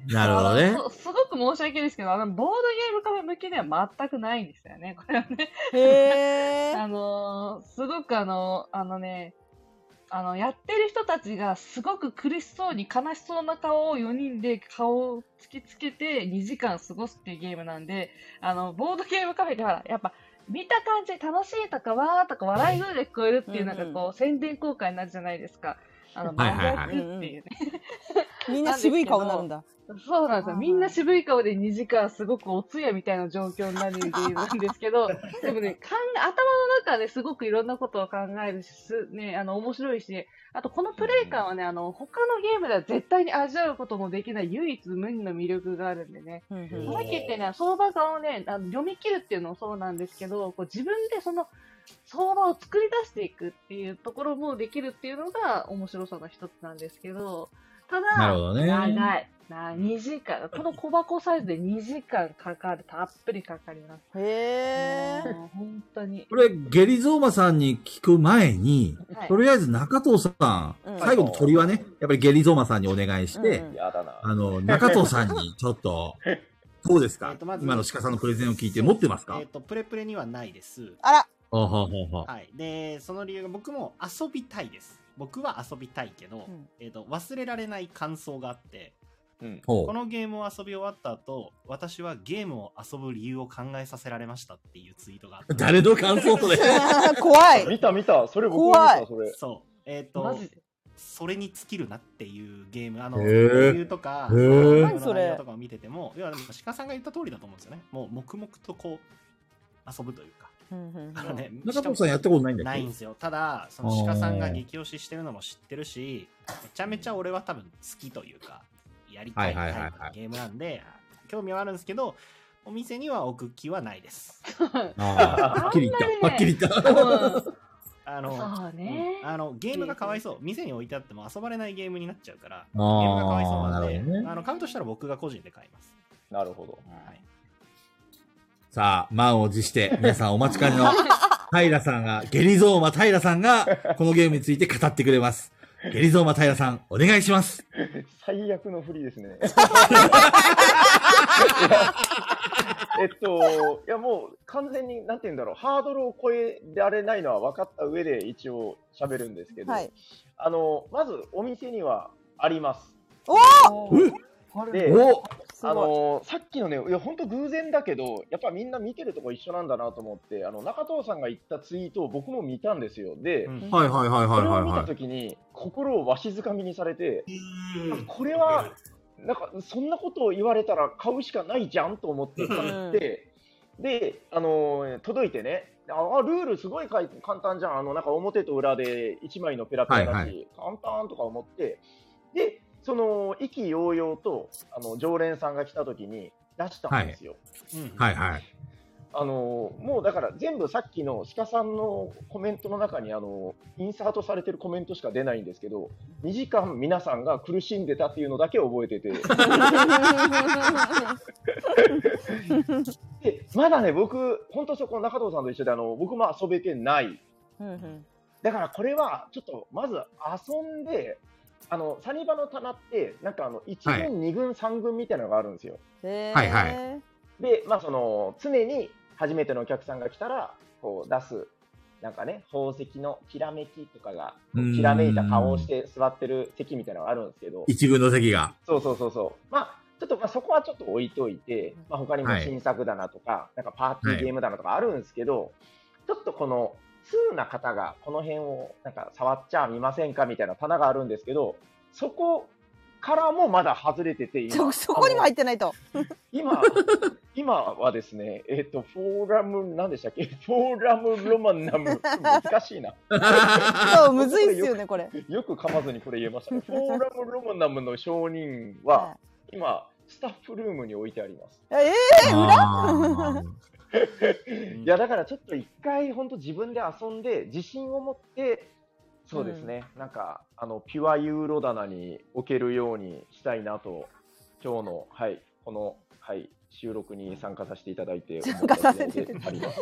なるほどね。
そすごく申し訳ないですけど、あの、ボードゲームカフェ向けでは全くないんですよね、これはね。あのーすごくあの、あのね、あの、やってる人たちがすごく苦しそうに悲しそうな顔を4人で顔を突きつけて2時間過ごすっていうゲームなんで、あの、ボードゲームカフェではやっぱ、見た感じ楽しいとかわーとか笑い声で聞こえるっていうなんかこう宣伝公開になるじゃないですか。あの、
はいはいはい
真逆っていうね。
みんな渋い顔になるんだ。
そうなんですよ。みんな渋い顔で2時間すごくお通夜みたいな状況になるゲームなんです けど、でもね、考え頭の中ですごくいろんなことを考えるし、すね、あの、面白いし、あとこのプレイ感はね、あの、他のゲームでは絶対に味わうことのできない唯一無二の魅力があるんでね。
さ
ん
っき言ってね、相場感をね、あの読み切るっていうのもそうなんですけど、こう自分でその、相場を作り出していくっていうところもできるっていうのが面白さの一つなんですけど、ただ、
なるほどね
長い。な2時間、この小箱サイズで2時間かかる、たっぷりかかります。
へ
え。本当に。
これ、ゲリゾーマさんに聞く前に、
はい
とりあえず中藤さん、
うん
最後の鳥はね、やっぱりゲリゾーマさんにお願いして、
うんうんやだな
あの、中藤さんに ちょっと、どうですか、
とまず
今の鹿さんのプレゼンを聞いて持ってますか、
えっ、と、プレプレにはないです。
あら
あははは
はい。で、その理由が僕も遊びたいです。僕は遊びたいけど、えっ、と、忘れられない感想があって、
ほう
このゲームを遊び終わった後、私はゲームを遊ぶ理由を考えさせられましたっていうツイートがあった。
誰の感想そ れ
怖い
見た見た、それ僕も見た、それ。
そう。えっ、
マ
と
ジ、
それに尽きるなっていうゲーム、あの、
へ
レ
ー
ビューとか、
へー
ゲームの
何それ
内容とかを見てても、要はでも鹿さんが言った通りだと思うんですよね。もう黙々とこう、遊ぶというか。あのね、
中藤さんやったことないんだっけ
ないんですよ。ただ、その鹿さんが激推ししてるのも知ってるし、めちゃめちゃ俺は多分好きというか、やりたい
はいはい
タ
は
イ
い
プのゲームなんで、興味はあるんですけど、お店には置く気はないです。
あーはっきり言った。はっきり言 った。
あの
そうね
うんあのゲームがかわいそう店に置いてあっても遊ばれないゲームになっちゃうから
あ
ゲ
ー
ームがかわいそうな
な
んで
るほどね
あの買うとしたら僕が個人で買います
なるほど、
はい、
さあ、満を持して、皆さんお待ちかね の、平さんが、ゲリゾーマ平さんが、このゲームについて語ってくれます。ゲリゾーマ平さん、お願いします。
最悪のフ リですね。えっと、いやもう完全に、なんて言うんだろう、ハードルを超えられないのは分かった上で一応喋るんですけど、
はい
あの、まずお店にはあります。
おお
で
お
あのさっきのね、いや本当偶然だけど、やっぱみんな見てるとこ一緒なんだなと思って、あの中藤さんが言ったツイートを僕も見たんですよ。で、
んはいはいはいはいはいはい
それを見た時に心をわしづかみにされて、あこれはなんかそんなことを言われたら買うしかないじゃんと思って買って、で、あの届いてね。あルールすごいかい簡単じゃん、あのなんか表と裏で1枚のペラペラだし、
はいはい
簡単とか思って、で、その意気揚々とあの常連さんが来た時に出したんですよ。
はいはい。
あのもうだから全部さっきの鹿さんのコメントの中にあのインサートされてるコメントしか出ないんですけど2時間皆さんが苦しんでたっていうのだけ覚え ててでまだね僕本当そこ中藤さんと一緒であの僕も遊べてないだからこれはちょっとまず遊んであのサニバの棚ってなんかあの
は
1
い
軍、2軍3軍みたいなのがあるんですよ。
はいはい
で、まあ、その常に初めてのお客さんが来たらこう出すなんかね宝石のきらめきとかがこうきらめいた顔をして座ってる席みたいなのがあるんですけど
一軍の席が。
そうそうそうそうまあちょっとまあそこはちょっと置いといて、まあ、他にも新作だなとか、なんかパーティーゲームだなとかあるんですけど、ちょっとこの通な方がこの辺をなんか触っちゃみませんかみたいな棚があるんですけどそこからもまだ外れてて今
そそこにも入ってないと。
今、今はですね、えっ、と、フォーラム、なんでしたっけフォーラムロマンナム。難しいな。
そう、むずいっすよね、これ。
よく噛まずにこれ言えま したね。フォーラムロマンナムの証人は、今、スタッフルームに置いてあります。
ええ裏
いや、だからちょっと一回、本当自分で遊んで、自信を持って、そうですね、なんか、あの、ピュアユーロ棚に置けるようにしたいなと、今日の、はい、この、はい、収録に参加させていただいて、参加させてあります。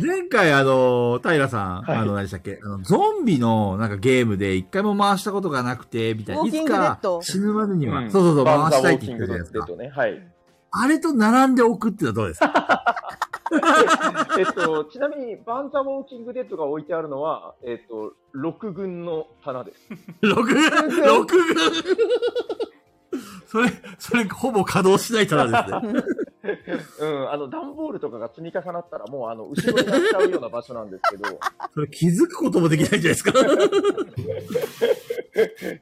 前回、あの、平さん、あの、何でしたっけ、あの、ゾンビの、なんかゲームで一回も回したことがなくて、みたいな。
ウォ
い
ーキ
つ
ングデッ
か
ド
死ぬまでには、
う ん
そうそうそう、回
バンザ
し
ー
たいって言ってるじゃないです
ウォー
か
キン。グデッドね、はい。
あれと並んで置くってのはどうですか
えっと、ちなみに、バンザーウォーキングデッドが置いてあるのは、えっと、6軍の棚です。
六軍六軍それ、それ、ほぼ稼働しないからですね。
うん、あの、段ボールとかが積み重なったら、もう、あの、後ろになっちゃうような場所なんですけど、
それ気づくこともできないじゃないですか。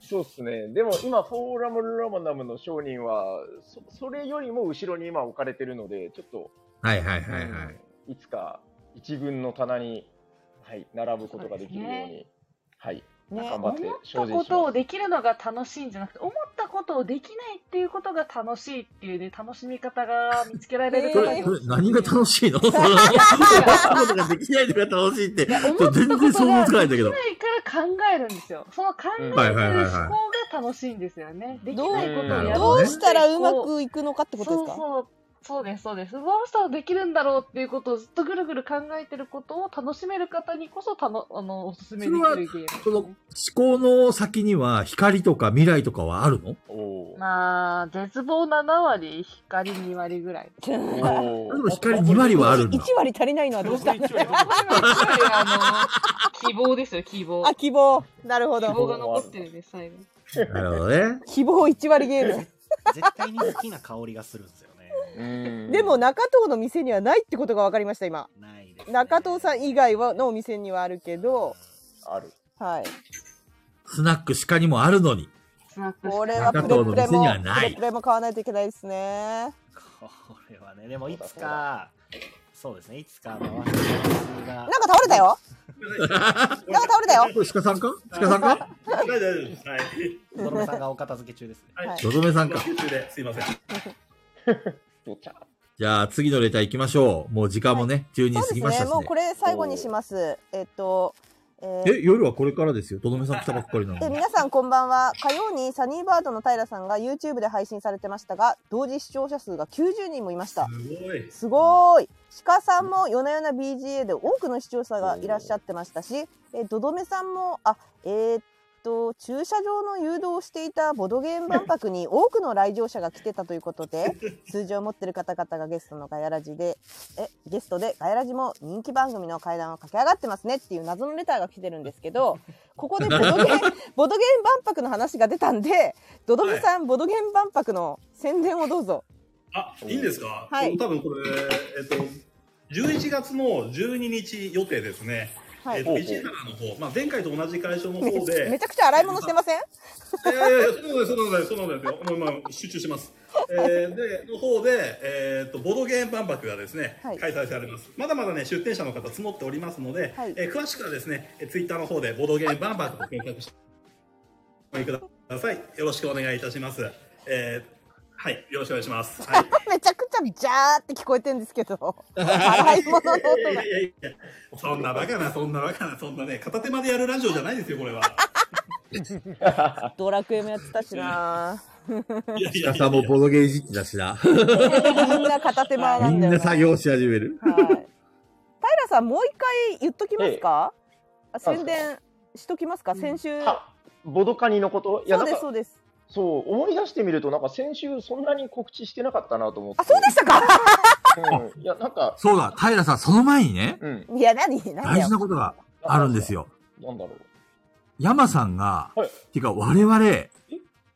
そうっすね。でも、今、フォーラムラマナムの商人は、そそれよりも後ろに今置かれてるので、ちょっと、
はいはいはいはい。
いつか一軍の棚に、はい、並ぶことができるよう
そう
に、
です
はい、
ね、
頑張
思
っ
ってた
精進
こ
しま
と
す。
をできるのが楽しいんじゃなくて、思ったことをできないっていうことが楽しいっていうね、楽しみ方が見つけられる
そ
か
れ、
ら、
それ何が楽しいのその、回すことができないのが楽しいって、ちょっと全然想像つかないんだけど
で。きないから考えるんですよ。その考えてる
はいはいはい
思
はい
考が楽しいんですよね。でき
どう
ないことをやる
どうしたらうまくいくのかってことですか
そうそうそうです、そうです。どうしたらできるんだろうっていうことをずっとぐるぐる考えてることを楽しめる方にこそたのあのおすすめできるゲーム。
その思考の先には光とか未来とかはあるの
まあ、絶望7割、光2割ぐらい。
で
も光2割はあるんだ。
1割足りないのはどうした
あの、希望ですよ、希望。
あ、希望。なるほど。
希望が残ってるね、最後。
なるほどね。
希望1割ゲ ー
絶対に好きな香りがするんですよね。
ム。 でも中藤の店にはないってことが分かりました、今。中藤さん以外はのお店にはあるけど。
ある。
はい。
スナック鹿にもあるのに。
これはプレプレ
中藤の店に
も、
はない
プレプレも買わないといけないですね。
これはね、でもいつか、そうですね、いつか回して
なんか倒れたよなんか倒れたよ
これ鹿さんか鹿さんか
大丈夫です。はい。
ドロメさんがお片付け中ですね。
はいドロメさんか
途中ですいません。
じゃあ次のレター行きましょう。もう時間もね、12時過ぎましたし
ね、もう
ね
こ。れ最後にします。えっと、えー
え、夜はこれからですよ。とどめさん来たばっかりな
で
のに。
皆さんこんばんは火曜にサニーバードの平さんが YouTube で配信されてましたが同時視聴者数が90人もいました
すごい
すごーい鹿さんも夜な夜な BGA で多くの視聴者がいらっしゃってましたしえどどめさんもあえーっと駐車場の誘導をしていたボドゲーム万博に多くの来場者が来てたということで数字を持ってる方々がゲストのガヤラジでえゲストでガヤラジも人気番組の階段を駆け上がってますねっていう謎のレターが来てるんですけ どここでボドゲームボドゲーム万博の話が出たんでどどめさん、ボドゲーム万博の宣伝をどうぞ。
あ、いいんですか。
はい
多分これ、えっと、11月の12日予定ですね。
はい
えっと、市原の方、まあ、前回と同じ会場の方
め
で。
めちゃくちゃ洗い物して ません
いやいやいや、そうです、そうです、そうなんですよ。もう今、集中します。えー、で、の方で、えー、と、ボードゲーム万博がですね、
はい
開催されます。まだまだね、出展者の方積もっておりますので、えー詳しくはですね、ツイッターの方で、ボードゲーム万博と検索してください。よろしくお願いいたします。えー
はい、よろしくお願いします。はい。
めちゃくちゃジャーって聞こえてんですけ ど。洗い物の音
い
が
やい。やいやそんなバカな、そんなバカな、そんなね、片手間でやるラジオじゃないですよ、これは。
ドラクエもやってたしな。
鹿さんもボドゲー時期だしな。
みんな片手間
みんな作業し始める。
平さんもう一回言っときますか、あ宣伝しときますか先週
ボドカニのこと
そうですそうです
そう思い出してみるとなんか先週そんなに告知してなかったなと思って
あそうでした か、
うん、いやなんか
そうだ、平さん、その前にね、
いや何何
大事なことがあるんですよ。
なんだろう
山さんが、
はい
てか我々、自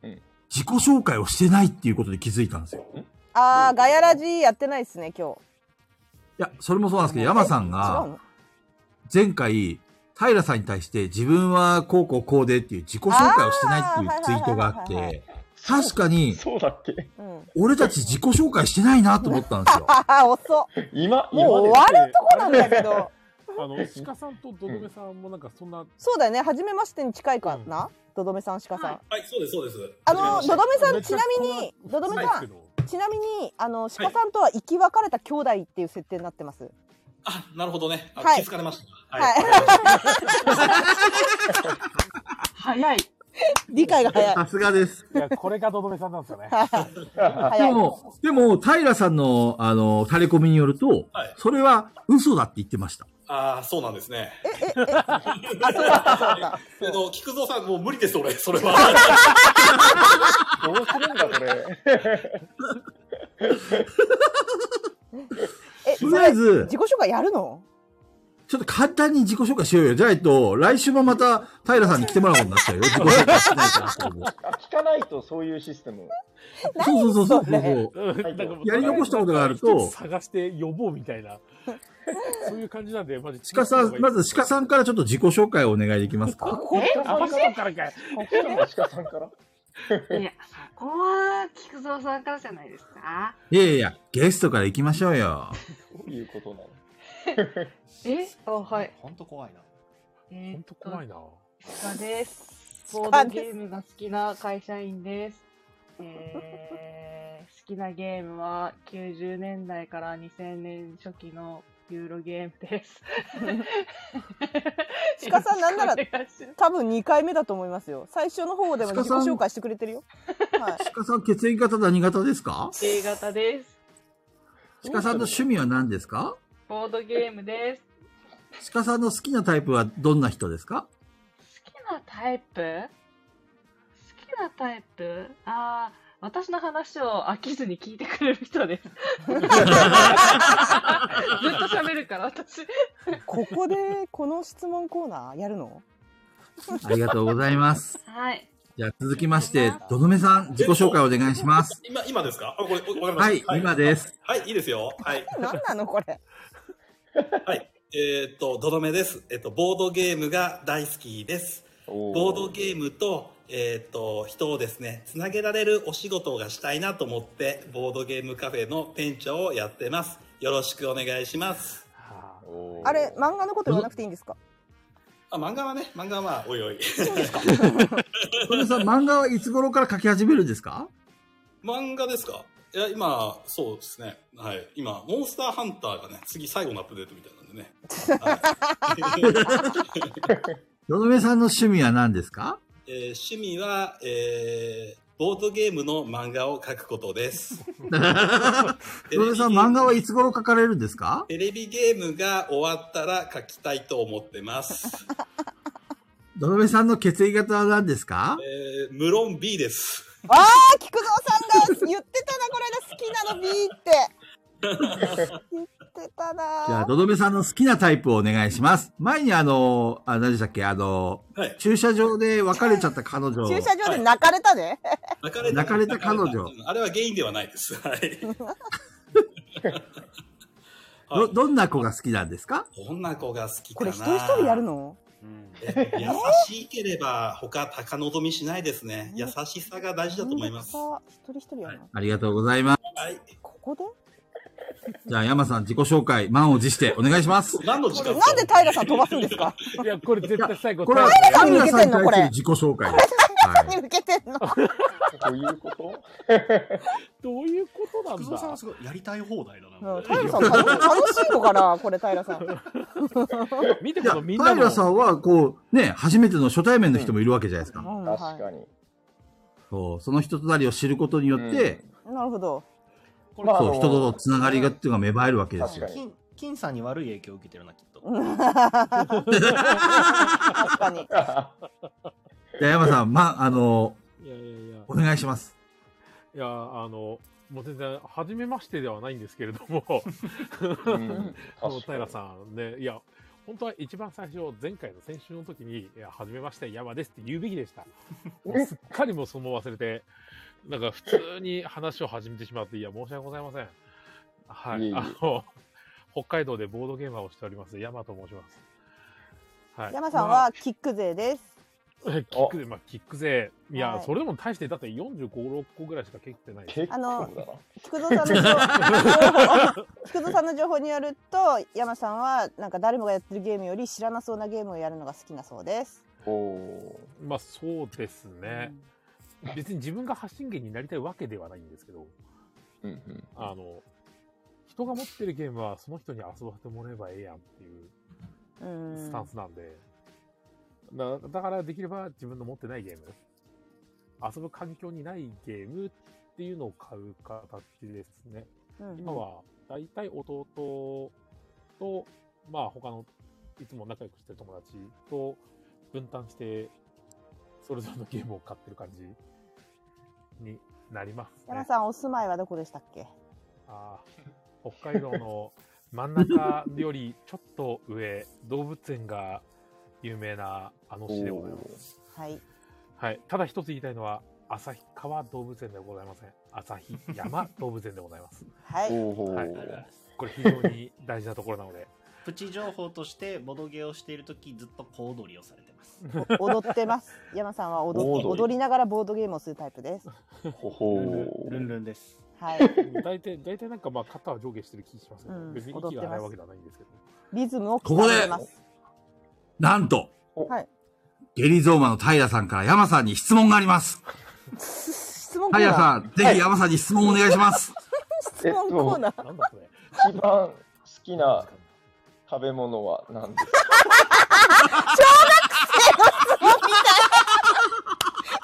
うん
己紹介をしてないっていうことで気づいたんですよ。
あーガヤラジやってないですね今日
いや、それもそうなんですけど、山さんが
違う、の
前回、平さんに対して自分はこうこうこうでっていう自己紹介をしてないっていうツイートがあって、確かに、
そうだっけ
俺たち自己紹介してないなと思ったんですよ。
ああ遅っ
今
もう終わるとこなんだけど
あの鹿さんとどどめさんもなんかそんな
そうだよね初めましてに近いかな、どどめさん鹿さん、
はい、そうです、そうです。
あのどどめさんちなみ
めっ
にどどめさ
はい
んちなみにあの鹿さんとは生き別れた兄弟っていう設定になってます、
あ、なるほどね。あ
はい
気づかれました。。
はい早い理解が早い
さすがです。
いやこれがどどめさんなんですよね
でも、でも、平さんの、あの、タレコミによると、それは嘘だって言ってました。
ああ、そうなんですね。
え、え、え、
あ、そ
っ
うだ
た、
そうだ った。えっと、菊蔵さん、もう無理です、俺、それは。
どうするんだこ れ
え
とりあえず
それ自己紹介やるの
ちょっと簡単に自己紹介しようよ。じゃないと、来週もまた平さんに来てもらうことになっちゃ うよ。自己紹介しないから。
聞かないとそういうシステム
そうそうそうそうそう
うん
そ
なんか
う。やり残したことがあると、
探して呼ぼうみたいなそういう感じなんでまず
鹿さん、まず鹿さんからちょっと自己紹介をお願いできますか
え私からかい
鹿さんから
いや、そこは、菊蔵さんからじゃないですか。
いやいやいや、ゲストから行きましょう よ。
どういうことなの
えあ、はい。
本当怖いな。
え
本当怖いな。
鹿です。ボードゲームが好きな会社員です。え ー、好きなゲームは90年代から2000年初期のユーロゲーム です。
鹿さんなん なら多分2回目だと思いますよ最初の方でも自己紹介してくれてるよ
鹿さん、血液型何型ですか
A 型です。
鹿さんの趣味は何ですか
ボードゲームです。
鹿さんの好きなタイプはどんな人ですか
好きなタイプ好きなタイプああ私の話を飽きずに聞いてくれる 人です。ずっと喋るから、私。
ここでこの質問コーナーやるの
ありがとうございます。
はい。
じゃあ続きまして、どどめさん、自己紹介お願いします。
今、今ですかあ、これ、わかりました。
はい、今です。
はい、いいですよ。はい。
何なのこれ
えーっと、どどめです。えっと、ボードゲームが大好きです。ボードゲームと、えーっと、人をですね、つなげられるお仕事がしたいなと思って、ボードゲームカフェの店長をやってます。よろしくお願いします。
あれ漫画のこと言わなくていいんですか
あ、漫画はね、漫画はまあ、おいおい。
どどめさん、漫画はいつ頃から描き始めるんですか
漫画ですかいや、今、そうですね。はい。今、モンスターハンターがね、次最後のアップデートみたいなんでね。
どどめさんの趣味は何ですか
えー趣味は、えーボードゲームの漫画を描くことです。
どどめさん、漫画はいつ頃描かれるんですか
テレビゲームが終わったら描きたいと思って ます。
どどめさんの血液型は何ですか
えー、無論 B です。
ああ菊蔵さんが言ってたなこの間好きなの B って言ってたな
じゃあ、どどめさんの好きなタイプをお願いします。前にあの、あ、何でしたっけ、あの、駐車場で別れちゃった彼女。
駐車場で泣かれたね、
泣かれ
泣かれた彼女。
あれは原因ではないです。はい。
ど、どんな子が好きなんですか
どんな子が好きか
これ
な
一人一人やるの
え優しければ他高望みしないですね。優しさが大事だと思います。
あ一人一人やるの、
ありがとうございます。
はい。
ここで
じゃあ、山さん自己紹介、満を持してお願いします。
何の時
これ なんで平さん飛ばすんですか
いやこれ絶対最後
これは、
平さんに向
平
け
さ
て
ん
ん
に
のこ
対する
れ
自己紹介です。
さんに受けてんの。
どういう こと
どういうことなんだ
福蔵さんはすごいやりたい放題だな。
うん平さん楽楽しいのかなこれ平 さん。
見
て
いや、平さんは、こう、ね、初めての初対面の人もいるわけじゃないですか。
確かに。
そう、その人となりを知ることによって、
なるほど。
まあ
そう、人とのつながりがっていうのが芽生えるわけですよ。
金金さんに悪い影響を受けてるな、きっと。
確かに。
じゃあ山さん、ま、あの、
いやいやいや。
お願いします。
いや、あの、もう全然、初めましてではないんですけれども、 あの平さんね、いや、本当は一番最初、前回の先週の時に、いや、初めまして、山ですって言うべきでした。もうすっかりもうそのまま忘れて、なんか普通に話を始めてしまって、いや、申し訳ございません。はい。
いえいえ
あの、北海道でボードゲーマーをしております、山と申します。は
山さんはキック勢です。
えキックで、まあ、キック勢。いや、
はい
それでも大して、だって45、6個ぐらいしか蹴ってないです。
あの、菊蔵さんの情報 菊蔵さんの情報によると、山さんはなんか誰もがやってるゲームより知らなそうなゲームをやるのが好きなそうです。
まあ、そうですね。別に自分が発信源になりたいわけではないんですけど、あの、人が持ってるゲームはその人に遊ばせてもらえばええやんっていう
うん
スタンスなんで、だだからできれば自分の持ってないゲーム、遊ぶ環境にないゲームっていうのを買う形ですね。
うんうん
今はだいたい弟と、まあ他のいつも仲良くしてる友達と分担して、それぞれのゲームを買ってる感じになりますね
山。さんお住まいはどこでしたっけ？
あー北海道の真ん中よりちょっと上、動物園が有名なあの市でございます。
はい。
はい。ただ一つ言いたいのは、旭川動物園ではございません。旭山動物園でございます。
はい
はいこれ非常に大事なところなので。
プチ情報として、ボドゲをしているとき、ずっと小踊りをされてます。
お踊ってます。山さんは踊って
踊り
踊りながらボードゲームをするタイプです。
ほ
ほ
ルンルンです。
はい。
大体、大体なんかまあ肩は上下してる気しますけど、
うん
別に
踊
息
っ
が
てます
ないわけではないんですけど。
リズムを
ここで
刻んます。
なんと、
はい。
ゲリゾーマの平さんから山さんに質問があります。
質問コーナ
平
ー。
さん、ぜひ山さんに質問をお願いします。
質問コーナー。
一番好きな食べ物は何ですか
小学生の質問みたい。小学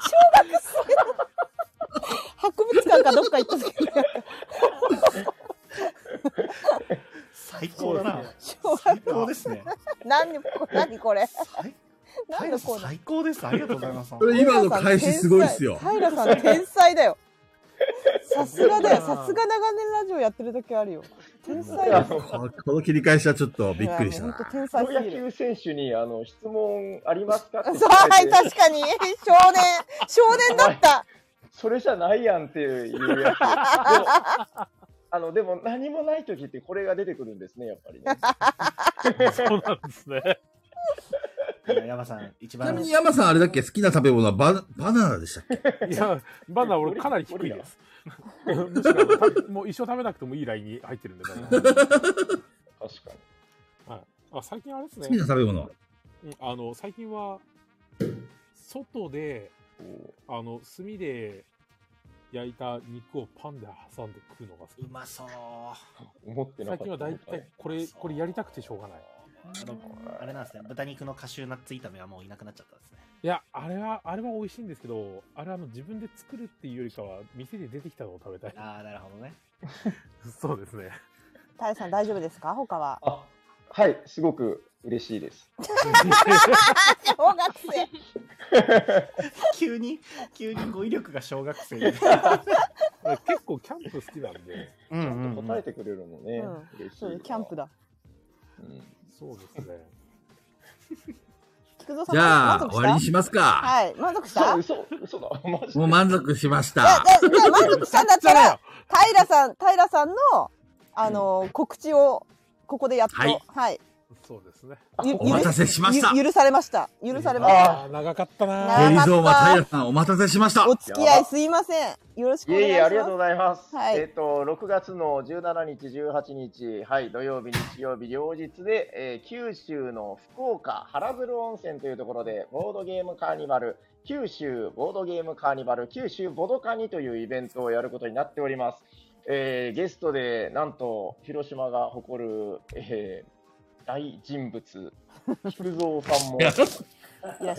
生の。博物館かどっか行った時 に。
最高だな。
最
高ですね。
何何これ。何のコーナー。
最高です。ありがとうございます。
これ今の返しすごいっすよ
平さん天才だよ。さすがだよ。さすが長年ラジオやってる時あるよ。天才だ よ。
ここの切り返しはちょっとびっくりしたな。
天
才野球選手にあの質問ありますかって聞
そう
かれ
は
て
い確かに少年少年だった。
それじゃないやんっていうやつ。でもあのでも何もない時ってこれが出てくるんですねやっ ぱり ね。
そうなんですね。
山さん、一
ちな
番
み。に山さんあれだっけ好きな食べ物はババナナでしたっけ
いや、バナー俺かなり低いです。むしろた もう一生食べなくてもいいラインに入ってるんで、バナナ
確か
はい、あ最近あれですね。
好きな食べ物は
うんあの、最近は、外で、あの、炭で焼いた肉をパンで挟んで食うのが好き。
うまそう。
思って
最近は大体これ、これやりたくてしょうがない。
あのあれなんですね。豚肉のカシューナッツ炒めはもういなくなっちゃったんですね。
いや、あれは、あれは美味しいんですけど、あれはあの自分で作るっていうよりかは、店で出てきたのを食べ たい。
ああ、なるほどね。
そうですね。
平さん大丈夫ですか他は。
はいすごく嬉しいです。
小学生。
急に、急に語彙力が小学生に。
結構キャンプ好きなんで、
ちゃんと答えてくれるのね、
うん
嬉しい
そ
な
うキャンプだ。
そうですね。
菊蔵さん
じゃあ
満足した
終わりにしますか
はい満足した。
嘘嘘だ。マ
もう満足しまし
じゃあ
た。
じゃあじゃあ満足したんだったら平さん平さんのあの告知をここでやっと
はい
はい
そうですね。
ゆ
お待たせしました
ゆ許されました。許されました。
長かったな
ヘリゾーマ
長か
平
っ
さんお待たせしました。
た。お付き合いすいません。よろしくお願
い
いします。
えいえ、ありがとうございます。
はい
えっ、と、6月の17日、18日、はい、土曜日、日曜日、両日で、えー九州の福岡、原鶴温泉というところで、ボードゲームカーニバル、九州ボードゲームカーニバル、九州ボドカニというイベントをやることになっております。えーゲストで、なんと、広島が誇る、えー大人物、菊蔵さ んも。
いらっし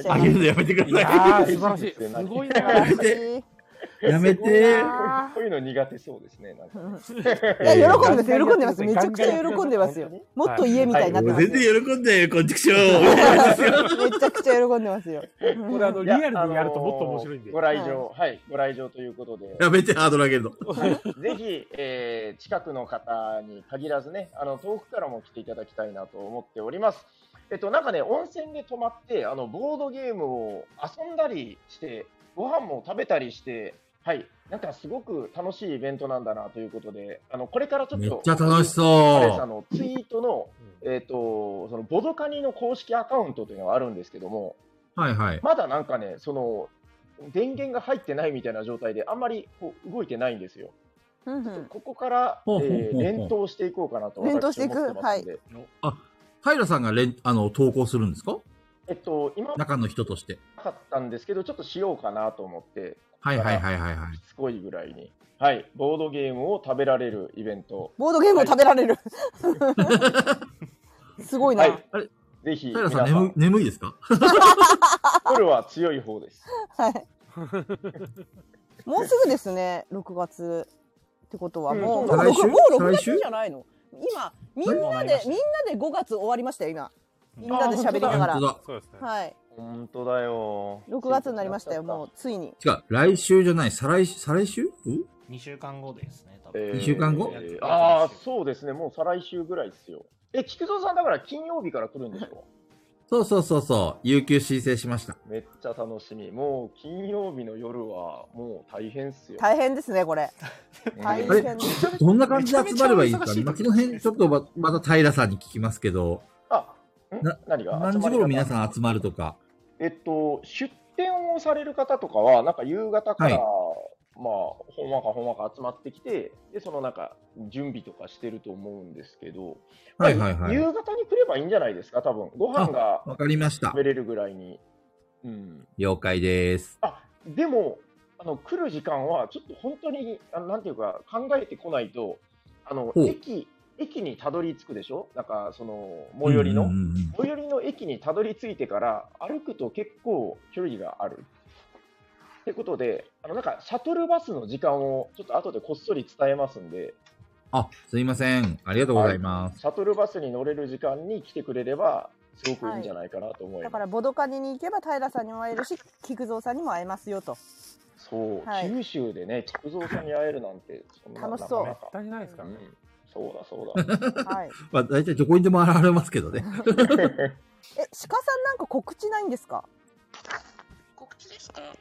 あげるのやめてください
やー素晴らしい。す
ごい
な。
やめてやめて
こういうの苦手そうですね。なんか
いや喜んでます喜んでますめちゃくちゃ喜んでますよもっと家みたいになってますよ
全然喜んでよ、こっちくしょう。
めちゃくちゃ喜んでますよ。
これあの
い
リ
や
アルにやるともっと面白いんで。
ご来場、はい、ご来場ということで。
やめて、ハードル上げるの。
ぜひ、えー近くの方に限らずね、あの遠くからも来ていただきたいなと思っております。えっと、なんかね、温泉で泊まって、あのボードゲームを遊んだりして、ご飯も食べたりして、はい、なんかすごく楽しいイベントなんだなということで、あのこれからちょっと、
めっちゃ楽しそう
彼さんのツイートの、えっと、そのボドカニの公式アカウントというのがあるんですけども、
はいはい。
まだなんかね、その電源が入ってないみたいな状態で、あんまりこう動いてないんですよ。ここから、え
ほうほうほう
ー、連投していこうかなと
連投していく
私思ってますんで
あ、平さんがれんあの投稿するんですか
えっと、今な
中
か
の人として。
ったんですけど、ちょっとしようかなと思って、
はいはいはいはいはい。
すごいぐらいに。はい、ボードゲームを食べられるイベント。
ボードゲームを食べられる。すごいな。
はい、ぜひ、
平
皆
さん
さん、
眠い眠いですか
夜は強い方です。
はい。もうすぐですね、6月ってことはもう、
うん
もう
来週
6もう6
来週
月じゃないの。今みんなでみんなで5月終わりましたよ今。みんなで喋りなが
あ
ら。
本当だ
そうで
はい。
本当だよ。
6月になりましたよもうついに。
違う、来週じゃない、再来再来週ん
2週間後ですね、多
え
分。
ー
二週間後
えーああ、そうですね、もう再来週ぐらいですよ。え、菊蔵さん、だから金曜日から来るんでしょ
そうそうそうそう、有給申請しました。
めっちゃ楽しみ。もう金曜日の夜はもう大変っすよ。
大変ですねこれ。大
あれ
変。
どんな感じで集まればいいか
めちゃめちゃ忙し
今、そ
い時
の辺、ちょっとままた平さんに聞きますけど、
な何が
何時頃皆さん集まるとか。
えっと、出店をされる方とかは、なんか夕方から、
はい
まあ、ほんわかほんわか集まってきて、で、そのなんか、準備とかしてると思うんですけど、
はいはいはい
夕方に来ればいいんじゃないですか、多分ご飯が
わかりました
食。べれるぐらいに。うん。
了解です。
でも、あの来る時間は、ちょっと本当に、あのなんていうか、考えてこないと、あの
ほう
駅、駅にたどり着くでしょ、なんか、その最寄りの、
うんうんうん
最寄りの駅にたどり着いてから、歩くと結構距離がある。ってことで、あのなんか、シャトルバスの時間を、ちょっと後でこっそり伝えますんで、
あ、すいません。ありがとうございます。
シャトルバスに乗れる時間に来てくれれば、すごくいいんじゃないかなと思い
だ
ます。
からボドカニに行けば平さんにも会えるし菊蔵さんにも会えますよと。
そう、
はい
九州でね、菊蔵さんに会えるなんて、そんな
楽しそう
なかなか
絶対ないですからね。
そうだそうだ。
はい。
まあ、大体どこにでも現れますけどね。
え鹿さんなんか告知ないんですか？
告知ですか。
はい。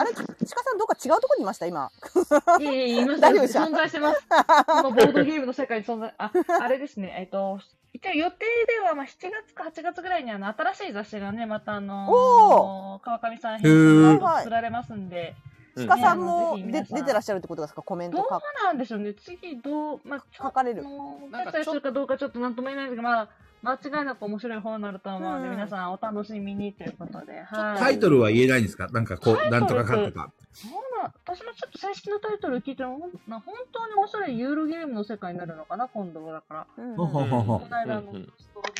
あれ鹿さんどっか違うとこにいました今。
いえいえ、います。
大丈夫でした
存在してます。もうボードゲームの世界に存在、あ、あれですね。えっと、一応予定では、まあ、7月か8月ぐらいにあの、新しい雑誌がね、またあのー、川上さん編
へ
集
ー
が作られますんで、
鹿さんも
ね
で出てらっしゃるってことですかコメント
どう
書く。
なんでしょうね。次どう、まあ、書かれる。出たりするかどうかちょっとなんとも言えないんですが、まあ、間違いなく面白い方になると思うので、皆さんお楽しみにということで、はい。
タイトルは言えないんですかなんかこ
タ
う、
イトル
なんとかかんとか。
そうなん私もちょっと正式なタイトル聞いても、ほんまあ本当に面白いユーロゲームの世界になるのかな、今度はだから。
ほほほほ
この間の、
うんうん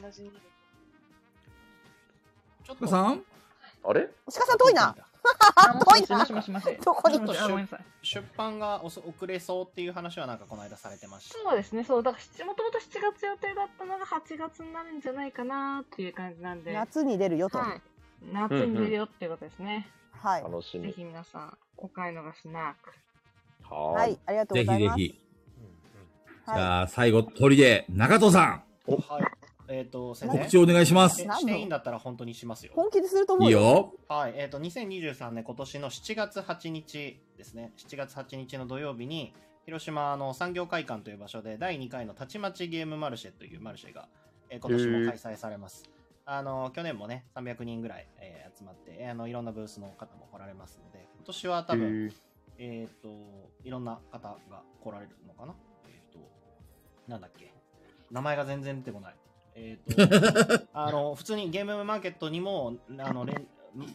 同じ。
鹿さん
あれ
鹿さん遠いな。
遠い
な。もしもしもし。
どこに
もし
あごめんな
もし
さ
出版が遅遅れそうっていう話はなんかこの間されてました。
そうですね、そう、だから、もともと7月予定だったのが8月になるんじゃないかなっていう感じなんで。
夏に出るよと。
はい夏に出るよっていうことですね。
はい。
楽し
ぜひ皆さん、お買い逃しなく。
は
はい
ありがとうございます
ぜひぜひ。じゃあ、最後、鳥で、中藤さん。
はい。えっ、と、先生
告知お願いします
えしていいんだったら本当にしますよ。
本気ですると
思うよいいよ。
はい。えっ、と、2023年今年の7月8日ですね。7月8日の土曜日に、広島の産業会館という場所で第2回のたちまちゲームマルシェというマルシェがえー今年も開催されます。あの去年もね、300人ぐらい、えー集まって、えーあの、いろんなブースの方も来られますので、今年は多分、えっ、と、いろんな方が来られるのかなえっ、と、なんだっけ名前が全然出てこない。えっ、と、あの、普通にゲームマーケットにも、あの、連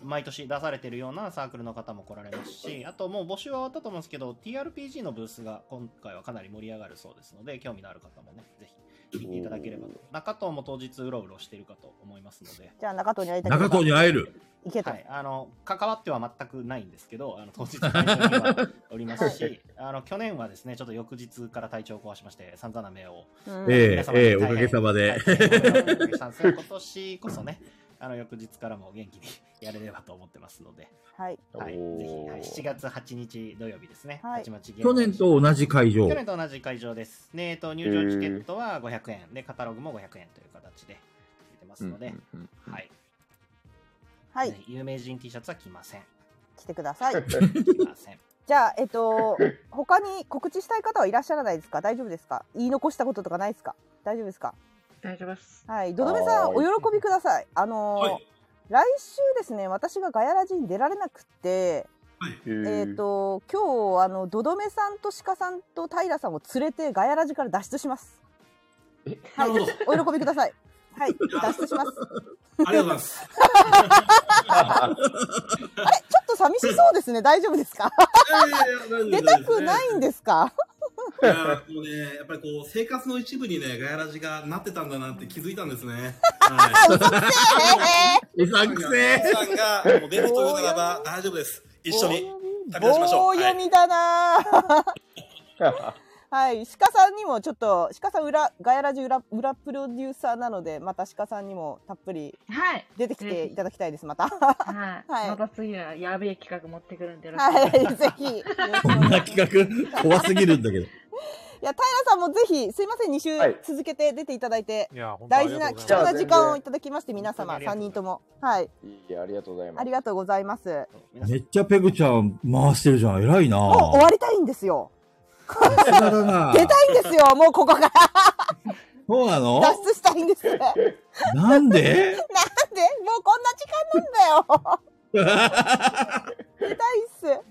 毎年出されてるようなサークルの方も来られますし、あともう募集は終わったと思うんですけど、TRPG のブースが今回はかなり盛り上がるそうですので、興味のある方もね、ぜひ見ていた だければと。中藤も当日うろうろしているかと思いますので。
じゃあ中藤に会いたい。
中藤に会える。
いけた
はい、あの関わっては全くないんですけど、あの当日会場にはおります
は
し、あの去年はですね、ちょっと翌日から体調を壊しまして、散々な目を、
うん
皆様
え
に
えええおかげさまで
大変大変ご迷惑をおかけしたんですが今年こそ ね、あの翌日からも元気にやれればと思ってますので、
はい、
はい、ぜひ、はい、7月8日土曜日ですね、たちまちゲーム
去年と同じ会場
去。年と同じ会場です。ね、えっと入場チケットは500円で、カタログも500円という形で出てますので、はい。
はい
ね有名人 T シャツは着ません。
来てください。
着ま せん。
じゃあ、えっと、他に告知したい方はいらっしゃらないですか大丈夫ですか言い残したこととかないですか大丈夫ですか
大丈夫です。
はい。どどめさん、
は
お
ーい
喜びください。あのー来週ですね、私がガヤラジに出られなくて、えっ、と、今日、あの、どどめさんと鹿さんと平さんを連れてガヤラジから脱出します。はい。お喜びください。はい。脱出します。
ありがとうござい ます。
あれちょっと寂しそうですね。大丈夫ですか出たくないんですか
いやーもうね、やっぱりこう、生活の一部にね、ガヤラジがなってたんだなって気づいたんですね。はい。
うさんくせえ
うさんが、もう出るというならば大丈夫です。 一緒に旅立ちましょ
棒
う。は
読
い。
みだなぁはい、鹿さんにもちょっと、鹿さん裏、ガヤラジ裏、裏プロデューサーなので、また鹿さんにもたっぷり出てきていただきたいです、また。は。
はいまた次はやべえ企画持ってくるんでよろしくお願
はい
し
い、
ます
ぜひ。い
こんな企画、怖すぎるん だけど。
や、平さんもぜひ、すいません、2週続けて出ていただいて、
いや本当あ
大
り
事
がと
な
うご
貴重
ざいます
な時間をいただきまして、皆様、3人とも。はい。
いや、ありがとうござい
ありがとうございます。
めっちゃペグちゃん回してるじゃん。偉いな
もう終わりたいんですよ。
さすがだな
出たいんですよ、もうここから。
そうなの
脱出したいんです。なんでもう
なん で
こんな時間なんだよ。 出たいっす。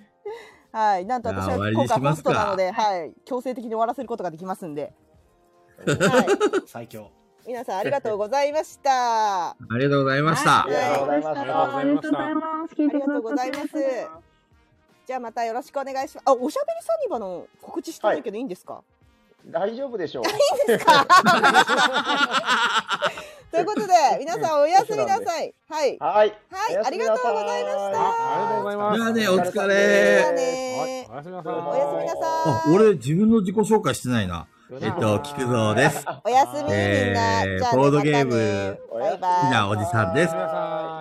はい、なんと私
じゃあ終わ
は
り
今回
にし
ホ
ま
ス
す
ト
か
なので、はい、強制的に終わらせることができますんで。
最強。
皆さんありがとうございました。
ありがとうございまし
あ
た。
りがとうございます。ありがとうございます。じゃあまたよろしくお願いします。あ、おしゃべりサニバの告知してないけどいいんですか、
大丈夫でしょう。
ということで、皆さんおやすみなさい。はい。
はい。
はい、ありがとうございました。
ありがとうございます。
じゃあねお疲れ
じゃあ
ね
おやすみなさい。
おやすみなさい。
あ、俺自分の自己紹介してないな。えっと、菊蔵です。
おやすみみんな。
え
じゃあ
ー、
ね
ボードゲー
またね
ム
バイ
好
バ
き
イ。
なおじさんです。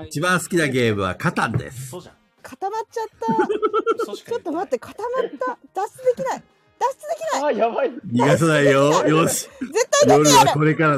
一番好きなゲームはカタンです。
固まっちゃった。ちょっと待って、固まった。脱出できない。脱出できない。
あ、やばい。
逃がさないよ。よし。
絶対出
夜
てや
は
る
こ。れから